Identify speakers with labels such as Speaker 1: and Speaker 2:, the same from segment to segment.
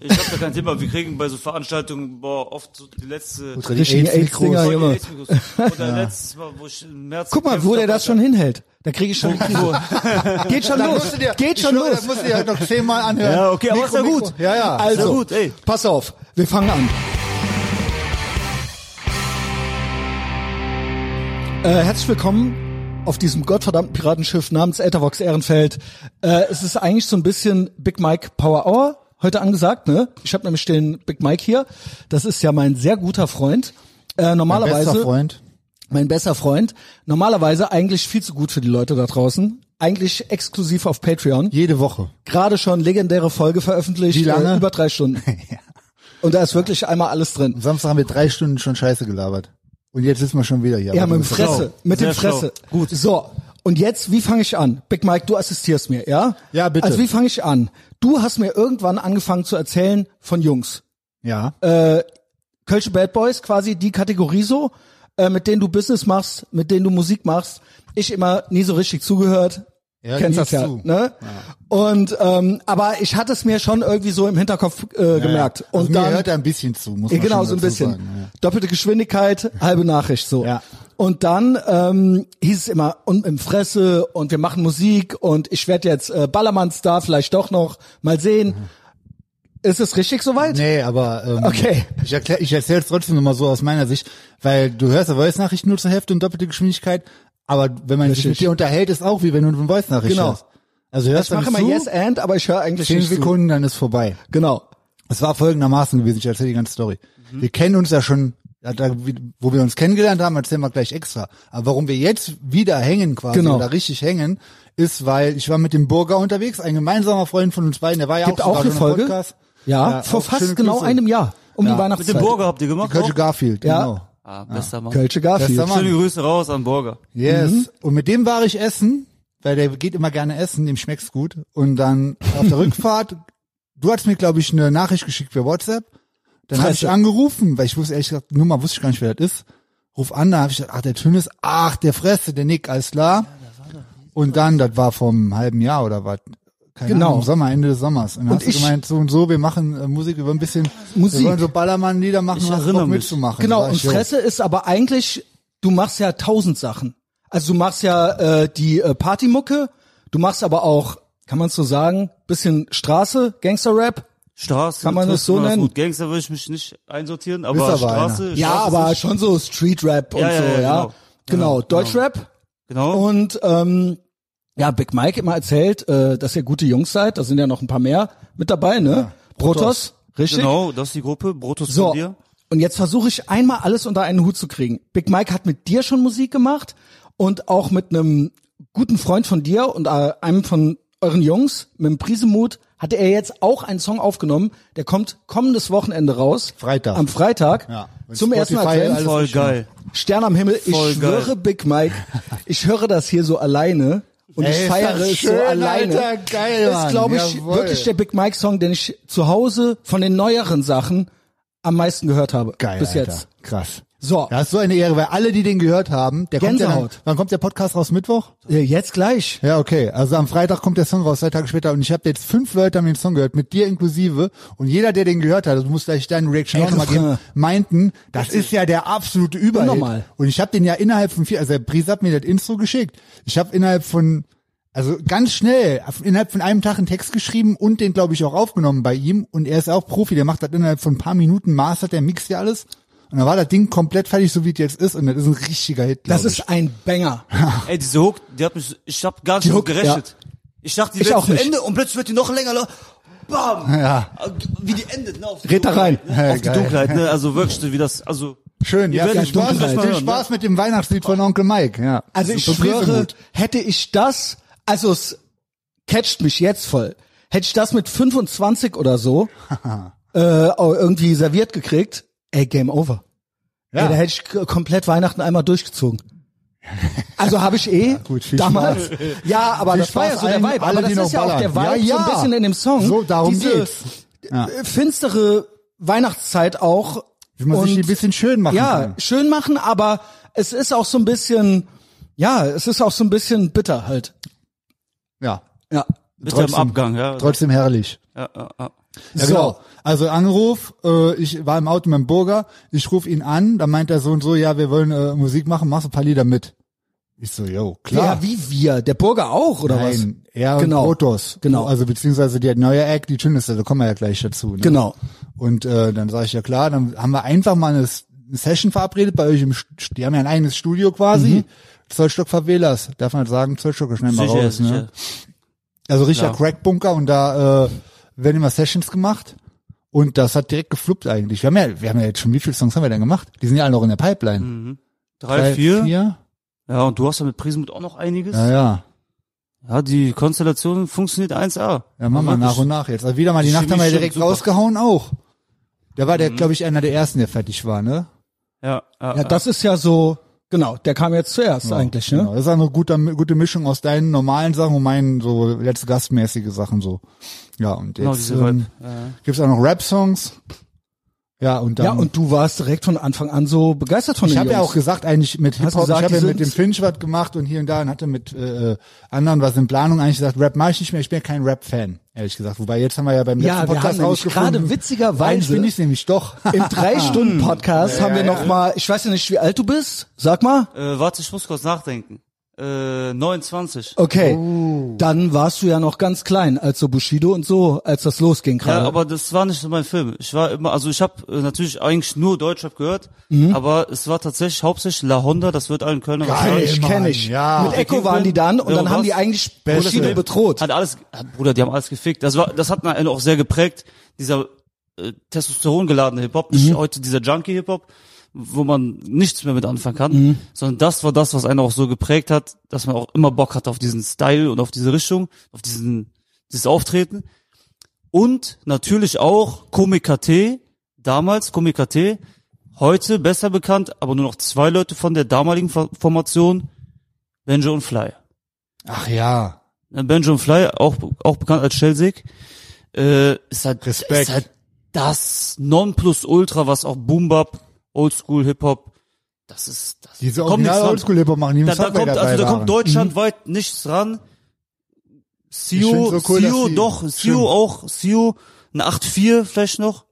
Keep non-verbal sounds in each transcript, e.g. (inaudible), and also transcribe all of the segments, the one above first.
Speaker 1: Ich hab da keinen Sinn mehr. Wir kriegen bei so Veranstaltungen boah, oft so die letzte.
Speaker 2: Ultra die AIDS-Mikros.
Speaker 1: Voll die
Speaker 2: Junge.
Speaker 1: AIDS-Mikros.
Speaker 2: (laughs)
Speaker 1: Oder letztes Mal, wo ich im März.
Speaker 3: Guck mal,
Speaker 1: gekämpft
Speaker 3: wo der
Speaker 1: hab,
Speaker 3: das schon
Speaker 1: Alter.
Speaker 3: hinhält. Da krieg ich
Speaker 2: (laughs)
Speaker 3: schon Kino. Geht schon los.
Speaker 2: musst du dir,
Speaker 3: Geht
Speaker 2: ich
Speaker 3: schon
Speaker 2: schwöre,
Speaker 3: los.
Speaker 2: Das musst du dir halt noch zehnmal anhören.
Speaker 1: Ja, okay, aber ist ja gut.
Speaker 2: Ja, ja.
Speaker 1: Ist ja
Speaker 2: Also,
Speaker 1: gut, ey.
Speaker 2: pass auf. Wir fangen an. Äh, herzlich willkommen auf diesem gottverdammten Piratenschiff namens Ethervox Ehrenfeld. Äh, es ist eigentlich so ein bisschen Big Mike Power Hour heute angesagt, ne? Ich habe nämlich den Big Mike hier. Das ist ja mein sehr guter Freund. Äh, normalerweise
Speaker 3: bester
Speaker 2: Freund. Mein bester Freund. Normalerweise eigentlich viel zu gut für die Leute da draußen. Eigentlich exklusiv auf Patreon
Speaker 3: Jede Woche.
Speaker 2: gerade schon legendäre Folge veröffentlicht.
Speaker 3: Wie lange?
Speaker 2: Äh, über drei
Speaker 3: (laughs)
Speaker 2: Stunden. Und da ist wirklich einmal alles drin.
Speaker 3: Samstag haben wir drei Stunden schon Scheiße gelabert. Und jetzt sitzen wir schon wieder hier.
Speaker 2: Ja, mit dem Fresse. Mit dem
Speaker 1: Sehr schlau.
Speaker 2: Fresse. Gut. So. Und jetzt, wie fange ich an? Big Mike, du assistierst mir, ja?
Speaker 3: Ja, bitte.
Speaker 2: Also wie fange ich an? Du hast mir irgendwann angefangen zu erzählen von Jungs.
Speaker 3: Ja.
Speaker 2: Äh, Kölsche Bad Boys, quasi die Kategorie so, äh, mit denen du Business machst, mit denen du Musik machst. Ich immer nie so richtig zugehört.
Speaker 3: Ja,
Speaker 2: Kennst
Speaker 3: nie
Speaker 2: das ja,
Speaker 3: zu.
Speaker 2: ne? Und ähm, aber ich hatte es mir schon irgendwie so im Hinterkopf äh, gemerkt. Und
Speaker 3: also mir
Speaker 2: dann
Speaker 3: hört er ein bisschen zu, muss
Speaker 2: Ja,
Speaker 3: man
Speaker 2: genau,
Speaker 3: schon
Speaker 2: so ein
Speaker 3: dazu
Speaker 2: bisschen.
Speaker 3: Sagen. Ja.
Speaker 2: Doppelte Geschwindigkeit, halbe Nachricht so.
Speaker 3: Ja.
Speaker 2: Und dann ähm, hieß es immer, und im Fresse und wir machen Musik und ich werde jetzt äh, Ballermann-Star, vielleicht doch noch, mal sehen.
Speaker 3: Mhm.
Speaker 2: Ist es richtig soweit?
Speaker 3: Nee, aber ähm,
Speaker 2: Halt. Okay.
Speaker 3: ich, erklär, ich erzähle es trotzdem nochmal so aus meiner Sicht, weil du hörst ja Voice-Nachrichten nur zur Hälfte und doppelte Geschwindigkeit, aber wenn man sich
Speaker 2: Richtig.
Speaker 3: mit dir unterhält, ist auch wie wenn du eine Voice-Nachricht
Speaker 2: Genau.
Speaker 3: hörst. Also
Speaker 2: Ich
Speaker 3: hörst du
Speaker 2: mache immer
Speaker 3: zu,
Speaker 2: Yes and, aber ich höre eigentlich
Speaker 3: zehn
Speaker 2: nicht zu.
Speaker 3: Sekunden, dann ist vorbei.
Speaker 2: Genau.
Speaker 3: Es war folgendermaßen gewesen, ich erzähle die ganze Story.
Speaker 2: Mhm.
Speaker 3: Wir kennen uns ja schon, ja, da, wie- wo wir uns kennengelernt haben, erzählen wir gleich extra. Aber warum wir jetzt wieder hängen quasi
Speaker 2: Genau.
Speaker 3: oder richtig hängen, ist, weil ich war mit dem Burger unterwegs, ein gemeinsamer Freund von uns beiden, der war ja
Speaker 2: Gibt
Speaker 3: auch, sogar
Speaker 2: auch eine
Speaker 3: schon im
Speaker 2: Folge?
Speaker 3: Podcast.
Speaker 2: Ja, vor
Speaker 3: auch schöne
Speaker 2: fast genau
Speaker 3: Grüße.
Speaker 2: einem Jahr. Um
Speaker 3: Ja.
Speaker 2: die
Speaker 1: Mit
Speaker 2: Weihnachtszeit.
Speaker 1: dem Burger habt ihr gemacht?
Speaker 3: Kölsche
Speaker 1: auch?
Speaker 3: Garfield,
Speaker 2: Ja.
Speaker 3: genau.
Speaker 1: Ah, bester Mann.
Speaker 2: Kölsche Garfield.
Speaker 3: Bester Mann.
Speaker 1: Schöne Grüße raus an Burger.
Speaker 3: Yes. Mhm. Und mit dem war ich essen, weil der geht immer gerne essen, dem schmeckt's gut. Und dann auf
Speaker 2: (laughs)
Speaker 3: der Rückfahrt, du hast mir, glaube ich, eine Nachricht geschickt per WhatsApp. Dann habe ich
Speaker 2: Fresse.
Speaker 3: angerufen, weil ich wusste ehrlich gesagt, Nummer wusste ich gar nicht, wer das ist. Ruf an, da habe ich gesagt, ach, der Tünnes, ach, der Fresse, der Nick, alles klar. Und dann, das war vom halben Jahr oder was? Keine
Speaker 2: Genau.
Speaker 3: Ahnung, Sommer, Ende des Sommers. Und dann
Speaker 2: Und
Speaker 3: hast du
Speaker 2: ich-
Speaker 3: gemeint, so und so, wir machen äh, Musik, wir wollen ein bisschen,
Speaker 2: Musik.
Speaker 3: wir wollen so Ballermann-Lieder machen,
Speaker 1: Ich
Speaker 3: hast du
Speaker 1: erinnere
Speaker 3: Bock
Speaker 1: mich.
Speaker 3: mitzumachen. Da
Speaker 2: Genau,
Speaker 3: war
Speaker 2: und
Speaker 3: ich, jo.
Speaker 2: Fresse ist aber eigentlich, du machst ja tausend Sachen. Also du machst ja äh, die äh, Partymucke, du machst aber auch, kann man so sagen, bisschen Straße, Gangster-Rap.
Speaker 1: Straße.
Speaker 2: Kann man
Speaker 1: trifft
Speaker 2: das so nennen?
Speaker 1: Gut. Gangster würde ich mich nicht einsortieren, aber,
Speaker 3: Bist aber
Speaker 1: Straße.
Speaker 3: einer.
Speaker 1: Straße.
Speaker 2: Ja, aber
Speaker 1: ist-
Speaker 2: schon so Street-Rap und
Speaker 1: Ja, ja,
Speaker 2: so,
Speaker 1: ja,
Speaker 2: ja.
Speaker 1: genau.
Speaker 2: Genau,
Speaker 1: Genau,
Speaker 2: Deutschrap.
Speaker 1: Genau.
Speaker 2: Und ähm, ja, Big Mike immer erzählt, äh, dass ihr gute Jungs seid. Da sind ja noch ein paar mehr mit dabei, ne? Protos, richtig?
Speaker 1: Genau, das ist die Gruppe. Brotus
Speaker 2: So.
Speaker 1: von dir.
Speaker 2: Und jetzt versuche ich einmal alles unter einen Hut zu kriegen. Big Mike hat mit dir schon Musik gemacht und auch mit einem guten Freund von dir und äh, einem von euren Jungs, mit dem Prisemut, hatte er jetzt auch einen Song aufgenommen. Der kommt kommendes Wochenende raus.
Speaker 3: Freitag.
Speaker 2: Am Freitag.
Speaker 3: Ja. Wenn
Speaker 2: Zum ersten
Speaker 3: Spotify also
Speaker 2: Advent.
Speaker 3: alles-
Speaker 1: Voll
Speaker 3: ist schon-
Speaker 1: geil.
Speaker 2: Stern am Himmel. Ich
Speaker 1: Voll geil.
Speaker 2: schwöre, Big Mike, ich höre das hier so alleine. Und
Speaker 3: Ey,
Speaker 2: ich
Speaker 3: ist
Speaker 2: feiere
Speaker 3: das
Speaker 2: es so
Speaker 3: schön,
Speaker 2: alleine.
Speaker 3: Alter, geil,
Speaker 2: ist,
Speaker 3: Mann.
Speaker 2: glaube ich,
Speaker 3: Jawohl.
Speaker 2: wirklich der Big Mike Song, den ich zu Hause von den neueren Sachen am meisten gehört habe.
Speaker 3: Geil,
Speaker 2: bis
Speaker 3: Alter.
Speaker 2: jetzt.
Speaker 3: Krass.
Speaker 2: So,
Speaker 3: Das ist so eine Ehre, weil alle, die den gehört haben, der kommt ja
Speaker 2: Gänsehaut.
Speaker 3: dann, wann kommt der Podcast raus? Mittwoch?
Speaker 2: äh, jetzt gleich.
Speaker 3: Ja, okay. Also am Freitag kommt der Song raus, zwei Tage später. Und ich habe jetzt fünf Leute haben den Song gehört, mit dir inklusive. Und jeder, der den gehört hat, du musst gleich deine Reaction
Speaker 2: Ey,
Speaker 3: auch nochmal
Speaker 2: Refrain.
Speaker 3: geben, meinten, das ist ja der absolute Überhit.
Speaker 2: Unnormal.
Speaker 3: Und ich habe den ja innerhalb von vier, also der Pries hat mir das Intro geschickt. Ich habe innerhalb von, also ganz schnell, innerhalb von einem Tag einen Text geschrieben und den, glaube ich, auch aufgenommen bei ihm. Und er ist auch Profi, der macht das innerhalb von ein paar Minuten, mastert, der mixt ja alles. Und dann war das Ding komplett fertig, so wie es jetzt ist. Und das ist ein richtiger Hit,
Speaker 2: Das
Speaker 3: glaub ich.
Speaker 2: ist ein Banger.
Speaker 1: Ey, diese Hook, die hat mich, ich hab gar nicht
Speaker 2: Die
Speaker 1: mit
Speaker 2: Hook,
Speaker 1: gerechnet. Ich dachte, die
Speaker 2: Ich
Speaker 1: wird
Speaker 2: auch
Speaker 1: zu
Speaker 2: nicht.
Speaker 1: Ende und plötzlich wird die noch länger. lo- Bam!
Speaker 3: Ja.
Speaker 1: Wie die endet, ne? Auf die
Speaker 2: Red da rein.
Speaker 1: Dunkelheit, Ne?
Speaker 3: Ja,
Speaker 1: Auf die
Speaker 3: geil.
Speaker 1: Dunkelheit, ne? Also wirklich, wie das, also.
Speaker 3: Schön,
Speaker 1: Ihr
Speaker 3: ja,
Speaker 1: werdet
Speaker 3: viel
Speaker 1: es
Speaker 3: Spaß,
Speaker 1: bestimmt
Speaker 3: mit,
Speaker 1: gleich mal
Speaker 3: viel
Speaker 1: hören,
Speaker 3: Spaß mit dem Weihnachtslied von Onkel Mike, ja.
Speaker 2: ne? Also ich
Speaker 3: Von Friesemut.
Speaker 2: schwöre, hätte ich das, also es catcht mich jetzt voll. Hätte ich das mit 25 oder
Speaker 3: (laughs)
Speaker 2: so äh, irgendwie serviert gekriegt, ey, Game Over.
Speaker 3: Ja.
Speaker 2: Ey, da hätte ich k- komplett Weihnachten einmal
Speaker 3: (laughs)
Speaker 2: durchgezogen. Also habe ich eh
Speaker 3: gut, viel
Speaker 2: damals. Ja, aber
Speaker 3: Viel
Speaker 2: das war ja
Speaker 3: Spaß
Speaker 2: so der
Speaker 3: allen-
Speaker 2: Vibe.
Speaker 3: alle,
Speaker 2: aber das
Speaker 3: die
Speaker 2: ist
Speaker 3: noch
Speaker 2: ja auch der Vibe
Speaker 3: ballern. Ja,
Speaker 2: so ein
Speaker 3: ja.
Speaker 2: bisschen in dem Song.
Speaker 3: So, darum
Speaker 2: Diese
Speaker 3: geht's. Ja.
Speaker 2: äh, finstere Weihnachtszeit auch.
Speaker 3: Wie man sich
Speaker 2: Und-
Speaker 3: die ein bisschen schön machen
Speaker 2: ja,
Speaker 3: kann.
Speaker 2: schön machen, aber es ist auch so ein bisschen, ja, es ist auch so ein bisschen bitter halt.
Speaker 3: Ja.
Speaker 2: Ja.
Speaker 1: Bitte im Abgang, ja.
Speaker 3: Trotzdem herrlich.
Speaker 1: ja, ja, ja.
Speaker 3: Ja, genau. Also Anruf, äh, ich war im Auto mit dem Burger, ich rufe ihn an, dann meint er so und so, ja, wir wollen äh, Musik machen, machst du ein paar Lieder mit. Ich so, yo, klar.
Speaker 2: Ja, wie wir. Der Burger auch, oder
Speaker 3: Nein,
Speaker 2: was?
Speaker 3: er
Speaker 2: genau.
Speaker 3: und Protos.
Speaker 2: Genau.
Speaker 3: Also beziehungsweise der neue Act, die Chillnisse, da kommen wir ja gleich dazu. Ne?
Speaker 2: Genau.
Speaker 3: Und äh, dann sage ich ja klar, dann haben wir einfach mal eine S- eine Session verabredet bei euch im St die haben ja ein eigenes Studio quasi.
Speaker 1: Mhm.
Speaker 3: Zollstock Favelas, darf man sagen, Zollstock schnell mal raus, ne? Also richtiger
Speaker 1: Klar.
Speaker 3: Crackbunker und da äh, werden immer Sessions gemacht und das hat direkt gefluppt eigentlich. Wir haben ja, wir haben ja jetzt schon, wie viele Songs haben wir denn gemacht? Die sind ja alle noch in der Pipeline.
Speaker 1: Drei, Mhm. vier.
Speaker 3: vier?
Speaker 1: Ja, und du hast ja mit Prismut auch noch einiges.
Speaker 3: Ja,
Speaker 1: Ja,
Speaker 3: ja.
Speaker 1: die Konstellation funktioniert 1A.
Speaker 3: Ja, machen wir
Speaker 1: Wirklich.
Speaker 3: nach und nach jetzt. Also wieder mal die
Speaker 1: Die
Speaker 3: Nacht haben
Speaker 1: Chemie
Speaker 3: wir
Speaker 1: ist schon
Speaker 3: direkt
Speaker 1: super. Mhm.
Speaker 3: rausgehauen auch. Da war der, glaube ich, einer der ersten, der fertig war, ne?
Speaker 1: Ja, ja,
Speaker 2: Ja, das ist ja so, genau, der kam jetzt zuerst eigentlich, ne?
Speaker 3: Genau. Das ist auch eine gute, gute Mischung aus deinen normalen Sachen und meinen so letzte gastmäßige Sachen so. Ja, und
Speaker 1: genau
Speaker 3: jetzt
Speaker 1: diese Vibe.
Speaker 3: ähm, gibt's auch noch Rap-Songs. Ja, und dann.
Speaker 2: äh, Ja, und du warst direkt von Anfang an so begeistert von
Speaker 3: ich
Speaker 2: den
Speaker 3: habe ja
Speaker 2: Jungs.
Speaker 3: auch gesagt, eigentlich mit
Speaker 2: Hast
Speaker 3: Hip-Hop, ich
Speaker 2: gesagt,
Speaker 3: habe
Speaker 2: die
Speaker 3: ja mit dem
Speaker 2: sind's?
Speaker 3: Finch was gemacht und hier und da und hatte mit äh, äh, anderen was in Planung eigentlich gesagt, Rap mache ich nicht mehr, ich bin ja kein Rap-Fan, ehrlich gesagt. Wobei jetzt haben wir ja beim letzten
Speaker 2: Ja, wir
Speaker 3: Podcast
Speaker 2: haben nämlich
Speaker 3: rausgefunden.
Speaker 2: gerade witzigerweise-
Speaker 3: Eigentlich bin ich nämlich doch.
Speaker 2: Im (laughs) Drei-Stunden-Podcast haben wir noch mal, ich weiß ja nicht, wie alt du bist, sag mal.
Speaker 1: Äh, warte, ich muss kurz nachdenken. Äh, 29.
Speaker 2: Okay, dann warst du ja noch ganz klein, als so Bushido und so, als das losging gerade.
Speaker 1: Ja, aber das war nicht so mein Film. Ich war immer, also ich habe äh, natürlich eigentlich nur Deutschrap gehört, aber es war tatsächlich hauptsächlich La Honda, das wird allen Kölner was
Speaker 2: Kenn
Speaker 1: sagen.
Speaker 2: ich,
Speaker 3: Mann,
Speaker 2: kenn
Speaker 3: (laughs)
Speaker 2: ich.
Speaker 3: ja.
Speaker 2: Mit Echo waren die dann und
Speaker 1: Ja,
Speaker 2: dann haben
Speaker 1: was?
Speaker 2: die eigentlich
Speaker 3: Beste.
Speaker 2: Bushido bedroht.
Speaker 1: Hat alles, hat, Bruder, die haben alles gefickt. Das war, das hat einen auch sehr geprägt. Dieser äh, Testosteron geladene Hip Hop, nicht heute dieser Junkie Hip Hop, wo man nichts mehr mit anfangen kann, sondern das war das, was einen auch so geprägt hat, dass man auch immer Bock hatte auf diesen Style und auf diese Richtung, auf diesen dieses Auftreten und natürlich auch Comic KT, damals Comic KT, heute besser bekannt, aber nur noch zwei Leute von der damaligen Fa- Formation, Benjo und Fly.
Speaker 3: Ach ja.
Speaker 1: Benjamin Fly, auch, auch bekannt als Schelsig, äh, ist halt,
Speaker 3: Respekt.
Speaker 1: ist halt das Nonplusultra, was auch Boombap, Oldschool Hip Hop, das ist, das
Speaker 3: Diese
Speaker 1: da kommt nichts
Speaker 3: original
Speaker 1: ran.
Speaker 3: oldschool hip machen, die im
Speaker 1: Da, da
Speaker 3: Subway
Speaker 1: kommt,
Speaker 3: dabei
Speaker 1: also da
Speaker 3: waren. Mhm.
Speaker 1: kommt deutschlandweit nichts ran. Sio,
Speaker 3: find's so cool, dass
Speaker 1: Sio,
Speaker 3: sie-
Speaker 1: doch,
Speaker 3: Stimmt.
Speaker 1: Sio auch, Sio, eine 8-4 vielleicht noch,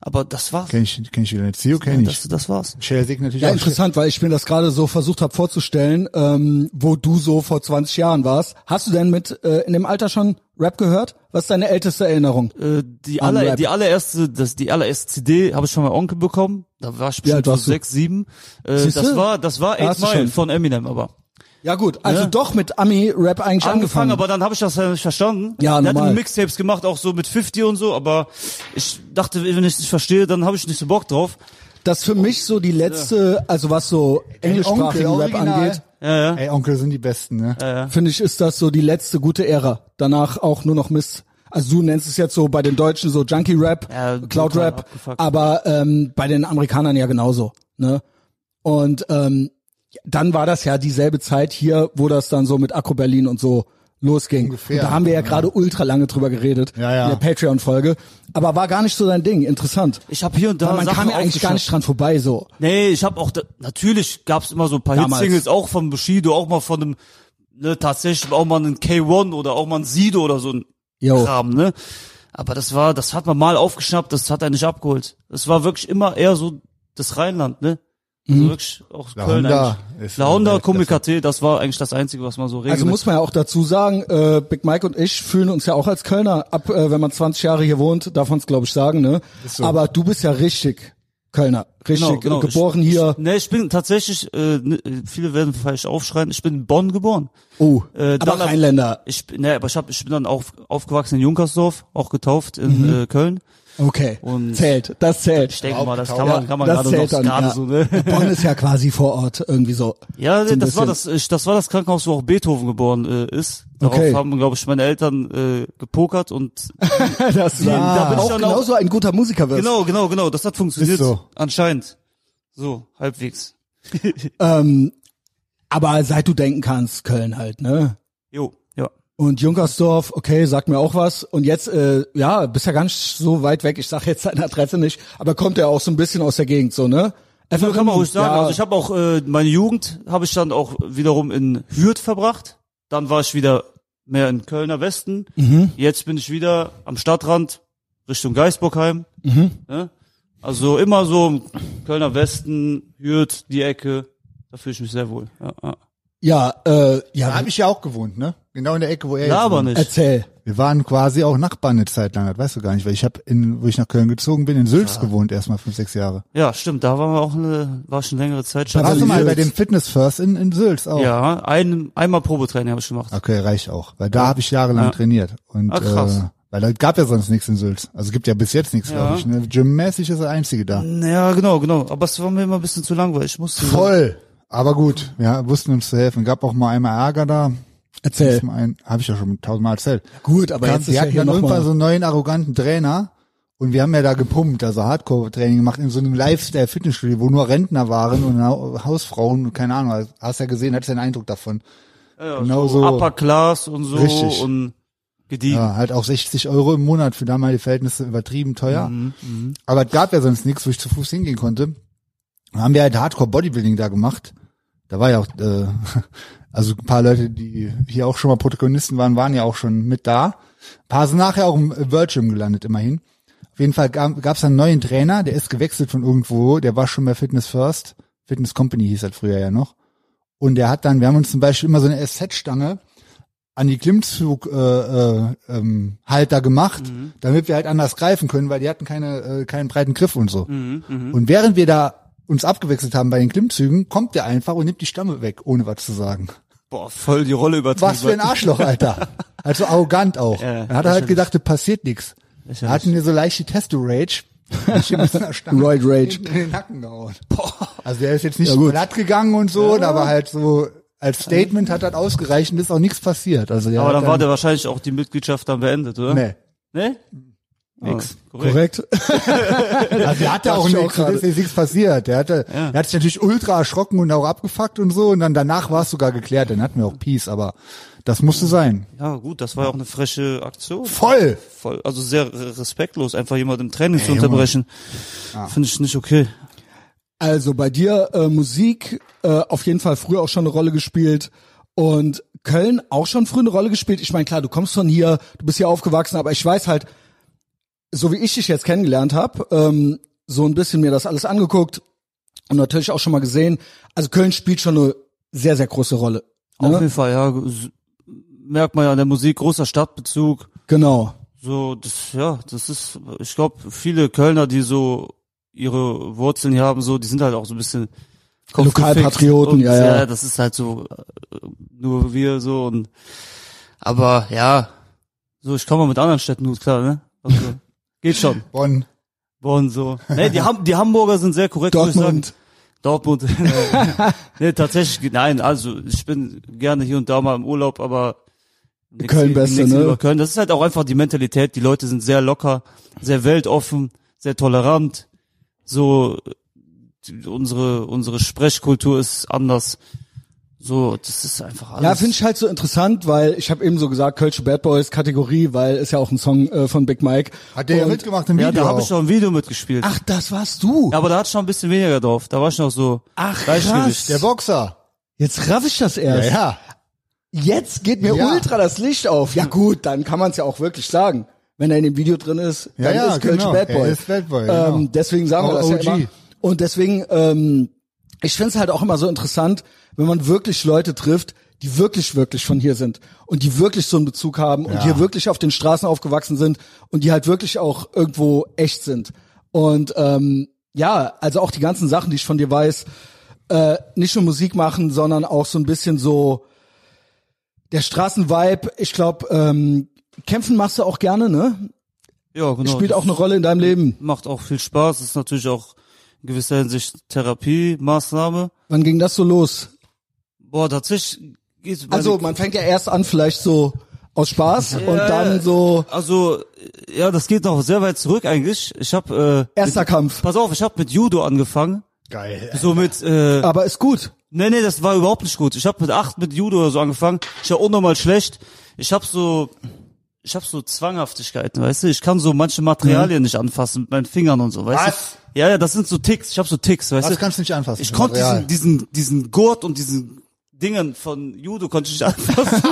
Speaker 1: aber das war's.
Speaker 3: Kenn ich, kenn ich wieder nicht. Zio kenn ich.
Speaker 1: Das, das war's.
Speaker 3: Schelsig natürlich
Speaker 2: Ja,
Speaker 3: auch.
Speaker 2: interessant, weil ich mir das gerade so versucht habe vorzustellen, ähm, wo du so vor 20 Jahren warst. Hast du denn mit äh, in dem Alter schon Rap gehört? Was ist deine älteste Erinnerung?
Speaker 1: Äh, die,
Speaker 2: Am
Speaker 1: aller,
Speaker 2: Rap.
Speaker 1: die allererste, das, die allererste CD habe ich von meinem Onkel bekommen. Da war ich bestimmt
Speaker 2: alt
Speaker 1: so
Speaker 2: warst du?
Speaker 1: sechs, sieben. Äh,
Speaker 2: Siehste?
Speaker 1: das war, das war
Speaker 2: Da
Speaker 1: Eight
Speaker 2: hast du
Speaker 1: Mile
Speaker 2: schon.
Speaker 1: von Eminem, aber
Speaker 2: Ja gut, also
Speaker 1: Ja.
Speaker 2: doch mit Ami-Rap eigentlich
Speaker 1: angefangen,
Speaker 2: angefangen.
Speaker 1: aber dann habe ich das ja nicht verstanden.
Speaker 2: Ja,
Speaker 1: Der
Speaker 2: normal.
Speaker 1: hat Mixtapes gemacht, auch so mit 50 und so, aber ich dachte, wenn ich es nicht verstehe, dann habe ich nicht so Bock drauf.
Speaker 2: das ist für mich so die letzte, also was so
Speaker 3: Ey,
Speaker 2: englischsprachigen
Speaker 3: Onkel,
Speaker 2: Rap
Speaker 3: original.
Speaker 2: angeht,
Speaker 1: Ja, ja.
Speaker 3: Ey, Onkel sind die Besten, ne?
Speaker 2: finde ich, ist das so die letzte gute Ära. Danach auch nur noch Mist. Also du nennst es jetzt so bei den Deutschen so Junkie Rap,
Speaker 1: Ja,
Speaker 2: Cloud
Speaker 1: total
Speaker 2: Rap,
Speaker 1: abgefuckt.
Speaker 2: aber ähm, bei den Amerikanern ja genauso. Ne? Und ähm, dann war das ja dieselbe Zeit hier, wo das dann so mit Akro Berlin und so losging.
Speaker 3: Ungefähr.
Speaker 2: Und da haben wir ja gerade ultra lange drüber geredet
Speaker 3: Ja, ja.
Speaker 2: in der Patreon-Folge. Aber war gar nicht so dein Ding. Interessant.
Speaker 1: Ich habe hier und da
Speaker 2: Weil man
Speaker 1: Sachen
Speaker 2: kam ja eigentlich gar
Speaker 1: aufgeschnappt.
Speaker 2: nicht dran vorbei so.
Speaker 1: Nee, ich habe auch da, natürlich gab's immer so ein paar
Speaker 2: Damals.
Speaker 1: Hitsingles auch von Bushido, auch mal von einem ne tatsächlich auch mal einen K1 oder auch mal ein Sido oder so ein
Speaker 2: Jo.
Speaker 1: Kram, ne? Aber das war, das hat man mal aufgeschnappt, das hat er nicht abgeholt. Es war wirklich immer eher so das Rheinland, ne?
Speaker 2: Mhm.
Speaker 1: Also wirklich auch
Speaker 3: La
Speaker 1: Köln
Speaker 3: Honda
Speaker 1: eigentlich.
Speaker 3: ist-
Speaker 1: La Honda,
Speaker 3: das-
Speaker 1: Comic KT, das war eigentlich das Einzige, was man so regelmäßig...
Speaker 2: Also muss man ja auch dazu sagen, äh, Big Mike und ich fühlen uns ja auch als Kölner ab, äh, wenn man 20 Jahre hier wohnt, darf man es glaube ich sagen, ne?
Speaker 3: so.
Speaker 2: Aber du bist ja richtig Kölner, richtig äh, geboren
Speaker 1: Genau, ich,
Speaker 2: hier.
Speaker 1: Ich, nee, ich bin tatsächlich, äh, ne, viele werden vielleicht aufschreien, ich bin in Bonn geboren.
Speaker 2: oh,
Speaker 1: äh,
Speaker 2: aber
Speaker 1: dann ab-
Speaker 2: Rheinländer.
Speaker 1: Ich, bin- nee, aber ich, hab, ich bin dann auf, aufgewachsen in Junkersdorf, auch getauft in
Speaker 2: Mhm.
Speaker 1: äh, Köln.
Speaker 2: Okay,
Speaker 1: Und-
Speaker 2: zählt, das
Speaker 1: Ich
Speaker 2: zählt.
Speaker 1: denke mal, das
Speaker 3: Überhaupt
Speaker 1: kann man,
Speaker 2: Ja,
Speaker 1: kann man
Speaker 2: das
Speaker 1: gerade noch
Speaker 2: zählt dann,
Speaker 1: gerade
Speaker 2: ja.
Speaker 1: so, ne?
Speaker 2: Bonn ist ja quasi vor Ort irgendwie so.
Speaker 1: Ja,
Speaker 2: So ein
Speaker 1: das war das,
Speaker 2: bisschen.
Speaker 1: ich- das war das Krankenhaus, wo auch Beethoven geboren äh, ist. Darauf
Speaker 2: Okay.
Speaker 1: haben, glaube ich, meine Eltern äh, gepokert und
Speaker 2: das
Speaker 1: da bin ich
Speaker 2: auch
Speaker 1: dann auch-
Speaker 2: genauso ein guter Musiker wirst.
Speaker 1: genau, genau, genau, das hat funktioniert.
Speaker 3: Ist so.
Speaker 1: Anscheinend. So, halbwegs.
Speaker 2: Aber seit du denken kannst, Köln halt, ne?
Speaker 1: Jo, ja.
Speaker 2: Und Junkersdorf, okay, sagt mir auch was. Und jetzt, äh, ja, bist ja gar nicht so weit weg. Ich sag jetzt deine Adresse nicht, aber kommt ja auch so ein bisschen aus der Gegend, so ne?
Speaker 1: Also kann man ruhig sagen.
Speaker 2: Ja,
Speaker 1: Also ich habe auch äh, meine Jugend habe ich dann auch wiederum in Hürth verbracht.
Speaker 2: Mhm.
Speaker 1: Dann war ich wieder mehr in Kölner Westen. Jetzt bin ich wieder am Stadtrand Richtung Geisbockheim.
Speaker 2: Mhm.
Speaker 1: Ne? Also immer so im Kölner Westen, Hürth, die Ecke. Da fühle ich mich sehr wohl. Ja, ja.
Speaker 2: Ja, äh,
Speaker 3: Da
Speaker 2: ja,
Speaker 3: habe ich ja auch gewohnt, ne? Genau in der Ecke, wo er
Speaker 1: ja
Speaker 3: jetzt
Speaker 1: aber
Speaker 3: wohnt.
Speaker 1: nicht.
Speaker 2: erzähl.
Speaker 3: Wir waren quasi auch Nachbarn eine Zeit lang, das weißt du gar nicht, weil ich habe, wo ich nach Köln gezogen bin, in Sülz gewohnt, erstmal fünf, sechs Jahre.
Speaker 1: Ja, stimmt. Da waren wir auch eine, war schon längere Zeit schon.
Speaker 3: Da warst du mal
Speaker 2: Sülz.
Speaker 3: bei dem Fitness First in, in Sülz auch.
Speaker 1: Ja, ein, einmal Probetraining habe ich gemacht.
Speaker 3: Okay, reicht auch. Weil da habe ich jahrelang trainiert. Und,
Speaker 1: Ah, krass.
Speaker 3: Äh, weil da gab ja sonst nichts in Sülz. Also gibt ja bis jetzt nichts,
Speaker 1: Ja.
Speaker 3: glaube ich. Ne? Gymmäßig ist der einzige da.
Speaker 1: Ja, genau, genau. Aber es war mir immer ein bisschen zu langweilig. Ich musste
Speaker 3: Also- Voll. Aber gut, ja, wussten uns zu helfen. Gab auch mal einmal Ärger da.
Speaker 2: Erzähl.
Speaker 3: Habe ich ja schon tausendmal erzählt.
Speaker 2: Gut, aber
Speaker 3: Kam,
Speaker 2: jetzt ist
Speaker 3: wir
Speaker 2: ja
Speaker 3: hatten
Speaker 2: hier
Speaker 3: dann irgendwann
Speaker 2: nochmal.
Speaker 3: so einen neuen arroganten Trainer und wir haben ja da gepumpt, also Hardcore-Training gemacht in so einem Lifestyle-Fitnessstudio, wo nur Rentner waren und Hau- Hausfrauen, und keine Ahnung, also hast ja gesehen, hattest ja einen Eindruck davon.
Speaker 1: ja,
Speaker 3: genau
Speaker 1: so
Speaker 3: so.
Speaker 1: Upper Class und so
Speaker 3: Richtig.
Speaker 1: und gediegen.
Speaker 3: Ja, halt auch 60 Euro im Monat für damalige Verhältnisse übertrieben teuer. Aber es gab ja sonst nichts, wo ich zu Fuß hingehen konnte. Dann haben wir halt Hardcore Bodybuilding da gemacht. Da war ja auch, äh, (laughs) also ein paar Leute, die hier auch schon mal Protagonisten waren, waren ja auch schon mit da. Ein paar sind nachher auch im Virgin gelandet, immerhin. Auf jeden Fall gab es einen neuen Trainer, der ist gewechselt von irgendwo, der war schon bei Fitness First. Fitness Company hieß das früher ja noch. Und der hat dann, wir haben uns zum Beispiel immer so eine SZ-Stange an die Klimmzug-Halter äh, ähm, Halter gemacht,
Speaker 1: Mhm.
Speaker 3: damit wir halt anders greifen können, weil die hatten keine, äh, keinen breiten Griff und so.
Speaker 1: Mhm,
Speaker 3: Und während wir da uns abgewechselt haben bei den Klimmzügen, kommt der einfach und nimmt die Stamme weg, ohne was zu sagen.
Speaker 1: Boah, voll die Rolle übertrieben.
Speaker 3: Was
Speaker 1: (laughs)
Speaker 3: für ein Arschloch, Alter. Also arrogant auch.
Speaker 1: Ja,
Speaker 3: er hat halt
Speaker 1: lächerlich.
Speaker 3: gedacht, da passiert nichts.
Speaker 1: Lächerlich.
Speaker 3: Er hat mir so leichte Testo-Rage. (laughs) Ich hab ihm mit einer Stange
Speaker 2: Roid Rage.
Speaker 3: hinten in den Nacken gehauen. Also er ist jetzt nicht
Speaker 2: Ja, gut.
Speaker 3: platt gegangen und so, aber halt so als Statement hat das ausgereicht und ist auch nichts passiert. Also der
Speaker 1: Aber
Speaker 3: hat
Speaker 1: dann war der wahrscheinlich auch die Mitgliedschaft dann beendet, oder?
Speaker 3: Nee.
Speaker 1: Nee? Nix. korrekt.
Speaker 3: (laughs)
Speaker 2: Korrekt.
Speaker 3: Also er hatte
Speaker 2: Dachte
Speaker 3: auch
Speaker 2: ich auch
Speaker 3: nichts,
Speaker 2: gerade.
Speaker 3: es ist nichts passiert. Er, hatte,
Speaker 1: Ja.
Speaker 3: er hat sich natürlich ultra erschrocken und auch abgefuckt und so und dann danach war es sogar geklärt, dann hatten wir auch Peace, aber das musste sein.
Speaker 1: Ja, gut, das war ja auch eine freche Aktion.
Speaker 3: Voll!
Speaker 1: Voll, also sehr re- respektlos, einfach jemand im Training zu unterbrechen. Finde ich nicht okay.
Speaker 2: Also bei dir äh, Musik äh, auf jeden Fall früher auch schon eine Rolle gespielt und Köln auch schon früh eine Rolle gespielt. Ich meine, klar, du kommst von hier, du bist hier aufgewachsen, aber ich weiß halt, so wie ich dich jetzt kennengelernt habe, ähm, so ein bisschen mir das alles angeguckt und natürlich auch schon mal gesehen. Also Köln spielt schon eine sehr, sehr große Rolle.
Speaker 1: Auf
Speaker 2: Ne?
Speaker 1: jeden Fall, ja, s- merkt man ja an der Musik, großer Stadtbezug.
Speaker 2: Genau.
Speaker 1: So, das, ja, das ist, ich glaube, viele Kölner, die so ihre Wurzeln hier haben, so, die sind halt auch so ein bisschen kopfgefickt
Speaker 2: Lokalpatrioten,
Speaker 1: und,
Speaker 2: ja, ja.
Speaker 1: das ist halt so, äh, nur wir so und, aber ja, so, ich komme mal mit anderen Städten gut klar, ne? Also, geht
Speaker 2: (laughs)
Speaker 1: schon.
Speaker 3: Bonn.
Speaker 1: Bonn so. Ne, die, Ham die Hamburger sind sehr korrekt, muss ich
Speaker 2: Dortmund.
Speaker 1: sagen. Dortmund.
Speaker 2: (laughs)
Speaker 1: (laughs) ne, tatsächlich, nein, also, ich bin gerne hier und da mal im Urlaub, aber nix-
Speaker 2: Köln Beste,
Speaker 1: nix
Speaker 2: ne?
Speaker 1: über Köln. Das ist halt auch einfach die Mentalität. Die Leute sind sehr locker, sehr weltoffen, sehr tolerant. So, die, unsere, unsere Sprechkultur ist anders. So, das ist einfach alles.
Speaker 2: Ja, finde ich halt so interessant, weil ich habe eben so gesagt, Kölsche Bad Boys Kategorie, weil ist ja auch ein Song äh, von Big Mike.
Speaker 3: Hat der ja
Speaker 2: Und-
Speaker 3: mitgemacht im
Speaker 1: ja,
Speaker 3: Video
Speaker 1: da habe
Speaker 3: auch.
Speaker 1: ich doch ein Video mitgespielt.
Speaker 2: Ach, das warst du.
Speaker 1: Ja, Aber da hatte ich noch ein bisschen weniger drauf. Da war ich noch so.
Speaker 2: Ach,
Speaker 1: Gleichgewicht.
Speaker 3: Der Boxer.
Speaker 2: Jetzt raff ich das
Speaker 3: Ja,
Speaker 2: erst.
Speaker 3: ja.
Speaker 2: Jetzt geht mir
Speaker 3: Ja.
Speaker 2: ultra das Licht auf. Ja gut, dann kann man es ja auch wirklich sagen. Wenn er in dem Video drin ist,
Speaker 3: Ja,
Speaker 2: dann
Speaker 3: ja,
Speaker 2: ist Kölsch
Speaker 3: genau.
Speaker 2: Bad Boy.
Speaker 3: Er ist Bad Boy, genau.
Speaker 2: ähm, deswegen sagen wir
Speaker 3: Auch
Speaker 2: das ja
Speaker 3: OG.
Speaker 2: immer. Und deswegen, ähm, ich finde es halt auch immer so interessant, wenn man wirklich Leute trifft, die wirklich, wirklich von hier sind und die wirklich so einen Bezug haben und
Speaker 3: Ja.
Speaker 2: hier wirklich auf den Straßen aufgewachsen sind und die halt wirklich auch irgendwo echt sind. Und ähm, ja, also auch die ganzen Sachen, die ich von dir weiß, äh, nicht nur Musik machen, sondern auch so ein bisschen so der Straßenvibe. Ich glaube, ähm, kämpfen machst du auch gerne, ne?
Speaker 1: Ja, genau.
Speaker 2: Spielt
Speaker 1: Das-
Speaker 2: auch eine Rolle in deinem Leben.
Speaker 1: macht auch viel Spaß, ist natürlich auch in gewisser Hinsicht Therapiemaßnahme.
Speaker 2: Wann ging das so los?
Speaker 1: Boah, tatsächlich geht's meine-
Speaker 2: Also man fängt ja erst an vielleicht so aus Spaß und dann so
Speaker 1: also ja, das geht noch sehr weit zurück eigentlich. Ich habe äh,
Speaker 2: erster Kampf.
Speaker 1: pass auf, ich habe mit Judo angefangen,
Speaker 3: Geil.
Speaker 1: so mit äh,
Speaker 2: Aber ist gut.
Speaker 1: Nee, nee, das war überhaupt nicht gut. Ich habe mit acht mit Judo oder so angefangen. Ich war unnormal schlecht. Ich habe so ich habe so Zwanghaftigkeiten, weißt du? Ich kann so manche Materialien
Speaker 2: Mhm.
Speaker 1: nicht anfassen mit meinen Fingern und so, weißt
Speaker 3: Was?
Speaker 1: du? Ja, ja, das sind so Ticks. Ich habe so Ticks, weißt
Speaker 3: Das
Speaker 1: du?
Speaker 3: kannst du nicht anfassen.
Speaker 1: Ich konnte
Speaker 3: Material.
Speaker 1: diesen, diesen, diesen Gurt und diesen Dingen von Judo konnte ich nicht
Speaker 2: (laughs)
Speaker 1: anfassen.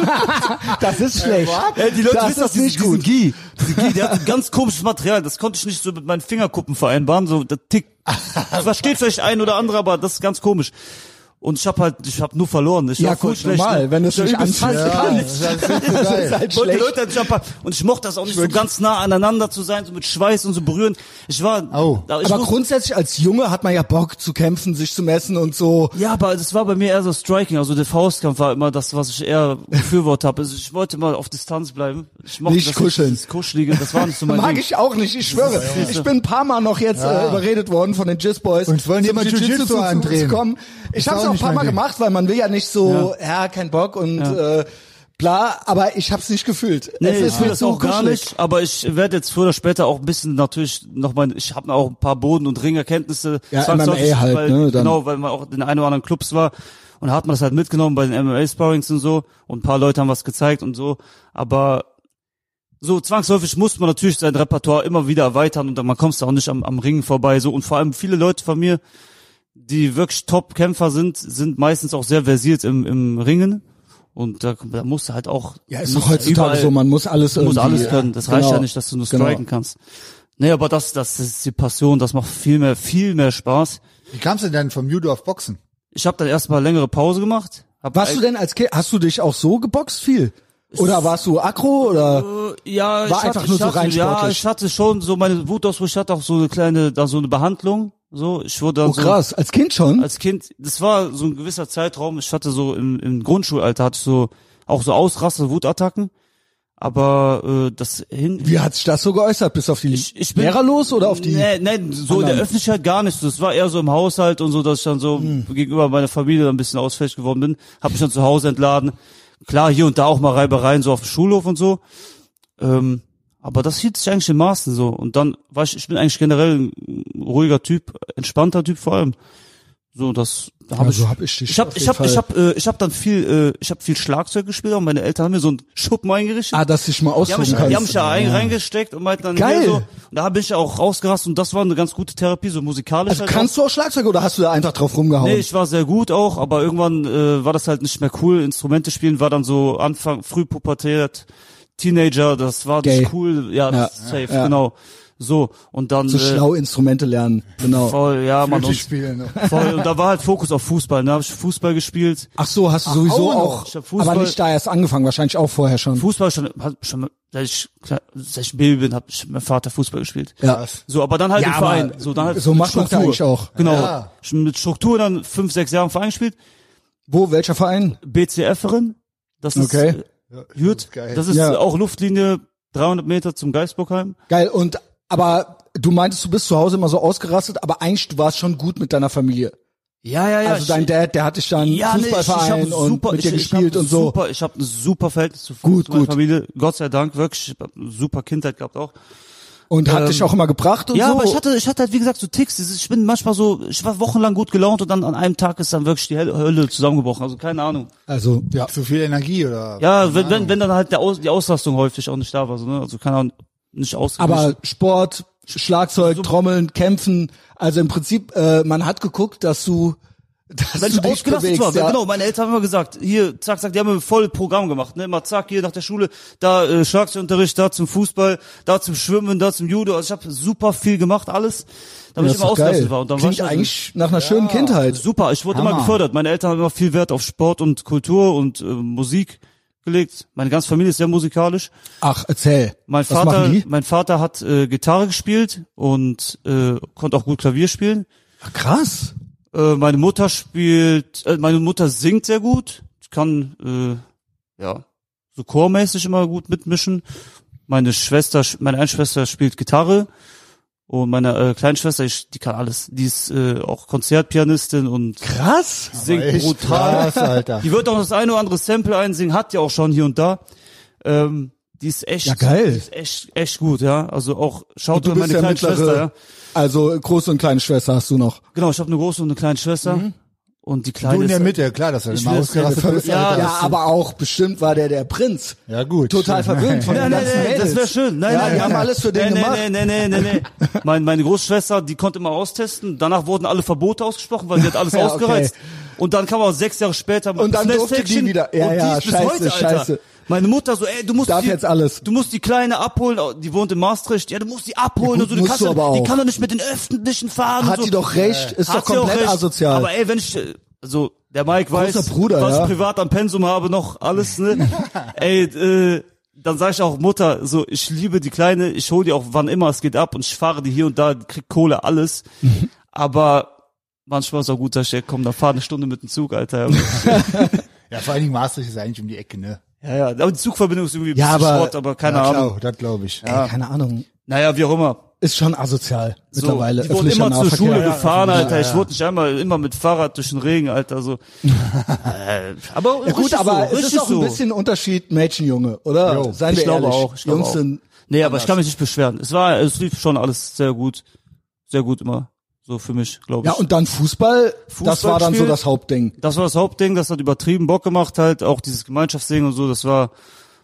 Speaker 2: Das ist schlecht. Äh,
Speaker 1: Ey, die Leute
Speaker 2: das
Speaker 1: wissen, dass
Speaker 2: ist nicht
Speaker 1: diesen,
Speaker 2: gut.
Speaker 1: diesen Gi, diesen Gi, der hat ein ganz komisches Material, das konnte ich nicht so mit meinen Fingerkuppen vereinbaren, so der Tick.
Speaker 2: (laughs)
Speaker 1: Das versteht vielleicht ein oder andere, aber das ist ganz komisch. Und ich habe halt, ich habe nur verloren. Ich
Speaker 2: Ja
Speaker 1: war voll
Speaker 2: gut,
Speaker 1: schlecht.
Speaker 2: normal, wenn du es
Speaker 1: Ich war
Speaker 2: nicht
Speaker 1: übelst
Speaker 2: anfassen
Speaker 1: schlecht.
Speaker 2: kannst.
Speaker 3: das
Speaker 1: (laughs)
Speaker 3: ist nicht so geil.
Speaker 2: halt
Speaker 1: Ich wollte die Leute halt nicht abpacken. Und ich mochte das auch nicht, so ganz nah aneinander zu sein, so mit Schweiß und so berühren. Ich war...
Speaker 3: Au.
Speaker 1: Da- ich
Speaker 2: Oh, Aber
Speaker 1: wusste-
Speaker 2: grundsätzlich als Junge hat man ja Bock zu kämpfen, sich zu messen und so.
Speaker 1: Ja, aber das war bei mir eher so Striking, also der Faustkampf war immer das, was ich eher
Speaker 2: (laughs)
Speaker 1: befürwortet habe. Also ich wollte mal auf Distanz bleiben. Ich mochte
Speaker 2: Nicht
Speaker 1: das
Speaker 2: kuscheln.
Speaker 1: Das Kuschelige, das war nicht so mein
Speaker 2: (laughs) Mag
Speaker 1: Ding.
Speaker 2: ich auch nicht, ich schwöre. Ich bin ein paar Mal noch jetzt äh, überredet worden von den Jizz Boys.
Speaker 3: Und wollen die
Speaker 2: zum
Speaker 3: immer Jiu-Jitsu
Speaker 2: zu- zu-
Speaker 3: andrehen.
Speaker 2: zu kommen. Ich
Speaker 3: ist
Speaker 2: habe es
Speaker 3: auch
Speaker 2: auch ein
Speaker 3: nicht
Speaker 2: paar
Speaker 3: mein
Speaker 2: Mal
Speaker 3: Ding.
Speaker 2: gemacht, weil man will ja nicht so, ja, kein Bock und äh, bla, aber ich habe es nicht gefühlt.
Speaker 1: Nee,
Speaker 2: es
Speaker 1: ich
Speaker 2: ist
Speaker 1: fühle
Speaker 2: mir
Speaker 1: das
Speaker 2: so
Speaker 1: auch gar
Speaker 2: kuschelig.
Speaker 1: nicht, aber ich werde jetzt früher oder später auch ein bisschen natürlich noch mal, ich habe auch ein paar Boden- und Ringerkenntnisse.
Speaker 2: Ja,
Speaker 1: zwangsläufig,
Speaker 2: MMA halt,
Speaker 1: weil,
Speaker 2: ne, dann-
Speaker 1: Genau, weil man auch in ein oder anderen Clubs war und hat man das halt mitgenommen bei den MMA-Sparrings und so und ein paar Leute haben was gezeigt und so, aber so zwangsläufig muss man natürlich sein Repertoire immer wieder erweitern und dann, man kommst auch nicht am, am Ringen vorbei so und vor allem viele Leute von mir, die wirklich Top-Kämpfer sind, sind meistens auch sehr versiert im, im Ringen und da, da musst du halt auch
Speaker 2: Ja, ist
Speaker 1: musst
Speaker 2: doch heutzutage
Speaker 1: überall-
Speaker 2: so, man muss alles
Speaker 1: Du musst
Speaker 2: irgendwie-
Speaker 1: alles können. Das reicht
Speaker 2: Genau.
Speaker 1: ja nicht, dass du nur
Speaker 2: Genau.
Speaker 1: striken kannst. Nee, aber das, das ist die Passion. Das macht viel mehr, viel mehr Spaß.
Speaker 3: Wie kamst du denn vom Judo auf Boxen?
Speaker 1: Ich habe dann erstmal längere Pause gemacht. Hab
Speaker 2: Warst du denn als Kind, hast du dich auch so geboxt viel? Oder warst du aggro oder?
Speaker 1: Äh, ja,
Speaker 2: War
Speaker 1: ich
Speaker 2: einfach
Speaker 1: hatte,
Speaker 2: nur
Speaker 1: ich
Speaker 2: so
Speaker 1: hatte,
Speaker 2: rein
Speaker 1: Ja,
Speaker 2: sportlich.
Speaker 1: ich hatte schon so meine Wutausbrüche. Ich hatte auch so eine kleine, da so eine Behandlung. So, ich wurde dann
Speaker 2: Oh
Speaker 1: so
Speaker 2: krass, als Kind schon?
Speaker 1: als Kind. Das war so ein gewisser Zeitraum. Ich hatte so im, im Grundschulalter hatte ich so auch so Ausraster, Wutattacken. Aber äh, das hin
Speaker 2: Wie hat sich das so geäußert? Bis auf die
Speaker 1: Ich- ich bin-
Speaker 2: Lehrer los oder auf die?
Speaker 1: Nee, nee, so in
Speaker 2: anderen.
Speaker 1: der Öffentlichkeit gar nicht. Das war eher so im Haushalt und so, dass ich dann so
Speaker 2: Hm.
Speaker 1: gegenüber meiner Familie dann ein bisschen ausfällig geworden bin. Hab mich dann zu Hause entladen. Klar, hier und da auch mal Reibereien, so auf dem Schulhof und so. Ähm, aber das hielt sich eigentlich in Maßen so. Und dann war ich, ich bin eigentlich generell ein ruhiger Typ, entspannter Typ vor allem. So, das da habe
Speaker 2: Ja,
Speaker 1: ich.
Speaker 2: so Also hab ich dich
Speaker 1: ich habe
Speaker 2: auf
Speaker 1: ich
Speaker 2: jeden
Speaker 1: habe ich
Speaker 2: Fall.
Speaker 1: habe äh, ich habe dann viel äh, ich habe viel Schlagzeug gespielt und meine Eltern haben mir so einen Schuppen eingerichtet.
Speaker 2: Ah, dass ich mal
Speaker 1: Die haben
Speaker 2: ausruhen
Speaker 1: mich, die haben
Speaker 2: kann.
Speaker 1: mich da rein, reingesteckt und meinten dann
Speaker 2: Geil.
Speaker 1: hier so. Und da bin ich auch rausgerastet und das war eine ganz gute Therapie, so musikalisch.
Speaker 2: Also
Speaker 1: halt
Speaker 2: kannst du auch Schlagzeug oder hast du da einfach drauf
Speaker 1: auch.
Speaker 2: rumgehauen?
Speaker 1: Nee, ich war sehr gut auch, aber irgendwann äh, war das halt nicht mehr cool. Instrumente spielen war dann so Anfang, früh pubertiert, Teenager, das war
Speaker 2: Gay.
Speaker 1: nicht cool. Ja, das ist safe, genau. So, und dann...
Speaker 2: so schlau Instrumente lernen,
Speaker 1: äh,
Speaker 2: genau.
Speaker 1: voll, ja, Mann.
Speaker 3: Flöte
Speaker 2: (laughs)
Speaker 1: Und,
Speaker 3: spielen.
Speaker 1: voll, und da war halt Fokus auf Fußball. Da habe ich Fußball gespielt.
Speaker 2: Ach so, hast du sowieso
Speaker 3: auch
Speaker 2: auch,
Speaker 3: noch.
Speaker 1: Ich hab Fußball-
Speaker 2: aber nicht da erst angefangen, wahrscheinlich auch vorher schon.
Speaker 1: Fußball schon, hab schon seit ich, kle- seit ich ein Baby bin, hat mein Vater Fußball gespielt.
Speaker 2: Ja.
Speaker 1: So, aber dann halt
Speaker 2: Ja,
Speaker 1: im Verein.
Speaker 2: aber
Speaker 1: So, dann halt
Speaker 2: so
Speaker 1: mit
Speaker 2: macht man's
Speaker 1: Struktur.
Speaker 2: eigentlich auch.
Speaker 1: Genau.
Speaker 3: Ja.
Speaker 1: Schon Mit Struktur dann fünf, sechs Jahre im Verein gespielt.
Speaker 2: Wo, welcher Verein?
Speaker 1: BCF-Erin. Das ist,
Speaker 2: Okay.
Speaker 1: äh,
Speaker 3: Das
Speaker 1: gut.
Speaker 3: ist geil.
Speaker 1: Das ist
Speaker 2: Ja.
Speaker 1: auch Luftlinie 300 Meter zum Geisbockheim.
Speaker 2: Geil, und, aber du meintest, du bist zu Hause immer so ausgerastet, aber eigentlich, du warst schon gut mit deiner Familie.
Speaker 1: Ja, ja, ja.
Speaker 2: Also dein Dad, der hatte dich dann
Speaker 1: ja, nee, ich-
Speaker 2: Fußballverein
Speaker 1: ich hab
Speaker 2: und
Speaker 1: super,
Speaker 2: mit dir
Speaker 1: ich,
Speaker 2: gespielt
Speaker 1: ich hab
Speaker 2: und so.
Speaker 1: Super, ich habe ein super Verhältnis zu,
Speaker 2: Gut,
Speaker 1: zu meiner
Speaker 2: gut.
Speaker 1: Familie. Gott sei Dank, wirklich. Ich hab eine super Kindheit gehabt auch.
Speaker 2: Und hat
Speaker 1: Ähm,
Speaker 2: dich auch immer gebracht und
Speaker 1: Ja,
Speaker 2: so.
Speaker 1: aber ich hatte, ich hatte halt, wie gesagt, so Ticks. Dieses- Ich bin manchmal so, ich war wochenlang gut gelaunt und dann an einem Tag ist dann wirklich die Hölle- Hölle zusammengebrochen. Also keine Ahnung.
Speaker 2: also, ja.
Speaker 3: Zu viel Energie oder?
Speaker 1: Ja, wenn, wenn, wenn dann halt der Aus, die Auslastung häufig auch nicht da war, so, ne? Also keine Ahnung, nicht ausgeglichen.
Speaker 2: Aber Sport, Schlagzeug, Trommeln, Kämpfen, also im Prinzip, äh, man hat geguckt, dass du, (laughs) dass
Speaker 1: wenn
Speaker 2: du
Speaker 1: ich
Speaker 2: dich
Speaker 1: ausgelastet
Speaker 2: bewegst,
Speaker 1: war,
Speaker 2: ja.
Speaker 1: genau, meine Eltern haben immer gesagt, hier, zack, zack, die haben mir voll Programm gemacht, ne? Immer zack, hier nach der Schule, da äh, Schlagzeugunterricht, da zum Fußball, da zum Schwimmen, da zum Judo. Also ich habe super viel gemacht, alles, damit ich
Speaker 2: Das ist
Speaker 1: immer
Speaker 2: doch
Speaker 1: ausgelastet
Speaker 2: geil.
Speaker 1: war. Und dann war
Speaker 2: Klingt
Speaker 1: ich halt-
Speaker 2: eigentlich nach einer schönen Kindheit.
Speaker 1: Super, ich wurde immer
Speaker 3: Hammer.
Speaker 1: gefördert. Meine Eltern haben immer viel Wert auf Sport und Kultur und äh, Musik gelegt. Meine ganze Familie ist sehr musikalisch.
Speaker 2: Ach, erzähl.
Speaker 1: Mein
Speaker 2: Was machen
Speaker 1: Vater,
Speaker 2: die?
Speaker 1: mein Vater hat äh, Gitarre gespielt und äh, konnte auch gut Klavier spielen.
Speaker 2: Ach, krass.
Speaker 1: Äh, meine Mutter spielt, äh, meine Mutter singt sehr gut. Ich kann äh, ja so chormäßig immer gut mitmischen. Meine Schwester, sch- meine eine Schwester spielt Gitarre und meine äh, Kleinschwester, ich, die kann alles. Die ist äh, auch Konzertpianistin und
Speaker 2: Krass.
Speaker 1: singt
Speaker 3: Echt
Speaker 1: brutal.
Speaker 3: Krass, Alter.
Speaker 1: Die wird auch das eine oder andere Sample einsingen, hat ja auch schon hier und da. Ähm, die ist echt,
Speaker 2: Ja, geil.
Speaker 1: Die ist echt, echt gut, ja. Also auch schaut
Speaker 2: Du
Speaker 1: mal
Speaker 2: bist
Speaker 1: meine
Speaker 2: ja
Speaker 1: kleine Schwester,
Speaker 2: mittlere,
Speaker 1: ja.
Speaker 2: also große und kleine Schwester hast du noch.
Speaker 1: Genau, ich habe eine große und eine kleine Schwester
Speaker 2: Mhm.
Speaker 1: und die kleine
Speaker 3: Du in der
Speaker 1: ist,
Speaker 3: Mitte, klar, dass er
Speaker 1: Ich
Speaker 3: immer
Speaker 1: will jetzt keine
Speaker 3: ausgerastet ist.
Speaker 1: Ja,
Speaker 3: Alter.
Speaker 2: ja,
Speaker 1: das-
Speaker 2: aber auch bestimmt war der der Prinz.
Speaker 3: Ja, gut.
Speaker 2: Total
Speaker 3: Stimmt.
Speaker 2: verwöhnt (laughs) von
Speaker 1: Nein,
Speaker 2: den
Speaker 1: nein,
Speaker 2: ganzen
Speaker 1: nein, das
Speaker 2: Mädels.
Speaker 1: wäre schön. Nein,
Speaker 2: ja,
Speaker 1: nein,
Speaker 2: die
Speaker 1: nein.
Speaker 2: haben alles für den
Speaker 1: nein,
Speaker 2: gemacht.
Speaker 1: nein, nein, nein, nein, nein. Meine, meine Großschwester, die konnte immer austesten. Danach wurden alle Verbote ausgesprochen, weil sie hat alles
Speaker 2: (laughs) Ja, okay.
Speaker 1: ausgereizt. Und dann kam er auch sechs Jahre später mit
Speaker 2: Und dann
Speaker 1: Slash
Speaker 2: durfte die
Speaker 1: Section
Speaker 2: wieder. Ja,
Speaker 1: und
Speaker 2: ja,
Speaker 1: die ist bis
Speaker 2: scheiße,
Speaker 1: heute, Alter.
Speaker 2: scheiße.
Speaker 1: Meine Mutter so, ey, du musst
Speaker 2: Darf
Speaker 1: die,
Speaker 2: jetzt alles.
Speaker 1: Du musst die Kleine abholen, die wohnt in Maastricht. Ja, du musst die abholen und
Speaker 2: Ja,
Speaker 1: so.
Speaker 2: gut,
Speaker 1: Du
Speaker 2: musst
Speaker 1: kannst,
Speaker 2: du
Speaker 1: ja-
Speaker 2: aber
Speaker 1: die
Speaker 2: auch.
Speaker 1: kann doch nicht mit den Öffentlichen fahren. und
Speaker 2: Hat
Speaker 1: so.
Speaker 2: die doch recht, ist doch
Speaker 1: Hat sie auch
Speaker 2: komplett
Speaker 1: recht.
Speaker 2: asozial.
Speaker 1: Aber ey, wenn ich, äh, also der Mike weiß,
Speaker 2: Großer Bruder,
Speaker 1: was
Speaker 2: ja.
Speaker 1: ich privat am Pensum habe, noch alles,
Speaker 2: (laughs)
Speaker 1: ne? ey, äh, dann sage ich auch Mutter, so ich liebe die Kleine, ich hole die auch wann immer es geht ab und ich fahre die hier und da, die kriegt Kohle,
Speaker 2: (laughs)
Speaker 1: alles. Aber manchmal ist auch gut, sag ich, ey, komm, dann fahr eine Stunde mit dem Zug,
Speaker 2: (laughs)
Speaker 1: Alter.
Speaker 3: Ja, vor allen Dingen Maastricht ist eigentlich um die Ecke, ne?
Speaker 1: ja, ja, aber die Zugverbindung ist irgendwie ein
Speaker 2: Ja,
Speaker 1: bisschen
Speaker 2: aber-
Speaker 1: Schrott, aber keine
Speaker 3: ja,
Speaker 1: Ahnung.
Speaker 3: Klar, das glaube ich.
Speaker 2: Ey, keine Ahnung.
Speaker 1: Naja, wie auch immer.
Speaker 2: Ist schon asozial mittlerweile.
Speaker 1: So, die wurden
Speaker 2: öffentlicher
Speaker 1: immer zur
Speaker 2: Nahverkehr.
Speaker 1: Schule
Speaker 2: Ja,
Speaker 1: gefahren, Alter.
Speaker 3: ja,
Speaker 1: Ich
Speaker 3: ja.
Speaker 1: wurde nicht einmal immer mit Fahrrad durch den Regen, Alter.
Speaker 2: (laughs)
Speaker 1: So. Äh, aber
Speaker 2: Ja, gut,
Speaker 1: richtig so,
Speaker 2: aber es
Speaker 1: richtig
Speaker 2: ist auch
Speaker 1: so.
Speaker 2: ein bisschen Unterschied Mädchenjunge, oder?
Speaker 3: Jo,
Speaker 2: Seien
Speaker 1: ich
Speaker 2: wir
Speaker 1: glaube
Speaker 2: ehrlich.
Speaker 1: auch. Ich glaube
Speaker 2: Jungs
Speaker 1: auch.
Speaker 2: sind
Speaker 1: Nee, aber ich kann mich nicht beschweren. Es war, es lief schon alles sehr gut, sehr gut immer. So für mich, glaube
Speaker 2: ja
Speaker 1: ich.
Speaker 2: und dann Fußball, das
Speaker 1: Fußball
Speaker 2: war dann so
Speaker 1: gespielt.
Speaker 2: das Hauptding.
Speaker 1: das war das Hauptding. Das hat übertrieben Bock gemacht, halt auch dieses Gemeinschaftssingen und so. Das war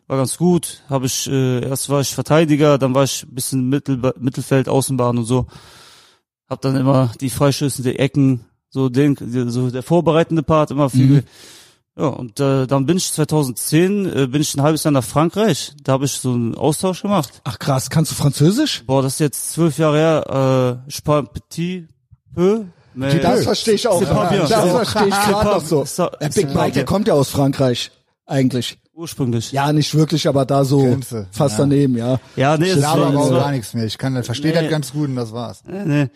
Speaker 1: war ganz gut. Habe ich äh, erst war ich Verteidiger, dann war ich ein bisschen Mittel, Mittelfeld, Außenbahn und so. Hab dann immer die Freischüsse, die Ecken, so den, so der vorbereitende Part immer viel.
Speaker 2: Mhm.
Speaker 1: Ja, und äh, dann bin ich 2010, äh, bin ich ein halbes Jahr nach Frankreich. Da habe ich so einen Austausch gemacht.
Speaker 2: Ach krass, kannst du Französisch?
Speaker 1: Boah, das ist jetzt zwölf Jahre her. Äh, ich parle petit peu. Mais,
Speaker 2: Das verstehe ich auch.
Speaker 1: C'est pas bien.
Speaker 2: Das verstehe ich gerade noch so.
Speaker 1: C'est pas-
Speaker 2: Äh, Big
Speaker 1: c'est pas
Speaker 2: Mike, der
Speaker 1: bien.
Speaker 2: kommt ja aus Frankreich eigentlich.
Speaker 1: ursprünglich.
Speaker 2: Ja, nicht wirklich, aber da so
Speaker 3: Grenze,
Speaker 2: fast
Speaker 3: ja.
Speaker 2: daneben, ja.
Speaker 1: Ja, nee,
Speaker 3: Ich
Speaker 1: es
Speaker 3: laber
Speaker 1: war,
Speaker 3: aber
Speaker 1: es
Speaker 3: auch
Speaker 1: war,
Speaker 3: gar nichts mehr. Ich kann, verstehe
Speaker 1: Nee.
Speaker 3: das ganz gut und das war's.
Speaker 1: nee, nee,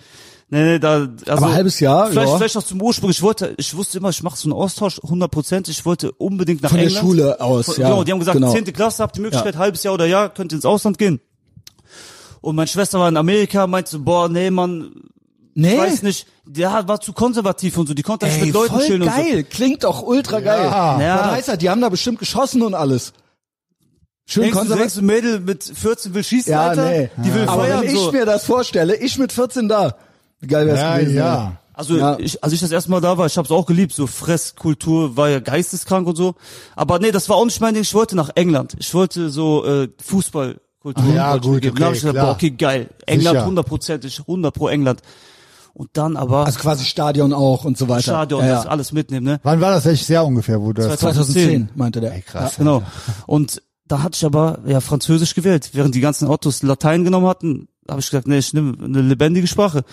Speaker 1: nee, da, also,
Speaker 2: Aber halbes Jahr,
Speaker 1: vielleicht,
Speaker 2: ja.
Speaker 1: vielleicht noch zum Ursprung. Ich wollte, ich wusste immer, ich mache so einen Austausch, 100 Prozent. Ich wollte unbedingt nach
Speaker 2: Von der
Speaker 1: England.
Speaker 2: Schule aus,
Speaker 1: Von-
Speaker 2: ja.
Speaker 1: Genau, die haben gesagt,
Speaker 2: genau.
Speaker 1: 10. Klasse, habt die Möglichkeit, halbes Jahr oder Jahr, könnt ihr ins Ausland gehen. Und meine Schwester war in Amerika, meinte so, boah, nee, Mann,
Speaker 2: Nee,
Speaker 1: ich weiß nicht, der war zu konservativ und so, die konnte nicht
Speaker 2: Ey,
Speaker 1: mit Leuten
Speaker 2: voll
Speaker 1: chillen und so.
Speaker 2: geil, klingt doch ultra geil.
Speaker 1: Ja.
Speaker 2: Was heißt das? Die haben da bestimmt geschossen und alles. Schön
Speaker 1: Denkst du,
Speaker 2: konservativ.
Speaker 1: denkst du, Mädel mit 14 will schießen,
Speaker 2: Ja,
Speaker 1: Alter?
Speaker 2: nee.
Speaker 1: Die will
Speaker 2: Aber
Speaker 1: feiern,
Speaker 2: wenn
Speaker 1: so.
Speaker 2: ich mir das vorstelle, ich mit 14 da, wie geil wär's
Speaker 3: Ja,
Speaker 2: gewesen.
Speaker 3: ja.
Speaker 1: Also
Speaker 2: Ja.
Speaker 1: ich, als ich das erste Mal da war, ich habe es auch geliebt, so Fresskultur war ja geisteskrank und so. Aber nee, das war auch nicht mein Ding. Ich wollte nach England. Ich wollte so äh, Fußballkultur.
Speaker 3: Ah, ja,
Speaker 1: wollte ich
Speaker 3: gut,
Speaker 1: mitgeben.
Speaker 3: okay,
Speaker 1: Dann hab ich gesagt,
Speaker 3: klar.
Speaker 1: boah, okay, geil. England
Speaker 3: Sicher.
Speaker 1: hundertprozentig, 100 pro England. Und dann aber
Speaker 2: Also quasi Stadion auch und so weiter.
Speaker 1: Stadion,
Speaker 2: ja,
Speaker 1: das
Speaker 2: ja.
Speaker 1: alles mitnehmen, ne?
Speaker 3: Wann war das welches Jahr ungefähr, wo du das?
Speaker 2: 2010 meinte der.
Speaker 3: Ey, krass.
Speaker 1: Genau. Und da hatte ich aber ja Französisch gewählt, während die ganzen Autos Latein genommen hatten, habe ich gesagt, nee, ich nehme eine lebendige Sprache.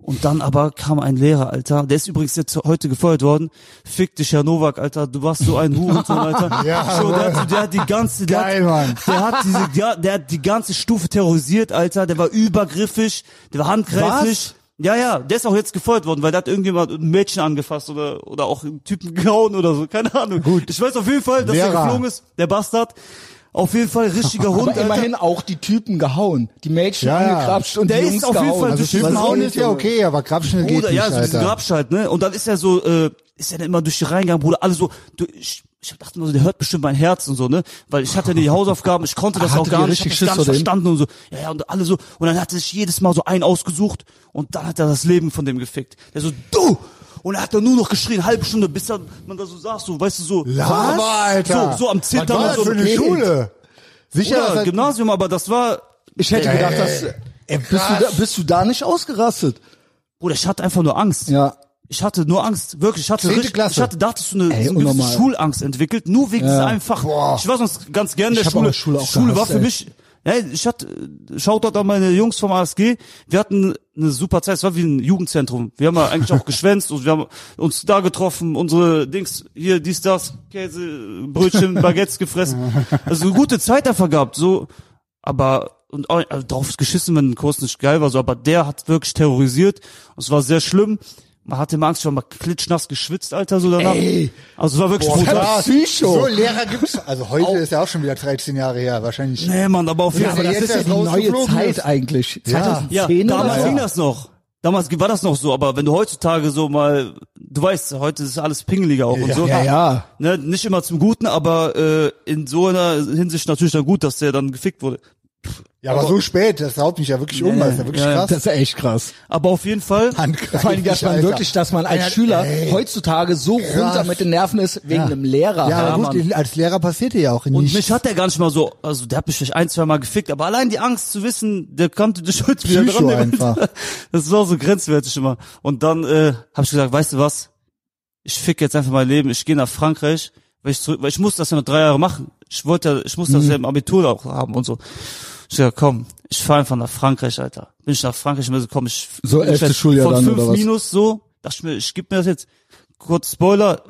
Speaker 1: Und dann aber kam ein Lehrer, Alter, der ist übrigens jetzt heute gefeuert worden. Fick dich, Herr Nowak, Alter, du warst so ein Hurensohn, Alter.
Speaker 3: (laughs) Ja,
Speaker 1: so, der, hat, der hat die ganze, der,
Speaker 3: Geil, Mann.
Speaker 1: hat, der hat diese, ja, der hat die ganze Stufe terrorisiert, Alter. Der war übergriffig, der war handgreiflich. Ja, ja, der ist auch jetzt gefeuert worden, weil da hat irgendjemand ein Mädchen angefasst oder, oder auch einen Typen gehauen oder so, keine Ahnung. Gut. Ich weiß auf jeden Fall, dass er
Speaker 3: Lehrer.
Speaker 1: geflogen ist, der Bastard. Auf jeden Fall
Speaker 2: (laughs)
Speaker 1: richtiger Hund,
Speaker 2: Aber
Speaker 1: Alter.
Speaker 2: immerhin auch die Typen gehauen, die Mädchen
Speaker 3: Ja, ja.
Speaker 2: angekrapscht und
Speaker 1: Der
Speaker 2: die
Speaker 1: ist
Speaker 2: Jungs
Speaker 1: auf jeden
Speaker 2: gehauen.
Speaker 1: Fall
Speaker 3: Also
Speaker 1: durch die
Speaker 2: was
Speaker 1: Typen
Speaker 3: Typenhauen
Speaker 2: soll
Speaker 3: ist ja
Speaker 2: das?
Speaker 3: okay, aber Grabschnitt geht
Speaker 1: Bruder,
Speaker 3: nicht,
Speaker 1: ja, so diesen
Speaker 3: Alter.
Speaker 1: Grabschalt, ne? Und dann ist er so, äh, ist er dann immer durch die reingegangen, Bruder, alle so, du, ich, ich dachte immer so, der hört bestimmt mein Herz und so, ne? Weil ich hatte die Hausaufgaben, ich konnte das
Speaker 2: Hatte
Speaker 1: auch gar
Speaker 2: die
Speaker 1: nicht, ich hab
Speaker 2: richtig
Speaker 1: das gar
Speaker 2: Schiss
Speaker 1: nicht
Speaker 2: vor dem?
Speaker 1: verstanden und so. Ja, ja, und alle so, und dann hat er sich jedes Mal so einen ausgesucht und dann hat er das Leben von dem gefickt. Der so, du! Und er hat dann nur noch geschrien, halbe Stunde, bis dann man da so saß, so, weißt du, so,
Speaker 3: Lama, Alter.
Speaker 1: so, so am
Speaker 3: Was
Speaker 1: Zittern
Speaker 3: war das
Speaker 1: und so. genau.
Speaker 3: für eine
Speaker 1: Bruder,
Speaker 3: Schule? Sicher, dass das-
Speaker 1: Gymnasium, aber das war,
Speaker 2: Ich hätte gedacht, dass, ey, bist, du da, bist du da nicht ausgerastet?
Speaker 1: Bruder, ich hatte einfach nur Angst.
Speaker 2: Ja.
Speaker 1: Ich hatte nur Angst, wirklich. Ich hatte,
Speaker 3: Zehnte
Speaker 1: richtig,
Speaker 3: Klasse.
Speaker 1: ich hatte, da hattest du eine,
Speaker 2: Ey,
Speaker 1: so eine gewisse
Speaker 2: unnormal.
Speaker 1: Schulangst entwickelt, nur wegen diesem einem Fach.
Speaker 3: Boah.
Speaker 1: Ich war sonst ganz gerne in der
Speaker 2: Ich hab
Speaker 1: Schule.
Speaker 2: aber Schule auch
Speaker 1: war
Speaker 2: gehasst,
Speaker 1: für
Speaker 2: ey.
Speaker 1: mich, ey, ich hatte, äh, Shoutout an meine Jungs vom ASG. Wir hatten eine super Zeit. Es war wie ein Jugendzentrum. Wir haben ja eigentlich auch geschwänzt und wir haben uns da getroffen, unsere Dings, hier, dies, das, Käse,
Speaker 2: (laughs)
Speaker 1: Brötchen, Baguettes gefressen. Also eine gute Zeit einfach gehabt, so. Aber, und auch, also drauf geschissen, wenn ein Kurs nicht geil war, so. Aber der hat wirklich terrorisiert. Und es war sehr schlimm. Man hatte immer Angst, ich war mal klitschnass geschwitzt, Alter, so danach.
Speaker 2: Ey.
Speaker 1: Also es war wirklich
Speaker 3: Boah,
Speaker 1: brutal.
Speaker 3: krass.
Speaker 2: Psycho.
Speaker 3: So Lehrer gibt's, also heute ist ja auch schon wieder 13 Jahre her, wahrscheinlich.
Speaker 1: Nee, Mann, aber auf jeden
Speaker 2: Ja, aber
Speaker 1: Fall.
Speaker 2: das
Speaker 3: jetzt
Speaker 2: ist ja
Speaker 3: erst
Speaker 2: die neue
Speaker 3: rausgeflogen
Speaker 2: Zeit
Speaker 3: ist.
Speaker 2: eigentlich.
Speaker 3: Ja.
Speaker 2: 2010
Speaker 1: ja,
Speaker 2: oder
Speaker 1: damals ging
Speaker 2: so.
Speaker 1: das noch. Damals war das noch so, aber wenn du heutzutage so mal, du weißt, heute ist alles pingeliger auch und so.
Speaker 2: Ja, ja.
Speaker 1: Ne, nicht immer zum Guten, aber äh, in so einer Hinsicht natürlich dann gut, dass der dann gefickt wurde.
Speaker 3: Ja, aber so spät, das haut mich ja wirklich um, das ist ja wirklich
Speaker 1: ja, ja.
Speaker 3: krass.
Speaker 2: Das ist echt krass.
Speaker 1: Aber auf jeden Fall,
Speaker 3: Handgreiflich,
Speaker 2: Vor allem, dass man
Speaker 3: Alter.
Speaker 2: wirklich, dass man
Speaker 3: Einer-
Speaker 2: als Schüler
Speaker 3: Ey.
Speaker 2: heutzutage so runter mit den Nerven ist wegen einem
Speaker 3: Ja,
Speaker 2: Lehrer.
Speaker 1: Ja,
Speaker 3: aber gut,
Speaker 1: Mann.
Speaker 3: als Lehrer passierte ja auch
Speaker 1: und
Speaker 3: nichts.
Speaker 1: mich hat der gar nicht mal so, also der hat mich vielleicht ein, zwei Mal gefickt, aber allein die Angst zu wissen, der kommt durch heute wieder
Speaker 3: Psycho
Speaker 1: dran. der- (laughs)
Speaker 3: einfach.
Speaker 1: Das war so grenzwertig immer. Und dann äh, habe ich gesagt, weißt du was, ich fick jetzt einfach mein Leben, ich gehe nach Frankreich, weil ich zurück, weil ich muss das ja noch drei Jahre machen. Ich wollte, ja- ich muss
Speaker 2: Mhm.
Speaker 1: das ja im Abitur auch haben und so. Ich sag, komm, ich fahre einfach nach Frankreich, Alter. Bin ich nach Frankreich, ich so, komm, ich
Speaker 2: So
Speaker 1: ich
Speaker 2: elftes
Speaker 1: werd
Speaker 2: Schuljahr
Speaker 1: von
Speaker 2: dann,
Speaker 1: fünf
Speaker 2: oder was?
Speaker 1: minus so, dachte ich mir, ich geb mir das jetzt. Kurz Spoiler,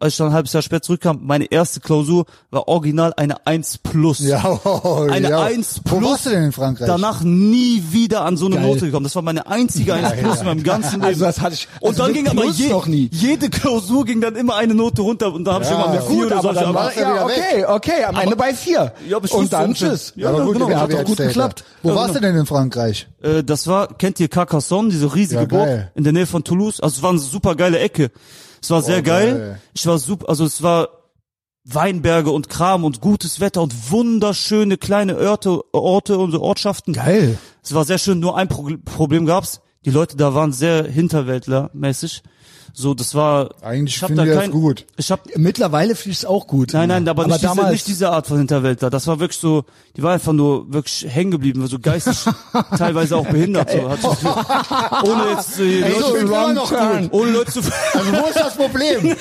Speaker 1: als ich dann ein halbes Jahr später zurückkam, meine erste Klausur war original eine 1 plus.
Speaker 3: Ja, oh,
Speaker 1: Eine
Speaker 3: ja.
Speaker 1: Eins
Speaker 3: Wo
Speaker 1: plus
Speaker 3: warst du denn in Frankreich?
Speaker 1: Danach nie wieder an so eine
Speaker 2: Geil.
Speaker 1: Note gekommen. Das war meine einzige 1 plus in meinem ganzen Leben.
Speaker 2: Also das hatte ich-
Speaker 1: und
Speaker 2: also
Speaker 1: dann
Speaker 2: mit
Speaker 1: ging aber
Speaker 2: Plus
Speaker 1: je,
Speaker 2: noch nie.
Speaker 1: jede Klausur ging dann immer eine Note runter und da habe ich
Speaker 3: Ja,
Speaker 1: immer mit
Speaker 3: ja,
Speaker 1: vier oder so.
Speaker 2: dann
Speaker 1: aber-
Speaker 2: war,
Speaker 3: war's ja
Speaker 2: ja,
Speaker 3: wieder weg.
Speaker 2: okay, okay, am Ende bei vier.
Speaker 1: Ja, aber ich
Speaker 2: und
Speaker 1: wusste
Speaker 2: dann
Speaker 1: ungefähr.
Speaker 2: tws.
Speaker 1: Ja,
Speaker 3: aber gut,
Speaker 1: genau,
Speaker 3: wir
Speaker 1: hat
Speaker 3: haben
Speaker 1: doch
Speaker 3: ja
Speaker 1: gut
Speaker 3: erzählt,
Speaker 1: geklappt.
Speaker 3: ja. genau. Wo
Speaker 1: Ja,
Speaker 3: warst du denn in Frankreich?
Speaker 1: Äh, das war, kennt ihr Carcassonne, diese riesige
Speaker 3: Ja,
Speaker 1: Burg
Speaker 3: geil.
Speaker 1: in der Nähe von Toulouse? Also es war eine super geile Ecke. Es war sehr geil.
Speaker 3: Oh, geil.
Speaker 1: Ich war super, also es war Weinberge und Kram und gutes Wetter und wunderschöne kleine Orte, Orte und so Ortschaften.
Speaker 2: Geil.
Speaker 1: Es war sehr schön, nur ein Pro Problem gab's. Die Leute da waren sehr Hinterwäldler-mäßig. So, das war.
Speaker 3: Eigentlich
Speaker 1: ich hab
Speaker 3: finden
Speaker 1: da
Speaker 3: wir das
Speaker 1: kein,
Speaker 3: gut.
Speaker 1: Ich hab,
Speaker 2: Mittlerweile fliegt es auch gut.
Speaker 3: Genau.
Speaker 1: nein, nein, aber,
Speaker 2: aber
Speaker 1: nicht, diese,
Speaker 2: damals
Speaker 1: nicht diese Art von Hinterwäldler. Das war wirklich so, die war einfach nur wirklich hängen geblieben, so geistig,
Speaker 3: (laughs)
Speaker 1: teilweise auch behindert. So, hat sich so, ohne jetzt die
Speaker 3: Ey,
Speaker 1: Leute,
Speaker 3: so
Speaker 2: Wrong
Speaker 3: immer noch
Speaker 2: turn.
Speaker 3: gut.
Speaker 1: ohne Leute zu.
Speaker 3: Also wo ist das (laughs) Problem?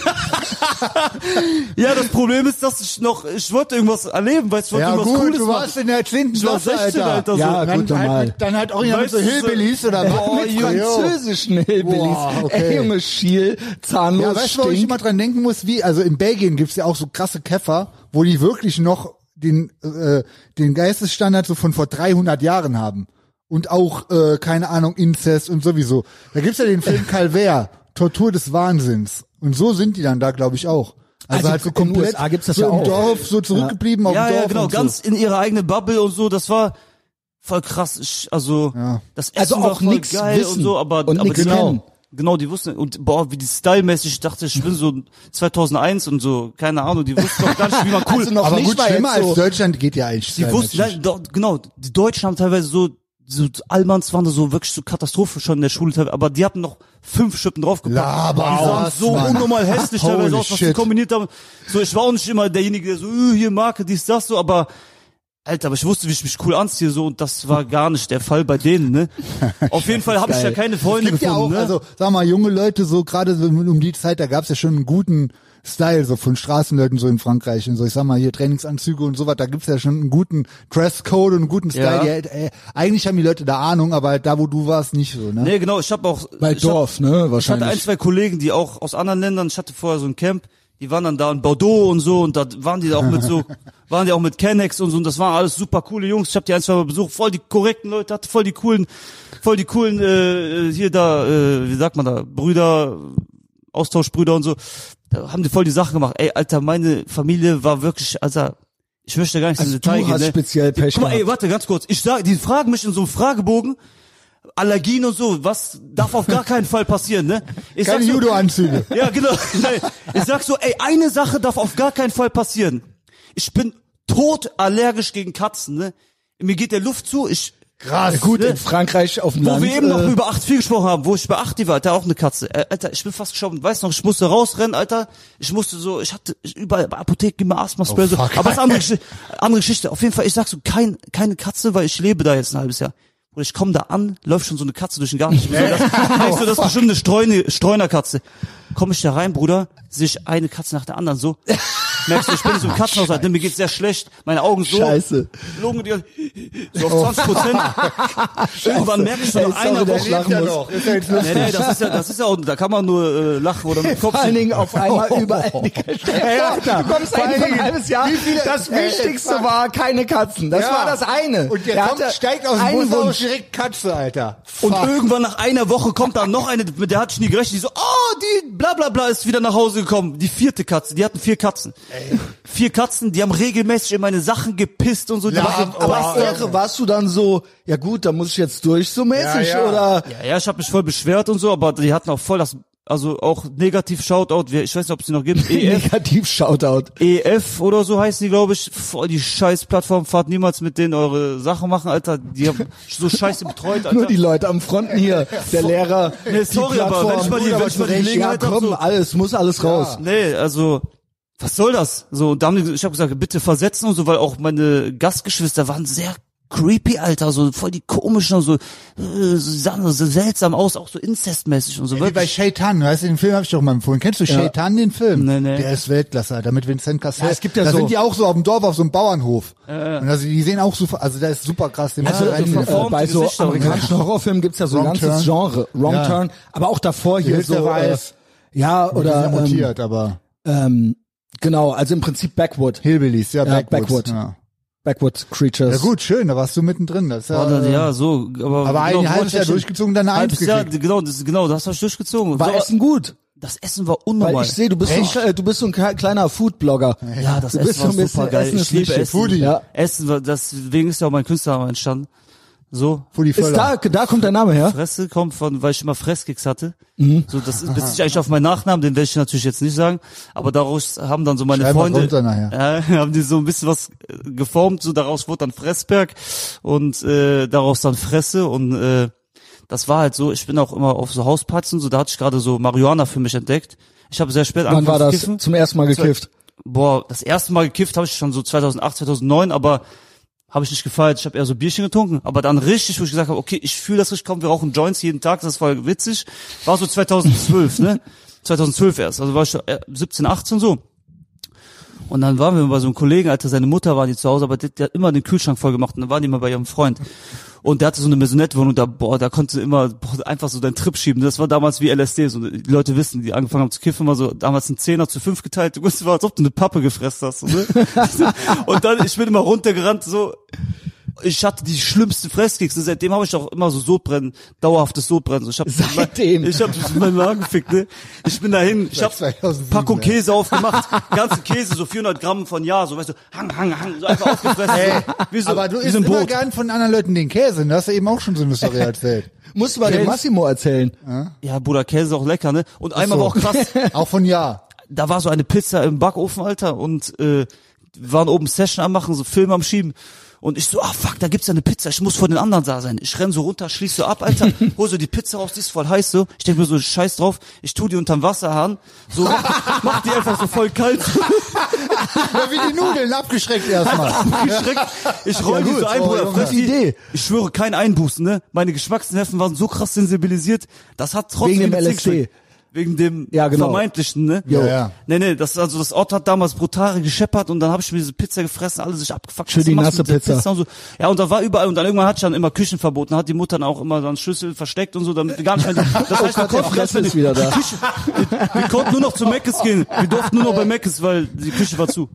Speaker 1: ja, das Problem ist, dass ich noch, ich wollte irgendwas erleben, weil ich wollte
Speaker 3: ja
Speaker 1: irgendwas
Speaker 3: gut,
Speaker 1: Cooles
Speaker 3: du warst in der 10.
Speaker 1: Ich war
Speaker 3: Klasse,
Speaker 1: 16, Alter, so.
Speaker 2: Ja,
Speaker 3: dann,
Speaker 2: gut, normal.
Speaker 3: halt, mit- dann halt auch ja mit so
Speaker 1: Weißt du, so-
Speaker 3: Hillbillies oder Oh, was?
Speaker 1: Boah,
Speaker 3: Mit
Speaker 1: Junge.
Speaker 3: Französisch.
Speaker 2: französischen Hillbillies.
Speaker 3: Boah, okay.
Speaker 2: Ey, Junge, Schiel,
Speaker 3: Ja,
Speaker 2: zahnlos,
Speaker 3: weißt du, wo ich
Speaker 2: stink.
Speaker 3: immer dran denken muss, wie, also in Belgien gibt's ja auch so krasse Käfer, wo die wirklich noch den, äh, den Geistesstandard so von vor 300 Jahren haben. Und auch, äh, keine Ahnung, Inzest und sowieso. Da gibt's ja den
Speaker 2: (laughs)
Speaker 3: Film Calvert, Tortur des Wahnsinns. Und so sind die dann da, glaube ich, auch. Also,
Speaker 2: Also
Speaker 3: halt so
Speaker 2: in
Speaker 3: komplett
Speaker 2: USA gibt's das
Speaker 3: so
Speaker 2: ja
Speaker 3: im
Speaker 2: auch.
Speaker 3: Dorf, so zurückgeblieben auf
Speaker 1: Ja,
Speaker 3: dem Dorf.
Speaker 1: ja, genau,
Speaker 3: und so.
Speaker 1: ganz in ihre eigene Bubble und so, das war voll krass. Ich, also
Speaker 3: Ja.
Speaker 1: das Essen
Speaker 2: Also
Speaker 1: war
Speaker 2: auch
Speaker 1: voll
Speaker 2: nix
Speaker 1: geil und
Speaker 2: wissen
Speaker 1: so, aber,
Speaker 2: und
Speaker 1: aber
Speaker 2: nix
Speaker 1: die,
Speaker 2: kennen.
Speaker 1: genau, die wussten und boah, wie die stylemäßig, ich dachte, ich bin
Speaker 3: (laughs)
Speaker 1: so 2001 und so, keine Ahnung, die wussten doch gar nicht, wie man cool.
Speaker 2: Also noch
Speaker 3: Aber
Speaker 2: nicht
Speaker 3: gut,
Speaker 2: mal jetzt
Speaker 3: schlimmer
Speaker 2: so.
Speaker 3: als Deutschland geht ja eigentlich.
Speaker 1: die wussten,
Speaker 3: teilweise.
Speaker 1: nein, doch, genau, die Deutschen haben teilweise so so Almans waren da so wirklich so Katastrophe schon in der Schule, teilweise, aber die hatten noch fünf Schippen draufgepackt.
Speaker 3: Laber
Speaker 1: die sahen
Speaker 3: aus,
Speaker 1: so
Speaker 3: Mann.
Speaker 1: unnormal hässlich teilweise
Speaker 3: Holy
Speaker 1: aus, was die
Speaker 3: shit.
Speaker 1: kombiniert haben. So, ich war auch nicht immer derjenige, der so, "Äh, hier Marke, dies, das, so, aber Alter, aber ich wusste, wie ich mich cool anziehe, so, und das war gar nicht der Fall bei denen,
Speaker 3: (laughs)
Speaker 1: ne? Auf jeden Fall habe ich ja
Speaker 2: geil.
Speaker 1: keine Freunde
Speaker 3: gibt ja auch,
Speaker 1: gefunden, ne?
Speaker 3: also sag mal, junge Leute, so gerade so um die Zeit, da gab's ja schon einen guten Style, so von Straßenleuten so in Frankreich und so, ich sag mal, hier Trainingsanzüge und sowas, da gibt's ja schon einen guten Dresscode und einen guten Style.
Speaker 1: Ja.
Speaker 3: Ja. äh, eigentlich haben die Leute da Ahnung, aber da, wo du warst, nicht so, ne?
Speaker 1: Nee, genau, ich habe auch,
Speaker 2: Bei
Speaker 1: ich hab-
Speaker 2: Dorf, ne,
Speaker 1: Ich hatte ein,
Speaker 2: wahrscheinlich.
Speaker 1: zwei Kollegen, die auch aus anderen Ländern, ich hatte vorher so ein Camp, die waren dann da in Bordeaux und so und da waren die da auch mit
Speaker 2: (laughs)
Speaker 1: so, waren die auch mit Kennex und so und das waren alles super coole Jungs. Ich habe die ein, zwei Mal besucht, voll die korrekten Leute, hatte voll die coolen, voll die coolen, äh, äh, hier da, äh, wie sagt man da, Brüder, Austauschbrüder und so. Da haben die voll die Sachen gemacht. Ey, Alter, meine Familie war wirklich, Alter, ich möchte gar nicht
Speaker 2: Also
Speaker 1: ins Detail
Speaker 2: du
Speaker 1: gehen.
Speaker 2: hast
Speaker 1: ne?
Speaker 2: speziell Pech
Speaker 1: Guck mal, ey,
Speaker 2: gehabt.
Speaker 1: warte, ganz kurz. Ich sag, die fragen mich in so einem Fragebogen, Allergien und so, was darf auf gar keinen Fall passieren, ne? Ich
Speaker 3: Keine
Speaker 1: sag so,
Speaker 3: Judo-Anzüge.
Speaker 1: (laughs) Ja, genau. Nein, Ich sag so, ey, eine Sache darf auf gar keinen Fall passieren. Ich bin totallergisch gegen Katzen, ne? Mir geht der Luft zu, ich
Speaker 3: Krass.
Speaker 2: Äh, Gut,
Speaker 1: ne?
Speaker 2: in Frankreich auf dem
Speaker 1: wo
Speaker 2: Land.
Speaker 1: wir eben noch
Speaker 2: äh,
Speaker 1: über 8-4 gesprochen haben, wo ich bei 8 die war, Alter, auch eine Katze. Äh, Alter, ich bin fast geschoben, weißt noch, ich musste rausrennen, Alter. Ich musste so, ich hatte ich- überall bei Apotheken immer Asthma-Spray,
Speaker 3: Oh,
Speaker 1: so.
Speaker 3: fuck.
Speaker 1: aber es ist eine
Speaker 2: (laughs)
Speaker 1: andere, Geschichte, andere Geschichte. Auf jeden Fall, ich sag so, kein, keine Katze, weil ich lebe da jetzt ein halbes Jahr. Und ich komme da an, läuft schon so eine Katze durch den Garten. Ich bin so,
Speaker 2: (laughs)
Speaker 1: das, ich so, das ist bestimmt eine Streune, Streunerkatze. Komme ich da rein, Bruder, sehe ich eine Katze nach der anderen so. Merkst du, ich bin so im Katzenhaus, Alter, mir geht's sehr schlecht. Meine Augen so.
Speaker 2: Scheiße.
Speaker 1: Lungen, die- so auf 20
Speaker 2: (laughs)
Speaker 1: Prozent. Irgendwann merke ich so
Speaker 2: Ey,
Speaker 1: nach
Speaker 2: sorry,
Speaker 1: einer
Speaker 2: der
Speaker 1: Woche,
Speaker 2: Schlag-
Speaker 3: Lebt ja noch. Ist ja jetzt
Speaker 1: Nee,
Speaker 3: lustig.
Speaker 1: nee, das ist ja, das ist ja auch, da kann man nur äh, lachen oder mit dem Kopf.
Speaker 2: vor allen Dingen auf einmal
Speaker 3: Oh. (laughs)
Speaker 2: überall die Du kommst
Speaker 3: Vor
Speaker 2: einfach
Speaker 3: allen
Speaker 2: ein
Speaker 3: Dingen,
Speaker 2: halbes Jahr.
Speaker 3: wie viele-
Speaker 2: das
Speaker 3: Ey,
Speaker 2: Wichtigste
Speaker 3: fuck.
Speaker 2: war keine Katzen. Das
Speaker 3: Ja.
Speaker 2: war das eine.
Speaker 3: Und der
Speaker 2: Er
Speaker 3: kommt,
Speaker 2: hatte
Speaker 3: steigt aus dem
Speaker 2: einen
Speaker 3: Bus aus,
Speaker 2: Wunsch.
Speaker 3: direkt Katze, Alter.
Speaker 1: Und
Speaker 3: Fuck.
Speaker 1: irgendwann nach einer Woche kommt da noch eine, mit der hatte ich nie gerechnet, die so, oh, die bla bla bla ist wieder nach Hause gekommen. Die vierte Katze, die hatten vier Katzen. Vier Katzen, die haben regelmäßig in meine Sachen gepisst und so. Die
Speaker 3: Ja,
Speaker 1: waren-
Speaker 3: aber-
Speaker 2: Aber
Speaker 3: Wow.
Speaker 2: Ehre, warst du dann so, ja gut, da muss ich jetzt durch, so mäßig,
Speaker 3: Ja, ja.
Speaker 2: oder?
Speaker 1: ja, ja, ich habe mich voll beschwert und so, aber die hatten auch voll das, also auch negativ Shoutout, wer- ich weiß nicht, ob es die noch gibt,
Speaker 2: (laughs)
Speaker 1: EF.
Speaker 2: Negativ-Shoutout.
Speaker 1: EF E oder so heißen die, glaube ich. Voll die scheiß Plattform. Fahrt niemals mit denen eure Sachen machen, Alter. Die haben so scheiße betreut, Alter.
Speaker 2: Nur die Leute am Fronten hier, der Lehrer,
Speaker 1: Nee, sorry,
Speaker 2: die
Speaker 1: aber
Speaker 2: Plattform,
Speaker 1: wenn ich mal die-
Speaker 2: gut,
Speaker 1: wenn
Speaker 2: aber
Speaker 1: ich mal die
Speaker 2: zurecht,
Speaker 1: Gelegenheit
Speaker 2: ja,
Speaker 1: hab,
Speaker 2: komm,
Speaker 1: so-
Speaker 2: alles, muss alles raus.
Speaker 1: Nee, also, was soll das? So, und da haben die, ich habe gesagt, bitte versetzen und so, weil auch meine Gastgeschwister waren sehr creepy, Alter, so voll die komischen und so, äh, so, sahen so seltsam aus, auch so incestmäßig und so.
Speaker 3: Wie bei
Speaker 1: wirklich.
Speaker 3: Shaitan, weißt du, den Film habe ich doch mal empfohlen. Kennst du Shaitan, den Film?
Speaker 1: Nee, nee.
Speaker 3: Der ist Weltklasse, Alter, mit Vincent Cassel.
Speaker 2: Ja, es gibt ja
Speaker 3: da
Speaker 2: so-
Speaker 3: sind die auch so auf dem Dorf, auf so einem Bauernhof. Und also die sehen auch super, also der ist super krass. Den musst du
Speaker 2: Also
Speaker 1: rein
Speaker 2: äh,
Speaker 1: in
Speaker 3: reinziehen.
Speaker 1: den Form.
Speaker 2: bei so
Speaker 1: Gesichter und so.
Speaker 2: amerikanischen Horrorfilmen gibt's ja so ein
Speaker 3: Wrong
Speaker 2: ganzes
Speaker 3: Turn.
Speaker 2: Genre. Wrong
Speaker 3: Ja.
Speaker 2: Turn, aber auch davor hier
Speaker 3: Hilfe
Speaker 2: so. Äh,
Speaker 3: weiß.
Speaker 2: ja,
Speaker 3: Die sind
Speaker 2: oder
Speaker 3: ja
Speaker 2: ähm,
Speaker 3: mutiert, aber
Speaker 2: ähm, genau, also im Prinzip Backwood.
Speaker 3: Hillbillies, ja,
Speaker 2: ja,
Speaker 3: Backwood.
Speaker 2: Backwoods.
Speaker 3: Ja.
Speaker 2: Backwood
Speaker 3: ja
Speaker 2: Creatures.
Speaker 3: gut, schön, da warst du mittendrin. Das ist ja,
Speaker 1: War dann, ja, so, aber,
Speaker 3: aber ein halbes Jahr
Speaker 1: Watchmen-
Speaker 3: durchgezogen, dann eine Eins
Speaker 1: Halbes Jahr,
Speaker 3: gekriegt.
Speaker 1: genau, das, genau, das hast du durchgezogen.
Speaker 2: War
Speaker 1: so,
Speaker 2: Essen gut?
Speaker 1: das Essen war
Speaker 2: Weil
Speaker 1: unnormal.
Speaker 2: ich sehe, du bist so, ein- äh, du bist so ein kle- kleiner Foodblogger.
Speaker 1: ja, Ah, das
Speaker 2: du bist
Speaker 1: Essen
Speaker 2: so ein
Speaker 1: war
Speaker 2: bisschen-
Speaker 1: super geil.
Speaker 2: Essen
Speaker 1: Ich
Speaker 2: ist
Speaker 1: liebe
Speaker 2: wichtig.
Speaker 1: Essen.
Speaker 2: Foodie. Ja.
Speaker 1: Essen war, deswegen ist ja auch mein Künstlername entstanden. So,
Speaker 3: Fully
Speaker 2: Ist
Speaker 3: Völler.
Speaker 2: da, da kommt dein Name her?
Speaker 1: Fresse kommt von, weil ich immer Fresskicks hatte.
Speaker 2: Mhm.
Speaker 1: So, das
Speaker 2: (laughs)
Speaker 1: ist, bezieht sich eigentlich auf meinen Nachnamen, den werde ich natürlich jetzt nicht sagen. Aber daraus haben dann so meine
Speaker 3: Schreib mal
Speaker 1: Freunde,
Speaker 3: runter nachher.
Speaker 1: äh, (laughs) haben die so ein bisschen was äh, geformt, so daraus wurde dann Fressberg und äh, daraus dann Fresse und äh, das war halt so, ich bin auch immer auf so Hauspatzen, so da hatte ich gerade so Marihuana für mich entdeckt. Ich habe sehr spät
Speaker 2: Wann
Speaker 1: angefangen
Speaker 2: war
Speaker 1: zu
Speaker 2: das?
Speaker 1: kiffen.
Speaker 2: Zum ersten Mal gekifft.
Speaker 1: Boah, das erste Mal gekifft habe ich schon so 2008, 2009, aber habe ich nicht gefeiert. Ich habe eher so Bierchen getrunken, aber dann richtig, wo ich gesagt habe, okay, ich fühle das richtig, komm, wir rauchen Joints jeden Tag, das war witzig. War so 2012, ne? (laughs) 2012 erst, also war ich schon, äh, 17, 18 so. Und dann waren wir bei so einem Kollegen, Alter, seine Mutter war nicht zu Hause, aber der, der hat immer den Kühlschrank voll gemacht und dann waren die mal bei ihrem Freund. Und der hatte so eine Maisonette-Wohnung, da, boah, da konnte immer boah, einfach so deinen Trip schieben. Das war damals wie LSD, so, die Leute wissen, die angefangen haben zu kiffen, war so damals ein Zehner zu fünf geteilt. Du wusstest, war, als ob du eine Pappe gefressen hast. So, ne? (laughs) und dann, ich bin immer runtergerannt, so, ich hatte die schlimmsten Fresskicks. Und Seitdem habe ich auch immer so Sodbrennen, dauerhaftes Sodbrennen. So, ich hab,
Speaker 2: Seitdem?
Speaker 1: Ich habe meinen Magen gefickt, ne? Ich bin dahin, ich habe
Speaker 3: 2007,
Speaker 1: Packung
Speaker 3: ey.
Speaker 1: Käse Käse aufgemacht, (laughs) ganzen Käse, so 400 Gramm von ja, so weißt du, hang, hang, hang, so einfach aufgefressen. so, wie so,
Speaker 3: aber du
Speaker 1: wie so
Speaker 3: isst
Speaker 1: ein
Speaker 3: immer
Speaker 1: Brot.
Speaker 3: gern von anderen Leuten den Käse, und du hast ja eben auch schon so eine
Speaker 2: (laughs)
Speaker 3: Story erzählt.
Speaker 2: Musst du mal dem
Speaker 1: Geld.
Speaker 2: Massimo erzählen.
Speaker 1: Ja, Bruder, Käse ist auch lecker, ne? Und einmal war auch
Speaker 3: (laughs)
Speaker 1: krass,
Speaker 3: Auch von ja.
Speaker 1: da war so eine Pizza im Backofen, Alter, und äh, waren oben Session am machen, so Film am Schieben. Und ich so, ah fuck, da gibt's ja eine Pizza, ich muss vor den anderen da sein. Ich renn so runter, schließ so ab,
Speaker 3: (laughs)
Speaker 1: Alter, hol so die Pizza raus, die ist voll heiß so. Ich denk mir so, scheiß drauf, ich tu die unterm Wasserhahn, so (laughs) mach, mach die einfach so voll kalt.
Speaker 3: Ja, wie die Nudeln, abgeschreckt erstmal.
Speaker 1: abgeschreckt. Ich roll
Speaker 3: Ja,
Speaker 1: die
Speaker 3: gut.
Speaker 1: so ein,
Speaker 3: Oh,
Speaker 1: Bruder.
Speaker 3: Junge.
Speaker 1: fress die.
Speaker 2: Idee.
Speaker 1: Ich schwöre, kein Einbußen, ne? Meine Geschmacksnerven waren so krass sensibilisiert, das hat trotzdem...
Speaker 2: Wegen dem
Speaker 1: gezickt.
Speaker 2: LSD.
Speaker 1: Wegen dem
Speaker 2: Ja, genau.
Speaker 1: vermeintlichen, ne?
Speaker 3: Ja, ja.
Speaker 1: Nee, nee, das, also das Ort hat damals brutal gescheppert und dann habe ich mir diese Pizza gefressen, alle sich abgefuckt.
Speaker 2: Schön
Speaker 1: was du
Speaker 2: die
Speaker 1: machst
Speaker 2: nasse
Speaker 1: mit dieser
Speaker 2: Pizza.
Speaker 1: und so. Ja, und da war überall und dann irgendwann hat ich dann immer Küchen verboten, hat die Mutter dann auch immer dann Schlüssel versteckt und so, damit wir gar
Speaker 2: (laughs)
Speaker 1: nicht mehr... Das heißt, wir
Speaker 2: Oh Gott, der
Speaker 1: konnten
Speaker 2: Fresse
Speaker 1: wir-
Speaker 2: ist wieder da.
Speaker 1: die Küche, wir, wir konnten nur noch zu Meckes gehen. Wir durften nur noch bei Meckes, weil die Küche war zu.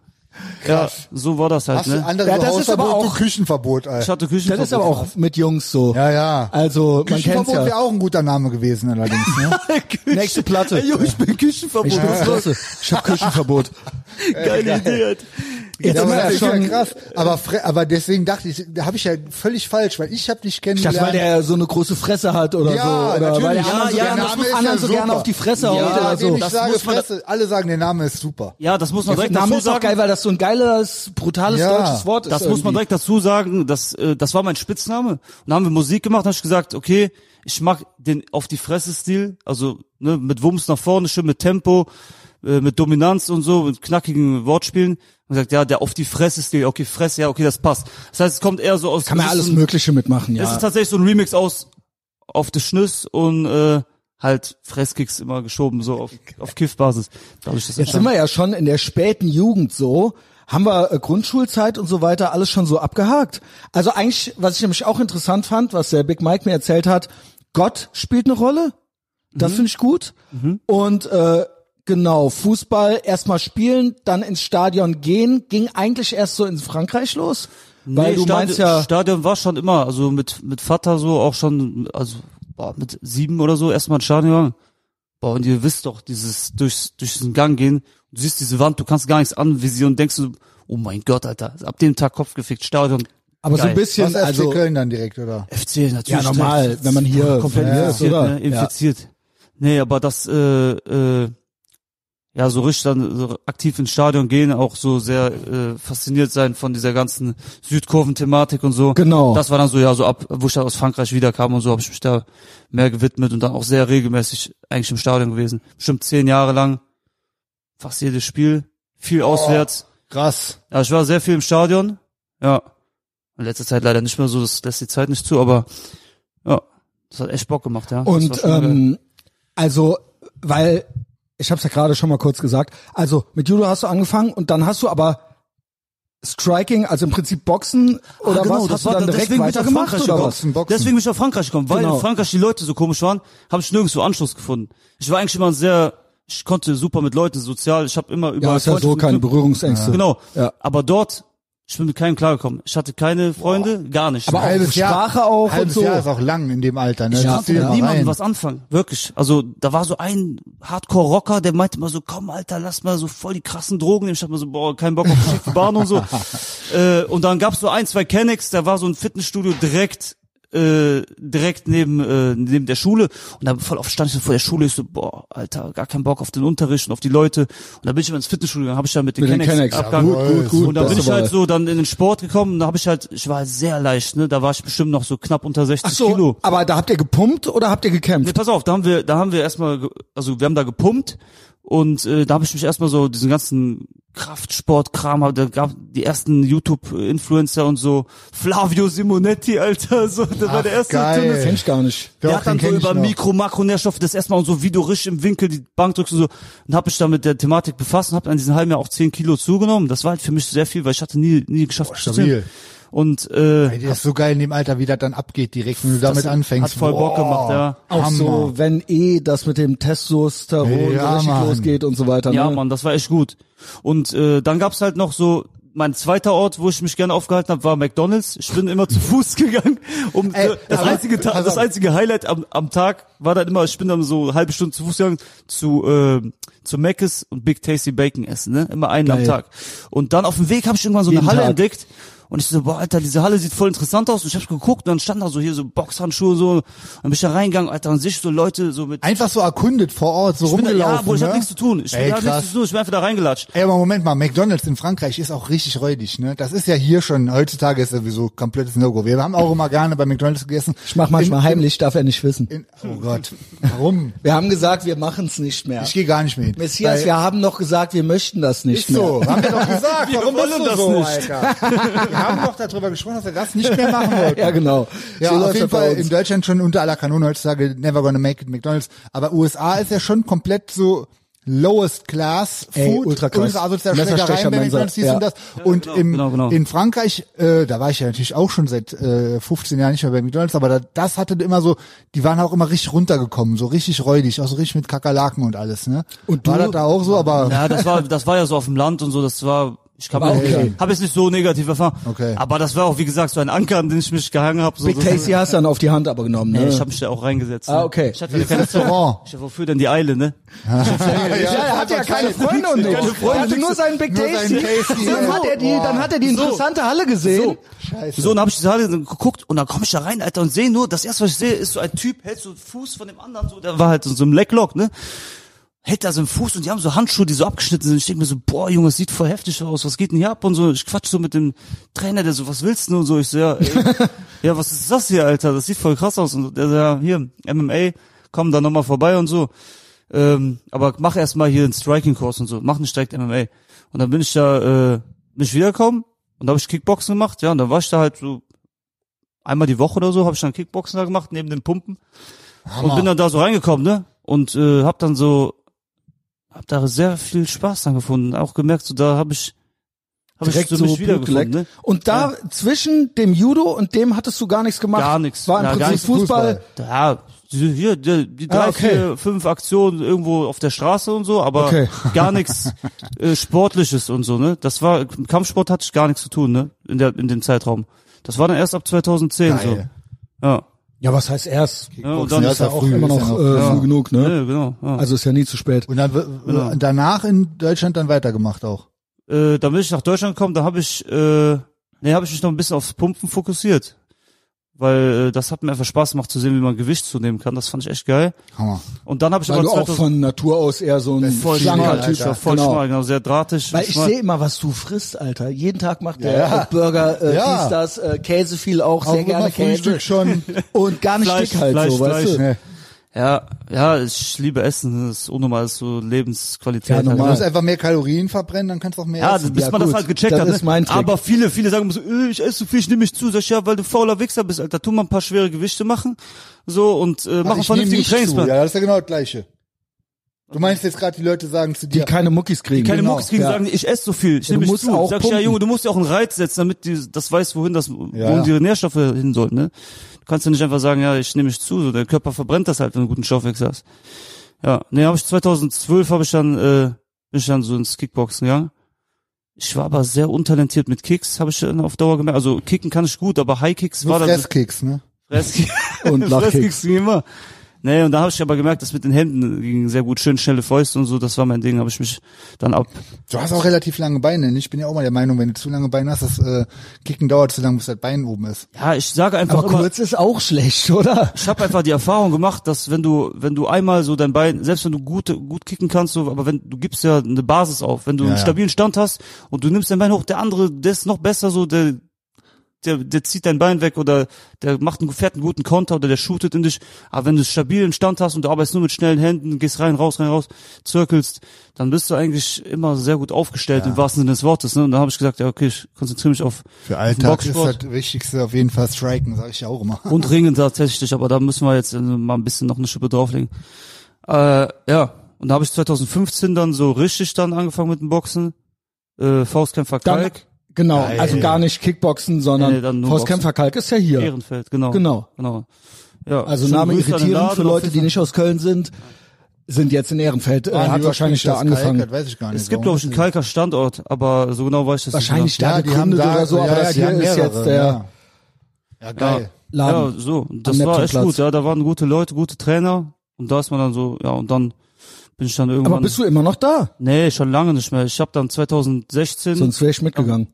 Speaker 1: Ja, so war das halt,
Speaker 3: Hast
Speaker 1: ne?
Speaker 3: du andere
Speaker 2: Ja,
Speaker 3: so
Speaker 2: das ist
Speaker 3: Hausverbot,
Speaker 2: aber
Speaker 3: du
Speaker 2: auch-
Speaker 3: Küchenverbot,
Speaker 1: Ich
Speaker 3: Alter.
Speaker 1: hatte Küchenverbot.
Speaker 2: Das ist aber auch mit Jungs so.
Speaker 3: Ja, ja.
Speaker 2: Also, man kennt's
Speaker 3: Küchenverbot wäre
Speaker 2: ja.
Speaker 3: auch ein guter Name gewesen allerdings.
Speaker 2: (laughs)
Speaker 3: Ne?
Speaker 1: Küchen. (laughs)
Speaker 2: Nächste Platte.
Speaker 1: Ey, Junge, ich bin Küchenverbot.
Speaker 2: Ich
Speaker 1: was los?
Speaker 2: hab, ich
Speaker 1: (laughs)
Speaker 2: hab Küchenverbot. äh,
Speaker 1: Geile Idee. Halt.
Speaker 2: Jetzt
Speaker 3: Ja,
Speaker 2: sind
Speaker 3: aber
Speaker 2: wir ja
Speaker 3: das ist ja
Speaker 2: schon,
Speaker 3: krass. Aber, Fre aber deswegen dachte ich, da habe ich ja völlig falsch, weil ich habe dich
Speaker 2: ich dachte, weil
Speaker 3: kennengelernt.
Speaker 2: der so eine große Fresse hat oder
Speaker 3: Ja,
Speaker 2: so. Oder weil der
Speaker 3: natürlich.
Speaker 2: anderen so
Speaker 1: Ja, ja,
Speaker 2: gerne,
Speaker 1: der Name
Speaker 2: anderen
Speaker 3: ist ja
Speaker 2: so gerne
Speaker 3: super.
Speaker 2: auf die Fresse haut
Speaker 1: Ja,
Speaker 2: oder
Speaker 3: ja,
Speaker 2: so.
Speaker 3: ich
Speaker 1: das
Speaker 3: sage
Speaker 1: muss man-
Speaker 3: Fresse, alle sagen, der Name ist super.
Speaker 1: Ja, das muss man
Speaker 2: Der
Speaker 1: direkt
Speaker 2: Name
Speaker 1: dazu
Speaker 2: ist auch
Speaker 1: sagen.
Speaker 2: geil, weil das so ein geiles, brutales
Speaker 3: Ja.
Speaker 2: deutsches Wort ist.
Speaker 1: Das muss man
Speaker 2: irgendwie.
Speaker 1: direkt dazu sagen, das, äh, das war mein Spitzname. Und dann haben wir Musik gemacht, dann habe ich gesagt, okay, ich mag den auf die Fresse-Stil, also ne, mit Wumms nach vorne, schön mit Tempo, äh, mit Dominanz und so, mit knackigen Wortspielen. Und gesagt, ja, der auf die Fresse-Stil, okay, Fresse, ja, okay, das passt. Das heißt, es kommt eher so aus...
Speaker 2: Kann man
Speaker 1: es
Speaker 2: ja
Speaker 1: ist
Speaker 2: alles
Speaker 1: ein-
Speaker 2: Mögliche mitmachen,
Speaker 1: Es
Speaker 2: ja.
Speaker 1: ist tatsächlich so ein Remix aus auf die Schnüss und äh, halt Fresskicks immer geschoben, so auf, auf Kiff-Basis. Dadurch das
Speaker 2: Jetzt sind wir ja schon in der späten Jugend so, haben wir äh, Grundschulzeit und so weiter alles schon so abgehakt. Also eigentlich, was ich nämlich auch interessant fand, was der Big Mike mir erzählt hat, Gott spielt eine Rolle. Das finde ich gut. Und äh, genau, Fußball erstmal spielen, dann ins Stadion gehen, ging eigentlich erst so in Frankreich los. Weil du
Speaker 1: Stadion,
Speaker 2: meinst ja,
Speaker 1: Stadion war schon immer, also mit mit Vater so auch schon, also boah, mit sieben oder so erstmal ins Stadion gegangen. Boah, und ihr wisst doch, dieses durch durch diesen Gang gehen, du siehst diese Wand, du kannst gar nichts anvisieren und denkst so, oh mein Gott, Alter, ab dem Tag Kopf gefickt, Stadion.
Speaker 2: aber so
Speaker 1: Geil.
Speaker 2: ein bisschen,
Speaker 3: Was FC
Speaker 2: also
Speaker 3: Köln dann direkt, oder?
Speaker 1: FC natürlich.
Speaker 2: ja normal, wenn man hier,
Speaker 1: (laughs) komplett
Speaker 2: wenn man hier ist,
Speaker 1: infiziert,
Speaker 2: oder?
Speaker 1: Ne? infiziert. Nee, aber das, äh, äh, ja, so richtig dann so aktiv ins Stadion gehen, auch so sehr äh, fasziniert sein von dieser ganzen Südkurven-Thematik und so.
Speaker 2: Genau.
Speaker 1: Das war dann so, ja, so ab, wo ich dann aus Frankreich wiederkam und so, habe ich mich da mehr gewidmet und dann auch sehr regelmäßig eigentlich im Stadion gewesen. Bestimmt zehn Jahre lang, fast jedes
Speaker 2: Oh.
Speaker 1: Spiel, viel auswärts.
Speaker 3: Krass.
Speaker 1: Ja, ich war sehr viel im Stadion. Ja. In letzter Zeit leider nicht mehr so, das lässt die Zeit nicht zu, aber ja, das hat echt Bock gemacht, ja. Das war
Speaker 2: Und
Speaker 1: schon geil.
Speaker 2: ähm, also, weil, ich habe es ja gerade schon mal kurz gesagt, also mit Judo hast du angefangen und dann hast du aber Striking, also im Prinzip Boxen oder
Speaker 1: genau,
Speaker 2: was,
Speaker 1: das
Speaker 2: hast du
Speaker 1: war-
Speaker 2: dann direkt
Speaker 1: deswegen bin ich nach
Speaker 2: weitergemacht
Speaker 1: Frankreich
Speaker 2: oder
Speaker 1: gegangen.
Speaker 2: was?
Speaker 3: Boxen.
Speaker 1: Deswegen bin ich nach Frankreich gekommen, weil
Speaker 2: Genau.
Speaker 1: in Frankreich die Leute so komisch waren, habe ich nirgendwo Anschluss gefunden. Ich war eigentlich immer ein sehr, ich konnte super mit Leuten sozial, ich habe immer über
Speaker 2: Ja, ist ja so keine Berührungsängste.
Speaker 1: Genau.
Speaker 2: Ja.
Speaker 1: Aber dort, ich bin mit keinem klargekommen. Ich hatte keine Freunde, gar nicht.
Speaker 2: Aber auch Sprache auch und
Speaker 3: halbes
Speaker 2: so.
Speaker 3: Jahr ist auch lang in dem Alter. Ne?
Speaker 1: ich
Speaker 3: Das
Speaker 1: konnte
Speaker 3: zählt
Speaker 1: mit
Speaker 3: mal
Speaker 1: niemandem
Speaker 3: rein.
Speaker 1: was anfangen. Wirklich. Also, da war so ein Hardcore-Rocker, der meinte mal so, komm, Alter, lass mal so voll die krassen Drogen nehmen. Ich hab mir so, boah, keinen Bock auf schiefe Bahn und
Speaker 2: (laughs)
Speaker 1: so. äh, und dann gab's so ein, zwei Kennex, da war so ein Fitnessstudio direkt äh, direkt neben äh, neben der Schule und dann voll auf stand ich so vor der Schule ich so boah alter gar keinen Bock auf den Unterricht und auf die Leute und dann bin ich immer ins Fitnessstudio gegangen habe ich dann mit den
Speaker 2: Mit den
Speaker 1: Kennex,
Speaker 2: Kennex.
Speaker 1: abgehangen
Speaker 3: Jawohl, gut,
Speaker 2: gut,
Speaker 1: und dann
Speaker 2: das
Speaker 1: bin ich
Speaker 2: war-
Speaker 1: halt so dann in den Sport gekommen da habe ich halt ich war halt sehr leicht ne da war ich bestimmt noch so knapp unter 60
Speaker 2: Ach so,
Speaker 1: Kilo
Speaker 2: aber da habt ihr gepumpt oder habt ihr
Speaker 1: Nee,
Speaker 2: gekämpft?
Speaker 1: pass auf, da haben wir, da haben wir erstmal, ge- also wir haben da gepumpt und äh, da habe ich mich erstmal so diesen ganzen Kraftsportkram, hab- da gab die ersten YouTube-Influencer und so Flavio Simonetti, Alter, so, das war der erste
Speaker 3: geil.
Speaker 1: Tunnel.
Speaker 2: Kenn ich gar nicht.
Speaker 3: Doch,
Speaker 1: Der hat dann
Speaker 3: den
Speaker 1: so
Speaker 3: kenn ich
Speaker 1: über
Speaker 3: noch.
Speaker 1: Mikro, Makronährstoffe das erstmal und so, wie du richtig im Winkel die Bank drückst und so. Und habe mich dann mit der Thematik befasst und habe an diesem halben Jahr auch 10 Kilo zugenommen. Das war halt für mich sehr viel, weil ich hatte nie, nie geschafft. zu
Speaker 3: stabil.
Speaker 1: zunehmen. Und äh,
Speaker 3: Ey, das ist so geil in dem Alter, wie das dann abgeht direkt, wenn du damit
Speaker 1: das
Speaker 3: anfängst.
Speaker 1: hat voll Bock
Speaker 3: Boah,
Speaker 1: gemacht, ja.
Speaker 2: Auch
Speaker 3: Hammer.
Speaker 2: so, wenn eh das mit dem Testosteron
Speaker 3: Ja,
Speaker 2: so richtig
Speaker 3: Mann.
Speaker 2: losgeht und so weiter.
Speaker 1: Ja,
Speaker 2: ne?
Speaker 1: Mann, das war echt gut. Und äh, dann gab's halt noch so mein zweiter Ort, wo ich mich gerne aufgehalten habe, war McDonald's. Ich bin immer (laughs) zu Fuß gegangen. Um
Speaker 3: Ey,
Speaker 1: das
Speaker 3: aber-
Speaker 1: einzige Ta
Speaker 3: pass
Speaker 1: das
Speaker 3: auf.
Speaker 1: einzige Highlight am, am Tag war dann immer, ich bin dann so eine halbe Stunde zu Fuß gegangen zu äh, zu Mc's und Big Tasty Bacon essen, ne? Immer einen am
Speaker 2: Geil.
Speaker 1: Tag. Und dann auf dem Weg habe ich irgendwann so
Speaker 2: Jeden
Speaker 1: eine Halle
Speaker 2: Tag.
Speaker 1: entdeckt und ich so, boah, Alter, diese Halle sieht voll interessant aus. Und ich habe geguckt und dann stand da so hier so Boxhandschuhe so und dann bin ich da reingegangen, Alter, und sehe ich so Leute so mit
Speaker 3: Einfach so erkundet vor Ort, so
Speaker 1: ich bin da,
Speaker 3: rumgelaufen.
Speaker 1: ja, Bro, ich
Speaker 3: ne?
Speaker 1: hab nichts zu tun. Ich
Speaker 3: Ey,
Speaker 1: bin da
Speaker 3: krass.
Speaker 1: nichts zu tun. Ich bin einfach da reingelatscht.
Speaker 3: Ey, aber Moment mal, McDonalds in Frankreich ist auch richtig räudig, ne? Das ist ja hier schon, heutzutage ist sowieso komplettes No-Go. Wir haben auch immer gerne bei McDonalds gegessen.
Speaker 2: Ich mach manchmal heimlich, darf er nicht wissen.
Speaker 3: In, oh Gott, warum?
Speaker 2: Wir haben gesagt, wir machen's nicht mehr.
Speaker 3: Ich gehe gar nicht mehr hin.
Speaker 2: Messias, wir haben noch gesagt, wir möchten das nicht
Speaker 3: Ist
Speaker 2: mehr.
Speaker 3: so, haben wir doch gesagt.
Speaker 1: Wir
Speaker 3: Warum
Speaker 1: wollen
Speaker 3: bist du
Speaker 1: das
Speaker 3: so,
Speaker 1: nicht.
Speaker 3: Alter? Wir haben doch darüber gesprochen, dass wir das nicht mehr machen wollten.
Speaker 2: Ja, genau.
Speaker 3: Ja,
Speaker 2: So läuft's
Speaker 3: auf jeden
Speaker 2: bei
Speaker 3: Fall
Speaker 2: uns.
Speaker 3: in Deutschland schon unter aller Kanone heutzutage never gonna make it McDonalds. Aber USA ist ja schon komplett so lowest class
Speaker 2: Ey,
Speaker 3: Food,
Speaker 2: ultra krass.
Speaker 3: ultra asozial
Speaker 2: Messerstecher,
Speaker 3: Schlägereien bei
Speaker 2: Mensa,
Speaker 3: McDonalds, dies
Speaker 2: ja.
Speaker 3: und das. Und
Speaker 1: genau,
Speaker 3: im,
Speaker 1: genau, genau.
Speaker 3: in Frankreich, äh, da war ich ja natürlich auch schon seit äh, 15 Jahren nicht mehr bei McDonalds, aber da, das hatte immer so, die waren auch immer richtig runtergekommen, so richtig räudig, auch so richtig mit Kakerlaken und alles, ne?
Speaker 2: Und
Speaker 3: war
Speaker 2: du-
Speaker 3: das da auch so, aber
Speaker 1: Ja, das war, das war ja so auf dem Land und so. Das war, ich kann
Speaker 2: Aber
Speaker 1: auch,
Speaker 2: okay.
Speaker 1: habe jetzt nicht so negativ erfahren.
Speaker 3: Okay.
Speaker 1: Aber das war auch, wie gesagt, so ein Anker, an den ich mich gehangen habe. So,
Speaker 2: Big
Speaker 1: so,
Speaker 2: Tasty hast du dann auf die Hand aber genommen, ne?
Speaker 1: Ey, ich habe mich da auch reingesetzt.
Speaker 2: Ah,
Speaker 1: ne?
Speaker 2: okay.
Speaker 1: Ich hatte
Speaker 3: wie
Speaker 1: ja
Speaker 3: das
Speaker 1: keine
Speaker 3: Restaurant.
Speaker 1: Ich hab, wofür denn die Eile, ne?
Speaker 3: Ja,
Speaker 2: (laughs) ja, er hatte ja keine Freunde
Speaker 1: Keine
Speaker 2: und nichts. Er hatte
Speaker 1: Freunde,
Speaker 2: nur seinen Big
Speaker 3: nur
Speaker 2: Tasty.
Speaker 3: seinen
Speaker 2: (laughs)
Speaker 3: Tasty.
Speaker 2: Dann hat er die, dann hat er die
Speaker 1: So.
Speaker 2: interessante Halle gesehen.
Speaker 1: So. So, und dann habe ich die Halle geguckt und dann komme ich da rein, Alter, und sehe nur, das erste, was ich sehe, ist so ein Typ, hält so einen Fuß von dem anderen, so, der war halt in so einem Lecklock, ne? Hält da so einen Fuß und die haben so Handschuhe, die so abgeschnitten sind. Ich denke mir so, boah, Junge, das sieht voll heftig aus, was geht denn hier ab? Und so, ich quatsch so mit dem Trainer, der so, was willst du denn? Und so, ich so, ja, ey, ja, was ist das hier, Alter? Das sieht voll krass aus. Und so, der so, ja, hier, MMA, komm da nochmal vorbei und so. Ähm, aber mach erstmal hier einen Striking-Kurs und so, mach nicht direkt MMA. Und dann bin ich da, äh, nicht wiedergekommen und da habe ich Kickboxen gemacht, ja, und dann war ich da halt so einmal die Woche oder so, habe ich dann Kickboxen da gemacht, neben den Pumpen und bin dann da so reingekommen, ne, und äh, hab dann so, hab da sehr viel Spaß dann gefunden, auch gemerkt, so da habe ich, habe ich
Speaker 2: Direkt
Speaker 1: so,
Speaker 2: so
Speaker 1: mich wiedergefunden,
Speaker 2: Blut
Speaker 1: ne?
Speaker 2: geleckt. Und da zwischen dem Judo und dem hattest du gar nichts gemacht.
Speaker 1: Gar nichts.
Speaker 2: War im
Speaker 1: Ja, gar
Speaker 2: Prinzip
Speaker 1: nichts.
Speaker 2: Fußball.
Speaker 3: Fußball.
Speaker 1: Ja, die- hier, die, die drei,
Speaker 2: Ah, okay.
Speaker 1: vier, fünf Aktionen irgendwo auf der Straße und so, aber
Speaker 2: Okay.
Speaker 1: (laughs) gar nichts äh, Sportliches und so, ne? Das war, mit Kampfsport hatte ich gar nichts zu tun, ne? In, der, in dem Zeitraum. Das war dann erst ab 2010
Speaker 3: Geil.
Speaker 1: so. Ja.
Speaker 2: Ja, was heißt erst?
Speaker 1: ja und dann
Speaker 3: ja,
Speaker 1: ist
Speaker 3: ist ja
Speaker 1: er
Speaker 2: Auch
Speaker 1: auch.
Speaker 3: früh,
Speaker 2: immer
Speaker 3: ist
Speaker 2: noch
Speaker 3: ja
Speaker 2: äh, früh genug, ne?
Speaker 1: Ja, genau. Ja.
Speaker 2: Also ist ja nie zu spät.
Speaker 3: Und dann w- w- danach in Deutschland dann weitergemacht auch.
Speaker 1: äh, dann bin ich nach Deutschland gekommen, da habe ich, äh, nee, habe ich mich noch ein bisschen aufs Pumpen fokussiert. Weil äh, das hat mir einfach Spaß gemacht zu sehen, wie man Gewicht zunehmen kann. Das fand ich echt geil.
Speaker 3: Hammer.
Speaker 1: Und dann habe ich
Speaker 2: Weil
Speaker 1: aber
Speaker 2: du auch
Speaker 1: 2000
Speaker 2: von Natur aus eher so ein
Speaker 1: voll
Speaker 2: schlanker
Speaker 1: schmal,
Speaker 2: Typ
Speaker 1: ich war voll schmal, genau, sehr drahtig.
Speaker 2: Weil ich
Speaker 1: schmal.
Speaker 2: sehe immer, was du frisst, Alter. Jeden Tag macht der
Speaker 3: Ja.
Speaker 2: auch Burger, äh,
Speaker 3: Ja.
Speaker 2: dies, das, äh, Käse viel auch,
Speaker 3: Auch
Speaker 2: sehr
Speaker 3: immer
Speaker 2: gerne Käse. (laughs)
Speaker 3: Frühstück schon.
Speaker 2: Und gar nicht
Speaker 1: Fleisch,
Speaker 2: dick halt
Speaker 1: Fleisch,
Speaker 2: so, weißt
Speaker 1: Fleisch.
Speaker 2: du?
Speaker 3: Ne.
Speaker 1: Ja, ja, ich liebe Essen. Das ist unnormal, das ist so Lebensqualität.
Speaker 2: Ja, normal.
Speaker 3: Du musst einfach mehr Kalorien verbrennen, dann kannst du auch mehr
Speaker 1: Ja,
Speaker 3: essen.
Speaker 1: bis
Speaker 2: Ja,
Speaker 1: man das
Speaker 2: gut.
Speaker 1: halt gecheckt
Speaker 2: Das
Speaker 1: hat.
Speaker 2: ist mein Trick.
Speaker 1: Aber viele, viele sagen immer so, äh, ich esse so viel, ich nehme mich zu. Sag ich, ja, weil du fauler Wichser bist, Alter. Tu mal ein paar schwere Gewichte machen. So, und
Speaker 2: Also
Speaker 1: äh, mach einen
Speaker 3: Also ich nehm
Speaker 1: vernünftigen
Speaker 3: nicht zu.
Speaker 1: Trainingsplan.
Speaker 3: Ja, das ist ja genau das Gleiche. Du meinst jetzt gerade, die Leute sagen zu
Speaker 2: die
Speaker 3: dir,
Speaker 2: keine Muckis kriegen.
Speaker 1: Keine
Speaker 3: Genau,
Speaker 1: Mucks kriegen,
Speaker 2: ja.
Speaker 1: sagen, ich esse so viel, ich
Speaker 2: Ja,
Speaker 1: nehme
Speaker 2: du
Speaker 1: mich
Speaker 2: musst
Speaker 1: zu.
Speaker 2: auch
Speaker 1: Sag ich, ja,
Speaker 2: pumpen.
Speaker 1: Junge, du musst ja auch einen Reiz setzen, damit die, das weiß, wohin das,
Speaker 3: ja.
Speaker 1: wohin die Nährstoffe hin sollen, ne? Du kannst ja nicht einfach sagen, ja, ich nehme mich zu, so, der Körper verbrennt das halt, wenn du einen guten Stoffwechsel hast. Ja, ne, habe ich 2012 habe ich dann, äh, bin ich dann so ins Kickboxen gegangen. Ich war aber sehr untalentiert mit Kicks, habe ich dann auf Dauer gemerkt. Also kicken kann ich gut, aber High Kicks
Speaker 3: nur
Speaker 1: war dann
Speaker 3: Fresskicks, ne?
Speaker 1: (laughs) Fresskicks
Speaker 2: (laughs) Und Lachkicks.
Speaker 1: Fresskicks ging immer. Nee, und da habe ich aber gemerkt, dass mit den Händen ging sehr gut, schön schnelle Fäuste und so, das war mein Ding, habe ich mich dann ab
Speaker 3: Du hast auch relativ lange Beine. ne? Ich bin ja auch mal der Meinung, wenn du zu lange Beine hast, das äh, Kicken dauert zu lange, bis das Bein oben ist.
Speaker 1: Ja, ich sage einfach
Speaker 2: Aber
Speaker 1: immer,
Speaker 2: kurz ist auch schlecht, oder?
Speaker 1: ich habe einfach die Erfahrung gemacht, dass wenn du, wenn du einmal so dein Bein, selbst wenn du gut, gut kicken kannst, so, aber wenn du gibst ja eine Basis auf, wenn du
Speaker 3: Ja,
Speaker 1: einen
Speaker 3: ja.
Speaker 1: stabilen Stand hast und du nimmst dein Bein hoch, der andere, der ist noch besser, so der, der, der zieht dein Bein weg oder der macht einen, fährt einen guten Konter oder der shootet in dich. Aber wenn du einen stabilen Stand hast und du arbeitest nur mit schnellen Händen, gehst rein, raus, rein, raus, zirkelst, dann bist du eigentlich immer sehr gut aufgestellt im wahrsten Sinne des Wortes. Ne? Und da habe ich gesagt, ja okay, ich konzentriere mich auf
Speaker 3: Für
Speaker 1: Alltag
Speaker 3: Alltag
Speaker 1: ist
Speaker 3: ist halt
Speaker 1: Boxsport.
Speaker 3: das Wichtigste auf jeden Fall Striken, sag ich ja auch immer.
Speaker 1: und Ringen tatsächlich, aber da müssen wir jetzt äh, mal ein bisschen noch eine Schippe drauflegen. Äh, ja, und da habe ich 2015 dann so richtig dann angefangen mit dem Boxen. Äh, Faustkämpfer
Speaker 2: Dann,
Speaker 1: Kalk,
Speaker 2: genau,
Speaker 3: Geil.
Speaker 2: also gar nicht Kickboxen,
Speaker 1: Nee,
Speaker 2: sondern
Speaker 1: dann
Speaker 2: nee,
Speaker 1: nur
Speaker 2: Faustkämpfer Kalk ist ja hier.
Speaker 1: Ehrenfeld, genau.
Speaker 2: Genau.
Speaker 1: genau. Ja,
Speaker 2: Also
Speaker 1: schöne
Speaker 2: Name
Speaker 1: Grüße an den
Speaker 2: irritierend
Speaker 1: Laden,
Speaker 2: für
Speaker 1: auf
Speaker 2: Leute, die
Speaker 1: jeden
Speaker 2: nicht aus Köln sind, sind jetzt in Ehrenfeld. Äh,
Speaker 3: Waren
Speaker 2: hat
Speaker 3: die
Speaker 2: wahrscheinlich da
Speaker 3: ursprünglich aus Kalk?
Speaker 2: angefangen.
Speaker 3: Das weiß ich gar
Speaker 1: Fall.
Speaker 3: nicht.
Speaker 1: Es gibt, glaube ich, einen Kalker Standort, aber so genau weiß ich das
Speaker 2: Wahrscheinlich
Speaker 1: nicht.
Speaker 2: da
Speaker 3: Ja, die haben
Speaker 2: gegründet
Speaker 3: da,
Speaker 2: oder so,
Speaker 3: ja,
Speaker 2: aber
Speaker 3: ja,
Speaker 2: das
Speaker 3: die
Speaker 2: hier
Speaker 3: haben
Speaker 2: ist
Speaker 3: mehrere,
Speaker 2: jetzt der
Speaker 3: Ja, geil.
Speaker 1: Ja.
Speaker 2: Laden.
Speaker 1: Ja, so. Und das
Speaker 2: Am
Speaker 1: war echt
Speaker 2: Neptunplatz.
Speaker 1: gut, ja. Da waren gute Leute, gute Trainer. Und da ist man dann so, ja, und dann bin ich dann irgendwann.
Speaker 2: aber bist du immer noch da?
Speaker 1: nee, schon lange nicht mehr. Ich habe dann 2016.
Speaker 2: Sonst wäre ich mitgegangen.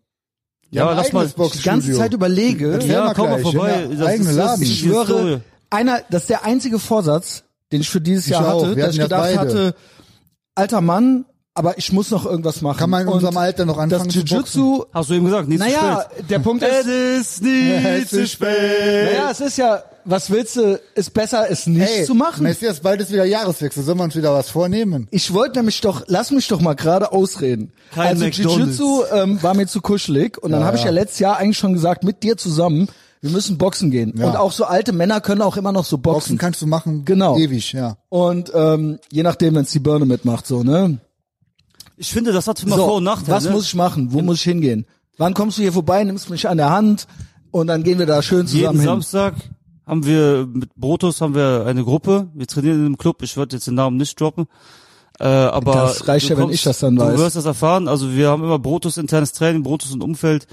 Speaker 3: Die haben ein eigenes
Speaker 2: Die ganze
Speaker 3: Boxstudio.
Speaker 2: Zeit überlege,
Speaker 3: Das
Speaker 1: Ja,
Speaker 3: Firma
Speaker 1: komm mal
Speaker 3: gleich,
Speaker 1: vorbei.
Speaker 3: ja.
Speaker 1: Das
Speaker 3: Eigene
Speaker 1: ist- das
Speaker 3: Laden.
Speaker 1: ist-
Speaker 2: ich schwöre, einer, das ist der einzige Vorsatz, den ich für dieses Jahr
Speaker 3: auch.
Speaker 2: hatte,
Speaker 3: Wir
Speaker 2: dass ich
Speaker 3: hatten
Speaker 2: gedacht
Speaker 3: das beide.
Speaker 2: hatte, alter Mann, aber ich muss noch irgendwas machen.
Speaker 3: Kann man in
Speaker 2: Und
Speaker 3: unserem Alter noch
Speaker 2: das
Speaker 3: anfangen zu boxen?
Speaker 2: Jiu-Jitsu,
Speaker 1: Hast du eben gesagt, nicht
Speaker 2: naja,
Speaker 1: zu
Speaker 2: der (laughs) Punkt
Speaker 1: spät.
Speaker 2: ist,
Speaker 1: ist
Speaker 2: (laughs)
Speaker 1: nie
Speaker 3: zu spät.
Speaker 2: naja, es ist ja, was willst du, ist besser, es nicht
Speaker 3: Ey,
Speaker 2: zu machen.
Speaker 3: Messias, bald ist wieder Jahreswechsel. Sollen wir uns wieder was vornehmen?
Speaker 2: Ich wollte nämlich doch, lass mich doch mal gerade ausreden.
Speaker 1: Kein
Speaker 2: also
Speaker 1: McDonald's.
Speaker 2: Jiu-Jitsu ähm, war mir zu kuschelig und dann habe ich ja letztes Jahr eigentlich schon gesagt, mit dir zusammen, wir müssen boxen gehen.
Speaker 3: Ja.
Speaker 2: Und auch so alte Männer können auch immer noch so boxen.
Speaker 3: Boxen kannst du machen.
Speaker 2: Genau.
Speaker 3: Ewig, ja.
Speaker 2: Und ähm, je nachdem, wenn es die Birne mitmacht, so, ne?
Speaker 1: Ich finde, das hat immer
Speaker 2: so,
Speaker 1: Vor- und Nachteile.
Speaker 2: was
Speaker 1: ne?
Speaker 2: muss ich machen? Wo muss ich hingehen? Wann kommst du hier vorbei, nimmst mich an der Hand und dann gehen wir da schön zusammen
Speaker 1: Jeden
Speaker 2: hin.
Speaker 1: Samstag haben wir mit Brotus haben wir eine Gruppe. Wir trainieren in einem Club. Ich würde jetzt den Namen nicht droppen. Äh, aber
Speaker 2: Das reicht
Speaker 1: du
Speaker 2: ja, wenn ich das dann weiß.
Speaker 1: Du wirst das erfahren. Also wir haben immer Brotus internes Training, Brotus und Umfeld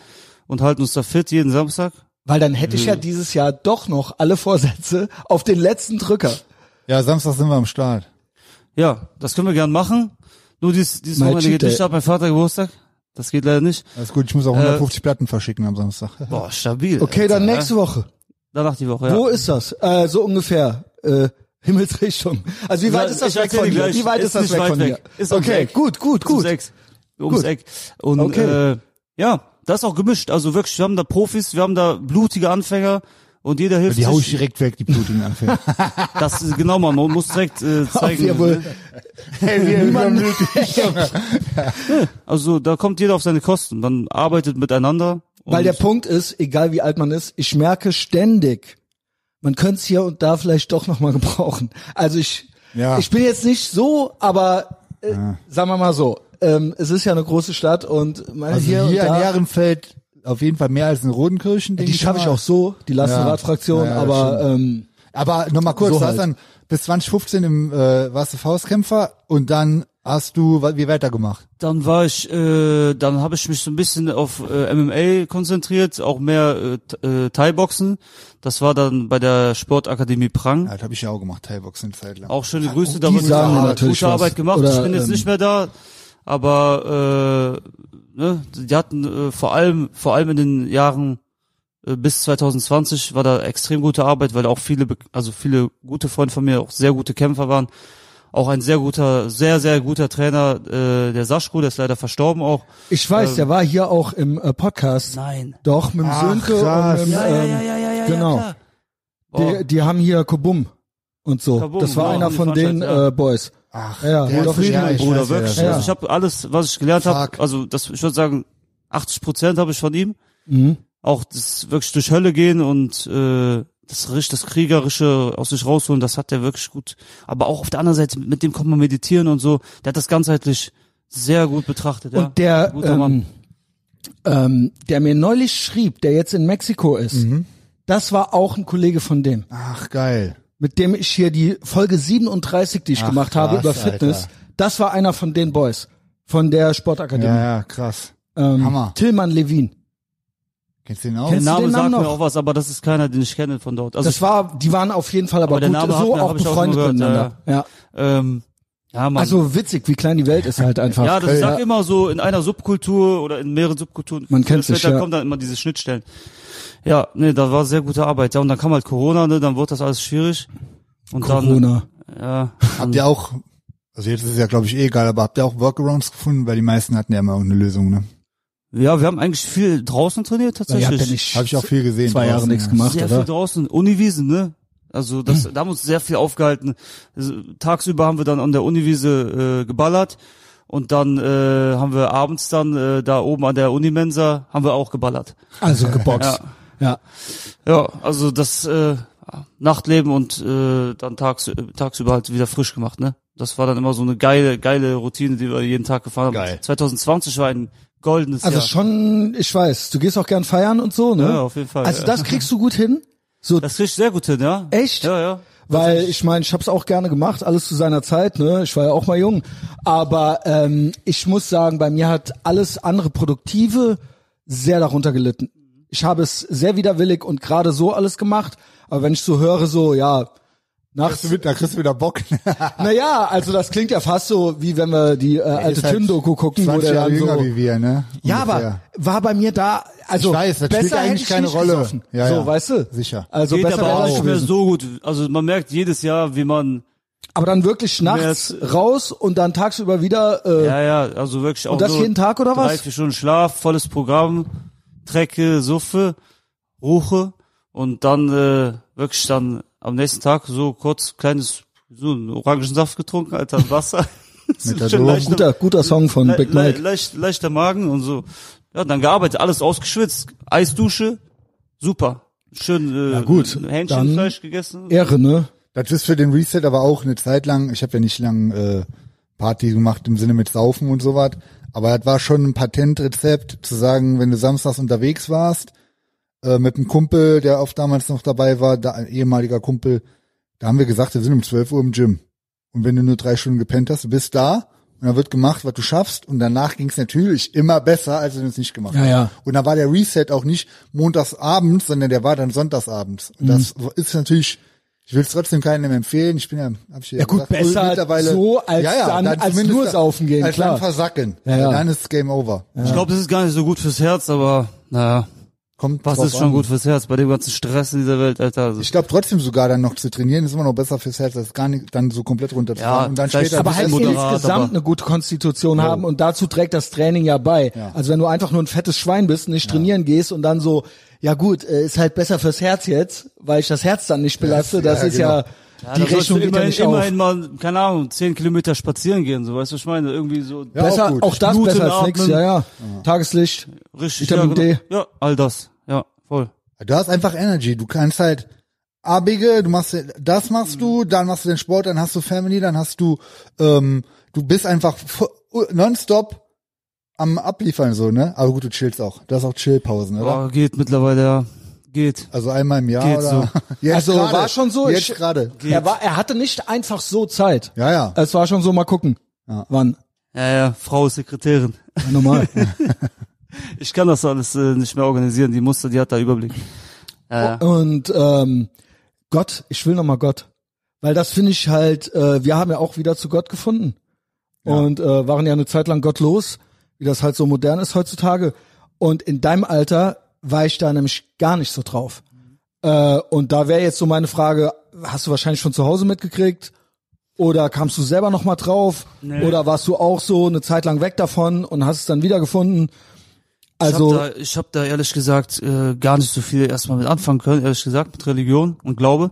Speaker 1: und halten uns da fit jeden Samstag.
Speaker 2: Weil dann hätte ich
Speaker 1: Mhm.
Speaker 2: ja dieses Jahr doch noch alle Vorsätze auf den letzten Drücker.
Speaker 3: Ja, Samstag sind wir am Start.
Speaker 1: Ja, das können wir gern machen. Nur dies, dieses
Speaker 2: Mein
Speaker 1: Wochenende
Speaker 2: Cheat
Speaker 1: geht
Speaker 2: Day.
Speaker 1: nicht ab. Mein Vater Geburtstag. Das geht leider nicht.
Speaker 3: Alles gut, ich muss auch 150 Platten verschicken am Samstag.
Speaker 1: Boah, stabil.
Speaker 2: Okay, dann
Speaker 1: Alter,
Speaker 2: nächste Woche.
Speaker 1: Danach die Woche, ja.
Speaker 2: Wo ist das? Äh, so ungefähr. Äh, Himmelsrichtung. Also wie weit
Speaker 1: Ich
Speaker 2: ist das weg
Speaker 1: erzähl
Speaker 2: von
Speaker 1: dir
Speaker 2: hier?
Speaker 1: gleich.
Speaker 2: Wie weit ist,
Speaker 1: Ist
Speaker 2: das
Speaker 1: nicht
Speaker 2: weg
Speaker 1: weit
Speaker 2: von
Speaker 1: weg.
Speaker 2: hier?
Speaker 1: Ist ums
Speaker 2: okay,
Speaker 1: Eck.
Speaker 2: gut, gut,
Speaker 1: Ums
Speaker 2: gut.
Speaker 1: Eck. Ums
Speaker 2: Gut.
Speaker 1: Eck. Und
Speaker 2: Okay.
Speaker 1: äh, ja, das ist auch gemischt. Also wirklich, wir haben da Profis, wir haben da blutige Anfänger und jeder hilft
Speaker 3: (laughs) Die hau ich
Speaker 1: sich.
Speaker 3: direkt weg, die blutigen Anfänger. (laughs)
Speaker 1: (laughs) Das ist genau, man muss direkt äh,
Speaker 2: Auf
Speaker 1: zeigen.
Speaker 2: Wirbel.
Speaker 3: Ey, wir
Speaker 2: Niemand-
Speaker 1: Also da kommt jeder auf seine Kosten. Man arbeitet miteinander. und-
Speaker 2: Weil der Punkt ist, egal wie alt man ist, ich merke ständig, man könnte es hier und da vielleicht doch nochmal (laughs) gebrauchen. Also ich,
Speaker 3: Ja.
Speaker 2: ich bin jetzt nicht so, aber äh, sagen wir mal so, ähm, es ist ja eine große Stadt und man
Speaker 3: Also
Speaker 2: hier,
Speaker 3: hier,
Speaker 2: und
Speaker 3: in
Speaker 2: da,
Speaker 3: Ehrenfeld auf jeden Fall mehr als in Rodenkirchen. denke
Speaker 2: die schaffe ich
Speaker 3: mal.
Speaker 2: auch so, die Lastenradfraktion,
Speaker 3: Ja, ja,
Speaker 2: aber ähm,
Speaker 3: Aber nochmal kurz,
Speaker 2: So
Speaker 3: du hast
Speaker 2: halt.
Speaker 3: dann bis 2015 im, äh, warst du Faustkämpfer und dann hast du wa- wie weitergemacht.
Speaker 1: dann war ich, äh, dann habe ich mich so ein bisschen auf äh, MMA konzentriert, auch mehr äh, Th- äh, Thai-Boxen. Das war dann bei der Sportakademie Prang.
Speaker 3: Ja, das habe ich ja auch gemacht, Thai-Boxen eine Zeit lang.
Speaker 1: Auch schöne Grüße,
Speaker 2: die
Speaker 1: da wurde
Speaker 2: sagen
Speaker 1: gute,
Speaker 2: natürlich
Speaker 1: gute
Speaker 2: was.
Speaker 1: Arbeit gemacht.
Speaker 2: Oder,
Speaker 1: ich bin jetzt
Speaker 2: ähm,
Speaker 1: nicht mehr da, aber äh, ne, die hatten äh, vor allem vor allem in den Jahren äh, bis 2020 war da extrem gute Arbeit, weil auch viele be- also viele gute Freunde von mir auch sehr gute Kämpfer waren. Auch ein sehr guter, sehr sehr guter Trainer, äh, der Saschko, der ist leider verstorben auch.
Speaker 2: ich weiß, der war hier auch im äh, Podcast.
Speaker 1: Nein.
Speaker 2: Doch, mit
Speaker 3: Ähm.
Speaker 2: dem
Speaker 3: Ach,
Speaker 2: Sönke
Speaker 3: krass.
Speaker 2: und mit dem,
Speaker 1: Ja, Oh. ja, ja,
Speaker 2: ähm,
Speaker 1: ja, ja, ja,
Speaker 2: genau.
Speaker 1: ja klar. Boah.
Speaker 2: die, die haben hier Kobum. und so.
Speaker 1: Kaboom,
Speaker 2: das war
Speaker 1: genau,
Speaker 2: einer
Speaker 1: die
Speaker 2: von den
Speaker 1: Veranstaltung, ja.
Speaker 2: äh, Boys.
Speaker 3: Ach,
Speaker 2: Ja,
Speaker 3: der
Speaker 2: Rudolf
Speaker 3: ist-
Speaker 2: Friedmann,
Speaker 3: ja, ich
Speaker 1: Bruder,
Speaker 3: weiß,
Speaker 1: wirklich.
Speaker 3: Ja,
Speaker 2: ja.
Speaker 1: Also ich habe alles, was ich gelernt
Speaker 3: Fuck.
Speaker 1: habe, also das, ich würde sagen, 80 Prozent habe ich von ihm.
Speaker 2: Mhm.
Speaker 1: Auch das wirklich durch Hölle gehen und äh, das richtig, das Kriegerische aus sich rausholen, das hat er wirklich gut. Aber auch auf der anderen Seite, mit dem kann man meditieren und so, der hat das ganzheitlich sehr gut betrachtet. ja.
Speaker 2: Und der,
Speaker 1: Guter
Speaker 2: ähm,
Speaker 1: Mann.
Speaker 2: ähm, der mir neulich schrieb, der jetzt in Mexiko ist, das war auch ein Kollege von dem,
Speaker 3: Ach, geil.
Speaker 2: mit dem ich hier die Folge 37, die ich
Speaker 3: Ach,
Speaker 2: gemacht habe
Speaker 3: krass,
Speaker 2: über Fitness,
Speaker 3: Alter.
Speaker 2: das war einer von den Boys von der
Speaker 3: Ja,
Speaker 2: Sportakademie.
Speaker 3: ja, krass.
Speaker 2: ähm,
Speaker 3: Hammer.
Speaker 2: Tillmann Levin.
Speaker 3: Kennst du den auch?
Speaker 1: der
Speaker 2: kennst du
Speaker 1: Name
Speaker 2: den
Speaker 1: sagt mir
Speaker 2: Namen noch?
Speaker 1: auch was, aber das ist keiner, den ich kenne von dort. Also
Speaker 2: Das war, die waren auf jeden Fall aber,
Speaker 1: Aber der
Speaker 2: gut
Speaker 1: Name hat
Speaker 2: so
Speaker 1: mir-
Speaker 2: auch
Speaker 1: hab ich auch
Speaker 2: befreundet
Speaker 1: schon mal gehört,
Speaker 2: miteinander. Ja.
Speaker 1: ähm, ja, man,
Speaker 2: Also witzig, wie klein die Welt ist halt einfach.
Speaker 1: ja, das ich sag
Speaker 2: ja.
Speaker 1: immer so in einer Subkultur oder in mehreren Subkulturen.
Speaker 2: Man kennt sich,
Speaker 1: später
Speaker 2: ja.
Speaker 1: kommen dann immer diese Schnittstellen. Ja, nee, da war sehr gute Arbeit. Ja, und dann kam halt Corona, ne, dann wurde das alles schwierig. Und
Speaker 2: Corona.
Speaker 1: dann ja,
Speaker 3: Habt ihr auch, also jetzt ist es ja, glaube ich, eh egal, aber habt ihr auch Workarounds gefunden? Weil die meisten hatten ja immer irgendeine Lösung, ne?
Speaker 1: ja, wir haben eigentlich viel draußen trainiert
Speaker 2: Ihr
Speaker 1: tatsächlich.
Speaker 2: habt ja nicht
Speaker 3: Habe ich auch viel gesehen.
Speaker 2: zwei Jahre
Speaker 3: draußen,
Speaker 2: nichts
Speaker 3: ja.
Speaker 2: gemacht,
Speaker 1: sehr
Speaker 2: oder? Hm.
Speaker 1: viel draußen, Uniwiesen, ne? Also das, da haben uns sehr viel aufgehalten. Also, tagsüber haben wir dann an der Uniwiese äh, geballert und dann äh, haben wir abends dann äh, da oben an der Unimensa haben wir auch geballert.
Speaker 2: Also geboxt. Ja.
Speaker 1: Ja, also das äh, Nachtleben und äh, dann tags, äh, tagsüber halt wieder frisch gemacht, ne? Das war dann immer so eine geile, geile Routine, die wir jeden Tag gefahren haben.
Speaker 3: Geil.
Speaker 1: 2020 war ein goldenes
Speaker 2: Also
Speaker 1: Jahr.
Speaker 2: schon, ich weiß, du gehst auch gern feiern und so, ne?
Speaker 1: Ja, auf jeden Fall,
Speaker 2: Also
Speaker 1: ja.
Speaker 2: das kriegst du gut hin. So,
Speaker 1: das kriegst du sehr gut hin, ja?
Speaker 2: Echt?
Speaker 1: Ja, ja.
Speaker 2: weil ich meine, ich hab's auch gerne gemacht, alles zu seiner Zeit, ne? Ich war ja auch mal jung. Aber ähm, ich muss sagen, bei mir hat alles andere Produktive sehr darunter gelitten. Ich habe es sehr widerwillig und gerade so alles gemacht. Aber wenn ich so höre,
Speaker 1: (laughs)
Speaker 2: so, ja, nachts
Speaker 3: Kriegst du mit- Da kriegst du wieder Bock. (laughs)
Speaker 2: Naja, also das klingt ja fast so, wie wenn wir die äh, alte
Speaker 3: Ist halt
Speaker 2: Tünn-Doku gucken, wo
Speaker 3: 20
Speaker 2: der
Speaker 3: Jahre
Speaker 2: dann
Speaker 3: jünger
Speaker 2: so...
Speaker 3: wie wir, ne?
Speaker 2: Ja, aber
Speaker 3: Ungefähr.
Speaker 2: war bei mir da, also
Speaker 3: ich weiß, das
Speaker 2: besser
Speaker 3: spielt
Speaker 2: hätte
Speaker 3: eigentlich
Speaker 2: ich
Speaker 3: keine
Speaker 2: nicht
Speaker 3: Rolle.
Speaker 2: gesoffen.
Speaker 3: Ja,
Speaker 2: so,
Speaker 3: ja.
Speaker 2: weißt du?
Speaker 3: Sicher.
Speaker 2: Also
Speaker 1: Geht
Speaker 2: besser
Speaker 1: aber
Speaker 2: wäre
Speaker 1: auch
Speaker 2: das
Speaker 1: nicht mehr
Speaker 2: gewesen.
Speaker 1: so gut. Also man merkt jedes Jahr, wie man
Speaker 2: Aber dann wirklich nachts raus und dann tagsüber wieder... Äh,
Speaker 1: ja, ja, also wirklich auch
Speaker 2: das
Speaker 1: so
Speaker 2: jeden Tag oder
Speaker 1: drei,
Speaker 2: was?
Speaker 1: vier Stunden Schlaf, volles Programm, Trecke, Suffe, Ruche und dann äh, wirklich dann am nächsten Tag so kurz kleines so einen Orangensaft getrunken, alter
Speaker 2: (laughs)
Speaker 1: Wasser.
Speaker 3: Mit der
Speaker 1: Schön
Speaker 3: Dose.
Speaker 1: leichter-
Speaker 2: Guter, guter Song von
Speaker 1: Le
Speaker 2: Big
Speaker 1: le
Speaker 2: Mike.
Speaker 1: leicht, leichter Magen und so. Ja, dann gearbeitet, alles ausgeschwitzt, Eisdusche, super. Schön äh,
Speaker 2: gut,
Speaker 1: Hähnchenfleisch gegessen.
Speaker 2: Ehre, ne?
Speaker 3: Das ist für den Reset aber auch eine Zeit lang, ich habe ja nicht lang äh, Party gemacht im Sinne mit Saufen und sowas, aber das war schon ein Patentrezept zu sagen, wenn du samstags unterwegs warst, äh, mit einem Kumpel, der auch damals noch dabei war, da, ein ehemaliger Kumpel, da haben wir gesagt, wir sind um 12 Uhr im Gym. Und wenn du nur drei Stunden gepennt hast, du bist da und dann wird gemacht, was du schaffst und danach ging es natürlich immer besser, als wenn du es nicht gemacht
Speaker 2: Ja,
Speaker 3: hast.
Speaker 2: ja.
Speaker 3: Und da war der Reset auch nicht montags abends, sondern der war dann sonntags abends. Und das
Speaker 2: Mhm.
Speaker 3: ist natürlich, ich will es trotzdem keinem empfehlen. Ich bin ja, hab ich ja,
Speaker 2: Ja, gut,
Speaker 3: gesagt,
Speaker 2: besser so, als dann- als
Speaker 3: zumindest
Speaker 2: nur
Speaker 3: da-
Speaker 2: saufen gehen,
Speaker 3: als
Speaker 2: klar.
Speaker 3: Dann versacken.
Speaker 2: Ja, ja.
Speaker 3: Dann ist Game Over.
Speaker 1: Ich glaube, das ist gar nicht so gut fürs Herz, aber naja.
Speaker 3: Kommt
Speaker 1: Was
Speaker 3: drauf
Speaker 1: ist schon
Speaker 3: an.
Speaker 1: gut fürs Herz bei dem ganzen Stress in dieser Welt, Alter? Also,
Speaker 3: Ich glaube trotzdem sogar dann noch zu trainieren ist immer noch besser fürs Herz, als gar nicht dann so komplett runterzufahren
Speaker 1: Ja,
Speaker 3: und dann
Speaker 1: vielleicht-
Speaker 3: später.
Speaker 2: aber
Speaker 1: bisschen
Speaker 2: halt
Speaker 1: moderat,
Speaker 2: insgesamt
Speaker 1: aber-
Speaker 2: eine gute Konstitution haben und dazu trägt das Training ja bei. Also wenn du einfach nur ein fettes Schwein bist, nicht trainieren gehst und dann so, ja gut, äh, ist halt besser fürs Herz jetzt, weil ich das Herz dann nicht belaste, das
Speaker 3: ja,
Speaker 2: ist
Speaker 3: genau.
Speaker 2: ja, die
Speaker 1: da Also sollst
Speaker 2: Rechnung
Speaker 1: du
Speaker 2: geht ja
Speaker 1: immerhin,
Speaker 2: nicht
Speaker 1: immerhin
Speaker 2: auf.
Speaker 1: mal, keine Ahnung, 10 Kilometer spazieren gehen, so, weißt du, was ich meine? Irgendwie so
Speaker 3: Ja, auch
Speaker 2: Besser,
Speaker 3: gut.
Speaker 2: auch das
Speaker 1: Gluten
Speaker 2: besser als nix,
Speaker 1: atmen.
Speaker 2: ja, ja. Tageslicht,
Speaker 1: richtig.
Speaker 2: Vitamin
Speaker 1: ja, genau.
Speaker 2: D.
Speaker 1: Ja, all das. Ja, voll.
Speaker 3: Du hast einfach Energy. Du kannst halt abige, du machst das machst du, dann machst du den Sport, dann hast du Family, dann hast du ähm, du bist einfach fu- nonstop am abliefern so, ne? Aber gut, du chillst auch. Du hast auch Chillpausen, oder?
Speaker 1: Boah, geht mittlerweile, ja. Geht.
Speaker 3: Also einmal im Jahr
Speaker 1: Geht
Speaker 3: oder
Speaker 1: so.
Speaker 3: (laughs) jetzt
Speaker 2: Also,
Speaker 3: gerade.
Speaker 2: war schon so,
Speaker 3: jetzt
Speaker 2: ich-
Speaker 3: gerade.
Speaker 2: Er, war, er hatte nicht einfach so Zeit.
Speaker 3: Ja, ja.
Speaker 2: Es war schon so, mal gucken, wann.
Speaker 1: Ja, ja, Frau ist Sekretärin.
Speaker 2: Normal.
Speaker 1: Ich kann das alles äh, nicht mehr organisieren. Die musste, die hat da Überblick. Ja, ja.
Speaker 2: Und ähm, Gott, ich will nochmal Gott. Weil das finde ich halt, äh, wir haben ja auch wieder zu Gott gefunden. Und äh, waren ja eine Zeit lang gottlos, wie das halt so modern ist heutzutage. Und in deinem Alter war ich da nämlich gar nicht so drauf. Äh, und da wäre jetzt so meine Frage, hast du wahrscheinlich schon zu Hause mitgekriegt? Oder kamst du selber nochmal drauf?
Speaker 1: Nee.
Speaker 2: Oder warst du auch so eine Zeit lang weg davon und hast es dann wiedergefunden? Also,
Speaker 1: ich habe da, ich hab da ehrlich gesagt äh, gar nicht so viel erstmal mit anfangen können, ehrlich gesagt, mit Religion und Glaube.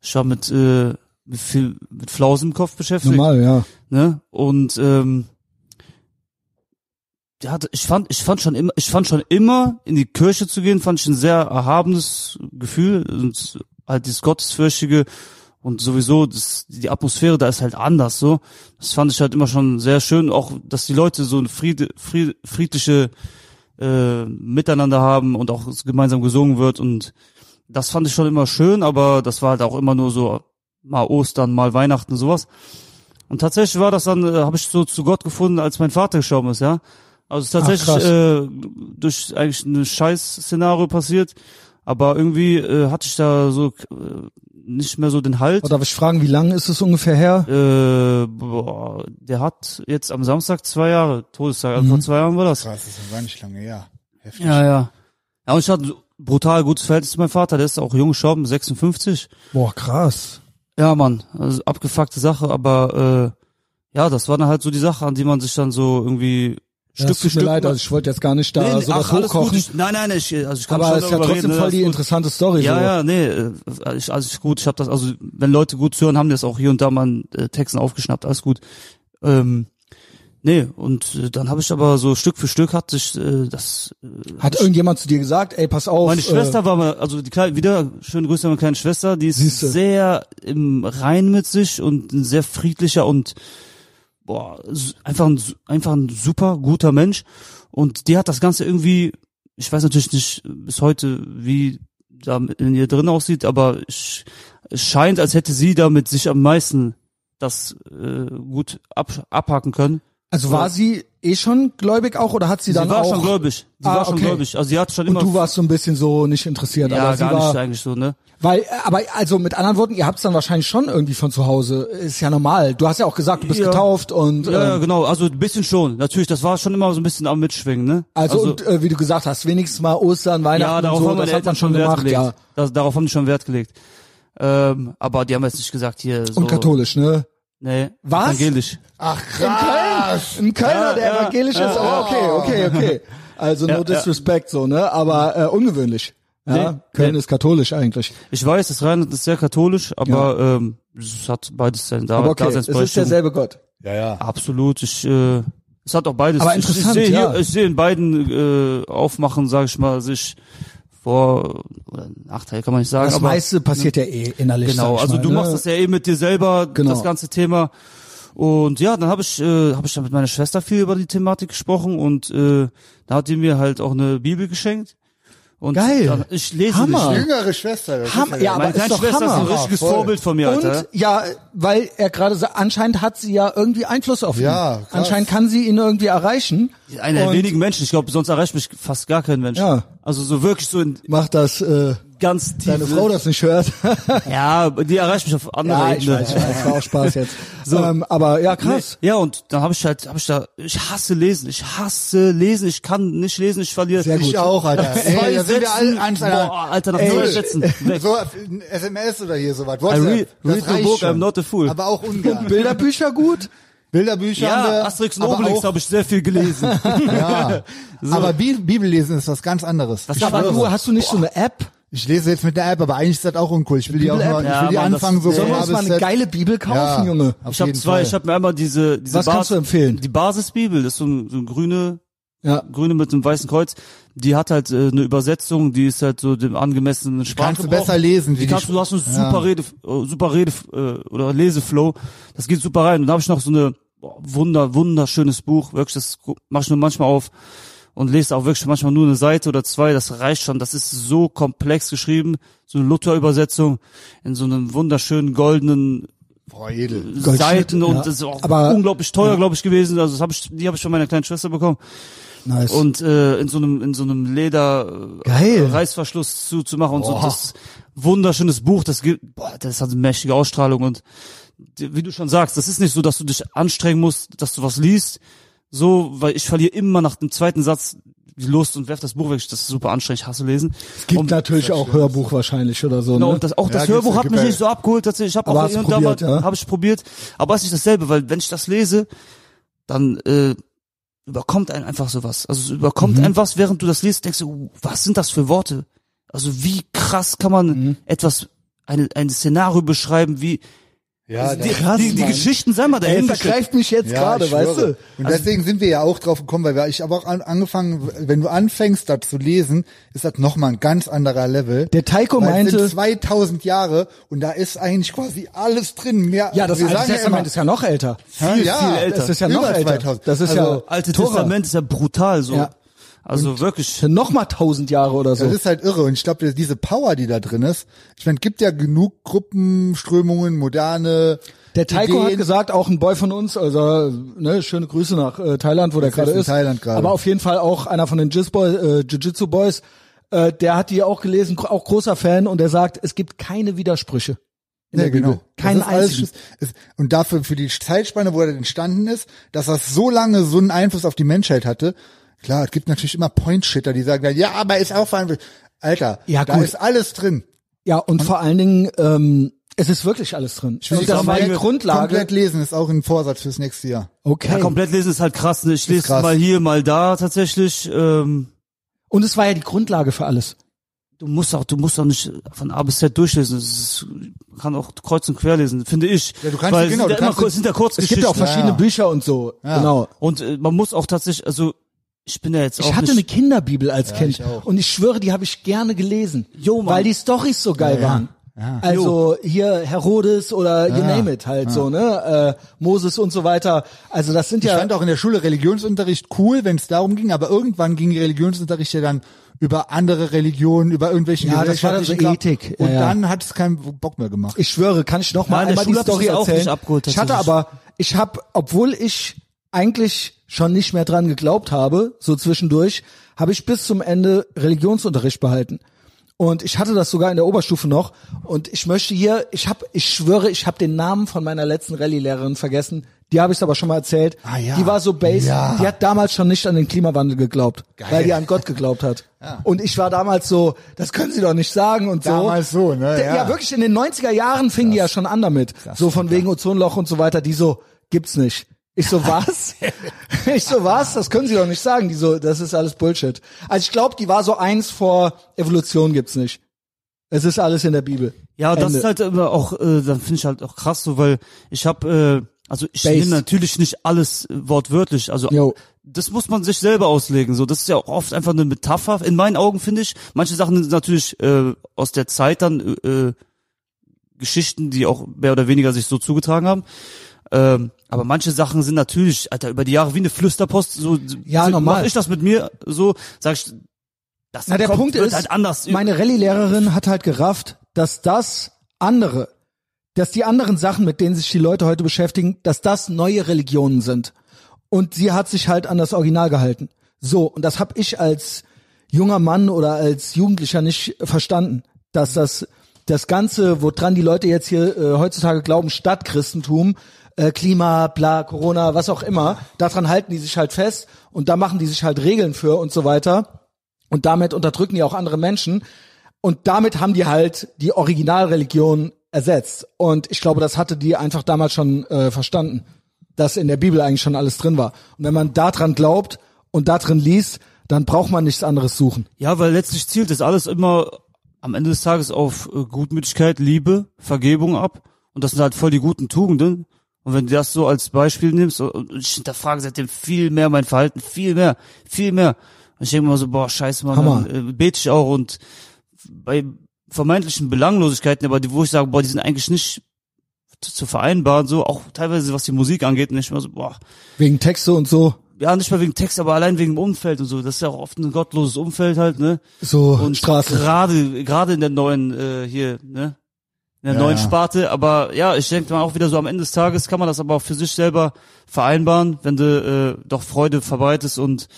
Speaker 1: Ich war mit äh, viel mit Flausen im Kopf beschäftigt.
Speaker 2: Normal, ja.
Speaker 1: Ne? Und ähm, der hatte, ich fand, ich fand schon immer, ich fand schon immer, in die Kirche zu gehen, fand ich ein sehr erhabenes Gefühl. Und halt dieses Gottesfürchtige und sowieso das, die Atmosphäre da ist halt anders so. Das fand ich halt immer schon sehr schön, auch dass die Leute so eine Friede, Fried, friedliche äh, Miteinander haben und auch gemeinsam gesungen wird und das fand ich schon immer schön, aber das war halt auch immer nur so mal Ostern, mal Weihnachten, sowas. Und tatsächlich war das dann, äh, habe ich so zu Gott gefunden, als mein Vater gestorben ist, ja. Also es ist
Speaker 2: Ach, krass.
Speaker 1: tatsächlich äh, durch eigentlich ein Scheiß-Szenario passiert, aber irgendwie äh, hatte ich da so äh, nicht mehr so den Halt.
Speaker 2: Oh, darf ich fragen, wie lange ist es ungefähr her?
Speaker 1: äh, boah, der hat jetzt am Samstag zwei Jahre, Todestag,
Speaker 2: Mhm.
Speaker 1: also vor zwei Jahren war das.
Speaker 3: Krass, das ist ja gar nicht lange, ja. Heftig.
Speaker 1: Ja, ja. Ja, und ich hatte ein brutal gutes Verhältnis zu meinem Vater, der ist auch jung gestorben, 56.
Speaker 2: Boah, krass.
Speaker 1: Ja, Mann, also abgefuckte Sache, aber äh, ja, das war dann halt so die Sache, an die man sich dann so irgendwie
Speaker 2: Ja,
Speaker 1: Stück
Speaker 2: es
Speaker 1: für
Speaker 2: tut mir
Speaker 1: Stück.
Speaker 2: leid, also ich wollte jetzt gar nicht da
Speaker 1: Nee, nee,
Speaker 2: sowas
Speaker 1: ach, alles gut,
Speaker 2: hochkochen.
Speaker 1: ich, nein, nein, ich, also ich kann
Speaker 2: aber
Speaker 1: schon
Speaker 2: es ist ja
Speaker 1: darüber
Speaker 2: trotzdem
Speaker 1: reden, ne,
Speaker 2: voll die
Speaker 1: alles gut.
Speaker 2: interessante Story.
Speaker 1: Ja,
Speaker 2: so.
Speaker 1: ja, nee, äh, ich, alles gut, ich habe das, also wenn Leute gut zuhören, haben die das auch hier und da mal in äh, Texten aufgeschnappt, alles gut. Ähm, nee, und äh, dann habe ich aber so Stück für Stück hat sich äh, das... Äh,
Speaker 2: Hat irgendjemand zu dir gesagt, ey, pass auf. äh,
Speaker 1: meine Schwester war mal, also die kleine, wieder, schöne Grüße an meine kleine Schwester, die ist
Speaker 2: Siehste.
Speaker 1: sehr im Rein mit sich und ein sehr friedlicher und boah, su- einfach ein, su- einfach ein super guter Mensch. Und die hat das Ganze irgendwie, ich weiß natürlich nicht bis heute, wie da in ihr drin aussieht, aber ich, es scheint, als hätte sie damit sich am meisten das äh, gut ab, abhaken können.
Speaker 2: Äh, also war sie eh schon gläubig auch oder hat sie,
Speaker 1: Sie
Speaker 2: dann
Speaker 1: war
Speaker 2: auch?
Speaker 1: schon gläubig. Sie
Speaker 2: Ah,
Speaker 1: war schon
Speaker 2: okay.
Speaker 1: gläubig. Also sie hat schon
Speaker 2: und
Speaker 1: immer.
Speaker 2: du warst so ein bisschen so nicht interessiert.
Speaker 1: ja,
Speaker 2: aber sie
Speaker 1: gar
Speaker 2: war,
Speaker 1: nicht eigentlich so, ne?
Speaker 2: Weil, äh, aber also mit anderen Worten, ihr habt's dann wahrscheinlich schon irgendwie von zu Hause. Ist ja normal. Du hast ja auch gesagt, du bist
Speaker 1: Ja.
Speaker 2: getauft und
Speaker 1: Ja, ja,
Speaker 2: ähm,
Speaker 1: genau, also ein bisschen schon. Natürlich, das war schon immer so ein bisschen am Mitschwingen, ne?
Speaker 2: also, und, äh, wie du gesagt hast, wenigstens mal Ostern,
Speaker 1: ja,
Speaker 2: Weihnachten
Speaker 1: darauf
Speaker 2: und so,
Speaker 1: haben meine
Speaker 2: das hat
Speaker 1: Eltern
Speaker 2: man schon
Speaker 1: Wert
Speaker 2: gemacht,
Speaker 1: gelegt.
Speaker 2: ja.
Speaker 1: Das, darauf haben die schon Wert gelegt. Ähm, aber die haben jetzt nicht gesagt, hier so.
Speaker 2: Und katholisch, ne?
Speaker 1: Nee,
Speaker 2: Was?
Speaker 1: evangelisch.
Speaker 3: Ach,
Speaker 2: In Köln,
Speaker 3: krass.
Speaker 2: ein Kölner, der
Speaker 1: ja,
Speaker 2: evangelisch ist, aber okay, okay, okay. Also no
Speaker 1: ja.
Speaker 2: disrespect so, ne? Aber äh, ungewöhnlich. Ja,
Speaker 1: Nee,
Speaker 2: Köln
Speaker 1: nee.
Speaker 2: ist katholisch eigentlich.
Speaker 1: Ich weiß, das Rheinland ist sehr katholisch, aber ähm, es hat beides sein da,
Speaker 2: Aber okay, es
Speaker 1: Daseinsberechtigung.
Speaker 2: ist derselbe Gott.
Speaker 3: Ja, ja.
Speaker 1: Absolut, ich, äh, es hat auch beides.
Speaker 2: Aber
Speaker 1: ich,
Speaker 2: interessant,
Speaker 1: ich sehe
Speaker 2: ja.
Speaker 1: hier, ich sehe in beiden äh, Aufmachen, sage ich mal, sich vor oder Nachteil kann man nicht sagen,
Speaker 2: Das
Speaker 1: aber
Speaker 2: meiste passiert ja eh innerlich. sag
Speaker 1: Genau,
Speaker 2: ich
Speaker 1: also
Speaker 2: mal,
Speaker 1: du
Speaker 2: ne?
Speaker 1: machst das ja eh mit dir selber,
Speaker 2: Genau.
Speaker 1: das ganze Thema. Und ja, dann habe ich, äh, hab ich dann mit meiner Schwester viel über die Thematik gesprochen und äh, da hat die mir halt auch eine Bibel geschenkt. Und
Speaker 2: Geil.
Speaker 1: Dann, ich lese
Speaker 2: Hammer.
Speaker 1: nicht. ne?
Speaker 3: Jüngere Schwester. das ist
Speaker 2: Ham- ja, aber
Speaker 1: Meine
Speaker 2: ist
Speaker 1: kleine
Speaker 2: doch
Speaker 1: Schwester ist ein
Speaker 2: Hammer.
Speaker 1: richtiges
Speaker 3: Ah, voll.
Speaker 1: Vorbild von mir, Alter.
Speaker 2: Und ja, weil er gerade sa- anscheinend hat sie ja irgendwie Einfluss auf ihn.
Speaker 3: Ja, krass.
Speaker 2: anscheinend kann sie ihn irgendwie erreichen.
Speaker 1: Einer der
Speaker 2: Und
Speaker 1: wenigen Menschen, ich glaube, sonst erreicht mich fast gar kein Mensch.
Speaker 2: Ja.
Speaker 1: Also so wirklich so in
Speaker 2: Macht das äh,
Speaker 1: ganz tief.
Speaker 2: deine Frau das nicht hört. (laughs)
Speaker 1: Ja, die erreicht mich auf andere
Speaker 2: ja, ich
Speaker 1: Ebene.
Speaker 2: weiß, ich weiß, war auch
Speaker 1: (laughs)
Speaker 2: Spaß jetzt. ähm, aber ja, krass.
Speaker 1: Nee, Ja, und dann habe ich halt, habe ich da, ich hasse lesen, ich hasse lesen, ich kann nicht lesen, ich verliere.
Speaker 2: Sehr gut.
Speaker 3: Ich auch, Alter.
Speaker 1: Zwei
Speaker 3: Ey, da sind wir alle
Speaker 1: Sätzen,
Speaker 3: eins,
Speaker 1: boah,
Speaker 3: Alter.
Speaker 1: Alter, nach
Speaker 3: Ey,
Speaker 1: zwei Sätzen. Weg.
Speaker 3: So, ein SMS oder hier sowas.
Speaker 1: I read-
Speaker 3: WhatsApp. das
Speaker 1: read the
Speaker 3: reicht
Speaker 1: book,
Speaker 3: schon.
Speaker 1: I'm not a fool. (laughs)
Speaker 3: Aber auch ungern.
Speaker 2: Bilderbücher gut.
Speaker 3: Bilderbücher haben
Speaker 1: Ja,
Speaker 3: wir,
Speaker 1: Asterix und
Speaker 3: aber
Speaker 1: Obelix
Speaker 3: auch-
Speaker 1: habe ich sehr viel (laughs) gelesen.
Speaker 3: Ja. Aber Bi Bibel lesen ist was ganz anderes.
Speaker 1: Das
Speaker 3: ich,
Speaker 1: war
Speaker 2: Aber
Speaker 1: Schwöre.
Speaker 2: du, hast du nicht so eine App?
Speaker 3: ich lese jetzt mit der App, aber eigentlich ist das auch uncool. Ich will die auch
Speaker 2: Bibel-App?
Speaker 3: mal, ich will
Speaker 1: Ja,
Speaker 3: die
Speaker 1: Mann, das-
Speaker 3: anfangen so
Speaker 1: nee.
Speaker 2: Sollen
Speaker 3: von
Speaker 2: wir
Speaker 3: A
Speaker 2: uns
Speaker 3: bis
Speaker 2: mal eine
Speaker 3: Z.
Speaker 2: geile Bibel kaufen,
Speaker 3: Ja,
Speaker 2: Junge?
Speaker 3: auf
Speaker 1: Ich habe
Speaker 3: jeden
Speaker 1: zwei,
Speaker 3: Fall.
Speaker 1: ich habe mir einmal diese, diese
Speaker 2: Was kannst du empfehlen?
Speaker 1: Die Basisbibel, das ist so ein, so ein grüne,
Speaker 2: Ja.
Speaker 1: grüne mit einem weißen Kreuz. Die hat halt äh, eine Übersetzung, die ist halt so dem angemessenen Sprachgebrauch.
Speaker 3: kannst du besser lesen, wie
Speaker 1: Die
Speaker 3: die
Speaker 1: kannst, du hast einen
Speaker 3: Ja.
Speaker 1: super Rede, äh, super Rede äh, oder Leseflow. Das geht super rein. Und da habe ich noch so eine boah, wunder wunderschönes Buch. Wirklich, das gu- mach ich nur manchmal auf und lese auch wirklich manchmal nur eine Seite oder zwei. Das reicht schon. Das ist so komplex geschrieben, so eine Luther-Übersetzung in so einem wunderschönen goldenen
Speaker 3: Boah, edel.
Speaker 2: Goldschnitt,
Speaker 1: Seiten und
Speaker 2: ja.
Speaker 1: das ist auch
Speaker 2: Aber-
Speaker 1: unglaublich teuer, glaube ich, gewesen. Also das hab ich, die habe ich von meiner kleinen Schwester bekommen.
Speaker 2: Nice.
Speaker 1: Und äh, in so einem in so einem Leder äh,
Speaker 2: Geil.
Speaker 1: Reißverschluss zuzumachen und so
Speaker 3: Boah.
Speaker 1: das wunderschönes Buch, das gibt boah, das hat eine mächtige Ausstrahlung und die- wie du schon sagst, das ist nicht so, dass du dich anstrengen musst, dass du was liest, so, weil ich verliere immer nach dem zweiten Satz die Lust und werf das Buch weg. Das ist super anstrengend, ich hasse lesen.
Speaker 2: es gibt
Speaker 1: und,
Speaker 2: natürlich auch Hörbuch wahrscheinlich oder so.
Speaker 1: Genau,
Speaker 2: Ne?
Speaker 1: und das, auch
Speaker 3: Ja,
Speaker 1: das
Speaker 3: gibt's-
Speaker 1: Hörbuch hat
Speaker 3: gibt
Speaker 1: mich
Speaker 3: ja-
Speaker 1: nicht so abgeholt tatsächlich. Ich habe
Speaker 2: Aber
Speaker 1: auch
Speaker 2: hast
Speaker 1: hier
Speaker 2: du
Speaker 1: und da mal,
Speaker 2: probiert, ja?
Speaker 1: habe ich probiert, aber es ist nicht dasselbe, weil wenn ich das lese, dann äh, überkommt einen einfach sowas. Also es überkommt
Speaker 2: Mhm.
Speaker 1: einen was, während du das liest, denkst du, uh, was sind das für Worte?
Speaker 2: Mhm.
Speaker 1: Also wie krass kann man etwas, eine, ein Szenario beschreiben, wie
Speaker 3: Ja,
Speaker 1: Die,
Speaker 2: Krass,
Speaker 1: die, die
Speaker 2: Mann.
Speaker 1: Geschichten sei mal
Speaker 2: Ey,
Speaker 1: dahingestellt.
Speaker 2: vergreift mich jetzt gerade,
Speaker 3: ich schwöre.
Speaker 2: weißt du?
Speaker 3: Und deswegen sind wir ja auch drauf gekommen, weil wir, ich habe auch an, angefangen, wenn du anfängst, da zu lesen, ist das nochmal ein ganz anderer Level.
Speaker 2: Der Taiko
Speaker 3: weil es
Speaker 2: meinte-
Speaker 3: sind 2000 Jahre und da ist eigentlich quasi alles drin. Mehr,
Speaker 2: Ja, das
Speaker 3: wir
Speaker 2: Alte
Speaker 3: sagen ja
Speaker 2: Testament
Speaker 3: immer,
Speaker 2: ist ja noch älter.
Speaker 3: Hä?
Speaker 1: viel,
Speaker 3: ja,
Speaker 1: viel älter.
Speaker 2: Das ist ja noch
Speaker 3: Über
Speaker 2: älter.
Speaker 3: 2000.
Speaker 2: Das ist
Speaker 3: Also,
Speaker 2: ja
Speaker 1: Alte
Speaker 2: Tora.
Speaker 1: Testament ist ja brutal so.
Speaker 2: Ja.
Speaker 1: Also wirklich.
Speaker 2: Noch mal tausend Jahre oder so.
Speaker 3: Das ist halt irre. Und ich glaube, diese Power, die da drin ist, ich meine, gibt ja genug Gruppen, Strömungen, moderne.
Speaker 2: Der Taiko
Speaker 3: Ideen.
Speaker 2: hat gesagt, auch ein Boy von uns, also ne, schöne Grüße nach äh, Thailand, wo der
Speaker 3: ist
Speaker 2: gerade
Speaker 3: in
Speaker 2: ist.
Speaker 3: Thailand gerade.
Speaker 2: Aber auf jeden Fall auch einer von den Jiu-Jitsu-Boys, äh, Jiu Boys, äh, der hat die auch gelesen, gro- auch großer Fan und der sagt, es gibt keine Widersprüche in
Speaker 3: Ja, genau.
Speaker 2: der Bibel. Keinen
Speaker 3: Das ist alles
Speaker 2: einzigen.
Speaker 3: Schiss- ist, und dafür für die Zeitspanne, wo er entstanden ist, dass das so lange so einen Einfluss auf die Menschheit hatte. Klar, es gibt natürlich immer Point-Shitter, die sagen, dann, ja, aber ist auch verantwortlich. Alter,
Speaker 2: Ja,
Speaker 3: da
Speaker 2: gut.
Speaker 3: ist alles drin.
Speaker 2: Ja, und vor allen Dingen, ähm, es ist wirklich alles drin.
Speaker 3: will
Speaker 2: Und
Speaker 3: die
Speaker 2: das war die
Speaker 3: komplett-
Speaker 2: Grundlage.
Speaker 3: Komplett lesen ist auch ein Vorsatz fürs nächste Jahr.
Speaker 1: Ja,
Speaker 2: Okay.
Speaker 1: komplett lesen ist halt krass. Ne? Ich lese
Speaker 3: krass.
Speaker 1: mal hier, mal da tatsächlich. Ähm,
Speaker 2: und es war ja die Grundlage für alles.
Speaker 1: du musst auch, du musst auch nicht von A bis Z durchlesen. Es ist, kann auch kreuz und quer lesen, finde ich.
Speaker 3: Ja, du kannst-
Speaker 1: Weil es
Speaker 3: genau,
Speaker 1: sind,
Speaker 3: du
Speaker 1: ja immer,
Speaker 3: kannst-
Speaker 1: kur- es sind ja
Speaker 2: Es gibt
Speaker 1: Kurzgeschichten.
Speaker 2: ja auch verschiedene
Speaker 3: ja.
Speaker 2: Bücher und so.
Speaker 3: Ja.
Speaker 2: Genau.
Speaker 1: und äh, man muss auch tatsächlich, also ich bin ja jetzt auch
Speaker 2: Ich hatte eine
Speaker 1: nicht,
Speaker 2: Kinderbibel als Kind
Speaker 3: ich auch.
Speaker 2: und ich schwöre, die habe ich gerne gelesen,
Speaker 1: Jo, Mann.
Speaker 2: weil die Storys so geil
Speaker 3: ja.
Speaker 2: waren.
Speaker 3: Ja.
Speaker 2: Also hier Herodes oder you
Speaker 3: Ja.
Speaker 2: name it halt so, ne? Äh, Moses und so weiter. Also das sind
Speaker 3: Ich
Speaker 2: ja
Speaker 3: fand auch in der Schule Religionsunterricht cool, wenn es darum ging, aber irgendwann ging Religionsunterricht ja dann über andere Religionen, über irgendwelche
Speaker 2: Ja, das war dann so
Speaker 3: gesellschaftlichen Kram.
Speaker 2: Ethik. Ja,
Speaker 3: Und
Speaker 2: ja.
Speaker 3: dann hat es keinen Bock mehr gemacht.
Speaker 2: Ich schwöre, kann ich noch
Speaker 1: Ja,
Speaker 2: mal
Speaker 1: in der
Speaker 2: einmal die
Speaker 1: Schule hab ich
Speaker 2: Story
Speaker 1: das auch
Speaker 2: erzählen.
Speaker 1: nicht abgeholt,
Speaker 2: ich hatte
Speaker 1: tatsächlich.
Speaker 2: aber, ich habe, obwohl ich eigentlich schon nicht mehr dran geglaubt habe, so zwischendurch, habe ich bis zum Ende Religionsunterricht behalten. Und ich hatte das sogar in der Oberstufe noch. Und ich möchte hier, ich habe, ich schwöre, ich habe den Namen von meiner letzten Rallye-Lehrerin vergessen. Die habe ich aber schon mal erzählt.
Speaker 3: Ah, ja.
Speaker 2: Die war so basic.
Speaker 3: Ja.
Speaker 2: Die hat damals schon nicht an den Klimawandel geglaubt,
Speaker 3: Geil.
Speaker 2: weil die an Gott
Speaker 3: (laughs)
Speaker 2: geglaubt hat. Und ich war damals so, das können Sie doch nicht sagen und so.
Speaker 3: Damals so, ne,
Speaker 2: Ja,
Speaker 3: ja.
Speaker 2: wirklich wirklich in den 90er Jahren fing die ja schon an damit. So von wegen Ozonloch und so weiter, die so, gibt's nicht.
Speaker 3: (laughs)
Speaker 2: Ich so, was? ich so, was? Das können sie doch nicht sagen. Die so, das ist alles Bullshit. Also ich glaube, die war so eins vor Evolution gibt's nicht. Es ist alles in der Bibel.
Speaker 1: Ja, das
Speaker 2: Ende.
Speaker 1: ist halt immer auch, äh, dann finde ich halt auch krass so, weil ich habe, äh, also ich
Speaker 2: Base.
Speaker 1: nehme natürlich nicht alles äh, wortwörtlich, also
Speaker 2: Jo.
Speaker 1: das muss man sich selber auslegen, so, das ist ja auch oft einfach eine Metapher, in meinen Augen finde ich, manche Sachen sind natürlich äh, aus der Zeit dann äh, Geschichten, die auch mehr oder weniger sich so zugetragen haben, ähm, aber manche Sachen sind natürlich, Alter, über die Jahre wie eine Flüsterpost, so
Speaker 2: Ja,
Speaker 1: so
Speaker 2: normal.
Speaker 1: mach ich das mit mir, so, sag ich, das
Speaker 2: Na, der
Speaker 1: kommt,
Speaker 2: Punkt
Speaker 1: wird
Speaker 2: ist,
Speaker 1: halt anders.
Speaker 2: meine Rallye-Lehrerin hat halt gerafft, dass das andere, dass die anderen Sachen, mit denen sich die Leute heute beschäftigen, dass das neue Religionen sind. Und sie hat sich halt an das Original gehalten. So, und das habe ich als junger Mann oder als Jugendlicher nicht verstanden, dass das das Ganze, woran die Leute jetzt hier äh, heutzutage glauben, statt Christentum, äh, Klima, bla, Corona, was auch immer, daran halten die sich halt fest und da machen die sich halt Regeln für und so weiter. Und damit unterdrücken die auch andere Menschen. Und damit haben die halt die Originalreligion ersetzt. Und ich glaube, das hatte die einfach damals schon äh, verstanden, dass in der Bibel eigentlich schon alles drin war. Und wenn man daran glaubt und darin liest, dann braucht man nichts anderes suchen.
Speaker 1: Ja, weil letztlich zielt das alles immer am Ende des Tages auf äh, Gutmütigkeit, Liebe, Vergebung ab. Und das sind halt voll die guten Tugenden. Und wenn du das so als Beispiel nimmst, und- und ich hinterfrage seitdem viel mehr mein Verhalten, viel mehr, viel mehr. Und ich denke mir so, boah, scheiße, Mann,
Speaker 2: Hammer.
Speaker 1: dann, äh, bete ich auch. Und bei vermeintlichen Belanglosigkeiten, aber die, wo ich sage, boah, die sind eigentlich nicht zu, zu vereinbaren, so auch teilweise, was die Musik angeht, nicht mehr so, boah,
Speaker 2: Wegen Texte und so,
Speaker 1: ja, nicht mal wegen Text, aber allein wegen dem Umfeld und so. Das ist ja auch oft ein gottloses Umfeld halt, ne?
Speaker 2: so
Speaker 1: und
Speaker 2: Straße.
Speaker 1: gerade gerade in der neuen äh, hier ne in der
Speaker 3: Ja,
Speaker 1: neuen
Speaker 3: ja.
Speaker 1: Sparte aber ja ich denke mal auch wieder so am Ende des Tages kann man das aber auch für sich selber vereinbaren wenn du äh, doch Freude verbreitest und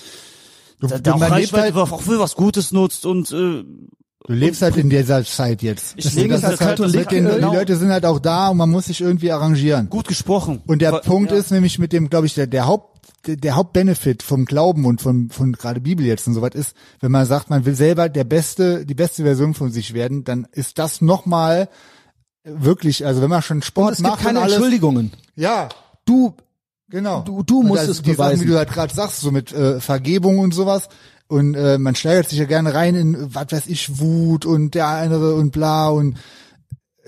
Speaker 3: Du,
Speaker 1: da, da auch
Speaker 3: man lebt
Speaker 1: Reichweite
Speaker 3: halt,
Speaker 1: auch für was Gutes nutzt und äh,
Speaker 3: du lebst halt in dieser Zeit jetzt.
Speaker 1: ich
Speaker 2: Deswegen
Speaker 1: denke,
Speaker 2: ist
Speaker 1: das
Speaker 2: das halt
Speaker 1: das
Speaker 2: so
Speaker 3: Mit
Speaker 2: Blick
Speaker 3: den,
Speaker 1: genau
Speaker 3: Die Leute sind halt auch da und man muss sich irgendwie arrangieren.
Speaker 1: gut gesprochen
Speaker 3: Und der
Speaker 1: Weil-
Speaker 3: Punkt
Speaker 1: ja.
Speaker 3: ist nämlich mit dem, glaube ich, der, der Haupt der Hauptbenefit vom Glauben und von, von gerade Bibel jetzt und so was ist, wenn man sagt, man will selber der beste, die beste Version von sich werden, dann ist das nochmal wirklich, also wenn man schon Sport
Speaker 2: Es gibt
Speaker 3: macht und
Speaker 2: keine
Speaker 3: alles,
Speaker 2: Entschuldigungen.
Speaker 3: ja,
Speaker 2: Du,
Speaker 3: genau.
Speaker 2: Du- du
Speaker 3: Und
Speaker 2: musst
Speaker 3: das-
Speaker 2: es
Speaker 3: die Sachen,
Speaker 2: beweisen.
Speaker 3: wie du halt gerade sagst, so mit äh, Vergebung und sowas. Und äh, man steigert sich ja gerne rein in, was weiß ich, Wut und der andere und bla und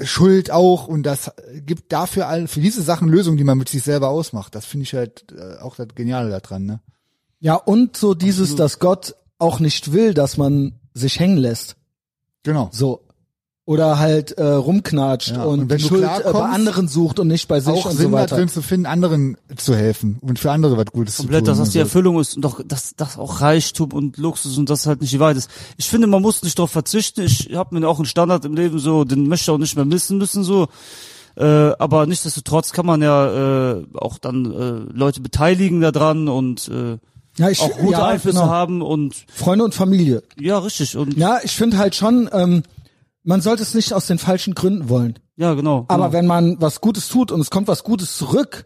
Speaker 3: Schuld auch und das gibt dafür all, für diese Sachen Lösungen, die man mit sich selber ausmacht. Das finde ich halt äh, auch das Geniale daran, ne?
Speaker 2: Ja, und so dieses, dass Gott auch nicht will, dass man sich hängen lässt.
Speaker 3: Genau.
Speaker 2: So. Oder halt äh, rumknatscht
Speaker 3: Ja,
Speaker 2: und,
Speaker 3: und wenn du
Speaker 2: Schuld äh,
Speaker 3: klarkommst,
Speaker 2: bei anderen sucht und nicht bei sich
Speaker 3: Auch
Speaker 2: und
Speaker 3: Sinn
Speaker 2: so
Speaker 3: da
Speaker 2: weiter.
Speaker 3: drin zu finden, anderen zu helfen und für andere was Gutes zu tun. also
Speaker 1: komplett, dass das
Speaker 3: und
Speaker 1: die
Speaker 3: so.
Speaker 1: Erfüllung ist und doch, dass das auch Reichtum und Luxus und das halt nicht die Wahrheit ist. Ich finde, man muss nicht darauf verzichten. Ich habe mir auch einen Standard im Leben so, den möchte ich auch nicht mehr missen müssen so. Äh, aber nichtsdestotrotz kann man ja äh, auch dann äh, Leute beteiligen daran und äh,
Speaker 2: Ja, ich-
Speaker 1: auch gute
Speaker 2: ja,
Speaker 1: Einflüsse
Speaker 2: genau.
Speaker 1: haben und
Speaker 2: Freunde und Familie.
Speaker 1: ja richtig und ja,
Speaker 2: Ja, ich finde halt schon, ähm, man sollte es nicht aus den falschen Gründen wollen.
Speaker 1: genau.
Speaker 2: Aber
Speaker 1: genau.
Speaker 2: wenn man was Gutes tut und es kommt was Gutes zurück,